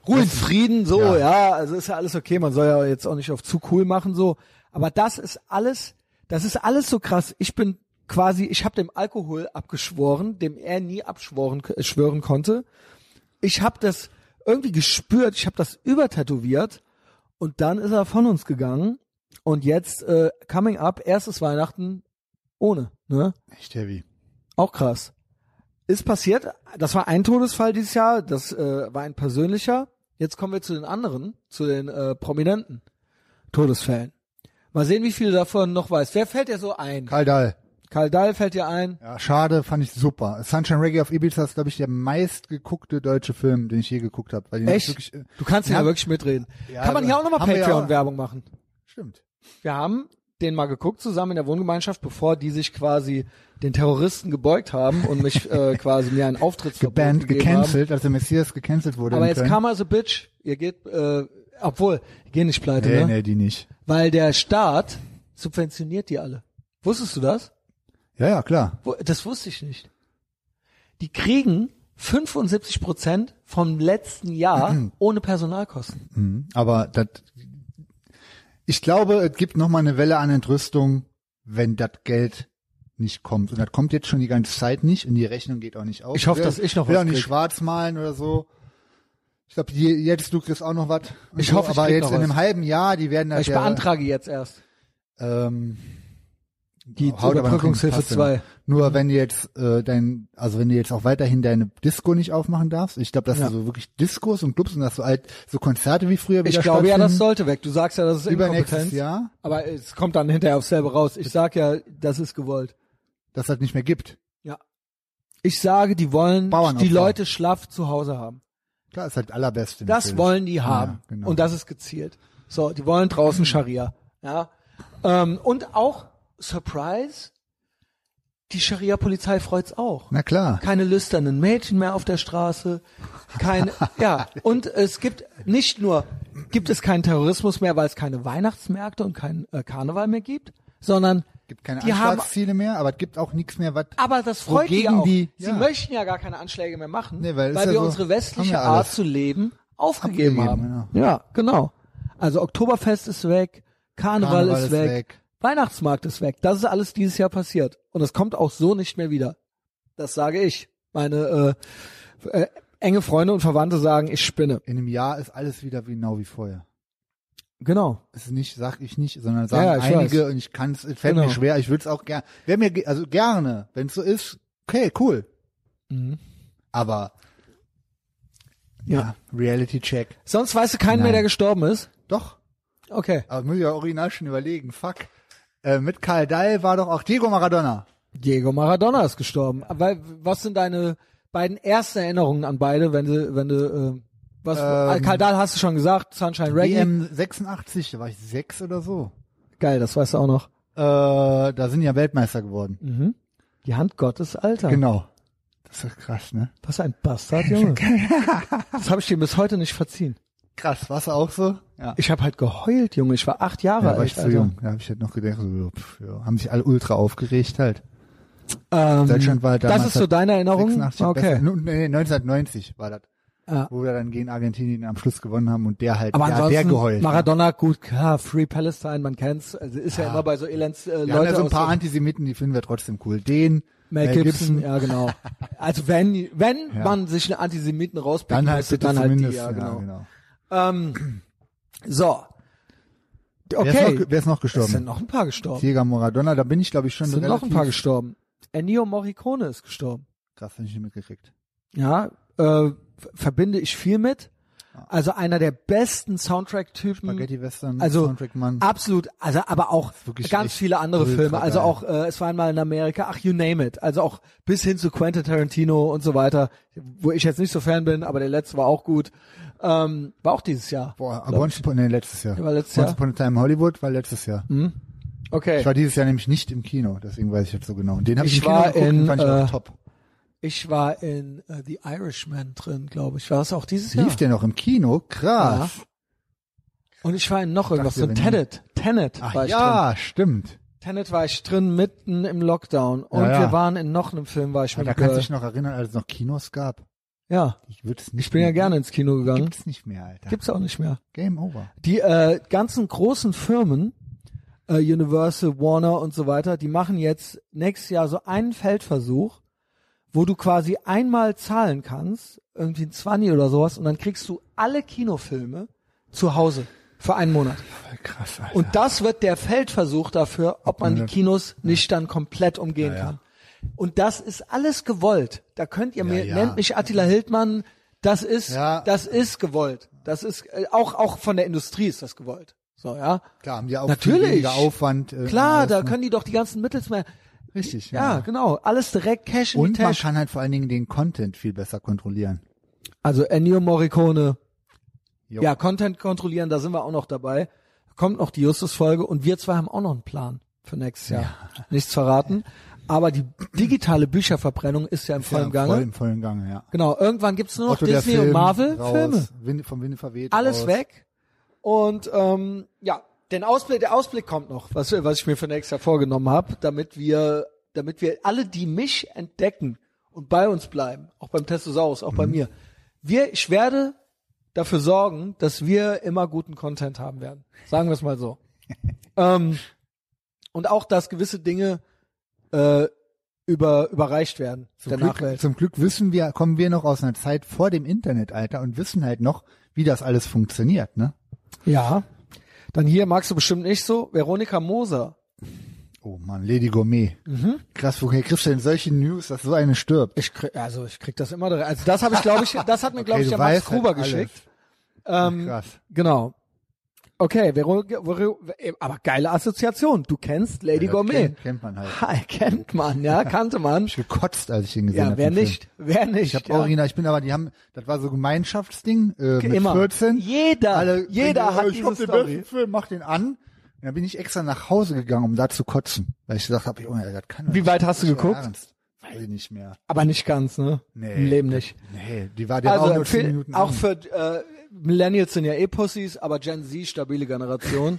Speaker 2: Ruhe in Frieden, so, ja.
Speaker 1: Ja.
Speaker 2: Also ist ja alles okay. Man soll ja jetzt auch nicht auf zu cool machen, so. Aber das ist alles, das ist alles so krass. Ich bin quasi, ich habe dem Alkohol abgeschworen, dem er nie abschworen äh, schwören konnte. Ich habe das irgendwie gespürt, ich habe das übertätowiert und dann ist er von uns gegangen. Und jetzt äh, coming up, erstes Weihnachten ohne, ne?
Speaker 1: Echt heavy.
Speaker 2: Auch krass. Ist passiert. Das war ein Todesfall dieses Jahr. Das äh, war ein persönlicher. Jetzt kommen wir zu den anderen, zu den äh, prominenten Todesfällen. Mal sehen, wie viele davon noch weiß. Wer fällt dir so ein?
Speaker 1: Karl Dahl.
Speaker 2: Karl Dahl fällt dir ein.
Speaker 1: Ja, schade, fand ich super. Sunshine Reggae auf Ibiza ist, glaube ich, der meistgeguckte deutsche Film, den ich je geguckt habe. Weil die
Speaker 2: Echt?
Speaker 1: Wirklich, äh,
Speaker 2: Du kannst ja,
Speaker 1: Ja.
Speaker 2: wirklich mitreden.
Speaker 1: Ja, also
Speaker 2: Kann man hier auch nochmal
Speaker 1: haben wir ja auch.
Speaker 2: Patreon-Werbung machen?
Speaker 1: stimmt.
Speaker 2: Wir haben den mal geguckt zusammen in der Wohngemeinschaft, bevor die sich quasi den Terroristen gebeugt haben und mich äh, quasi mir einen Auftrittsverbot
Speaker 1: Geband,
Speaker 2: gegeben haben.
Speaker 1: gecancelt, als der Messias gecancelt wurde.
Speaker 2: Aber
Speaker 1: in
Speaker 2: jetzt
Speaker 1: Köln.
Speaker 2: kam also Bitch, ihr geht, äh, obwohl, ihr geht nicht pleite,
Speaker 1: Nee,
Speaker 2: ne?
Speaker 1: nee, die nicht.
Speaker 2: Weil der Staat subventioniert die alle. Wusstest du das?
Speaker 1: Ja, ja, klar.
Speaker 2: Wo- Das wusste ich nicht. Die kriegen 75 Prozent vom letzten Jahr ohne Personalkosten.
Speaker 1: Aber das, ich glaube, es gibt noch mal eine Welle an Entrüstung, wenn das Geld nicht kommt. Und das kommt jetzt schon die ganze Zeit nicht und die Rechnung geht auch nicht auf.
Speaker 2: Ich hoffe,
Speaker 1: will,
Speaker 2: dass ich noch
Speaker 1: will
Speaker 2: was
Speaker 1: auch nicht
Speaker 2: krieg.
Speaker 1: schwarz malen oder so. Ich glaube, je- jetzt du kriegst auch noch was. und
Speaker 2: Ich
Speaker 1: so,
Speaker 2: hoffe, ich
Speaker 1: aber
Speaker 2: krieg
Speaker 1: jetzt
Speaker 2: noch
Speaker 1: in
Speaker 2: was.
Speaker 1: einem halben Jahr, die werden das
Speaker 2: Ich
Speaker 1: ja,
Speaker 2: beantrage jetzt erst
Speaker 1: ähm,
Speaker 2: die
Speaker 1: haut aber noch
Speaker 2: Überbrückungshilfe
Speaker 1: hin, passt
Speaker 2: 2.
Speaker 1: ja. Nur wenn du jetzt äh, dein, also wenn du jetzt auch weiterhin deine Disco nicht aufmachen darfst, ich glaube, dass
Speaker 2: Ja.
Speaker 1: du so wirklich Discos und Clubs und dass du halt so Konzerte wie früher wieder
Speaker 2: Ich glaube ja,
Speaker 1: stattfinden.
Speaker 2: das sollte weg. Du sagst ja, das ist
Speaker 1: übernächstes
Speaker 2: Inkompetenz.
Speaker 1: Jahr,
Speaker 2: Aber es kommt dann hinterher aufs selbe raus. Ich sag ja, das ist gewollt.
Speaker 1: dass das halt nicht mehr gibt.
Speaker 2: Ich sage, die wollen
Speaker 1: Bauernopfer.
Speaker 2: die Leute schlaff zu Hause haben.
Speaker 1: Klar, ist halt allerbeste.
Speaker 2: Das
Speaker 1: natürlich.
Speaker 2: wollen die haben.
Speaker 1: Ja, genau. Hm.
Speaker 2: Und das ist gezielt. So, die wollen draußen Scharia. Ja. Ähm, und auch, Surprise, die Scharia-Polizei freut's auch.
Speaker 1: Na klar.
Speaker 2: Keine lüsternen Mädchen mehr auf der Straße. Keine, ja. Und es gibt nicht nur, gibt es keinen Terrorismus mehr, weil es keine Weihnachtsmärkte und keinen äh, Karneval mehr gibt, sondern
Speaker 1: gibt keine
Speaker 2: die haben
Speaker 1: Anschlagsziele mehr, aber es gibt auch nichts mehr, was.
Speaker 2: aber das freut die
Speaker 1: Wogegen
Speaker 2: auch.
Speaker 1: die-
Speaker 2: Sie
Speaker 1: ja.
Speaker 2: möchten ja gar keine Anschläge mehr machen,
Speaker 1: Nee, weil
Speaker 2: weil,
Speaker 1: ist ja
Speaker 2: wir
Speaker 1: so,
Speaker 2: unsere
Speaker 1: haben
Speaker 2: westliche
Speaker 1: ja
Speaker 2: Art
Speaker 1: alles.
Speaker 2: zu leben aufgegeben
Speaker 1: Abgegeben,
Speaker 2: haben. Ja, genau. Also Oktoberfest ist weg, Karneval,
Speaker 1: Karneval
Speaker 2: ist,
Speaker 1: ist
Speaker 2: weg,
Speaker 1: weg.
Speaker 2: Weihnachtsmarkt ist weg. Das ist alles dieses Jahr passiert und es kommt auch so nicht mehr wieder. Das sage ich. Meine äh, äh, enge Freunde und Verwandte sagen, ich spinne.
Speaker 1: In einem Jahr ist alles wieder genau wie vorher.
Speaker 2: Genau.
Speaker 1: Es ist nicht, sag ich nicht, sondern sagen
Speaker 2: Ja, ich
Speaker 1: einige und ich kann es, fällt mir
Speaker 2: Genau.
Speaker 1: schwer, ich würde es auch gerne. Wäre mir, ge- also gerne, wenn es so ist, okay, cool. Aber
Speaker 2: Mhm. Ja.
Speaker 1: ja, Reality Check.
Speaker 2: Sonst weißt du keinen mehr,
Speaker 1: Nein.
Speaker 2: der gestorben ist.
Speaker 1: Doch,
Speaker 2: Okay.
Speaker 1: aber muss ich ja original schon überlegen, fuck. Äh, mit Karl Dall war doch auch Diego Maradona.
Speaker 2: Diego Maradona ist gestorben. Aber was sind deine beiden ersten Erinnerungen an beide, wenn du, wenn du, äh, was,
Speaker 1: Ähm,
Speaker 2: Kaldal hast du schon gesagt, Sunshine Reggae.
Speaker 1: WM 86, da war ich sechs oder so.
Speaker 2: Geil, das weißt du auch noch.
Speaker 1: Äh, da sind die ja Weltmeister geworden.
Speaker 2: Die Hand Gottes, Alter.
Speaker 1: Genau. Das ist krass, ne?
Speaker 2: Was ein Bastard, Junge. das habe ich dir bis heute nicht verziehen.
Speaker 1: Krass, warst du auch so? Ja.
Speaker 2: Ich habe halt geheult, Junge. Ich war acht Jahre
Speaker 1: Da war
Speaker 2: alt.
Speaker 1: ich zu
Speaker 2: Alter.
Speaker 1: jung. Da habe ich halt noch gedacht, so, pff, ja. haben sich alle ultra aufgeregt halt.
Speaker 2: Ähm,
Speaker 1: Deutschland war damals
Speaker 2: das ist so deine Erinnerung?
Speaker 1: 86
Speaker 2: okay.
Speaker 1: besser. Nu- Nee, 1990 war das.
Speaker 2: Ja.
Speaker 1: Wo wir dann gegen Argentinien am Schluss gewonnen haben und der halt,
Speaker 2: Aber
Speaker 1: der, hat
Speaker 2: ansonsten,
Speaker 1: der geheult. ne?
Speaker 2: Maradona, gut, klar, Free Palestine, man kennt's. Also ist ja, immer bei so Elends äh,
Speaker 1: Wir haben
Speaker 2: Leute
Speaker 1: ja so ein
Speaker 2: aus
Speaker 1: paar
Speaker 2: so-
Speaker 1: Antisemiten, die finden wir trotzdem cool. Den,
Speaker 2: Mel
Speaker 1: Mel
Speaker 2: Gibson,
Speaker 1: Gibson.
Speaker 2: ja genau. Also wenn wenn
Speaker 1: Ja.
Speaker 2: man sich einen Antisemiten rauspicken
Speaker 1: dann halt
Speaker 2: musste,
Speaker 1: bitte
Speaker 2: dann halt die,
Speaker 1: zumindest.
Speaker 2: ja,
Speaker 1: ja,
Speaker 2: genau.
Speaker 1: genau.
Speaker 2: So.
Speaker 1: Wer, ist
Speaker 2: Okay.
Speaker 1: noch, wer ist noch
Speaker 2: es sind
Speaker 1: gestorben?
Speaker 2: noch ein paar gestorben.
Speaker 1: Jäger Maradona, da bin ich glaube ich schon
Speaker 2: Es sind noch ein
Speaker 1: relativ-
Speaker 2: paar gestorben. Ennio Morricone ist gestorben.
Speaker 1: Krass, wenn ich nicht mitgekriegt.
Speaker 2: Mhm. Ja, äh, f- verbinde ich viel mit. Also einer der besten Soundtrack-Typen.
Speaker 1: Ah. Spaghetti Western,
Speaker 2: Also
Speaker 1: Soundtrack-Mann.
Speaker 2: absolut, also aber auch
Speaker 1: wirklich
Speaker 2: ganz
Speaker 1: echt
Speaker 2: viele andere
Speaker 1: ultra
Speaker 2: Filme. Also
Speaker 1: geil.
Speaker 2: auch äh, es war einmal in Amerika, ach you name it. Also auch bis hin zu Quentin Tarantino und so weiter, wo ich jetzt nicht so Fan bin, aber der letzte war auch gut. Ähm, war auch dieses Jahr.
Speaker 1: Boah,
Speaker 2: glaub
Speaker 1: aber Once Upon, nee, letztes Jahr.
Speaker 2: War letztes
Speaker 1: Once
Speaker 2: Jahr?
Speaker 1: Upon a Time in Hollywood war letztes Jahr.
Speaker 2: ich. Okay.
Speaker 1: Ich war dieses Jahr nämlich nicht im Kino, deswegen weiß ich jetzt so genau. Den habe ich,
Speaker 2: Ich
Speaker 1: im Kino
Speaker 2: war
Speaker 1: geguckt und
Speaker 2: in,
Speaker 1: fand ich auch
Speaker 2: äh,
Speaker 1: top.
Speaker 2: Ich war in äh, The Irishman drin, glaube ich. War es auch dieses Jahr?
Speaker 1: Lief der noch im Kino? Krass.
Speaker 2: Und ich war in noch irgendwas
Speaker 1: Dachte,
Speaker 2: drin.
Speaker 1: wenn-
Speaker 2: Tenet. Tenet
Speaker 1: Ach
Speaker 2: war ich drin.
Speaker 1: ja, stimmt.
Speaker 2: Tenet war ich drin, mitten im Lockdown. Und
Speaker 1: Ja, ja.
Speaker 2: wir waren in noch einem Film, war ich
Speaker 1: Ja,
Speaker 2: mit
Speaker 1: da
Speaker 2: äh,
Speaker 1: kannst du dich noch erinnern, als es noch Kinos gab.
Speaker 2: Ja,
Speaker 1: Ich würde es nicht
Speaker 2: ich bin ja
Speaker 1: mehr-
Speaker 2: gerne ins Kino gegangen.
Speaker 1: Gibt's nicht mehr, Alter.
Speaker 2: Gibt's auch nicht mehr.
Speaker 1: Game over.
Speaker 2: Die äh, ganzen großen Firmen, äh, Universal, Warner und so weiter, die machen jetzt nächstes Jahr so einen Feldversuch, wo du quasi einmal zahlen kannst, irgendwie ein 20 oder sowas, und dann kriegst du alle Kinofilme zu Hause für einen Monat.
Speaker 1: Voll krass, Alter.
Speaker 2: Und das wird der Feldversuch dafür, ob man die Kinos nicht dann komplett umgehen
Speaker 1: Ja, ja.
Speaker 2: kann. Und das ist alles gewollt. Da könnt ihr mir,
Speaker 1: ja.
Speaker 2: nennt mich Attila Hildmann, das ist,
Speaker 1: Ja.
Speaker 2: das ist gewollt. Das ist, äh, auch, auch von der Industrie ist das gewollt. So, ja.
Speaker 1: Klar, haben die auch
Speaker 2: Natürlich.
Speaker 1: viel weniger Aufwand. äh,
Speaker 2: Klar,
Speaker 1: alles,
Speaker 2: da
Speaker 1: ne?
Speaker 2: können die doch die ganzen Mittelsmänner.
Speaker 1: Richtig,
Speaker 2: Ja,
Speaker 1: ja.
Speaker 2: genau. Alles direkt Cash in
Speaker 1: Und
Speaker 2: die
Speaker 1: man
Speaker 2: Tasche.
Speaker 1: kann halt vor allen Dingen den Content viel besser kontrollieren.
Speaker 2: Also Ennio Morricone.
Speaker 1: Jo.
Speaker 2: Ja, Content kontrollieren, da sind wir auch noch dabei. Kommt noch die Justus-Folge und wir zwei haben auch noch einen Plan für nächstes Jahr. Nichts verraten. Aber die digitale Bücherverbrennung ist ja im vollen
Speaker 1: ja,
Speaker 2: Gange.
Speaker 1: Voll im vollen Gange, ja.
Speaker 2: Genau, irgendwann gibt's nur noch
Speaker 1: der
Speaker 2: Disney
Speaker 1: Film,
Speaker 2: und Marvel
Speaker 1: raus,
Speaker 2: Filme.
Speaker 1: Wind, vom Winde verweht.
Speaker 2: Alles
Speaker 1: raus.
Speaker 2: weg. Und ähm, ja, den Ausblick, der Ausblick kommt noch, was, was ich mir für nächstes Jahr vorgenommen habe, damit wir damit wir alle, die mich entdecken und bei uns bleiben, auch beim Testosaurus, auch
Speaker 1: Mhm.
Speaker 2: bei mir, wir, ich werde dafür sorgen, dass wir immer guten Content haben werden. Sagen wir es mal so. ähm, und auch, dass gewisse Dinge äh, über, überreicht werden der
Speaker 1: Glück,
Speaker 2: Nachwelt.
Speaker 1: zum Glück wissen wir, kommen wir noch aus einer Zeit vor dem Internetalter und wissen halt noch, wie das alles funktioniert, ne?
Speaker 2: Ja. Dann hier magst du bestimmt nicht so. Veronika Moser.
Speaker 1: Oh Mann, Lady Gourmet. Krass, woher kriegst du denn solche News, dass so eine stirbt?
Speaker 2: Mhm. Ich krieg, also ich krieg das immer. drin. Also das habe ich, glaube ich, das hat mir, glaube
Speaker 1: Ey,
Speaker 2: ich,
Speaker 1: du
Speaker 2: der Max
Speaker 1: weißt halt
Speaker 2: Gruber
Speaker 1: alles.
Speaker 2: geschickt.
Speaker 1: Krass.
Speaker 2: Genau. Okay, Veronika, Vero- eh, aber geile Assoziation. Du kennst Lady
Speaker 1: Ja,
Speaker 2: Gourmet.
Speaker 1: kennt- kennt man halt.
Speaker 2: Ha, kennt man, ja, kannte man.
Speaker 1: Ich gekotzt, als ich den gesehen
Speaker 2: Ja,
Speaker 1: habe.
Speaker 2: wer
Speaker 1: den Film.
Speaker 2: nicht, wer nicht.
Speaker 1: Ich habe
Speaker 2: ja.
Speaker 1: original, ich bin aber, die haben, das war so Gemeinschaftsding äh, mit
Speaker 2: Immer.
Speaker 1: 14.
Speaker 2: Jeder,
Speaker 1: Alle, äh,
Speaker 2: jeder
Speaker 1: ich
Speaker 2: hat
Speaker 1: hab
Speaker 2: diese
Speaker 1: den
Speaker 2: Story.
Speaker 1: besten Film, mach den an. Und dann bin ich extra nach Hause gegangen, um da zu kotzen, weil ich gesagt habe, Junge, das kann doch
Speaker 2: Wie
Speaker 1: nicht
Speaker 2: weit hast du
Speaker 1: nicht
Speaker 2: geguckt?
Speaker 1: Ernst. Weiß ich nicht mehr.
Speaker 2: Aber nicht ganz, ne?
Speaker 1: Nee.
Speaker 2: Im Leben nicht.
Speaker 1: Nee, die war der
Speaker 2: Also
Speaker 1: auch nur 10
Speaker 2: für,
Speaker 1: Minuten
Speaker 2: auch
Speaker 1: an.
Speaker 2: für äh, Millennials sind ja eh Pussys, aber Gen Z stabile Generation.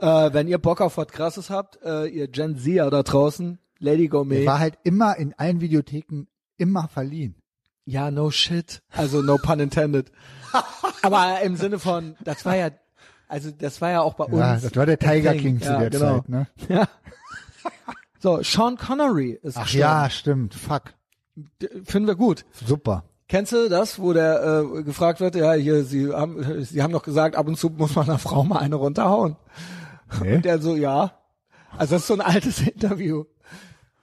Speaker 2: äh, wenn ihr Bock auf was Krasses habt, äh, ihr Gen Zer da draußen, Lady Gourmet.
Speaker 1: Der war halt immer in allen Videotheken immer verliehen.
Speaker 2: Ja, no shit. Also no pun intended. Aber im Sinne von, das war ja, also das war ja auch bei uns.
Speaker 1: Ja, das war der Tiger
Speaker 2: Ding.
Speaker 1: King zu
Speaker 2: Ja,
Speaker 1: der
Speaker 2: genau.
Speaker 1: Zeit, ne?
Speaker 2: Ja. So, Sean Connery ist
Speaker 1: Ach
Speaker 2: gestorben.
Speaker 1: ja, stimmt. Fuck.
Speaker 2: D- Finden wir gut.
Speaker 1: Super.
Speaker 2: Kennst du das, wo der äh, gefragt wird, ja, hier, sie haben, sie haben doch gesagt, ab und zu muss man einer Frau mal eine runterhauen.
Speaker 1: Nee.
Speaker 2: Und der so, ja. Also das ist so ein altes Interview.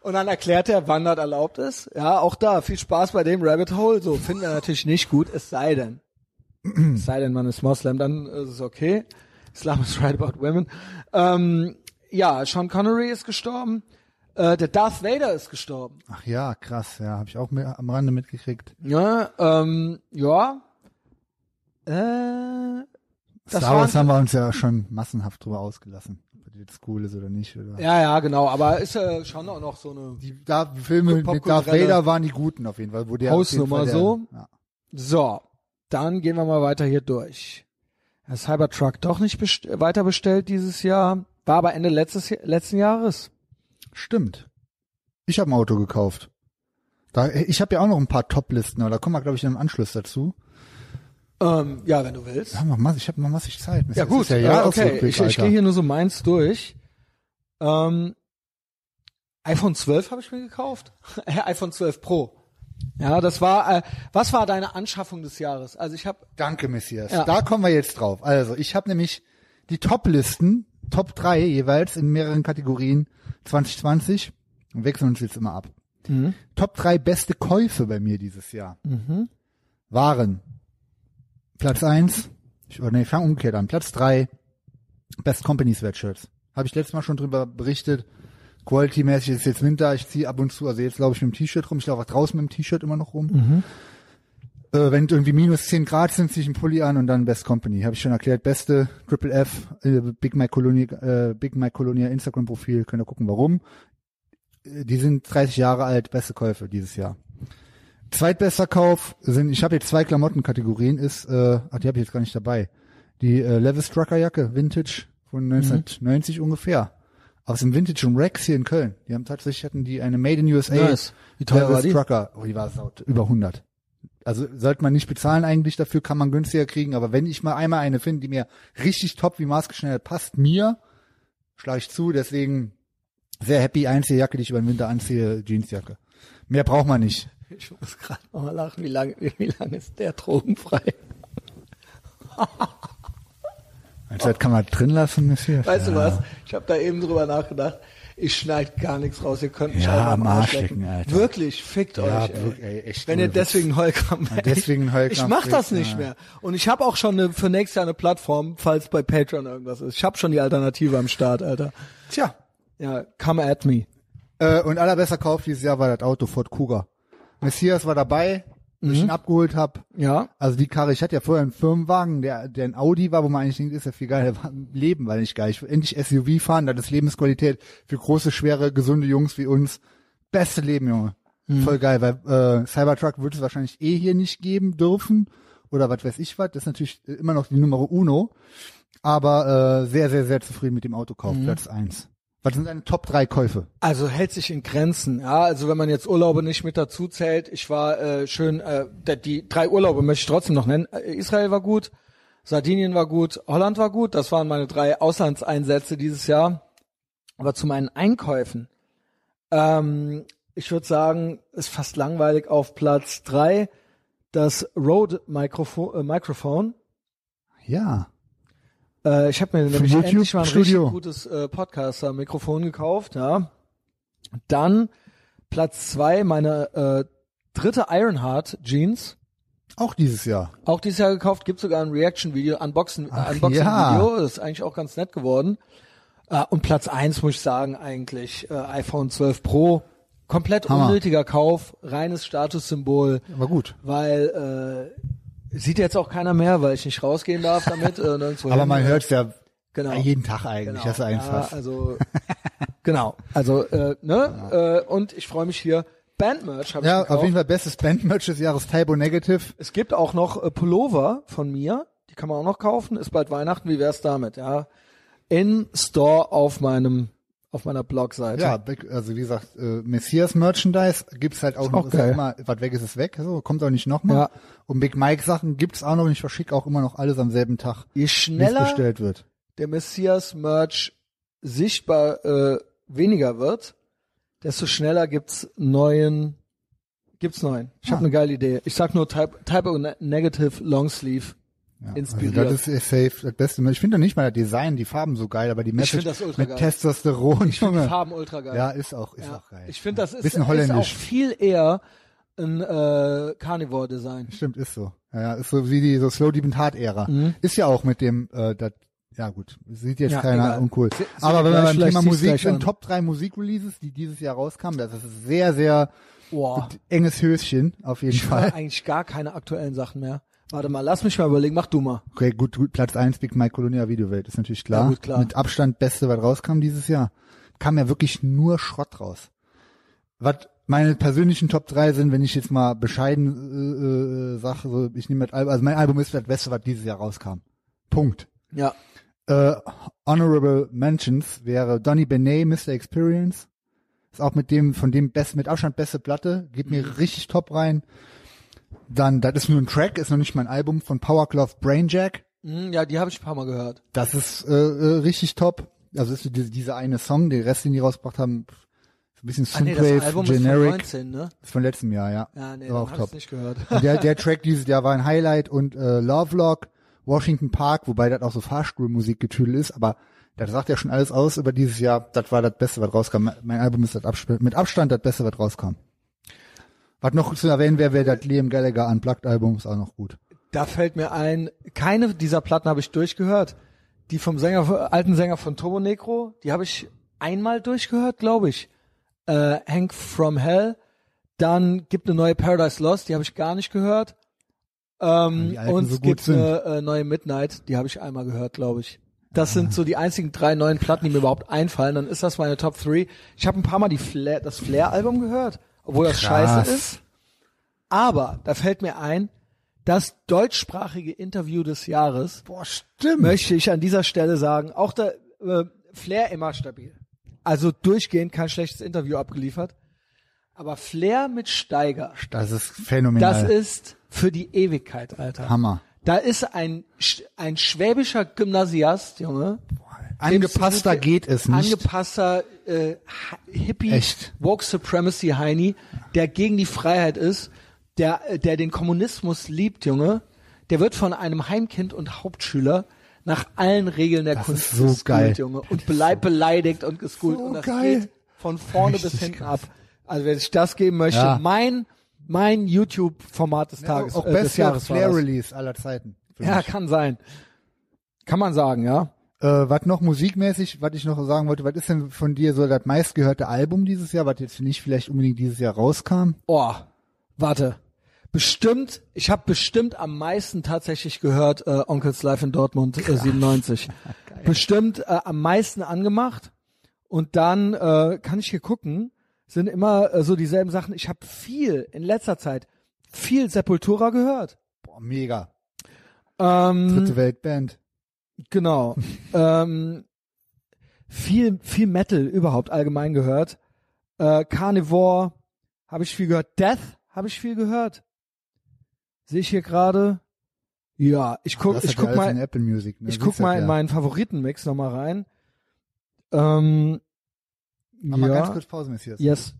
Speaker 2: Und dann erklärt er, wann das erlaubt ist. Ja, auch da, viel Spaß bei dem Rabbit Hole. So, finden wir natürlich nicht gut, es sei denn. es sei denn, man ist Moslem, dann ist es okay. Islam is right about women. Ähm, ja, Sean Connery ist gestorben. Äh, der Darth Vader ist gestorben.
Speaker 1: Ach ja, krass. Ja, habe ich auch mit, am Rande mitgekriegt.
Speaker 2: Ja, ähm, ja. Äh, das
Speaker 1: Star Wars
Speaker 2: waren-
Speaker 1: haben wir uns ja schon massenhaft drüber ausgelassen. Ob das jetzt cool ist oder nicht. Oder?
Speaker 2: ja, ja, genau, aber ist äh, schon auch noch so eine
Speaker 1: Die da Filme mit Darth
Speaker 2: Popkulturelle-
Speaker 1: Vader waren die guten auf jeden Fall. Wo der auf jeden
Speaker 2: Hausnummer
Speaker 1: Fall der,
Speaker 2: so.
Speaker 1: Ja.
Speaker 2: So, dann gehen wir mal weiter hier durch. Der Cybertruck doch nicht best weiter bestellt dieses Jahr, war aber Ende letztes Jahr- letzten Jahres.
Speaker 1: Stimmt. Ich habe ein Auto gekauft. Da, ich habe ja auch noch ein paar Top-Listen, aber da kommen wir, glaube ich, im Anschluss dazu.
Speaker 2: Ähm, ja, wenn du willst.
Speaker 1: Ja, noch mass- ich habe noch massig Zeit. Mist,
Speaker 2: Ja
Speaker 1: das
Speaker 2: gut,
Speaker 1: ist ja
Speaker 2: äh, okay,
Speaker 1: Jahresrückblick,
Speaker 2: ich, ich
Speaker 1: Alter.
Speaker 2: gehe hier nur so meins durch. Ähm, iPhone 12 habe ich mir gekauft, Äh, iPhone 12 Pro. Ja, das war, äh, was war deine Anschaffung des Jahres? Also ich habe
Speaker 1: Danke, Messias.
Speaker 2: Ja.
Speaker 1: Da kommen wir jetzt drauf. Also, ich habe nämlich die Top-Listen, Top 3 jeweils in mehreren Kategorien 2020 und wechseln uns jetzt immer ab. Top 3 beste Käufe bei mir dieses Jahr waren Platz 1, ich, oder nee, ich fang umgekehrt an, Platz 3, Best Company Sweatshirts. Habe ich letztes Mal schon drüber berichtet. Quality-mäßig ist jetzt Winter, ich ziehe ab und zu, also jetzt laufe ich mit dem T-Shirt rum, ich laufe auch draußen mit dem T-Shirt immer noch rum äh, wenn irgendwie minus 10 Grad sind, zieh ich einen Pulli an und dann Best Company. Habe ich schon erklärt. Beste Triple F, äh, Big My Colonia, äh, Big My Colonia Instagram Profil. Könnt ihr gucken, warum. Äh, Die sind 30 Jahre alt, beste Käufe dieses Jahr. Zweitbester Kauf sind, ich habe jetzt zwei Klamottenkategorien, ist, äh, ach, die habe ich jetzt gar nicht dabei. Die äh, Levis Trucker Jacke, Vintage
Speaker 2: Mhm.
Speaker 1: von 1990 ungefähr. Aus dem Vintage und Rex hier in Köln. Die haben tatsächlich, hatten die eine Made in USA.
Speaker 2: Nice. Wie teuer
Speaker 1: Levis
Speaker 2: war die?
Speaker 1: Trucker. Oh, die war saut, über 100 also sollte man nicht bezahlen eigentlich dafür, kann man günstiger kriegen, aber wenn ich mal einmal eine finde, die mir richtig top wie maßgeschneidert passt, mir schlage ich zu, deswegen sehr happy, einzige Jacke, die ich über den Winter anziehe, Jeansjacke. Mehr braucht man nicht.
Speaker 2: Ich muss gerade mal lachen, wie lange wie lange ist der drogenfrei?
Speaker 1: Also das kann man drin lassen, Monsieur.
Speaker 2: Weißt du was? Ich habe da eben drüber nachgedacht. Ich schneid gar nichts raus. Ihr könnt mich
Speaker 1: Ja,
Speaker 2: alle am
Speaker 1: am Arsch
Speaker 2: Arsch lecken.
Speaker 1: lecken, Alter.
Speaker 2: Wirklich, fickt
Speaker 1: Ja,
Speaker 2: euch. Ey.
Speaker 1: wirklich, ey, echt
Speaker 2: Wenn ihr
Speaker 1: ohne Witz.
Speaker 2: deswegen Heulkram
Speaker 1: Ja, deswegen einen Heulkrampf
Speaker 2: Ich mach das
Speaker 1: kriegt,
Speaker 2: nicht
Speaker 1: ja.
Speaker 2: mehr. Und ich habe auch schon eine, für nächstes Jahr eine Plattform, falls bei Patreon irgendwas ist. Ich habe schon die Alternative am Start, Alter.
Speaker 1: Tja.
Speaker 2: Ja, come at me.
Speaker 1: Äh, und allerbester Kauf dieses Jahr war das Auto Ford Kuga. Messias war dabei, mhm. ich ihn abgeholt hab.
Speaker 2: Ja.
Speaker 1: Also die Karre, ich hatte ja vorher einen Firmenwagen, der, der ein Audi war, wo man eigentlich denkt, ist ja viel geiler Leben, weil ich geil. Ich will endlich SUV fahren, das ist Lebensqualität für große, schwere, gesunde Jungs wie uns. Beste Leben, Junge. Voll geil, weil äh, Cybertruck würde es wahrscheinlich eh hier nicht geben dürfen oder was weiß ich was. Das ist natürlich immer noch die Nummer Uno, aber äh, sehr, sehr, sehr zufrieden mit dem Autokauf, Platz eins. Was sind deine Top 3 Käufe?
Speaker 2: Also hält sich in Grenzen. Ja, also wenn man jetzt Urlaube nicht mit dazu zählt, ich war äh, schön, äh, da- die drei Urlaube möchte ich trotzdem noch nennen. Äh, Israel war gut, Sardinien war gut, Holland war gut. Das waren meine drei Auslandseinsätze dieses Jahr. Aber zu meinen Einkäufen, ähm, ich würde sagen, ist fast langweilig auf Platz drei das Rode Mikrofo äh, Mikrofon.
Speaker 1: Ja.
Speaker 2: Äh, ich habe mir nämlich
Speaker 1: YouTube
Speaker 2: endlich mal ein
Speaker 1: Studio.
Speaker 2: richtig gutes äh, Podcaster-Mikrofon gekauft, ja. Dann Platz zwei meine äh, dritte Ironheart Jeans.
Speaker 1: Auch dieses Jahr.
Speaker 2: Auch dieses Jahr gekauft, gibt sogar ein Reaction-Video, Unboxen-
Speaker 1: Ach,
Speaker 2: Unboxing-Video, Unboxing
Speaker 1: ja.
Speaker 2: ist eigentlich auch ganz nett geworden. Äh, und Platz eins muss ich sagen, eigentlich äh, iPhone 12 Pro. Komplett
Speaker 1: Hammer.
Speaker 2: unnötiger Kauf, reines Statussymbol
Speaker 1: War gut.
Speaker 2: weil äh, sieht jetzt auch keiner mehr, weil ich nicht rausgehen darf damit. Äh, nirgendwo
Speaker 1: Aber
Speaker 2: hin.
Speaker 1: man hört's ja
Speaker 2: genau.
Speaker 1: jeden Tag eigentlich.
Speaker 2: genau.
Speaker 1: Das ist einfach.
Speaker 2: Ja, also genau, also äh, ne äh, und ich freue mich hier Bandmerch habe ich
Speaker 1: Ja,
Speaker 2: gekauft.
Speaker 1: auf jeden Fall bestes Bandmerch des Jahres, Taibo Negative.
Speaker 2: Es gibt auch noch äh, Pullover von mir, die kann man auch noch kaufen. Ist bald Weihnachten, wie wär's damit? Ja, in Store auf meinem auf meiner Blogseite.
Speaker 1: Ja, weg- also wie gesagt, äh, Messias Merchandise gibt's halt auch noch,
Speaker 2: auch
Speaker 1: ist halt
Speaker 2: geil.
Speaker 1: immer, was weg ist, ist weg, so, kommt auch nicht nochmal.
Speaker 2: Ja.
Speaker 1: Und Big Mike Sachen gibt's auch noch und ich verschicke auch immer noch alles am selben Tag,
Speaker 2: Je
Speaker 1: wie es
Speaker 2: schneller
Speaker 1: bestellt wird.
Speaker 2: der Messias-Merch sichtbar äh, weniger wird, desto schneller gibt's neuen. Gibt's neuen. Ich hab
Speaker 1: Ah.
Speaker 2: habe eine geile Idee. Ich sag nur Type, type O Ne- Negative Longsleeve.
Speaker 1: Ja,
Speaker 2: Inspiriert.
Speaker 1: Also das ist safe, das Beste. Ich finde doch nicht mal das Design, die Farben so geil, aber die Message
Speaker 2: find das ultra
Speaker 1: mit
Speaker 2: geil.
Speaker 1: Testosteron, Junge.
Speaker 2: Farben ultra geil.
Speaker 1: Ja, ist auch, ist
Speaker 2: Ja.
Speaker 1: auch geil.
Speaker 2: Ich finde, das ist, ist
Speaker 1: Bisschen
Speaker 2: auch
Speaker 1: holländisch.
Speaker 2: viel eher ein äh, Carnivore-Design.
Speaker 1: Stimmt, ist so. Ja, Ja, ist so wie die so Slow Deep and Hard Ära. Ist ja auch mit dem, äh, dat, ja gut, sieht jetzt
Speaker 2: Mhm. Ja,
Speaker 1: keiner
Speaker 2: egal.
Speaker 1: uncool.
Speaker 2: Se-
Speaker 1: Aber wenn
Speaker 2: sehen wir
Speaker 1: wir
Speaker 2: gleich,
Speaker 1: beim
Speaker 2: vielleicht
Speaker 1: Thema
Speaker 2: siehst du
Speaker 1: Musik
Speaker 2: gleich
Speaker 1: sind,
Speaker 2: an.
Speaker 1: Top 3 Musikreleases, die dieses Jahr rauskamen, das ist sehr, sehr
Speaker 2: Boah,
Speaker 1: enges Höschen, auf jeden
Speaker 2: Oh. ich höre
Speaker 1: Fall.
Speaker 2: eigentlich gar keine aktuellen Sachen mehr. Warte mal, lass mich mal überlegen. Mach du mal.
Speaker 1: Okay, gut, gut, Platz 1, Big Mike Colonia Videowelt, ist natürlich klar.
Speaker 2: Ja, gut, klar.
Speaker 1: Mit Abstand Beste, was rauskam dieses Jahr. Kam ja wirklich nur Schrott raus. Was meine persönlichen Top 3 sind, wenn ich jetzt mal bescheiden äh, äh, sage, so, ich nehme das Album, also mein Album ist das Beste, was dieses Jahr rauskam. Punkt.
Speaker 2: Ja,
Speaker 1: Äh, honorable Mentions wäre Donny Benet, Mr. Experience. Ist auch mit dem, von dem best, mit Abstand beste Platte. Geht
Speaker 2: Mhm.
Speaker 1: mir richtig top rein. Dann, das ist nur ein Track, ist noch nicht mein Album von Powercloth Brainjack.
Speaker 2: Hm, ja, die habe ich ein paar Mal gehört.
Speaker 1: Das ist äh, äh, richtig top. Also ist diese, diese eine Song, den Rest, den die rausgebracht haben, ist ein bisschen
Speaker 2: Ah, nee,
Speaker 1: Synthwave,
Speaker 2: das Album
Speaker 1: Generic.
Speaker 2: ist von 19, ne?
Speaker 1: ist von letztem Jahr, ja.
Speaker 2: Ja, nee,
Speaker 1: War
Speaker 2: dann
Speaker 1: auch
Speaker 2: hab ich's
Speaker 1: top.
Speaker 2: nicht gehört.
Speaker 1: Und der, der Track dieses Jahr war ein Highlight und äh, Lovelock, Washington Park, wobei das auch so Fahrstuhlmusikgetüdel ist, aber das sagt ja schon alles aus über dieses Jahr. Das war das Beste, was rauskam. Mein Album ist das Absp mit Abstand das Beste, was rauskam. Was noch zu erwähnen wäre, wäre das Liam Gallagher Unplugged Album, ist auch noch gut.
Speaker 2: Da fällt mir ein, keine dieser Platten habe ich durchgehört. Die vom Sänger, alten Sänger von Turbo Negro, die habe ich einmal durchgehört, glaube ich. Äh, Hank from Hell. Dann gibt eine neue Paradise Lost, die habe ich gar nicht gehört.
Speaker 1: Weil
Speaker 2: Ähm,
Speaker 1: die alten
Speaker 2: und
Speaker 1: so
Speaker 2: es
Speaker 1: gut
Speaker 2: gibt
Speaker 1: sind. Ah.
Speaker 2: eine äh, neue Midnight, die habe ich einmal gehört, glaube ich. Das sind so die einzigen drei neuen Platten, die mir überhaupt einfallen. Dann ist das meine Top 3. Ich habe ein paar Mal die Flair, das Flair-Album gehört, obwohl das
Speaker 1: Krass.
Speaker 2: scheiße ist. Aber da fällt mir ein, das deutschsprachige Interview des Jahres
Speaker 1: Boah, stimmt.
Speaker 2: möchte ich an dieser Stelle sagen. Auch der äh, Flair immer stabil. Also durchgehend kein schlechtes Interview abgeliefert. Aber Flair mit Steiger,
Speaker 1: Das ist
Speaker 2: das
Speaker 1: phänomenal.
Speaker 2: ist für die Ewigkeit, Alter.
Speaker 1: Hammer.
Speaker 2: Da ist ein, Sch- ein schwäbischer Gymnasiast, Junge.
Speaker 1: Angepasster
Speaker 2: Absolute-
Speaker 1: geht es nicht.
Speaker 2: Angepasster äh, Ha- Hippie,
Speaker 1: Echt.
Speaker 2: Woke Supremacy Heini, der gegen die Freiheit ist, der, äh, der den Kommunismus liebt, Junge. Der wird von einem Heimkind und Hauptschüler nach allen Regeln der
Speaker 1: Das ist
Speaker 2: Kunst
Speaker 1: so
Speaker 2: geschoolt,
Speaker 1: geil.
Speaker 2: Junge. Und bleib beleidigt und geschoolt.
Speaker 1: so
Speaker 2: und das
Speaker 1: geil.
Speaker 2: geht von vorne bis
Speaker 1: Richtig
Speaker 2: hinten
Speaker 1: krass.
Speaker 2: ab. Also wer sich das geben möchte,
Speaker 1: Ja.
Speaker 2: mein mein YouTube-Format des Tages,
Speaker 1: auch
Speaker 2: äh, des
Speaker 1: bester
Speaker 2: Jahres war das.
Speaker 1: Flair-Release aller Zeiten. für
Speaker 2: Ja,
Speaker 1: mich.
Speaker 2: kann sein. Kann man sagen, ja.
Speaker 1: Äh, was noch musikmäßig, was ich noch sagen wollte, was ist denn von dir so das meistgehörte Album dieses Jahr, was jetzt nicht vielleicht unbedingt dieses Jahr rauskam?
Speaker 2: Oh, warte. Bestimmt, ich habe bestimmt am meisten tatsächlich gehört äh, Onkels Live in Dortmund äh, 97. bestimmt äh, am meisten angemacht. Und dann äh, kann ich hier gucken, sind immer äh, so dieselben Sachen. Ich habe viel in letzter Zeit viel Sepultura gehört.
Speaker 1: Boah, mega.
Speaker 2: Ähm,
Speaker 1: Hm. Dritte Weltband.
Speaker 2: Genau. ähm,
Speaker 5: viel, viel Metal überhaupt allgemein gehört. Äh, Carnivore habe ich viel gehört. Death habe ich viel gehört. Sehe ich hier gerade. Ja, ich guck,
Speaker 1: Das hat
Speaker 5: ich
Speaker 1: ja
Speaker 5: guck
Speaker 1: alles
Speaker 5: mal,
Speaker 1: in Apple Music. Ne?
Speaker 5: ich
Speaker 1: Siehst
Speaker 5: guck
Speaker 1: du
Speaker 5: mal in
Speaker 1: ja.
Speaker 5: meinen Favoritenmix nochmal rein. Ähm,
Speaker 1: Mach mal
Speaker 5: ja,
Speaker 1: ganz kurz Pause, Messias.
Speaker 5: yes.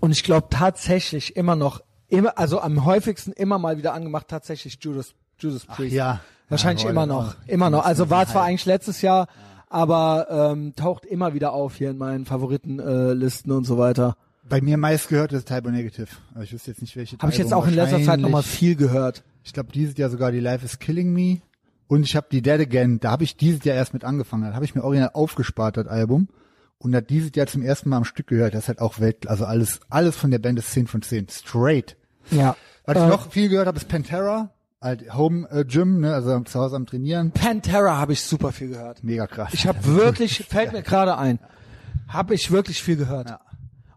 Speaker 2: Und ich glaube tatsächlich immer noch, immer, also am häufigsten immer mal wieder angemacht, tatsächlich Judas, Judas Priest.
Speaker 1: Ja.
Speaker 2: Wahrscheinlich
Speaker 1: Jawohl,
Speaker 2: immer
Speaker 1: das
Speaker 2: noch,
Speaker 1: war-
Speaker 2: immer noch.
Speaker 1: das war
Speaker 2: Also war
Speaker 1: ein
Speaker 2: zwar
Speaker 1: Hype.
Speaker 2: eigentlich letztes Jahr, aber ähm, taucht immer wieder auf hier in meinen Favoritenlisten äh, Listen und so weiter.
Speaker 1: Bei mir meist gehört das Type O Negative. Aber ich wüsste jetzt nicht, welche.
Speaker 2: Habe ich jetzt auch in letzter Zeit nochmal viel gehört.
Speaker 1: Ich glaube, dieses Jahr sogar die Life is Killing Me. Und ich habe die Dead Again, da habe ich dieses Jahr erst mit angefangen. Da habe ich mir original aufgespart, das Album. Und das dieses Jahr zum ersten Mal am Stück gehört. Das ist halt auch Welt, also alles, alles von der Band ist 10 von 10. Straight.
Speaker 2: Ja.
Speaker 1: Was ich noch viel gehört habe, ist Pantera. Halt Home äh, Gym, ne, also zu Hause am Trainieren.
Speaker 2: Pantera habe ich super viel gehört.
Speaker 1: Mega krass.
Speaker 2: Ich habe wirklich, fällt mir gerade ein, habe ich wirklich viel gehört.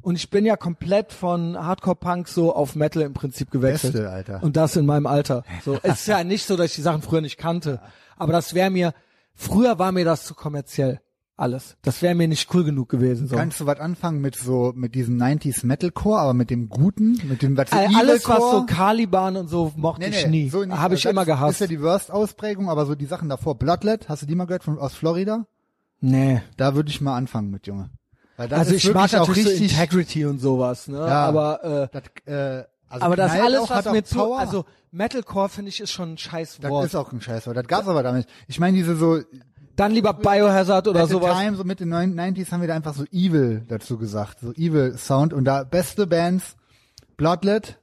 Speaker 2: Und ich bin ja komplett von Hardcore-Punk so auf Metal im Prinzip gewechselt.
Speaker 1: Beste, Alter.
Speaker 2: Und das in meinem Alter. So, es ist ja nicht so, dass ich die Sachen früher nicht kannte. Aber das wäre mir, früher war mir das zu kommerziell. Alles. Das wäre mir nicht cool genug gewesen. So.
Speaker 1: Kannst du was anfangen mit so, mit diesem 90s Metalcore, aber mit dem guten, mit dem, was so
Speaker 2: All- Alles, was
Speaker 1: Evilcore-
Speaker 2: so Caliban und so mochte ich nie.
Speaker 1: so nicht.
Speaker 2: habe ich
Speaker 1: Also
Speaker 2: immer
Speaker 1: das Ist
Speaker 2: gehasst.
Speaker 1: ja die Worst-Ausprägung, aber so die Sachen davor. Bloodlet, hast du die mal gehört von, aus Florida?
Speaker 2: nee.
Speaker 1: Da würde ich mal anfangen mit, Junge. Weil das
Speaker 2: Also
Speaker 1: ist
Speaker 2: ich mag
Speaker 1: wirklich auch
Speaker 2: natürlich so
Speaker 1: richtig.
Speaker 2: Integrity und sowas, ne?
Speaker 1: Ja.
Speaker 2: Aber äh,
Speaker 1: das, äh, also
Speaker 2: aber das
Speaker 1: knallt
Speaker 2: alles,
Speaker 1: auch,
Speaker 2: was
Speaker 1: hat auch
Speaker 2: mir zu,
Speaker 1: Power.
Speaker 2: also Metalcore finde ich ist schon ein scheiß
Speaker 1: das
Speaker 2: Wort.
Speaker 1: ist auch ein Scheiß, aber das gab's aber damit. Ich meine, diese so,
Speaker 2: Dann lieber Biohazard oder
Speaker 1: at the
Speaker 2: sowas.
Speaker 1: time, so mit den 90s haben wir da einfach so evil dazu gesagt. So evil Sound und da beste Bands, Bloodlet,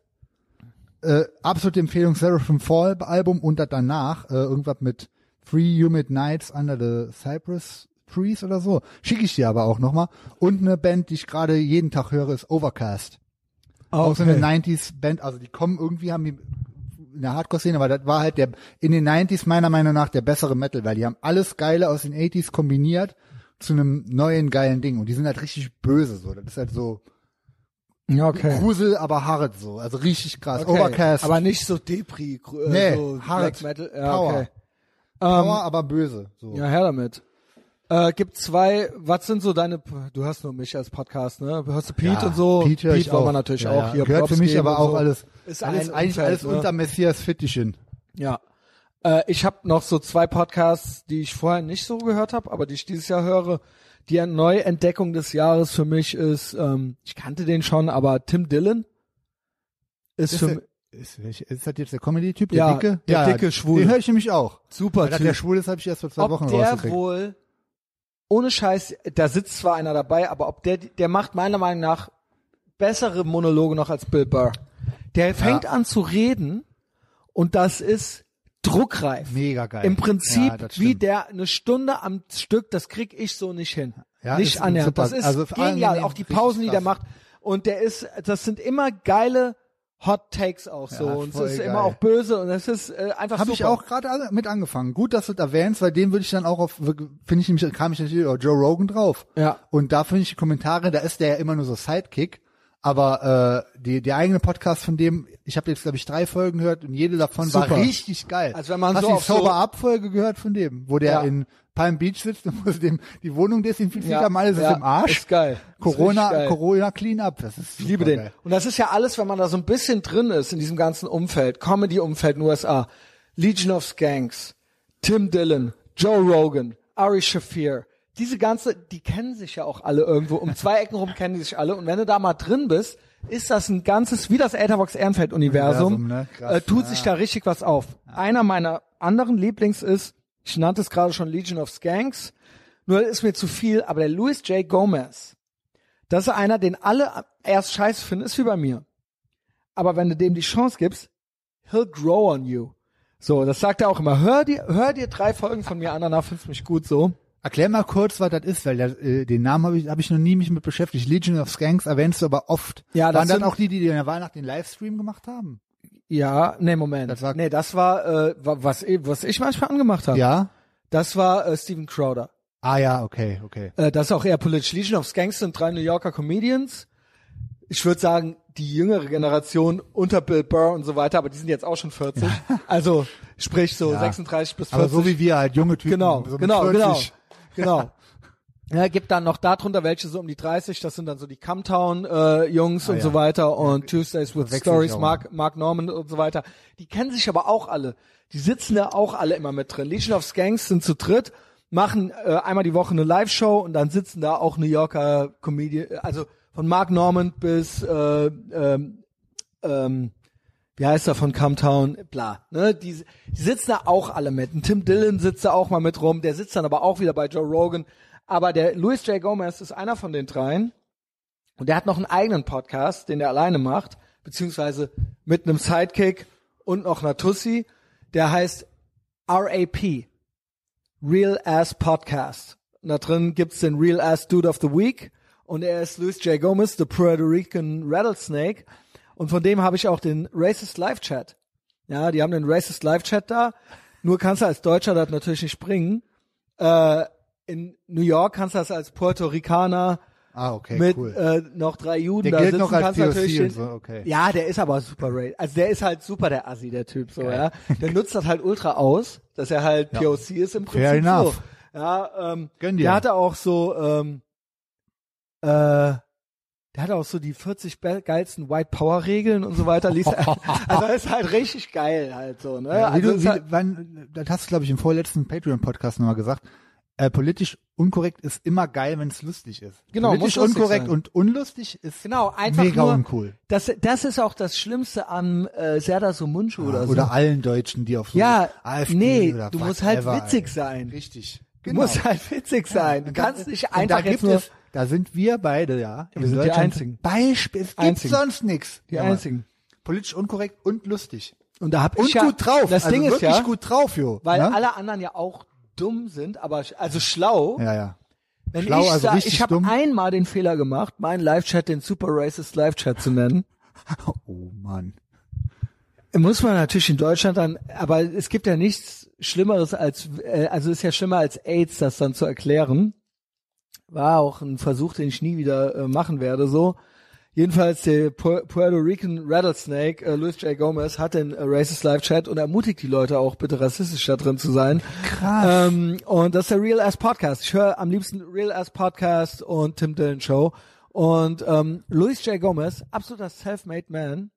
Speaker 1: äh, absolute Empfehlung, Seraphim Fall Album und das danach, äh, irgendwas mit Three Humid Nights Under the Cypress Trees oder so. Schicke ich dir aber auch nochmal. Und eine Band, die ich gerade jeden Tag höre, ist Overcast. Auch so eine 90s-Band, also die kommen irgendwie, haben die in der Hardcore-Szene, aber das war halt der in den 90s meiner Meinung nach der bessere Metal, weil die haben alles Geile aus den 80s kombiniert zu einem neuen geilen Ding und die sind halt richtig böse so. Das ist halt so
Speaker 2: Ja, okay.
Speaker 1: Grusel, aber hart so, also richtig krass. Overcast,
Speaker 2: Aber nicht so Depri, gr- äh,
Speaker 1: Nee,
Speaker 2: so
Speaker 1: hart.
Speaker 2: Black Metal. Ja,
Speaker 1: Power.
Speaker 2: Okay. Ähm,
Speaker 1: Power, aber böse. So.
Speaker 2: Ja, her damit. Äh, gibt zwei, was sind so deine, du hörst nur mich als Podcast, ne? Hörst du Pete
Speaker 1: Ja,
Speaker 2: und so?
Speaker 1: Pete, hör ich
Speaker 2: wollen
Speaker 1: auch.
Speaker 2: wir natürlich
Speaker 1: ja,
Speaker 2: auch
Speaker 1: ja.
Speaker 2: hier.
Speaker 1: Gehört
Speaker 2: Props
Speaker 1: für mich
Speaker 2: geben
Speaker 1: aber
Speaker 2: und
Speaker 1: auch
Speaker 2: so.
Speaker 1: alles,
Speaker 2: Ist
Speaker 1: alles
Speaker 2: ein
Speaker 1: eigentlich
Speaker 2: Umfeld,
Speaker 1: alles
Speaker 2: ne?
Speaker 1: unter Messias Fittichen.
Speaker 2: Ja. Äh, ich habe noch so zwei Podcasts, die ich vorher nicht so gehört habe, aber die ich dieses Jahr höre. Die Neuentdeckung des Jahres für mich ist, ähm, ich kannte den schon, aber Tim Dillon ist,
Speaker 1: Ist,
Speaker 2: für
Speaker 1: der-
Speaker 2: mich
Speaker 1: ist, welch- ist das jetzt der Comedy-Typ, der
Speaker 2: Ja,
Speaker 1: dicke?
Speaker 2: der dicke Schwule.
Speaker 1: Den höre ich nämlich auch.
Speaker 2: super
Speaker 1: Weil das der
Speaker 2: Typ.
Speaker 1: Schwule ist, habe ich erst vor zwei Wochen
Speaker 2: Ob der
Speaker 1: rausgekriegt.
Speaker 2: wohl ohne Scheiß, da sitzt zwar einer dabei, aber ob der, der macht meiner Meinung nach bessere Monologe noch als Bill Burr. Der fängt an zu reden und das ist druckreif.
Speaker 1: Mega geil.
Speaker 2: Im Prinzip
Speaker 1: Ja, das
Speaker 2: wie
Speaker 1: stimmt.
Speaker 2: der eine Stunde am Stück, das krieg ich so nicht hin.
Speaker 1: Ja, ist
Speaker 2: nicht
Speaker 1: ein
Speaker 2: annähernd.
Speaker 1: super-
Speaker 2: Das ist
Speaker 1: also vor allem
Speaker 2: genial.
Speaker 1: in dem
Speaker 2: Auch die
Speaker 1: richtig
Speaker 2: Pausen, die der
Speaker 1: krass.
Speaker 2: macht. Und der ist, das sind immer geile Hot Takes auch so.
Speaker 1: Ja,
Speaker 2: und es
Speaker 1: voll
Speaker 2: ist
Speaker 1: geil.
Speaker 2: immer auch böse und es ist äh, einfach
Speaker 1: Habe
Speaker 2: super.
Speaker 1: ich auch gerade alle- mit angefangen. Gut, dass du das erwähnst, weil den würde ich dann auch auf, finde ich nämlich, kam ich natürlich auf Joe Rogan drauf.
Speaker 2: Ja.
Speaker 1: Und da finde ich die Kommentare, da ist der ja immer nur so Sidekick. Aber äh, die, der eigene Podcast von dem, ich habe jetzt, glaube ich, drei Folgen gehört und jede davon war
Speaker 2: Super.
Speaker 1: richtig geil.
Speaker 2: Also wenn man
Speaker 1: Hast
Speaker 2: so
Speaker 1: du die
Speaker 2: auf so-
Speaker 1: Sober-Up-Folge gehört von dem, wo der
Speaker 2: Ja.
Speaker 1: in Palm Beach sitzt und muss dem die Wohnung desinfiziert
Speaker 2: Ja,
Speaker 1: haben, alles
Speaker 2: ja,
Speaker 1: ist im Arsch.
Speaker 2: ist geil. Ist
Speaker 1: Corona,
Speaker 2: richtig geil.
Speaker 1: Corona Clean-Up, das ist
Speaker 2: Ich liebe den. Und das ist ja alles, wenn man da so ein bisschen drin ist in diesem ganzen Umfeld, Comedy-Umfeld in den USA, Legion of Skanks, Tim Dillon, Joe Rogan, Ari Shafir, diese ganze, die kennen sich ja auch alle irgendwo, um zwei Ecken rum kennen die sich alle und wenn du da mal drin bist, ist das ein ganzes, wie das Etherbox Ehrenfeld-Universum,
Speaker 1: Universum, ne? Krass,
Speaker 2: äh, tut
Speaker 1: ja.
Speaker 2: sich da richtig was auf. Einer meiner anderen Lieblings ist, ich nannte es gerade schon Legion of Skanks, nur das ist mir zu viel, aber der Louis J. Gomez, das ist einer, den alle erst scheiße finden, ist wie bei mir. Aber wenn du dem die Chance gibst, he'll grow on you. So, das sagt er auch immer. Hör dir, hör dir drei Folgen von mir an, danach findest du mich gut so.
Speaker 1: Erklär mal kurz, was das ist, weil der, äh, den Namen habe ich, hab ich noch nie mich mit beschäftigt. Legion of Skanks erwähnst du aber oft.
Speaker 2: Ja, das
Speaker 1: Waren dann
Speaker 2: sind-
Speaker 1: auch die, die in der Weihnacht den Livestream gemacht haben?
Speaker 2: Ja, nee, Moment.
Speaker 1: Das war-
Speaker 2: nee, das war, äh, wa- was, ich- was ich manchmal angemacht habe.
Speaker 1: Ja.
Speaker 2: Das war äh, Steven Crowder.
Speaker 1: Ah ja, okay, okay.
Speaker 2: Äh, das ist auch eher politisch. Legion of Skanks sind drei New Yorker Comedians. Ich würde sagen, die jüngere Generation unter Bill Burr und so weiter, aber die sind jetzt auch schon 40. Also sprich so
Speaker 1: Ja.
Speaker 2: 36 bis 40.
Speaker 1: Aber so wie wir halt junge Typen.
Speaker 2: Genau,
Speaker 1: so mit
Speaker 2: genau,
Speaker 1: 40.
Speaker 2: genau, genau. Ja, gibt dann noch darunter welche so um die 30, das sind dann so die
Speaker 1: Ah
Speaker 2: Camtown-Jungs und so weiter und Tuesdays with
Speaker 1: Wechsel ich
Speaker 2: Stories,
Speaker 1: auch.
Speaker 2: Mark, Mark Norman und so weiter. Die kennen sich aber auch alle. Die sitzen da auch alle immer mit drin. Legion of Skanks sind zu dritt, machen äh, einmal die Woche eine Live-Show und dann sitzen da auch New Yorker Comedian, also von Mark Norman bis äh, ähm, ähm, wie heißt er von Camtown, bla, ne, die, die sitzen da auch alle mit. Ein Tim Dillon sitzt da auch mal mit rum, der sitzt dann aber auch wieder bei Joe Rogan. Aber der Louis J. Gomez ist einer von den dreien und der hat noch einen eigenen Podcast, den er alleine macht, beziehungsweise mit einem Sidekick und noch einer Tussi, der heißt RAP, Real Ass Podcast. Und da drin gibt's den Real Ass Dude of the Week und er ist Luis J. Gomez, the Puerto Rican Rattlesnake. Und von dem habe ich auch den Racist Live Chat. Ja, die haben den Racist Live Chat da. Nur kannst du als Deutscher das natürlich nicht bringen. Äh, in New York kannst du das als Puerto Ricaner
Speaker 1: Ah, okay,
Speaker 2: mit
Speaker 1: cool.
Speaker 2: äh, noch drei Juden
Speaker 1: Der
Speaker 2: da
Speaker 1: gilt
Speaker 2: sitzen
Speaker 1: noch als
Speaker 2: kannst
Speaker 1: POC
Speaker 2: natürlich
Speaker 1: und
Speaker 2: den-
Speaker 1: so, okay.
Speaker 2: Ja, der ist aber super raid. Also der ist halt super der Assi, der Typ so, ja. Der nutzt das halt ultra aus, dass er halt POC ist im Prinzip
Speaker 1: Fair enough.
Speaker 2: so. Ja, ähm,
Speaker 1: Gönn
Speaker 2: der
Speaker 1: dir.
Speaker 2: hatte auch so ähm, äh, der hatte auch so die 40 be- geilsten White Power Regeln und so weiter liest er. Also er ist halt richtig geil halt so, ne?
Speaker 1: wie
Speaker 2: also
Speaker 1: du,
Speaker 2: ist
Speaker 1: wie,
Speaker 2: halt,
Speaker 1: wann, das hast du, glaube ich, im vorletzten Patreon-Podcast nochmal gesagt. Äh, politisch unkorrekt ist immer geil, wenn es lustig ist.
Speaker 2: Genau, muss
Speaker 1: politisch
Speaker 2: lustig
Speaker 1: unkorrekt
Speaker 2: sein.
Speaker 1: und unlustig ist
Speaker 2: genau, einfach
Speaker 1: mega
Speaker 2: nur
Speaker 1: uncool.
Speaker 2: das das ist auch das schlimmste an äh, Serdar Sumuncu oder so.
Speaker 1: Ah, Oder allen Deutschen, die auf so
Speaker 2: Ja,
Speaker 1: AfD
Speaker 2: nee,
Speaker 1: oder
Speaker 2: du musst halt
Speaker 1: whatever, Genau.
Speaker 2: witzig
Speaker 1: ey.
Speaker 2: sein.
Speaker 1: Richtig.
Speaker 2: Du musst halt witzig sein. Du
Speaker 1: Und
Speaker 2: kannst
Speaker 1: da-
Speaker 2: nicht
Speaker 1: und
Speaker 2: einfach
Speaker 1: da
Speaker 2: jetzt
Speaker 1: gibt
Speaker 2: nur
Speaker 1: es, Da sind wir beide, ja. in
Speaker 2: wir sind die
Speaker 1: Deutschland
Speaker 2: Einzigen.
Speaker 1: Beispiel, es gibt
Speaker 2: Einzigen.
Speaker 1: sonst nichts.
Speaker 2: die einzigen.
Speaker 1: Politisch unkorrekt und lustig.
Speaker 2: Und da hab
Speaker 1: Und
Speaker 2: ich ja,
Speaker 1: gut drauf.
Speaker 2: Das
Speaker 1: also
Speaker 2: Ding ist
Speaker 1: wirklich
Speaker 2: ja,
Speaker 1: gut drauf, jo.
Speaker 2: weil
Speaker 1: ne?
Speaker 2: alle anderen ja auch dumm sind, aber sch- also schlau.
Speaker 1: Ja, ja.
Speaker 2: Wenn
Speaker 1: schlau,
Speaker 2: ich
Speaker 1: also
Speaker 2: sag,
Speaker 1: richtig
Speaker 2: ich habe
Speaker 1: dumm.
Speaker 2: einmal den Fehler gemacht, meinen Live-Chat den Super Racist Live-Chat zu nennen.
Speaker 1: Oh Mann.
Speaker 2: Muss man natürlich in Deutschland dann, aber es gibt ja nichts Schlimmeres als, äh, also ist ja schlimmer als AIDS, das dann zu erklären. War auch ein Versuch, den ich nie wieder äh, machen werde, so. Jedenfalls der Pu Puerto Rican Rattlesnake, äh, Luis J. Gomez, hat den äh, Racist Live Chat und ermutigt die Leute auch, bitte rassistisch da drin zu sein.
Speaker 1: Krass.
Speaker 2: Ähm, und das ist der Real Ass Podcast. Ich höre am liebsten Real Ass Podcast und Tim Dillon Show. Und ähm, Luis J. Gomez, absoluter Self-Made Man,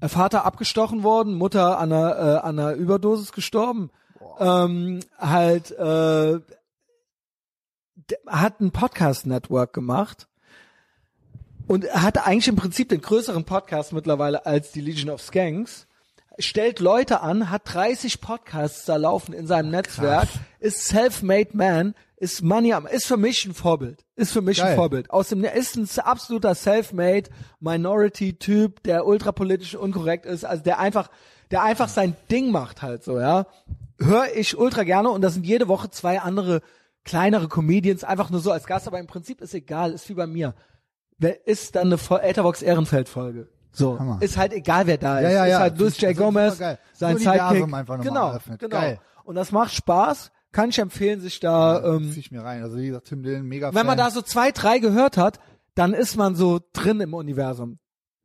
Speaker 2: äh, Vater abgestochen worden, Mutter an einer, äh, an einer Überdosis gestorben. Ähm, halt äh, d- hat ein Podcast-Network gemacht und hat eigentlich im Prinzip den größeren Podcast mittlerweile als die Legion of Skanks. Stellt Leute an, hat 30 Podcasts da laufen in seinem Netzwerk, ist self-made man, ist money am, ist für mich ein Vorbild, ist für mich ein
Speaker 1: Geil.
Speaker 2: Vorbild. Aus dem, ist ein absoluter self-made Minority-Typ, der ultrapolitisch unkorrekt ist, also der einfach, der einfach sein Ding macht halt so, ja. Höre ich ultra gerne und das sind jede Woche zwei andere kleinere Comedians einfach nur so als Gast, aber im Prinzip ist egal, ist wie bei mir. Wer ist dann eine Fol- Etherbox Ehrenfeld Folge? So,
Speaker 1: Hammer.
Speaker 2: ist halt egal, wer da ist.
Speaker 1: Ja, ja,
Speaker 2: ist
Speaker 1: ja.
Speaker 2: halt Luis
Speaker 1: Finde
Speaker 2: J.
Speaker 1: ich- das ist
Speaker 2: Gomez,
Speaker 1: supergeil.
Speaker 2: sein
Speaker 1: Das Universum
Speaker 2: Sidekick.
Speaker 1: einfach nochmal
Speaker 2: genau,
Speaker 1: eröffnet.
Speaker 2: genau.
Speaker 1: Geil.
Speaker 2: Und das macht Spaß. Kann ich empfehlen, sich da, ähm,
Speaker 1: Zieh ich mir rein. Also wie gesagt, Tim Dillon, mega
Speaker 2: wenn man
Speaker 1: Fan.
Speaker 2: da so zwei, drei gehört hat, dann ist man so drin im Universum.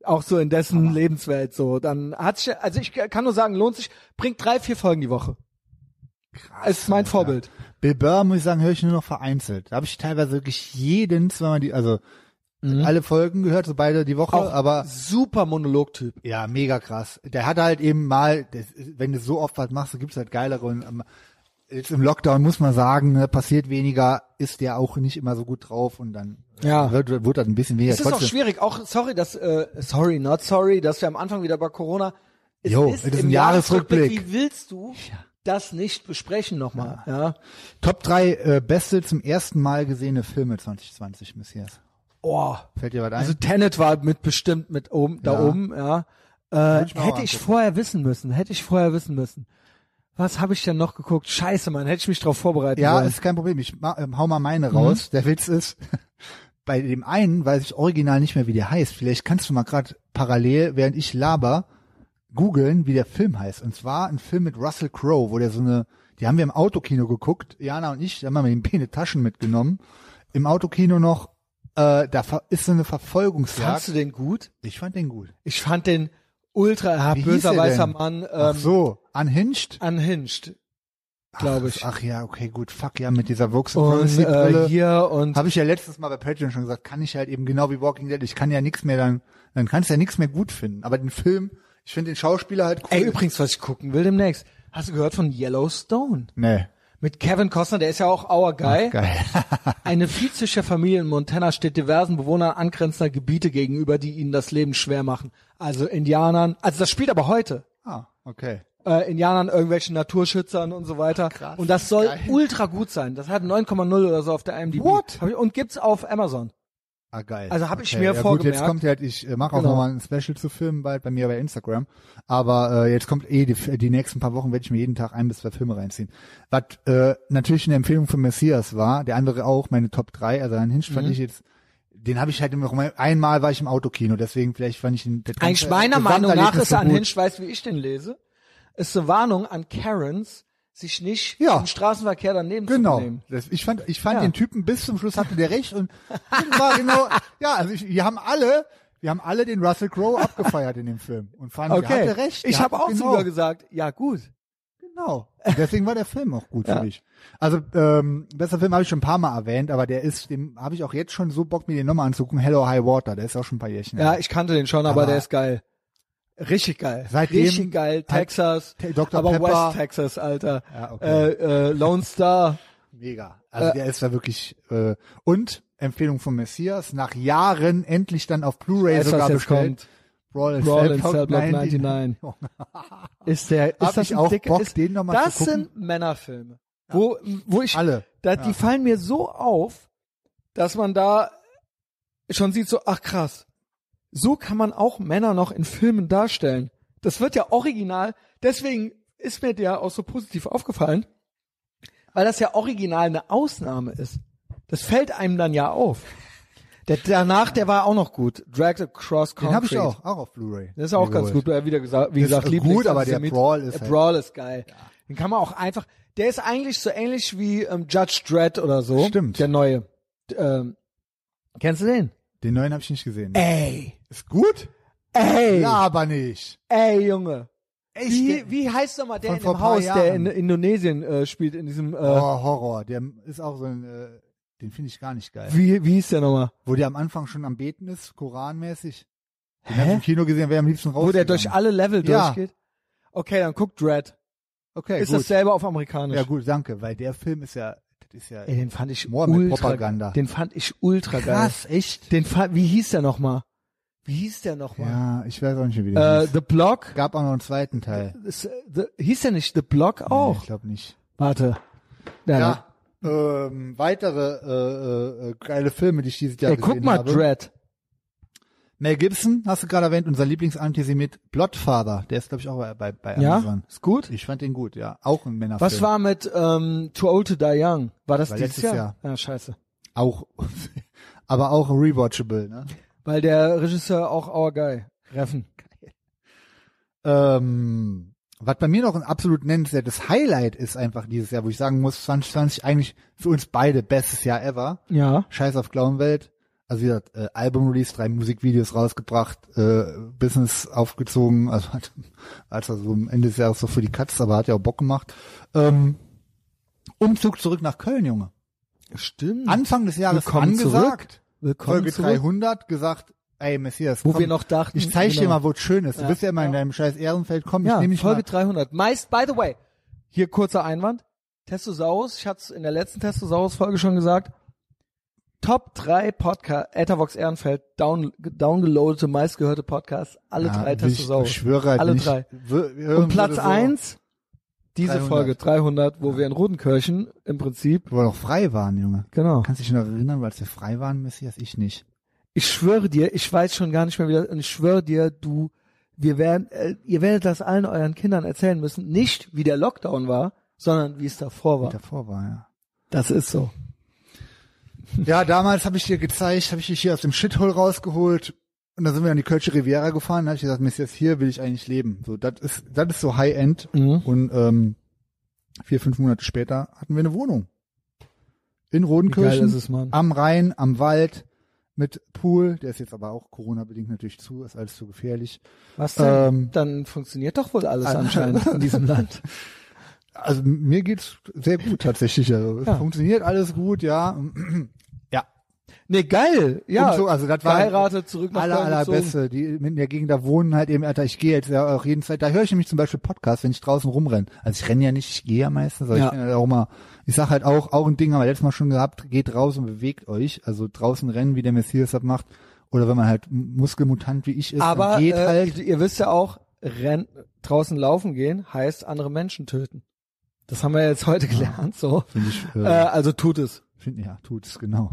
Speaker 2: Auch so in dessen Lebenswelt so. Dann hat sich, also ich kann nur sagen, lohnt sich, bringt drei, vier Folgen die Woche. ist mein Vorbild.
Speaker 1: Bill Burr, muss ich sagen, höre ich nur noch vereinzelt. Da habe ich teilweise wirklich jeden zweimal die, also alle Folgen gehört, so beide die Woche,
Speaker 2: Mhm. Auch
Speaker 1: aber
Speaker 2: super Monologtyp.
Speaker 1: ja, mega krass. Der hatte halt eben mal, das, wenn du so oft was machst, gibt es halt geilere und ähm, jetzt im Lockdown muss man sagen, ne, passiert weniger, ist der auch nicht immer so gut drauf und dann äh,
Speaker 2: Ja.
Speaker 1: wird, wird das ein bisschen weniger.
Speaker 2: Es ist auch
Speaker 1: Trotzdem-
Speaker 2: schwierig, auch sorry, dass äh, sorry, not sorry, dass wir am Anfang wieder bei Corona. Es
Speaker 1: Jo, es ist ein Jahresrückblick.
Speaker 2: Wie willst du das nicht besprechen nochmal? Ja.
Speaker 1: Top drei äh, beste zum ersten Mal gesehene Filme 2020, Messias.
Speaker 2: Oh,
Speaker 1: Fällt dir was ein?
Speaker 2: also Tenet war mit bestimmt mit oben da
Speaker 1: Ja.
Speaker 2: oben, ja. Äh,
Speaker 1: ich mir auch
Speaker 2: hätte ich
Speaker 1: angucken.
Speaker 2: vorher wissen müssen, hätte ich vorher wissen müssen. Was habe ich denn noch geguckt? Scheiße, Mann, hätte ich mich drauf vorbereiten
Speaker 1: Ja,
Speaker 2: sollen.
Speaker 1: ist kein Problem. Ich ma, ähm, hau mal meine
Speaker 2: Mhm.
Speaker 1: raus. Der Witz ist, bei dem einen weiß ich original nicht mehr, wie der heißt. Vielleicht kannst du mal gerade parallel, während ich laber, googeln, wie der Film heißt. Und zwar ein Film mit Russell Crowe, wo der so eine, die haben wir im Autokino geguckt, Jana und ich, da haben wir mit den Taschen mitgenommen. Im Autokino noch, äh, da ver- ist so eine
Speaker 2: Fandst
Speaker 1: Verfolgungsjagd.
Speaker 2: du den gut?
Speaker 1: Ich fand den gut.
Speaker 2: Ich fand den ultra
Speaker 1: Wie hieß
Speaker 2: böser
Speaker 1: er
Speaker 2: weißer
Speaker 1: denn?
Speaker 2: Mann ähm,
Speaker 1: Ach so, unhinged?
Speaker 2: unhinged. glaube ich.
Speaker 1: Ach ja, okay, gut, fuck ja, mit dieser Vox
Speaker 2: Und äh,
Speaker 1: Supremacy-Brille.
Speaker 2: hier und
Speaker 1: Habe ich ja letztes Mal bei Patreon schon gesagt, kann ich halt eben genau wie Walking Dead, ich kann ja nichts mehr dann, dann kannst du ja nichts mehr gut finden. Aber den Film, ich finde den Schauspieler halt cool.
Speaker 2: ey, übrigens, was ich gucken will demnächst. Hast du gehört von Yellowstone?
Speaker 1: nee.
Speaker 2: Mit Kevin Costner, der ist ja auch Our Guy.
Speaker 1: Geil.
Speaker 2: Eine Viehzüchterfamilie in Montana steht diversen Bewohnern angrenzender Gebiete gegenüber, die ihnen das Leben schwer machen. Also Indianern, also das spielt aber heute.
Speaker 1: ah, okay.
Speaker 2: Äh, Indianern, irgendwelchen Naturschützern und so weiter.
Speaker 1: Krass,
Speaker 2: und das soll
Speaker 1: geil.
Speaker 2: ultra gut sein. Das hat 9,0 oder so auf der IMDb.
Speaker 1: What?
Speaker 2: Hab ich, und gibt's auf Amazon.
Speaker 1: Ah, geil.
Speaker 2: Also hab ich
Speaker 1: okay.
Speaker 2: mir
Speaker 1: ja, Gut,
Speaker 2: vorgemerkt.
Speaker 1: jetzt kommt halt, ich äh, mache auch
Speaker 2: Genau.
Speaker 1: nochmal ein Special zu Filmen bald bei mir bei Instagram. Aber äh, jetzt kommt eh, die, die nächsten paar Wochen werde ich mir jeden Tag ein bis zwei Filme reinziehen. Was äh, natürlich eine Empfehlung von Messias war, der andere auch, meine Top 3, also an Hinch fand
Speaker 2: Mhm.
Speaker 1: ich jetzt, den habe ich halt immer, einmal war ich im Autokino, deswegen vielleicht fand ich ihn, das ganze
Speaker 2: Eigentlich meiner Meinung nach
Speaker 1: Gesamterlebnis
Speaker 2: ist
Speaker 1: so
Speaker 2: an
Speaker 1: gut.
Speaker 2: Hinch, weiß wie ich den lese, ist eine Warnung an Karens, sich nicht
Speaker 1: Ja.
Speaker 2: im Straßenverkehr daneben zu
Speaker 1: Genau.
Speaker 2: benehmen.
Speaker 1: Das, ich fand, ich fand
Speaker 2: Ja.
Speaker 1: den Typen bis zum Schluss hatte der recht und das war genau, ja, also ich, wir haben alle, wir haben alle den Russell Crowe abgefeiert in dem Film und fanden, der hatte recht. der
Speaker 2: ich habe
Speaker 1: hatte-
Speaker 2: auch
Speaker 1: genau,
Speaker 2: sogar gesagt, ja gut.
Speaker 1: Genau. Und deswegen war der Film auch gut
Speaker 2: Ja.
Speaker 1: für dich. Also ähm, besser Film habe ich schon ein paar Mal erwähnt, aber der ist, dem habe ich auch jetzt schon so Bock mir den nochmal anzugucken. Hello High Water, der ist auch schon ein paar Jährchen.
Speaker 2: Ja,
Speaker 1: alt.
Speaker 2: ich kannte den schon, aber,
Speaker 1: Aber
Speaker 2: der ist geil. Richtig geil.
Speaker 1: Seitdem
Speaker 2: Richtig geil.
Speaker 1: hat
Speaker 2: Texas.
Speaker 1: Te- Dr.
Speaker 2: Aber
Speaker 1: Pepper-
Speaker 2: West Texas, Alter.
Speaker 1: Ja, okay.
Speaker 2: äh, äh, Lone Star.
Speaker 1: mega. Also der ist da wirklich äh, und Empfehlung von Messias nach Jahren endlich dann auf Blu-ray
Speaker 2: Weißt, was
Speaker 1: sogar
Speaker 2: jetzt
Speaker 1: bestellt.
Speaker 2: kommt?
Speaker 1: Brawl in
Speaker 2: Brawl in
Speaker 1: Cell Block
Speaker 2: Cell Block 99. Ist der, ist
Speaker 1: Hab
Speaker 2: das
Speaker 1: ich
Speaker 2: ein
Speaker 1: auch
Speaker 2: dicker,
Speaker 1: Bock,
Speaker 2: ist,
Speaker 1: den noch mal
Speaker 2: Das
Speaker 1: zu gucken?
Speaker 2: sind Männerfilme. Wo, wo ich,
Speaker 1: Alle.
Speaker 2: da, die fallen mir so auf, dass man da schon sieht so, ach krass. So kann man auch Männer noch in Filmen darstellen. Das wird ja original. Deswegen ist mir der auch so positiv aufgefallen, weil das ja original eine Ausnahme ist. Das fällt einem dann ja auf. Der danach, der war auch noch gut. Dragged Across Concrete.
Speaker 1: Den habe ich auch, auch auf Blu-ray.
Speaker 2: Das ist auch
Speaker 1: Mir
Speaker 2: ganz
Speaker 1: geholt.
Speaker 2: gut, weil wieder gesagt, wie
Speaker 1: Ist
Speaker 2: gesagt,
Speaker 1: gut,
Speaker 2: Lieblings-
Speaker 1: aber der
Speaker 2: Antisemit-
Speaker 1: Brawl ist
Speaker 2: der
Speaker 1: halt-
Speaker 2: Brawl ist geil. Den kann man auch einfach. Der ist eigentlich so ähnlich wie ähm, Judge Dredd oder so.
Speaker 1: Stimmt.
Speaker 2: Der neue. D- Ähm, kennst du den?
Speaker 1: Den neuen habe ich nicht gesehen.
Speaker 2: Äh. Ey,
Speaker 1: Ist gut?
Speaker 2: ey,
Speaker 1: Ja, aber nicht.
Speaker 2: ey, Junge.
Speaker 1: Echt?
Speaker 2: Wie, wie heißt nochmal der
Speaker 1: Von
Speaker 2: in
Speaker 1: vor
Speaker 2: dem
Speaker 1: paar
Speaker 2: Haus, der
Speaker 1: Jahren.
Speaker 2: in Indonesien äh, spielt, in diesem, äh,
Speaker 1: oh, Horror. Der ist auch so ein, äh, den finde ich gar nicht geil.
Speaker 2: wie, wie hieß der nochmal?
Speaker 1: Wo der am Anfang schon am Beten ist, koranmäßig. Den habe ich im Kino gesehen, wäre am liebsten raus.
Speaker 2: Wo der durch alle Level
Speaker 1: Ja.
Speaker 2: durchgeht? Okay, dann guck Dredd.
Speaker 1: Okay,
Speaker 2: ist
Speaker 1: gut.
Speaker 2: dasselbe auf amerikanisch.
Speaker 1: ja gut, danke, weil der Film ist ja, das ist ja
Speaker 2: Ey, den fand ich
Speaker 1: Moor mit
Speaker 2: ultra,
Speaker 1: Propaganda.
Speaker 2: den fand ich ultra geil.
Speaker 1: krass, echt.
Speaker 2: Den Fall, wie hieß der nochmal? Wie hieß der nochmal?
Speaker 1: Ja, ich weiß auch nicht, wie
Speaker 2: Ja,
Speaker 1: der
Speaker 2: äh,
Speaker 1: hieß.
Speaker 2: The Block.
Speaker 1: Gab auch noch einen zweiten Teil.
Speaker 2: Ist, äh, the, hieß der nicht The Block
Speaker 1: Nee,
Speaker 2: auch?
Speaker 1: Ich glaube nicht.
Speaker 2: Warte. Ja, ne.
Speaker 1: Ja. Ähm, weitere äh, äh, geile Filme, die ich dieses Jahr
Speaker 2: Ey, guck
Speaker 1: gesehen
Speaker 2: mal,
Speaker 1: habe.
Speaker 2: Dread.
Speaker 1: Mel Gibson, hast du gerade erwähnt, unser Lieblingsantisemit Bloodfather. Der ist, glaube ich, auch bei, bei, bei
Speaker 2: Ja?
Speaker 1: Amazon.
Speaker 2: Ist gut?
Speaker 1: Ich fand den gut, ja. Auch ein Männerfilm.
Speaker 2: Was war mit ähm, Too Old to Die Young? War das
Speaker 1: War
Speaker 2: dieses
Speaker 1: letztes
Speaker 2: Jahr?
Speaker 1: Jahr.
Speaker 2: Ja, scheiße.
Speaker 1: Auch, aber auch rewatchable, ne?
Speaker 2: Weil der Regisseur auch Our Guy. Reffen.
Speaker 1: Ähm, was bei mir noch ein absolut nennenswertes Highlight ist einfach dieses Jahr, wo ich sagen muss, 2020 eigentlich für uns beide bestes Jahr ever.
Speaker 2: Ja.
Speaker 1: Scheiß auf Clownwelt. Also wie gesagt, äh, Album-Release, drei Musikvideos rausgebracht, äh, Business aufgezogen, also hat, als er so am Ende des Jahres so für die Katz, aber hat ja auch Bock gemacht. Ähm, Umzug zurück nach Köln, Junge.
Speaker 2: Stimmt.
Speaker 1: Anfang des Jahres
Speaker 2: Willkommen
Speaker 1: angesagt,
Speaker 2: Hm. zurück. Willkommen
Speaker 1: Folge
Speaker 2: zurück.
Speaker 1: 300, gesagt, ey Messias,
Speaker 2: Wo
Speaker 1: komm,
Speaker 2: wir noch dachten,
Speaker 1: ich zeig dir
Speaker 2: genau.
Speaker 1: mal, wo es schön ist. Du
Speaker 2: Ja.
Speaker 1: bist ja immer in deinem scheiß Ehrenfeld, komm, ich
Speaker 2: Ja,
Speaker 1: nehme dich
Speaker 2: Folge
Speaker 1: mal.
Speaker 2: 300. Meist, by the way, hier kurzer Einwand. Testosaurus, ich hatte es in der letzten Testosaurus-Folge schon gesagt. Top 3 Podcast, Ethervox Ehrenfeld, down, downgeloadete, meistgehörte Podcasts, alle
Speaker 1: Ja,
Speaker 2: drei
Speaker 1: ich-
Speaker 2: Testosaurus.
Speaker 1: Ich schwöre halt
Speaker 2: alle
Speaker 1: nicht.
Speaker 2: drei.
Speaker 1: Wir- wir
Speaker 2: Und
Speaker 1: hören
Speaker 2: Platz
Speaker 1: würde so-
Speaker 2: 1, diese
Speaker 1: 300.
Speaker 2: Folge 300, wo wir in Rodenkirchen im Prinzip,
Speaker 1: Wo wir noch frei waren, Junge.
Speaker 2: genau.
Speaker 1: Kannst dich noch erinnern, weil wir frei waren, Messias, ich nicht.
Speaker 2: Ich schwöre dir, ich weiß schon gar nicht mehr wieder, und ich schwöre dir, du, wir werden, äh, ihr werdet das allen euren Kindern erzählen müssen, nicht wie der Lockdown war, sondern wie es davor war.
Speaker 1: Wie davor war, ja.
Speaker 2: Das ist so.
Speaker 1: Ja, damals habe ich dir gezeigt, habe ich dich hier aus dem Shithole rausgeholt und dann sind wir an die Kölsche Riviera gefahren. Da habe ich gesagt, Messias, hier will ich eigentlich leben. So, das ist, das ist so High End.
Speaker 2: Mhm.
Speaker 1: Und ähm, vier, fünf Monate später hatten wir eine Wohnung in
Speaker 2: Wie geil ist
Speaker 1: Rodenkirchen,
Speaker 2: es, Mann.
Speaker 1: am Rhein, am Wald mit Pool. Der ist jetzt aber auch Corona bedingt natürlich zu, ist alles zu gefährlich.
Speaker 2: Was
Speaker 1: denn? Ähm,
Speaker 2: dann funktioniert doch wohl alles
Speaker 1: Ah.
Speaker 2: anscheinend in diesem Land.
Speaker 1: also mir geht's sehr gut tatsächlich. Also, Es funktioniert alles gut, ja. ja.
Speaker 2: Nee, geil. Ja,
Speaker 1: Umzug, also das war
Speaker 2: geheiratet, zurück nach
Speaker 1: aller,
Speaker 2: Köln gezogen.
Speaker 1: allerbeste, die mit in der Gegend da wohnen halt eben, Alter, ich gehe jetzt ja auch jeden Zeit, da höre ich nämlich zum Beispiel Podcasts, wenn ich draußen rumrenne. Also ich renne ja nicht, ich gehe ja meistens, aber
Speaker 2: Ja.
Speaker 1: ich bin halt auch mal, ich sag halt auch, auch ein Ding haben wir letztes Mal schon gehabt, geht raus und bewegt euch, also draußen rennen, wie der Messias das macht, oder wenn man halt Muskelmutant wie ich ist,
Speaker 2: Aber
Speaker 1: dann geht
Speaker 2: äh,
Speaker 1: halt.
Speaker 2: ihr wisst ja auch, renn, draußen laufen gehen heißt andere Menschen töten. Das haben wir jetzt
Speaker 1: Ah.
Speaker 2: heute gelernt. So,
Speaker 1: Finde ich,
Speaker 2: äh,
Speaker 1: äh,
Speaker 2: also tut es.
Speaker 1: Find- Ja, tut es, genau.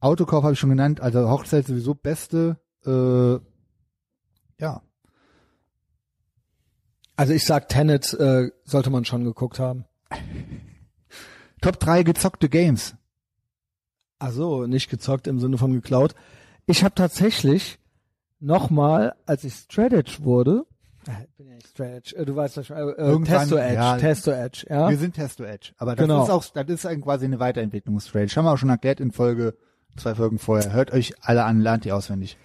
Speaker 1: Autokauf habe ich schon genannt, also Hochzeit sowieso beste. Äh, ja,
Speaker 2: Also ich sag, Tenet äh, sollte man schon geguckt haben.
Speaker 1: Top 3 gezockte Games.
Speaker 2: Also nicht gezockt im Sinne von geklaut. Ich habe tatsächlich nochmal, als ich Strategy wurde, äh, ich bin ja nicht Strategy, äh, du weißt ja schon, äh, äh,
Speaker 1: Irgendwann-
Speaker 2: Testo Edge,
Speaker 1: ja.
Speaker 2: Testo Edge, ja.
Speaker 1: Wir sind Testo Edge, aber das
Speaker 2: Genau.
Speaker 1: ist auch, das ist ein, quasi eine Weiterentwicklung des Rage. Haben wir auch schon erklärt in Folge, zwei Folgen vorher. Hört euch alle an, lernt die auswendig.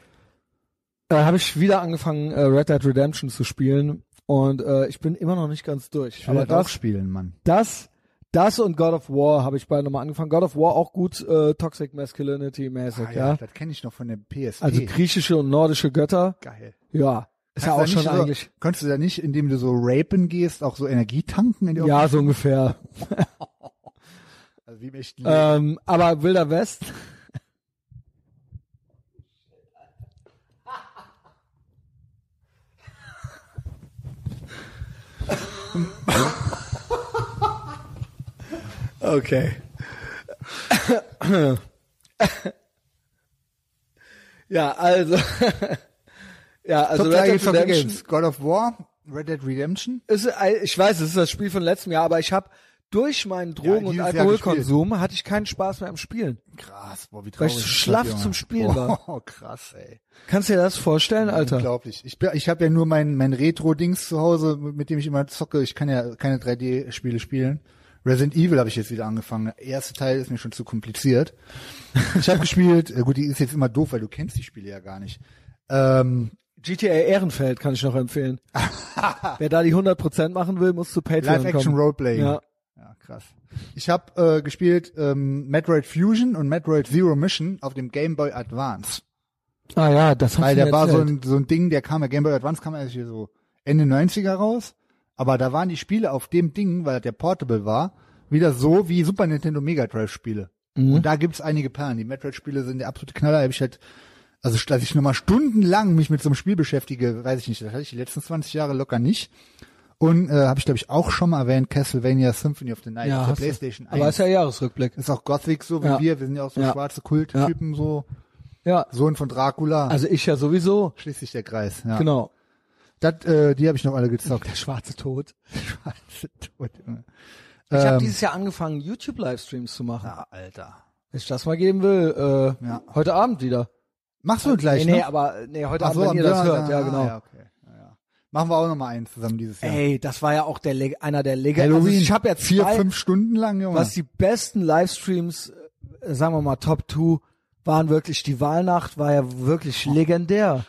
Speaker 2: Äh, habe ich wieder angefangen, äh, Red Dead Redemption zu spielen und äh, ich bin immer noch nicht ganz durch.
Speaker 1: Ich will
Speaker 2: Aber
Speaker 1: das auch
Speaker 2: das
Speaker 1: spielen, Mann.
Speaker 2: das, das und God of War habe ich beide nochmal angefangen. God of War auch gut äh, Toxic Masculinity mäßig, ja.
Speaker 1: Ah, Das kenne ich noch von der PSP.
Speaker 2: Also griechische und nordische Götter,
Speaker 1: geil.
Speaker 2: ja. Ist ja auch schon eigentlich.
Speaker 1: Könntest du da nicht, indem du so rapen gehst, auch so Energie tanken? In die
Speaker 2: Ja, so ungefähr.
Speaker 1: Also wie im echten Leben.
Speaker 2: ähm, aber Wilder West. okay. ja, also. ja, also
Speaker 1: Top 3
Speaker 2: Red Dead
Speaker 1: gezockte
Speaker 2: Redemption-
Speaker 1: Games. God of War, Red Dead Redemption.
Speaker 2: ist, äh, ich weiß, es ist das Spiel von letztem Jahr, aber ich habe durch meinen Drogen- und
Speaker 1: dieses Jahr
Speaker 2: Alkoholkonsum hatte ich keinen Spaß mehr am Spielen.
Speaker 1: Krass, boah, wie
Speaker 2: Weil
Speaker 1: traurig.
Speaker 2: ich so
Speaker 1: ist das,
Speaker 2: schlaff
Speaker 1: Junge.
Speaker 2: zum Spielen war.
Speaker 1: Oh, krass, ey.
Speaker 2: Kannst du dir das vorstellen, Alter?
Speaker 1: Unglaublich. Ich, bin- ich habe ja nur mein, mein Retro-Dings zu Hause, mit dem ich immer zocke. Ich kann ja keine 3D-Spiele spielen. Resident Evil habe ich jetzt wieder angefangen. Der erste Teil ist mir schon zu kompliziert. Ich habe gespielt, äh, gut, die ist jetzt immer doof, weil du kennst die Spiele ja gar nicht. Ähm,
Speaker 2: GTA Ehrenfeld kann ich noch empfehlen. Wer da die 100% machen will, muss zu Patreon kommen.
Speaker 1: Live-Action-Roleplaying.
Speaker 2: Ja.
Speaker 1: ja, krass. Ich habe äh, gespielt ähm, Metroid Fusion und Metroid Zero Mission auf dem Game Boy Advance.
Speaker 2: Ah ja, das
Speaker 1: Weil
Speaker 2: hast du
Speaker 1: da
Speaker 2: mir
Speaker 1: war so
Speaker 2: erzählt.
Speaker 1: ein, so ein Ding, der kam, der Game Boy Advance kam eigentlich hier so Ende 90er raus, aber da waren die Spiele auf dem Ding, weil der Portable war, wieder so wie Super Nintendo Mega Drive Spiele.
Speaker 2: Mhm.
Speaker 1: Und da gibt's einige Perlen. Die Metroid Spiele sind der absolute Knaller, hab ich halt also dass ich nochmal stundenlang mich mit so einem Spiel beschäftige, weiß ich nicht. Das hatte ich die letzten 20 Jahre locker nicht. Und äh, habe ich, glaube ich, auch schon mal erwähnt, Castlevania Symphony of the Night
Speaker 2: ja,
Speaker 1: auf der
Speaker 2: hast du.
Speaker 1: Playstation 1.
Speaker 2: Aber ist ja Jahresrückblick.
Speaker 1: ist auch Gothic so wie
Speaker 2: Ja.
Speaker 1: wir. Wir sind ja auch so
Speaker 2: Ja.
Speaker 1: schwarze Kulttypen, so
Speaker 2: Ja,
Speaker 1: Sohn von Dracula.
Speaker 2: also ich ja sowieso.
Speaker 1: Schließlich der Kreis. Ja.
Speaker 2: Genau.
Speaker 1: Das, äh, die habe ich noch alle gezockt.
Speaker 2: Der schwarze Tod.
Speaker 1: Scheiße, tot, Junge.
Speaker 2: Ich habe
Speaker 1: Ähm.
Speaker 2: dieses Jahr angefangen, YouTube-Livestreams zu machen.
Speaker 1: Ja, Alter.
Speaker 2: Wenn ich das mal geben will, äh,
Speaker 1: Ja.
Speaker 2: heute Abend wieder.
Speaker 1: Machst du gleich
Speaker 2: Äh, nee, nee,
Speaker 1: noch?
Speaker 2: aber nee, heute
Speaker 1: Ach
Speaker 2: Abend, wenn ihr das hört, ja
Speaker 1: ah,
Speaker 2: genau.
Speaker 1: Ja, okay. ja, ja. Machen wir auch noch mal einen zusammen dieses Jahr.
Speaker 2: Ey, das war ja auch der Leg einer der Leg Also
Speaker 1: Halloween.
Speaker 2: ich habe ja zwei,
Speaker 1: vier, fünf Stunden lang, Junge.
Speaker 2: was die besten Livestreams, äh, sagen wir mal Top 2, waren wirklich die Wahlnacht, war ja wirklich legendär.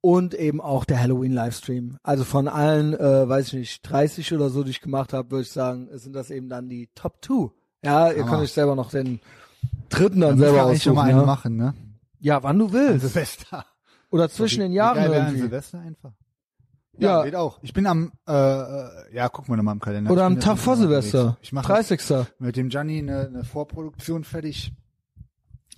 Speaker 2: Und eben auch der Halloween Livestream. Also von allen, äh, weiß ich nicht, 30 oder so, die ich gemacht habe, würde ich sagen, sind das eben dann die Top 2. Ja, ihr
Speaker 1: Hammer.
Speaker 2: könnt euch selber noch den dritten dann
Speaker 1: Müssen wir
Speaker 2: selber
Speaker 1: eigentlich noch mal
Speaker 2: aussuchen.
Speaker 1: einen
Speaker 2: Ja.
Speaker 1: machen, ne?
Speaker 2: ja, wann du willst.
Speaker 1: Silvester.
Speaker 2: Oder zwischen den Jahren
Speaker 1: Wie geil wäre ein
Speaker 2: irgendwie.
Speaker 1: Silvester einfach.
Speaker 2: Ja.
Speaker 1: geht auch. Ich bin am, äh, äh, ja, gucken wir noch mal im Kalender.
Speaker 2: Oder
Speaker 1: Ich
Speaker 2: am
Speaker 1: bin
Speaker 2: Tag
Speaker 1: jetzt
Speaker 2: vor
Speaker 1: noch unterwegs.
Speaker 2: Silvester.
Speaker 1: Ich mache
Speaker 2: 30.
Speaker 1: mit dem Gianni eine, eine Vorproduktion fertig.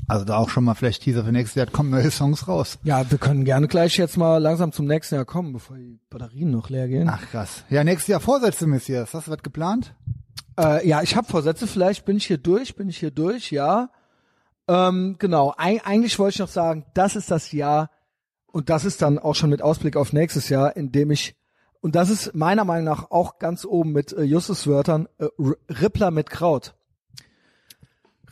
Speaker 1: Also da auch schon mal vielleicht Teaser für nächstes Jahr. Da kommen neue Songs raus.
Speaker 2: Ja, wir können gerne gleich jetzt mal langsam zum nächsten Jahr kommen, bevor die Batterien noch leer gehen.
Speaker 1: Ach krass. Ja, nächstes Jahr Vorsätze, Messias. Hast du was geplant?
Speaker 2: Äh, ja, ich habe Vorsätze, vielleicht bin ich hier durch, bin ich hier durch, ja. Ähm, genau, Eig eigentlich wollte ich noch sagen, das ist das Jahr und das ist dann auch schon mit Ausblick auf nächstes Jahr, in dem ich, und das ist meiner Meinung nach auch ganz oben mit äh, Justus Wörtern, äh, R- Rippler mit Kraut.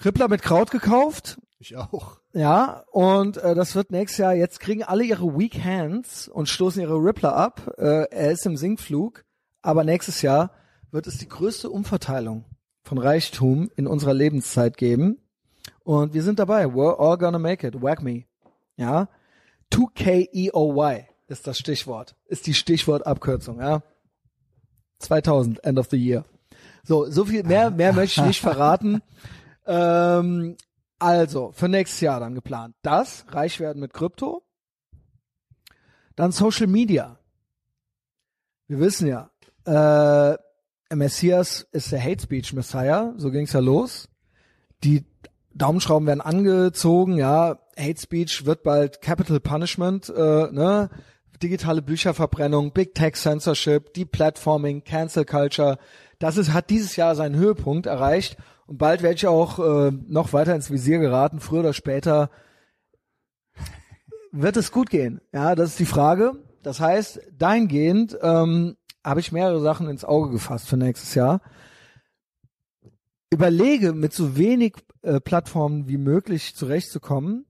Speaker 2: Rippler mit Kraut gekauft,
Speaker 1: Ich auch.
Speaker 2: Ja, und äh, das wird nächstes Jahr. Jetzt kriegen alle ihre Weak Hands und stoßen ihre Rippler ab. Äh, er ist im Sinkflug, aber nächstes Jahr wird es die größte Umverteilung von Reichtum in unserer Lebenszeit geben. Und wir sind dabei. We're all gonna make it. Whack me. Ja. E 2KEOY ist das Stichwort. Ist die Stichwortabkürzung, ja. 2000, End of the Year. So, so viel mehr, mehr möchte ich nicht verraten. Ähm, also, für nächstes Jahr dann geplant. Das, reich werden mit Krypto. Dann Social Media. Wir wissen ja, äh, Messias ist der Hate Speech Messiah, so ging's ja los. Die Daumenschrauben werden angezogen, ja, Hate Speech wird bald Capital Punishment, äh, ne? digitale Bücherverbrennung, Big Tech Censorship, Deplatforming, Cancel Culture. Das ist, hat dieses Jahr seinen Höhepunkt erreicht und bald werde ich auch äh, noch weiter ins Visier geraten. Früher oder später wird es gut gehen. Ja, das ist die Frage. Das heißt, dahingehend ähm, habe ich mehrere Sachen ins Auge gefasst für nächstes Jahr. Überlege, mit so wenig äh, Plattformen wie möglich zurechtzukommen.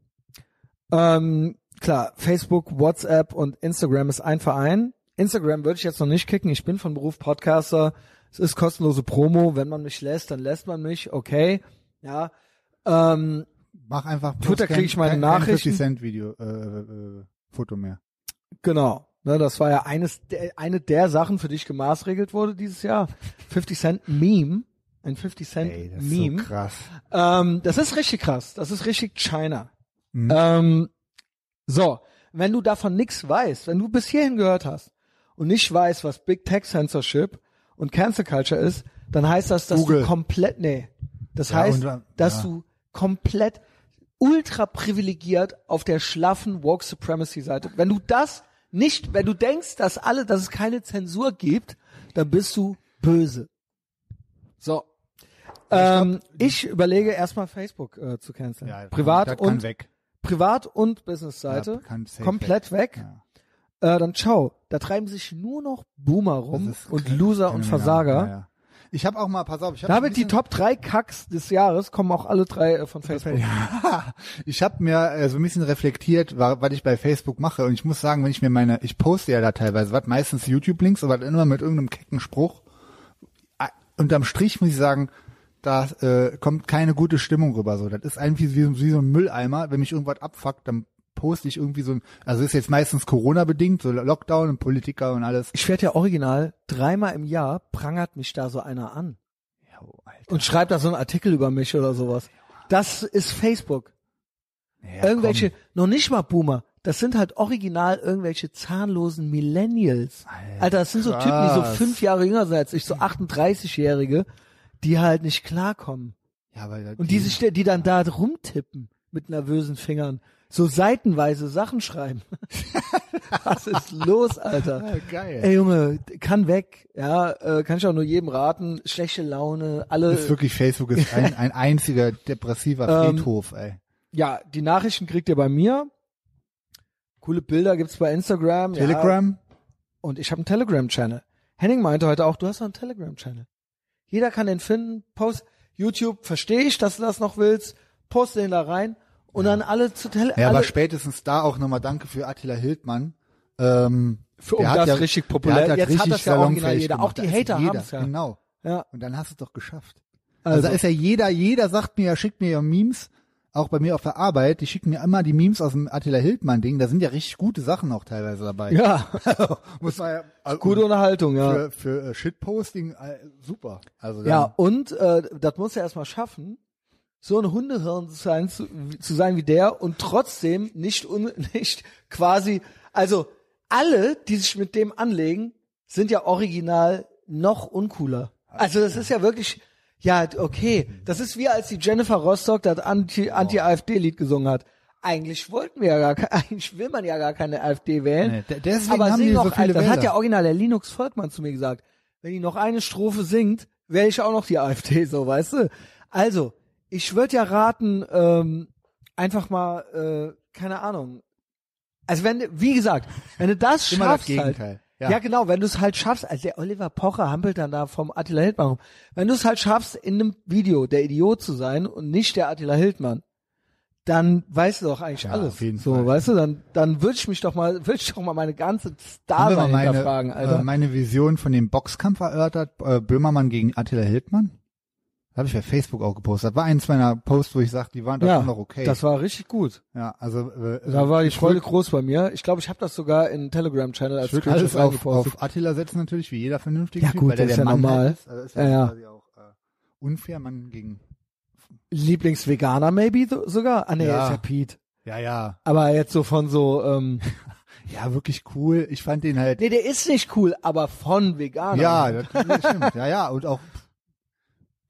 Speaker 2: Ähm, klar, Facebook, WhatsApp und Instagram ist ein Verein. Instagram würde ich jetzt noch nicht kicken. Ich bin von Beruf Podcaster. Es ist kostenlose Promo. Wenn man mich lässt, dann lässt man mich. Okay. Ja. Ähm,
Speaker 1: Mach einfach
Speaker 2: Twitter krieg ich meine Nachrichten.
Speaker 1: 50 Cent Video, äh, äh, Foto mehr.
Speaker 2: Genau. Ne, das war ja eines der, eine der Sachen, für die ich gemaßregelt wurde dieses Jahr. 50 Cent Meme. Ein 50 Cent
Speaker 1: Ey, das ist
Speaker 2: Meme.
Speaker 1: so krass.
Speaker 2: Ähm, das ist richtig krass. Das ist richtig China.
Speaker 1: Mhm.
Speaker 2: Ähm, so, wenn du davon nichts weißt, wenn du bis hierhin gehört hast und nicht weißt, was Big Tech Censorship und Cancel Culture ist, dann heißt das, dass
Speaker 1: Google.
Speaker 2: du komplett, nee, das
Speaker 1: Ja,
Speaker 2: heißt,
Speaker 1: und, äh,
Speaker 2: dass
Speaker 1: ja.
Speaker 2: du komplett ultra privilegiert auf der schlaffen Woke Supremacy Seite. Wenn du das nicht, wenn du denkst, dass alle, dass es keine Zensur gibt, dann bist du böse.
Speaker 1: Also
Speaker 2: So. Ähm, ich überlege erstmal Facebook äh, zu canceln.
Speaker 1: Ja, das
Speaker 2: Privat
Speaker 1: kann
Speaker 2: und
Speaker 1: weg.
Speaker 2: Privat- und Business-Seite
Speaker 1: Ja, kann safe
Speaker 2: komplett weg. Äh, dann ciao. Da treiben sich nur noch Boomer rum
Speaker 1: Das ist
Speaker 2: und
Speaker 1: krass.
Speaker 2: Loser und
Speaker 1: Phänomenal.
Speaker 2: Versager.
Speaker 1: Ja, ja. Ich habe auch mal, pass auf, ich habe
Speaker 2: Damit die Top 3 Kacks des Jahres kommen auch alle drei äh, von Facebook.
Speaker 1: Ja, ich habe mir äh, so ein bisschen reflektiert, wa- was ich bei Facebook mache. Und ich muss sagen, wenn ich mir meine, ich poste ja da teilweise was, meistens YouTube-Links, aber dann immer mit irgendeinem kecken Spruch. Ah, Unterm Strich muss ich sagen, da äh, kommt keine gute Stimmung rüber. So, das ist eigentlich wie, so- wie so ein Mülleimer. Wenn mich irgendwas abfuckt, dann poste ich irgendwie so ein, also ist jetzt meistens Corona-bedingt, so Lockdown und Politiker und alles.
Speaker 2: Ich werde ja original dreimal im Jahr prangert mich da so einer an
Speaker 1: oh,
Speaker 2: und schreibt da so einen Artikel über mich oder sowas. Das ist Facebook.
Speaker 1: Ja,
Speaker 2: irgendwelche, noch nicht mal Boomer. Das sind halt original irgendwelche zahnlosen Millennials. Alter, das sind so Typen, die so
Speaker 1: krass.
Speaker 2: fünf Jahre jünger sind als ich, so 38-Jährige, die halt nicht klarkommen.
Speaker 1: Komm. Ja, aber
Speaker 2: Und die, sich, die dann da rumtippen mit nervösen Fingern. So seitenweise Sachen schreiben. Was ist los, Alter?
Speaker 1: Ja, Ah, geil.
Speaker 2: Ey Junge, kann weg. Ja, äh, kann ich auch nur jedem raten. Schlechte Laune, alle.
Speaker 1: ist wirklich Facebook ist ein, ein einziger depressiver
Speaker 2: Ähm,
Speaker 1: Friedhof, ey.
Speaker 2: ja, die Nachrichten kriegt ihr bei mir. Coole Bilder gibt's bei Instagram. Ja,
Speaker 1: Telegram?
Speaker 2: und ich habe einen Telegram-Channel. Henning meinte heute auch, du hast doch einen Telegram-Channel. Jeder kann den finden. Post YouTube, verstehe ich, dass du das noch willst. Poste den da rein und dann alle zu Telegram.
Speaker 1: Ja, aber
Speaker 2: alle,
Speaker 1: spätestens da auch nochmal danke für Attila Hildmann. Ähm,
Speaker 2: Für- um
Speaker 1: der hat
Speaker 2: das
Speaker 1: ja,
Speaker 2: richtig populär-
Speaker 1: Der hat ja
Speaker 2: jetzt hat
Speaker 1: richtig
Speaker 2: das ja
Speaker 1: salonfähig
Speaker 2: original jeder.
Speaker 1: gemacht.
Speaker 2: Auch die
Speaker 1: Da ist
Speaker 2: Hater
Speaker 1: jeder,
Speaker 2: haben's ja.
Speaker 1: Genau.
Speaker 2: ja,
Speaker 1: Und dann hast du es doch geschafft. Also,
Speaker 2: also,
Speaker 1: da ist ja jeder, jeder sagt mir, ja, schickt mir ja Memes, auch bei mir auf der Arbeit, die schicken mir immer die Memes aus dem Attila Hildmann-Ding, da sind ja richtig gute Sachen auch teilweise dabei.
Speaker 2: ja,
Speaker 1: Muss man ja, also,
Speaker 2: gute Unterhaltung, ja.
Speaker 1: für, für äh, Shitposting, äh, super. Also dann,
Speaker 2: Ja, und äh, das muss er erstmal schaffen, so ein Hundehirn zu sein, zu, zu sein wie der und trotzdem nicht, un, nicht quasi, also alle, die sich mit dem anlegen, sind ja original noch uncooler. Also das ist ja wirklich, ja, okay, das ist wie als die Jennifer Rostock das
Speaker 1: Genau.
Speaker 2: Anti- Anti-AfD-Lied gesungen hat. Eigentlich wollten wir ja gar, ke- eigentlich will man ja gar keine AfD wählen.
Speaker 1: Nee, de- deswegen
Speaker 2: aber
Speaker 1: haben
Speaker 2: sing
Speaker 1: die so
Speaker 2: noch
Speaker 1: viele
Speaker 2: ein, das hat
Speaker 1: Wähler.
Speaker 2: ja original der Linux Volkmann zu mir gesagt. Wenn die noch eine Strophe singt, wäre ich auch noch die AfD, so weißt du. Also, ich würde ja raten, ähm, einfach mal, äh, keine Ahnung. Also wenn, du- wie gesagt, wenn du das
Speaker 1: Immer das
Speaker 2: schaffst halt.
Speaker 1: Gegenteil, ja.
Speaker 2: ja, genau, wenn du es halt schaffst, also der Oliver Pocher hampelt dann da vom Attila Hildmann rum. Wenn du es halt schaffst, in einem Video der Idiot zu sein und nicht der Attila Hildmann, dann weißt du doch eigentlich
Speaker 1: Ja,
Speaker 2: alles.
Speaker 1: auf jeden
Speaker 2: so,
Speaker 1: Fall.
Speaker 2: weißt du, dann, dann würde ich mich doch mal, würde ich doch mal meine ganze
Speaker 1: haben wir mal
Speaker 2: Starsein
Speaker 1: meine,
Speaker 2: hinterfragen, Alter.
Speaker 1: äh, meine Vision von dem Boxkampf erörtert, äh, Böhmermann gegen Attila Hildmann? habe ich bei Facebook auch gepostet. Das war eins meiner Posts, wo ich sage, die waren doch
Speaker 2: Ja,
Speaker 1: schon noch okay.
Speaker 2: das war richtig gut.
Speaker 1: ja, also äh,
Speaker 2: Da war die Freude groß bei mir. Ich glaube, ich habe das sogar in Telegram-Channel als
Speaker 1: ich würde
Speaker 2: Screenshot
Speaker 1: alles auf,
Speaker 2: reingepostet.
Speaker 1: auf Attila setzen natürlich, wie jeder vernünftige
Speaker 2: Ja,
Speaker 1: Typ,
Speaker 2: gut,
Speaker 1: weil der
Speaker 2: das
Speaker 1: der
Speaker 2: ist ja
Speaker 1: Mann
Speaker 2: normal.
Speaker 1: Halt ist. Also das ist ja,
Speaker 2: Ja, ja.
Speaker 1: quasi auch äh, unfair, Mann gegen.
Speaker 2: Lieblingsveganer maybe so- sogar? Ah nee,
Speaker 1: Ja.
Speaker 2: ist ja Pete.
Speaker 1: Ja, ja.
Speaker 2: Aber jetzt so von so, ähm,
Speaker 1: Ja, wirklich cool. Ich fand den halt.
Speaker 2: nee, der ist nicht cool, aber von Veganer.
Speaker 1: Ja, das, das stimmt. Ja, ja, und auch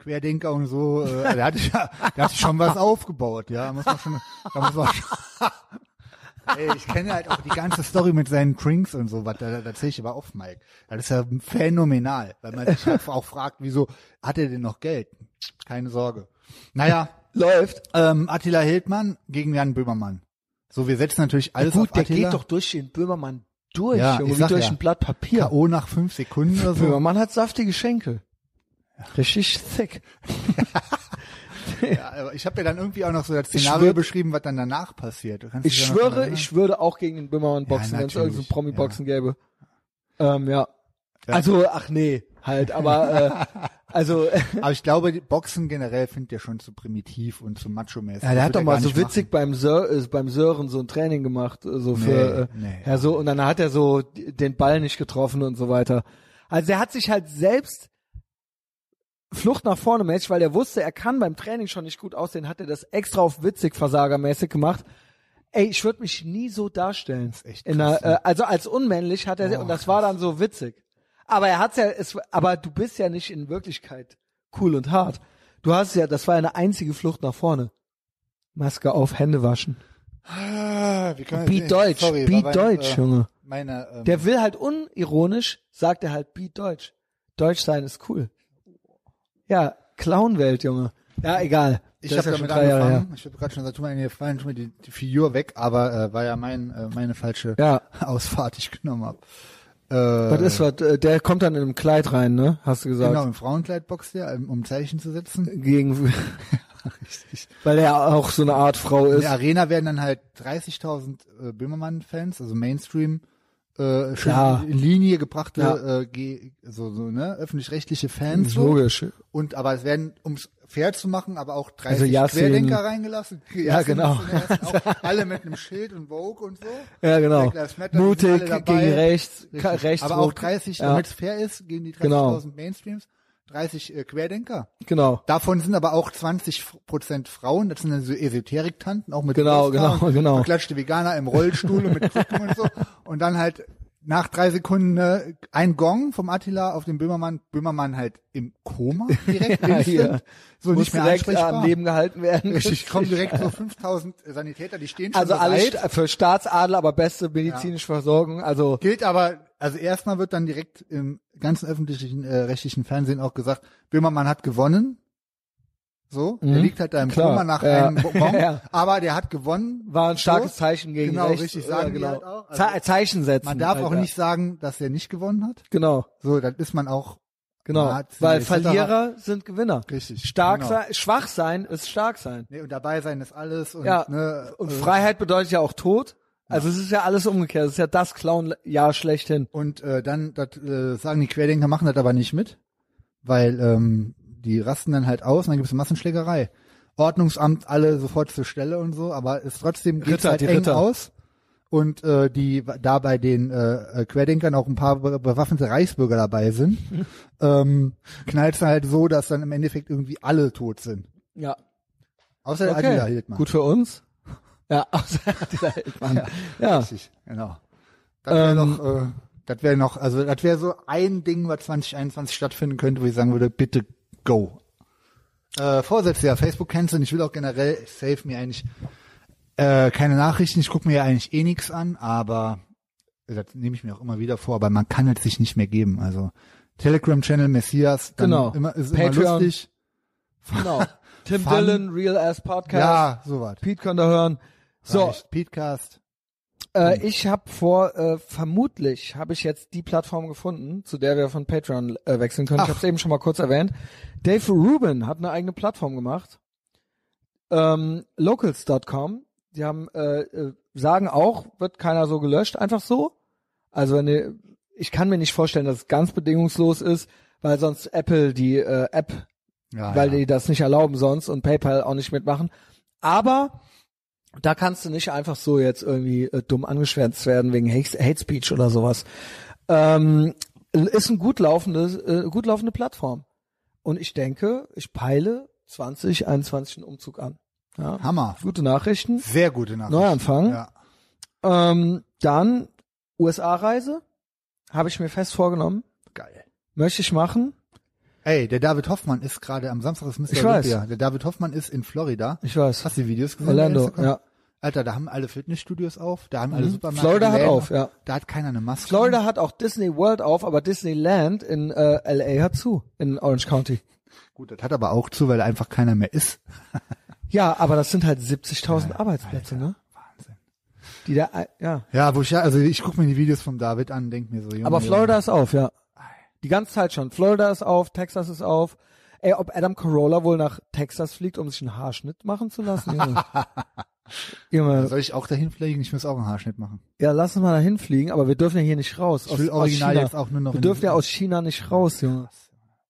Speaker 1: Querdenker und so, äh, der, hat sich, ja- der hat sich schon was aufgebaut, ja. Muss man schon, da muss man schon Ey, ich kenne halt auch die ganze Story mit seinen Drinks und so, was da, da erzähle ich aber oft, Mike. Das ist ja phänomenal, weil man sich halt auch fragt, wieso hat er denn noch Geld? Keine Sorge. Naja,
Speaker 2: Läuft.
Speaker 1: ähm, Attila Hildmann gegen Jan Böhmermann. So, wir setzen natürlich alles
Speaker 2: Gut,
Speaker 1: auf
Speaker 2: der
Speaker 1: Attila.
Speaker 2: geht doch durch den Böhmermann durch,
Speaker 1: Ja,
Speaker 2: Junge,
Speaker 1: ich
Speaker 2: wie
Speaker 1: sag
Speaker 2: durch
Speaker 1: ja.
Speaker 2: ein Blatt Papier.
Speaker 1: K.O. nach fünf Sekunden oder so.
Speaker 2: Böhmermann hat saftige Schenkel. Richtig thick.
Speaker 1: Ja, aber Äh, ich habe ja dann irgendwie auch noch so das
Speaker 2: Ich
Speaker 1: Szenario
Speaker 2: schwör-
Speaker 1: beschrieben, was dann danach passiert. Du kannst
Speaker 2: Ich
Speaker 1: dich ja noch dran
Speaker 2: schwöre,
Speaker 1: erinnern.
Speaker 2: ich würde auch gegen den Böhmermann boxen, wenn es
Speaker 1: natürlich,
Speaker 2: irgendeinen Promi-Boxen gäbe. Ähm, ja.
Speaker 1: Ja.
Speaker 2: Also, ach nee, halt, aber äh, also
Speaker 1: Aber ich glaube, die Boxen generell findet ihr schon zu primitiv und zu macho-mäßig.
Speaker 2: Ja, der
Speaker 1: Das wird
Speaker 2: hat doch
Speaker 1: er
Speaker 2: mal
Speaker 1: gar
Speaker 2: so
Speaker 1: nicht machen.
Speaker 2: witzig beim, Sir, äh, beim Sören so ein Training gemacht, äh, so für
Speaker 1: Nee,
Speaker 2: äh,
Speaker 1: nee.
Speaker 2: ja so und dann hat er so d- den Ball nicht getroffen und so weiter. Also er hat sich halt selbst Flucht nach vorne mäßig, weil er wusste, er kann beim Training schon nicht gut aussehen, hat er das extra auf witzig versagermäßig gemacht. Ey, ich würde mich nie so darstellen.
Speaker 1: ist echt
Speaker 2: In
Speaker 1: krass,
Speaker 2: einer, äh, also als unmännlich hat er
Speaker 1: Oh,
Speaker 2: und das war dann so witzig. Aber er hat's ja, es, aber du bist ja nicht in Wirklichkeit cool und hart. Du hast ja, das war eine einzige Flucht nach vorne. Maske auf, Hände waschen.
Speaker 1: Ah, wie kann man-
Speaker 2: Be
Speaker 1: nee,
Speaker 2: deutsch,
Speaker 1: sorry,
Speaker 2: be
Speaker 1: war mein,
Speaker 2: deutsch,
Speaker 1: äh,
Speaker 2: Junge.
Speaker 1: Meine, ähm,
Speaker 2: Der will halt unironisch, sagt er halt, be deutsch. Deutsch sein ist cool. Ja, Clownwelt, Junge. Ja, egal.
Speaker 1: ich
Speaker 2: Das
Speaker 1: habe
Speaker 2: ist ja schon
Speaker 1: damit
Speaker 2: drei Jahre
Speaker 1: angefangen. Ich habe gerade schon gesagt, tu mal in die fallen schon mal die, die Figur weg, aber äh, war ja mein, äh, meine falsche
Speaker 2: her. Ja,
Speaker 1: Ausfahrt, die ich genommen habe. Äh,
Speaker 2: was ist was? äh, Der kommt dann in einem Kleid rein, ne? Hast du gesagt?
Speaker 1: Genau, im Frauenkleid boxt der, um um Zeichen zu setzen.
Speaker 2: Gegen, weil er auch so eine Art Frau
Speaker 1: In
Speaker 2: ist.
Speaker 1: der Arena werden dann halt 30.000 äh, Böhmermann-Fans, also Mainstream, äh, schön
Speaker 2: Klar.
Speaker 1: in Linie gebrachte,
Speaker 2: Ja.
Speaker 1: äh, ge- so, so, ne, öffentlich-rechtliche Fans. So.
Speaker 2: Logisch.
Speaker 1: Und aber es werden, ums fair zu machen, aber auch 30
Speaker 2: Also Yassin.
Speaker 1: Querdenker reingelassen. Yassin ist
Speaker 2: genau.
Speaker 1: in der ersten Auch alle mit einem Schild und Vogue und so.
Speaker 2: Ja, genau.
Speaker 1: Black Lives Matter, die sind
Speaker 2: Mutig
Speaker 1: alle dabei.
Speaker 2: gegen rechts, ka-
Speaker 1: Richtig.
Speaker 2: rechts.
Speaker 1: aber auch
Speaker 2: hoch.
Speaker 1: 30,
Speaker 2: Ja,
Speaker 1: damit es fair ist, gehen die 30.000
Speaker 2: Genau.
Speaker 1: Mainstreams, 30 äh, Querdenker.
Speaker 2: genau.
Speaker 1: Davon sind aber auch 20% Frauen, das sind dann so Esoterik-Tanten, auch mit
Speaker 2: Genau,
Speaker 1: Brusthaaren,
Speaker 2: genau, genau.
Speaker 1: verklatschte Veganer im Rollstuhl und mit Krücken und so. Und dann halt nach drei Sekunden äh, ein Gong vom Attila auf den Böhmermann, Böhmermann halt im Koma direkt,
Speaker 2: Ja,
Speaker 1: instant,
Speaker 2: hier.
Speaker 1: so
Speaker 2: Muss
Speaker 1: nicht mehr
Speaker 2: direkt ah, am
Speaker 1: ansprechbar.
Speaker 2: Leben gehalten werden.
Speaker 1: ich komme direkt so 5000 Sanitäter, die stehen schon
Speaker 2: Also alle
Speaker 1: bereit.
Speaker 2: sta- für Staatsadel, aber beste medizinische Versorgung. Also
Speaker 1: Gilt aber, also erstmal wird dann direkt im ganzen öffentlichen äh, rechtlichen Fernsehen auch gesagt, Böhmermann hat gewonnen. So, der liegt halt da im
Speaker 2: Mhm. Klar,
Speaker 1: Koma nach
Speaker 2: ja.
Speaker 1: einem Bon,
Speaker 2: Ja.
Speaker 1: aber der hat gewonnen.
Speaker 2: war ein starkes
Speaker 1: so.
Speaker 2: Zeichen gegen
Speaker 1: Genau,
Speaker 2: rechts.
Speaker 1: richtig,
Speaker 2: Ja,
Speaker 1: sagen die
Speaker 2: genau.
Speaker 1: halt auch. Also-
Speaker 2: Ze- Zeichen setzen.
Speaker 1: Man darf
Speaker 2: halt,
Speaker 1: auch
Speaker 2: ja.
Speaker 1: nicht sagen, dass er nicht gewonnen hat.
Speaker 2: Genau,
Speaker 1: So, dann ist man auch
Speaker 2: genau.
Speaker 1: Nazi,
Speaker 2: Weil
Speaker 1: etc.
Speaker 2: Verlierer sind Gewinner.
Speaker 1: Richtig,
Speaker 2: Stark
Speaker 1: genau.
Speaker 2: sein, schwach sein ist stark sein.
Speaker 1: Nee, und dabei sein ist alles und
Speaker 2: ja.
Speaker 1: ne,
Speaker 2: und
Speaker 1: äh,
Speaker 2: Freiheit bedeutet ja auch Tod. Also es ist ja alles umgekehrt. Es ist ja das Clown-Jahr schlechthin.
Speaker 1: Und äh, dann das, äh, sagen die Querdenker, machen das aber nicht mit, weil ähm, die rasten dann halt aus und dann gibt es Massenschlägerei. Ordnungsamt alle sofort zur Stelle und so, aber es trotzdem geht
Speaker 2: Ritter,
Speaker 1: halt
Speaker 2: die
Speaker 1: eng
Speaker 2: Ritter.
Speaker 1: aus. Und äh, die da bei den äh, äh, Querdenkern auch ein paar be- bewaffnete Reichsbürger dabei sind, ähm, knallt's halt so, dass dann im Endeffekt irgendwie alle tot sind.
Speaker 2: Ja.
Speaker 1: Außer der Attila Hildmann.
Speaker 2: Gut für uns. Ja, außer Attila Hildmann. Ja. ja.
Speaker 1: Richtig, genau. Das wäre
Speaker 2: Ähm,
Speaker 1: noch, äh, das wäre noch, also das wäre so ein Ding, was 2021 stattfinden könnte, wo ich sagen würde, bitte go. Äh, Vorsätze, ja, Facebook canceln. Ich will auch generell, ich save mir eigentlich äh, keine Nachrichten. Ich gucke mir ja eigentlich eh nichts an, aber das nehme ich mir auch immer wieder vor, aber man kann es sich nicht mehr geben. Also Telegram-Channel, Messias, dann
Speaker 2: Genau.
Speaker 1: immer, ist immer
Speaker 2: Patreon.
Speaker 1: lustig.
Speaker 2: Genau. Tim
Speaker 1: Fun.
Speaker 2: Dillon, Real Ass Podcast.
Speaker 1: Ja, soweit.
Speaker 2: Pete könnt ihr hören. So,
Speaker 1: Reicht. Petecast.
Speaker 2: äh, ich habe vor, äh, vermutlich habe ich jetzt die Plattform gefunden, zu der wir von Patreon äh, wechseln können.
Speaker 1: Ach.
Speaker 2: Ich habe es eben schon mal kurz erwähnt. Dave Rubin hat eine eigene Plattform gemacht. Ähm, locals.com. Die haben, äh, äh, sagen auch, wird keiner so gelöscht, einfach so. Also wenn ihr, ich kann mir nicht vorstellen, dass es ganz bedingungslos ist, weil sonst Apple die äh, App
Speaker 1: Ja,
Speaker 2: weil
Speaker 1: Ah, ja.
Speaker 2: die das nicht erlauben sonst und PayPal auch nicht mitmachen. Aber da kannst du nicht einfach so jetzt irgendwie äh, dumm angeschwärzt werden wegen Hate, Hate Speech oder sowas. Ähm, ist ein gut laufende, äh, gut laufende Plattform. Und ich denke, ich peile 2021 einen Umzug an. Ja.
Speaker 1: Hammer.
Speaker 2: Gute Nachrichten.
Speaker 1: Sehr gute Nachricht.
Speaker 2: Neuanfang.
Speaker 1: Ja.
Speaker 2: Ähm, dann USA-Reise habe ich mir fest vorgenommen.
Speaker 1: Geil.
Speaker 2: Möchte ich machen.
Speaker 1: Ey, der David Hoffmann ist gerade am Samstag ist Mr.
Speaker 2: Ich weiß.
Speaker 1: Olympia. Der David Hoffmann ist in Florida.
Speaker 2: Ich weiß.
Speaker 1: Hast du die Videos gesehen?
Speaker 2: Orlando,
Speaker 1: Instagram?
Speaker 2: ja. Mhm.
Speaker 1: Alter, da haben alle Fitnessstudios auf, da haben alle Supermärkte.
Speaker 2: Florida hat
Speaker 1: Läden
Speaker 2: auf, ja.
Speaker 1: Da hat keiner eine Maske.
Speaker 2: Florida hat auch Disney World auf, aber Disneyland in äh, LA hat zu, in Orange County.
Speaker 1: Gut, das hat aber auch zu, weil einfach keiner mehr ist.
Speaker 2: Ja, aber das sind halt 70.000 Arbeitsplätze, ne?
Speaker 1: Wahnsinn.
Speaker 2: Die da, äh, ja.
Speaker 1: Ja, wo ich ja, also ich gucke mir die Videos vom David an, denk mir so, Junge,
Speaker 2: Aber
Speaker 1: Junge.
Speaker 2: Florida ist auf, ja. Die ganze Zeit schon. Florida ist auf, Texas ist auf. Ey, ob Adam Carolla wohl nach Texas fliegt, um sich einen Haarschnitt machen zu lassen? Junge. Junge,
Speaker 1: Soll ich auch dahin fliegen? Ich muss auch einen Haarschnitt machen.
Speaker 2: ja, lass uns mal da hinfliegen, aber wir dürfen ja hier nicht raus.
Speaker 1: Ich will original
Speaker 2: China.
Speaker 1: jetzt auch nur noch
Speaker 2: Wir
Speaker 1: in-
Speaker 2: dürfen ja aus China nicht raus, Junge.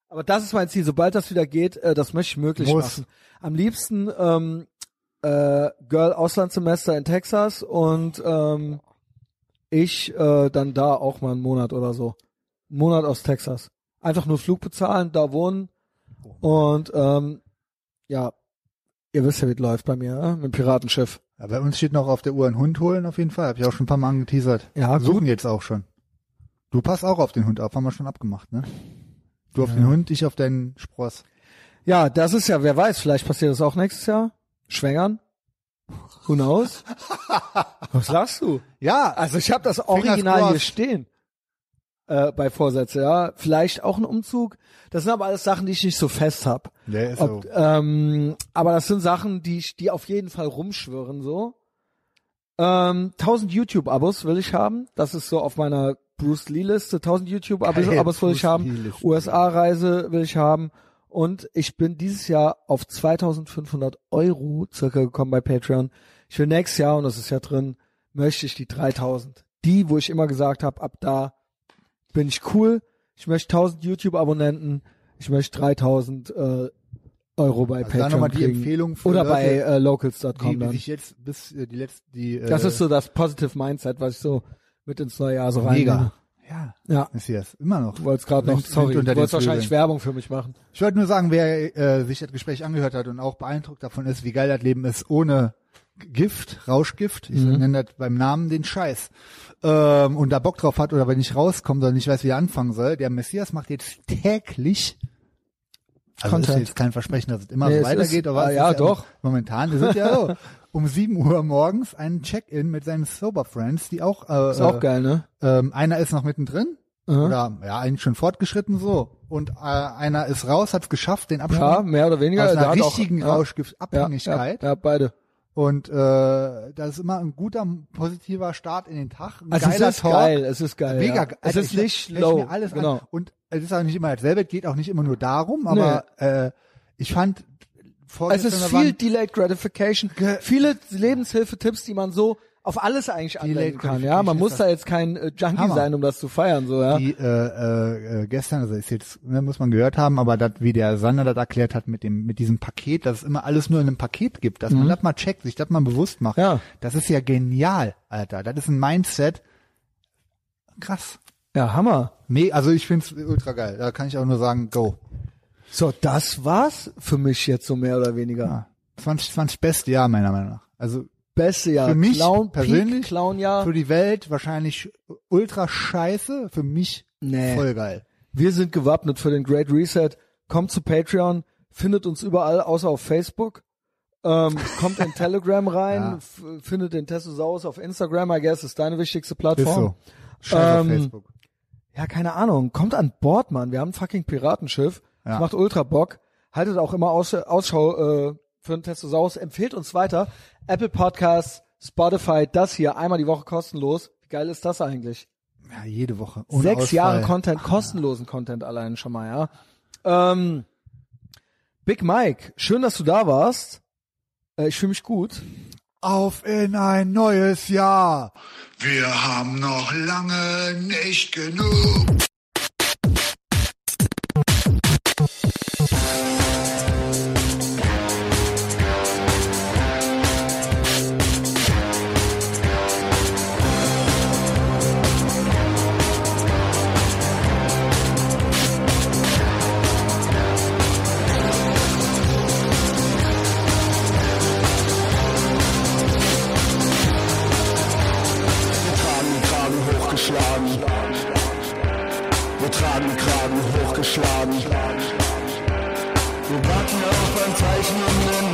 Speaker 2: Aber das ist mein Ziel. Sobald das wieder geht, äh, das möchte ich möglich
Speaker 1: Muss.
Speaker 2: machen. Am liebsten ähm, äh, Girl Auslandssemester in Texas und ähm, ich äh, dann da auch mal einen Monat oder so. Einen Monat aus Texas. Einfach nur Flug bezahlen, da wohnen und ähm, ja, ihr wisst ja, wie es läuft bei mir, ne? mit dem Piratenschiff.
Speaker 1: Ja, bei uns steht noch auf der Uhr einen Hund holen auf jeden Fall. Hab ich auch schon ein paar Mal angeteasert.
Speaker 2: Ja, gut.
Speaker 1: Suchen jetzt auch schon. Du passt auch auf den Hund auf, haben wir schon abgemacht, ne? Du auf den Hund, ich auf deinen Spross.
Speaker 2: Ja, das ist ja, wer weiß, vielleicht passiert das auch nächstes Jahr. Schwängern. Who knows? Was lachst du?
Speaker 1: Ja,
Speaker 2: Also ich habe das
Speaker 1: Fingers
Speaker 2: Original hier
Speaker 1: crossed.
Speaker 2: stehen. Äh, bei Vorsätze, ja. Vielleicht auch ein Umzug. Das sind aber alles Sachen, die ich nicht so fest hab.
Speaker 1: Der ist
Speaker 2: Ob,
Speaker 1: so.
Speaker 2: ähm, aber das sind Sachen, die ich, die auf jeden Fall rumschwirren so. Ähm, 1000 YouTube-Abos will ich haben. Das ist so auf meiner Bruce Lee-Liste. 1000 YouTube-Abos
Speaker 1: Geil,
Speaker 2: Abos will
Speaker 1: Bruce
Speaker 2: ich haben.
Speaker 1: Lee-Liste.
Speaker 2: USA-Reise will ich haben. Und ich bin dieses Jahr auf 2500 Euro circa gekommen bei Patreon. Ich will nächstes Jahr, und das ist ja drin, möchte ich die 3000. Die, wo ich immer gesagt habe, ab da bin ich cool. Ich möchte 1000 YouTube-Abonnenten. Ich möchte 3000 äh, Euro bei
Speaker 1: Also da
Speaker 2: Patreon
Speaker 1: nochmal die
Speaker 2: kriegen.
Speaker 1: Empfehlung für
Speaker 2: Oder bei
Speaker 1: Leute,
Speaker 2: äh,
Speaker 1: die,
Speaker 2: locals.com
Speaker 1: die
Speaker 2: dann.
Speaker 1: sich jetzt bis äh, die letzten, die
Speaker 2: Das
Speaker 1: äh,
Speaker 2: ist so das Positive Mindset, was ich so mit ins neue Jahr so rein.
Speaker 1: mega. Ja,
Speaker 2: Ja.
Speaker 1: Messias, immer noch.
Speaker 2: Du wolltest gerade noch,
Speaker 1: Wind-
Speaker 2: sorry,
Speaker 1: Wind
Speaker 2: du
Speaker 1: unter
Speaker 2: wolltest
Speaker 1: den
Speaker 2: wahrscheinlich
Speaker 1: Flügeln.
Speaker 2: Werbung für mich machen.
Speaker 1: Ich wollte nur sagen, wer äh, sich das Gespräch angehört hat und auch beeindruckt davon ist, wie geil das Leben ist ohne Gift, Rauschgift, ich nenne das beim Namen den Scheiß, ähm, und da Bock drauf hat oder wenn ich rauskomme oder nicht weiß, wie er anfangen soll, der Messias macht jetzt täglich also ist
Speaker 2: Content.
Speaker 1: jetzt kein Versprechen, dass es immer
Speaker 2: Nee,
Speaker 1: so
Speaker 2: es
Speaker 1: weitergeht,
Speaker 2: ist-
Speaker 1: aber
Speaker 2: ah,
Speaker 1: es
Speaker 2: ja,
Speaker 1: ist
Speaker 2: doch.
Speaker 1: momentan ist es ja so, um 7 Uhr morgens einen Check-in mit seinen Sober Friends, die auch, äh,
Speaker 2: Ist auch
Speaker 1: äh,
Speaker 2: geil, ne?
Speaker 1: ähm, einer ist noch mittendrin
Speaker 2: Mhm.
Speaker 1: oder ja eigentlich schon fortgeschritten so und äh, einer ist raus, hat es geschafft, den
Speaker 2: Ja,
Speaker 1: Abstand
Speaker 2: mehr oder weniger.
Speaker 1: aus einer
Speaker 2: Der hat auch-
Speaker 1: richtigen
Speaker 2: ja, ja,
Speaker 1: Rauschgiftabhängigkeit
Speaker 2: Ja, ja, beide.
Speaker 1: und äh, das ist immer ein guter positiver Start in den Tag, ein
Speaker 2: Also es
Speaker 1: geiler
Speaker 2: ist
Speaker 1: Talk.
Speaker 2: geil, es ist geil.
Speaker 1: Mega,
Speaker 2: ja.
Speaker 1: geil.
Speaker 2: Es
Speaker 1: Alter,
Speaker 2: ist
Speaker 1: ich hör-
Speaker 2: nicht
Speaker 1: hör ich
Speaker 2: slow.
Speaker 1: Mir alles
Speaker 2: genau.
Speaker 1: an. Und es ist auch nicht immer dasselbe, es geht auch nicht immer nur darum, aber äh, ich fand
Speaker 2: Es
Speaker 1: vorgestern
Speaker 2: ist
Speaker 1: waren
Speaker 2: viel Delayed Gratification, viele Lebenshilfetipps, die man so auf alles eigentlich
Speaker 1: Delayed
Speaker 2: anwenden kann. Ja, man
Speaker 1: Gratification
Speaker 2: muss
Speaker 1: ist
Speaker 2: da jetzt kein äh, Junkie
Speaker 1: Hammer.
Speaker 2: sein, um das zu feiern. So ja.
Speaker 1: die äh, äh, äh, gestern, also ist jetzt, ne, muss man gehört haben, aber dat, wie der Sander das erklärt hat mit dem mit diesem Paket, dass es immer alles nur in einem Paket gibt, dass man das mal checkt, sich das mal bewusst macht.
Speaker 2: Mhm. Ja.
Speaker 1: Das ist ja genial, Alter. Das ist ein Mindset. Krass.
Speaker 2: ja, Hammer.
Speaker 1: Nee, also ich find's ultra geil. Da kann ich auch nur sagen, go.
Speaker 2: So, das war's für mich jetzt so mehr oder weniger.
Speaker 1: Ja. 2020 beste Jahr meiner Meinung nach. Also
Speaker 2: Beste Jahr.
Speaker 1: Für mich
Speaker 2: Clown,
Speaker 1: persönlich,
Speaker 2: Peak, Clownjahr.
Speaker 1: für die Welt wahrscheinlich ultra scheiße, für mich
Speaker 2: Nee.
Speaker 1: voll geil.
Speaker 2: Wir sind gewappnet für den Great Reset. Kommt zu Patreon, findet uns überall, außer auf Facebook. Ähm, kommt in Telegram rein,
Speaker 1: Ja.
Speaker 2: f- findet den Testosaurus auf Instagram, I guess, ist deine wichtigste
Speaker 1: Ist
Speaker 2: Plattform.
Speaker 1: so. Scheiß
Speaker 2: Ähm,
Speaker 1: auf Facebook.
Speaker 2: Ja, keine Ahnung. Kommt an Bord, Mann. Wir haben ein fucking Piratenschiff. Das
Speaker 1: Ja.
Speaker 2: macht ultra Bock. Haltet auch immer Aussch Ausschau äh, für den Testosaurus. Empfehlt uns weiter. Apple Podcasts, Spotify, das hier einmal die Woche kostenlos. Wie geil ist das eigentlich?
Speaker 1: Ja, jede Woche. Ohne
Speaker 2: Sechs
Speaker 1: Ausfall.
Speaker 2: Jahre Content, kostenlosen Content allein schon mal, ja. Ähm, Big Mike, schön, dass du da warst. Äh, ich fühle mich gut.
Speaker 1: Auf in ein neues Jahr.
Speaker 6: Wir haben noch lange nicht genug.
Speaker 7: geschlagen. Wir tragen Kragen hochgeschlagen. Wir warten auf ein Zeichen um den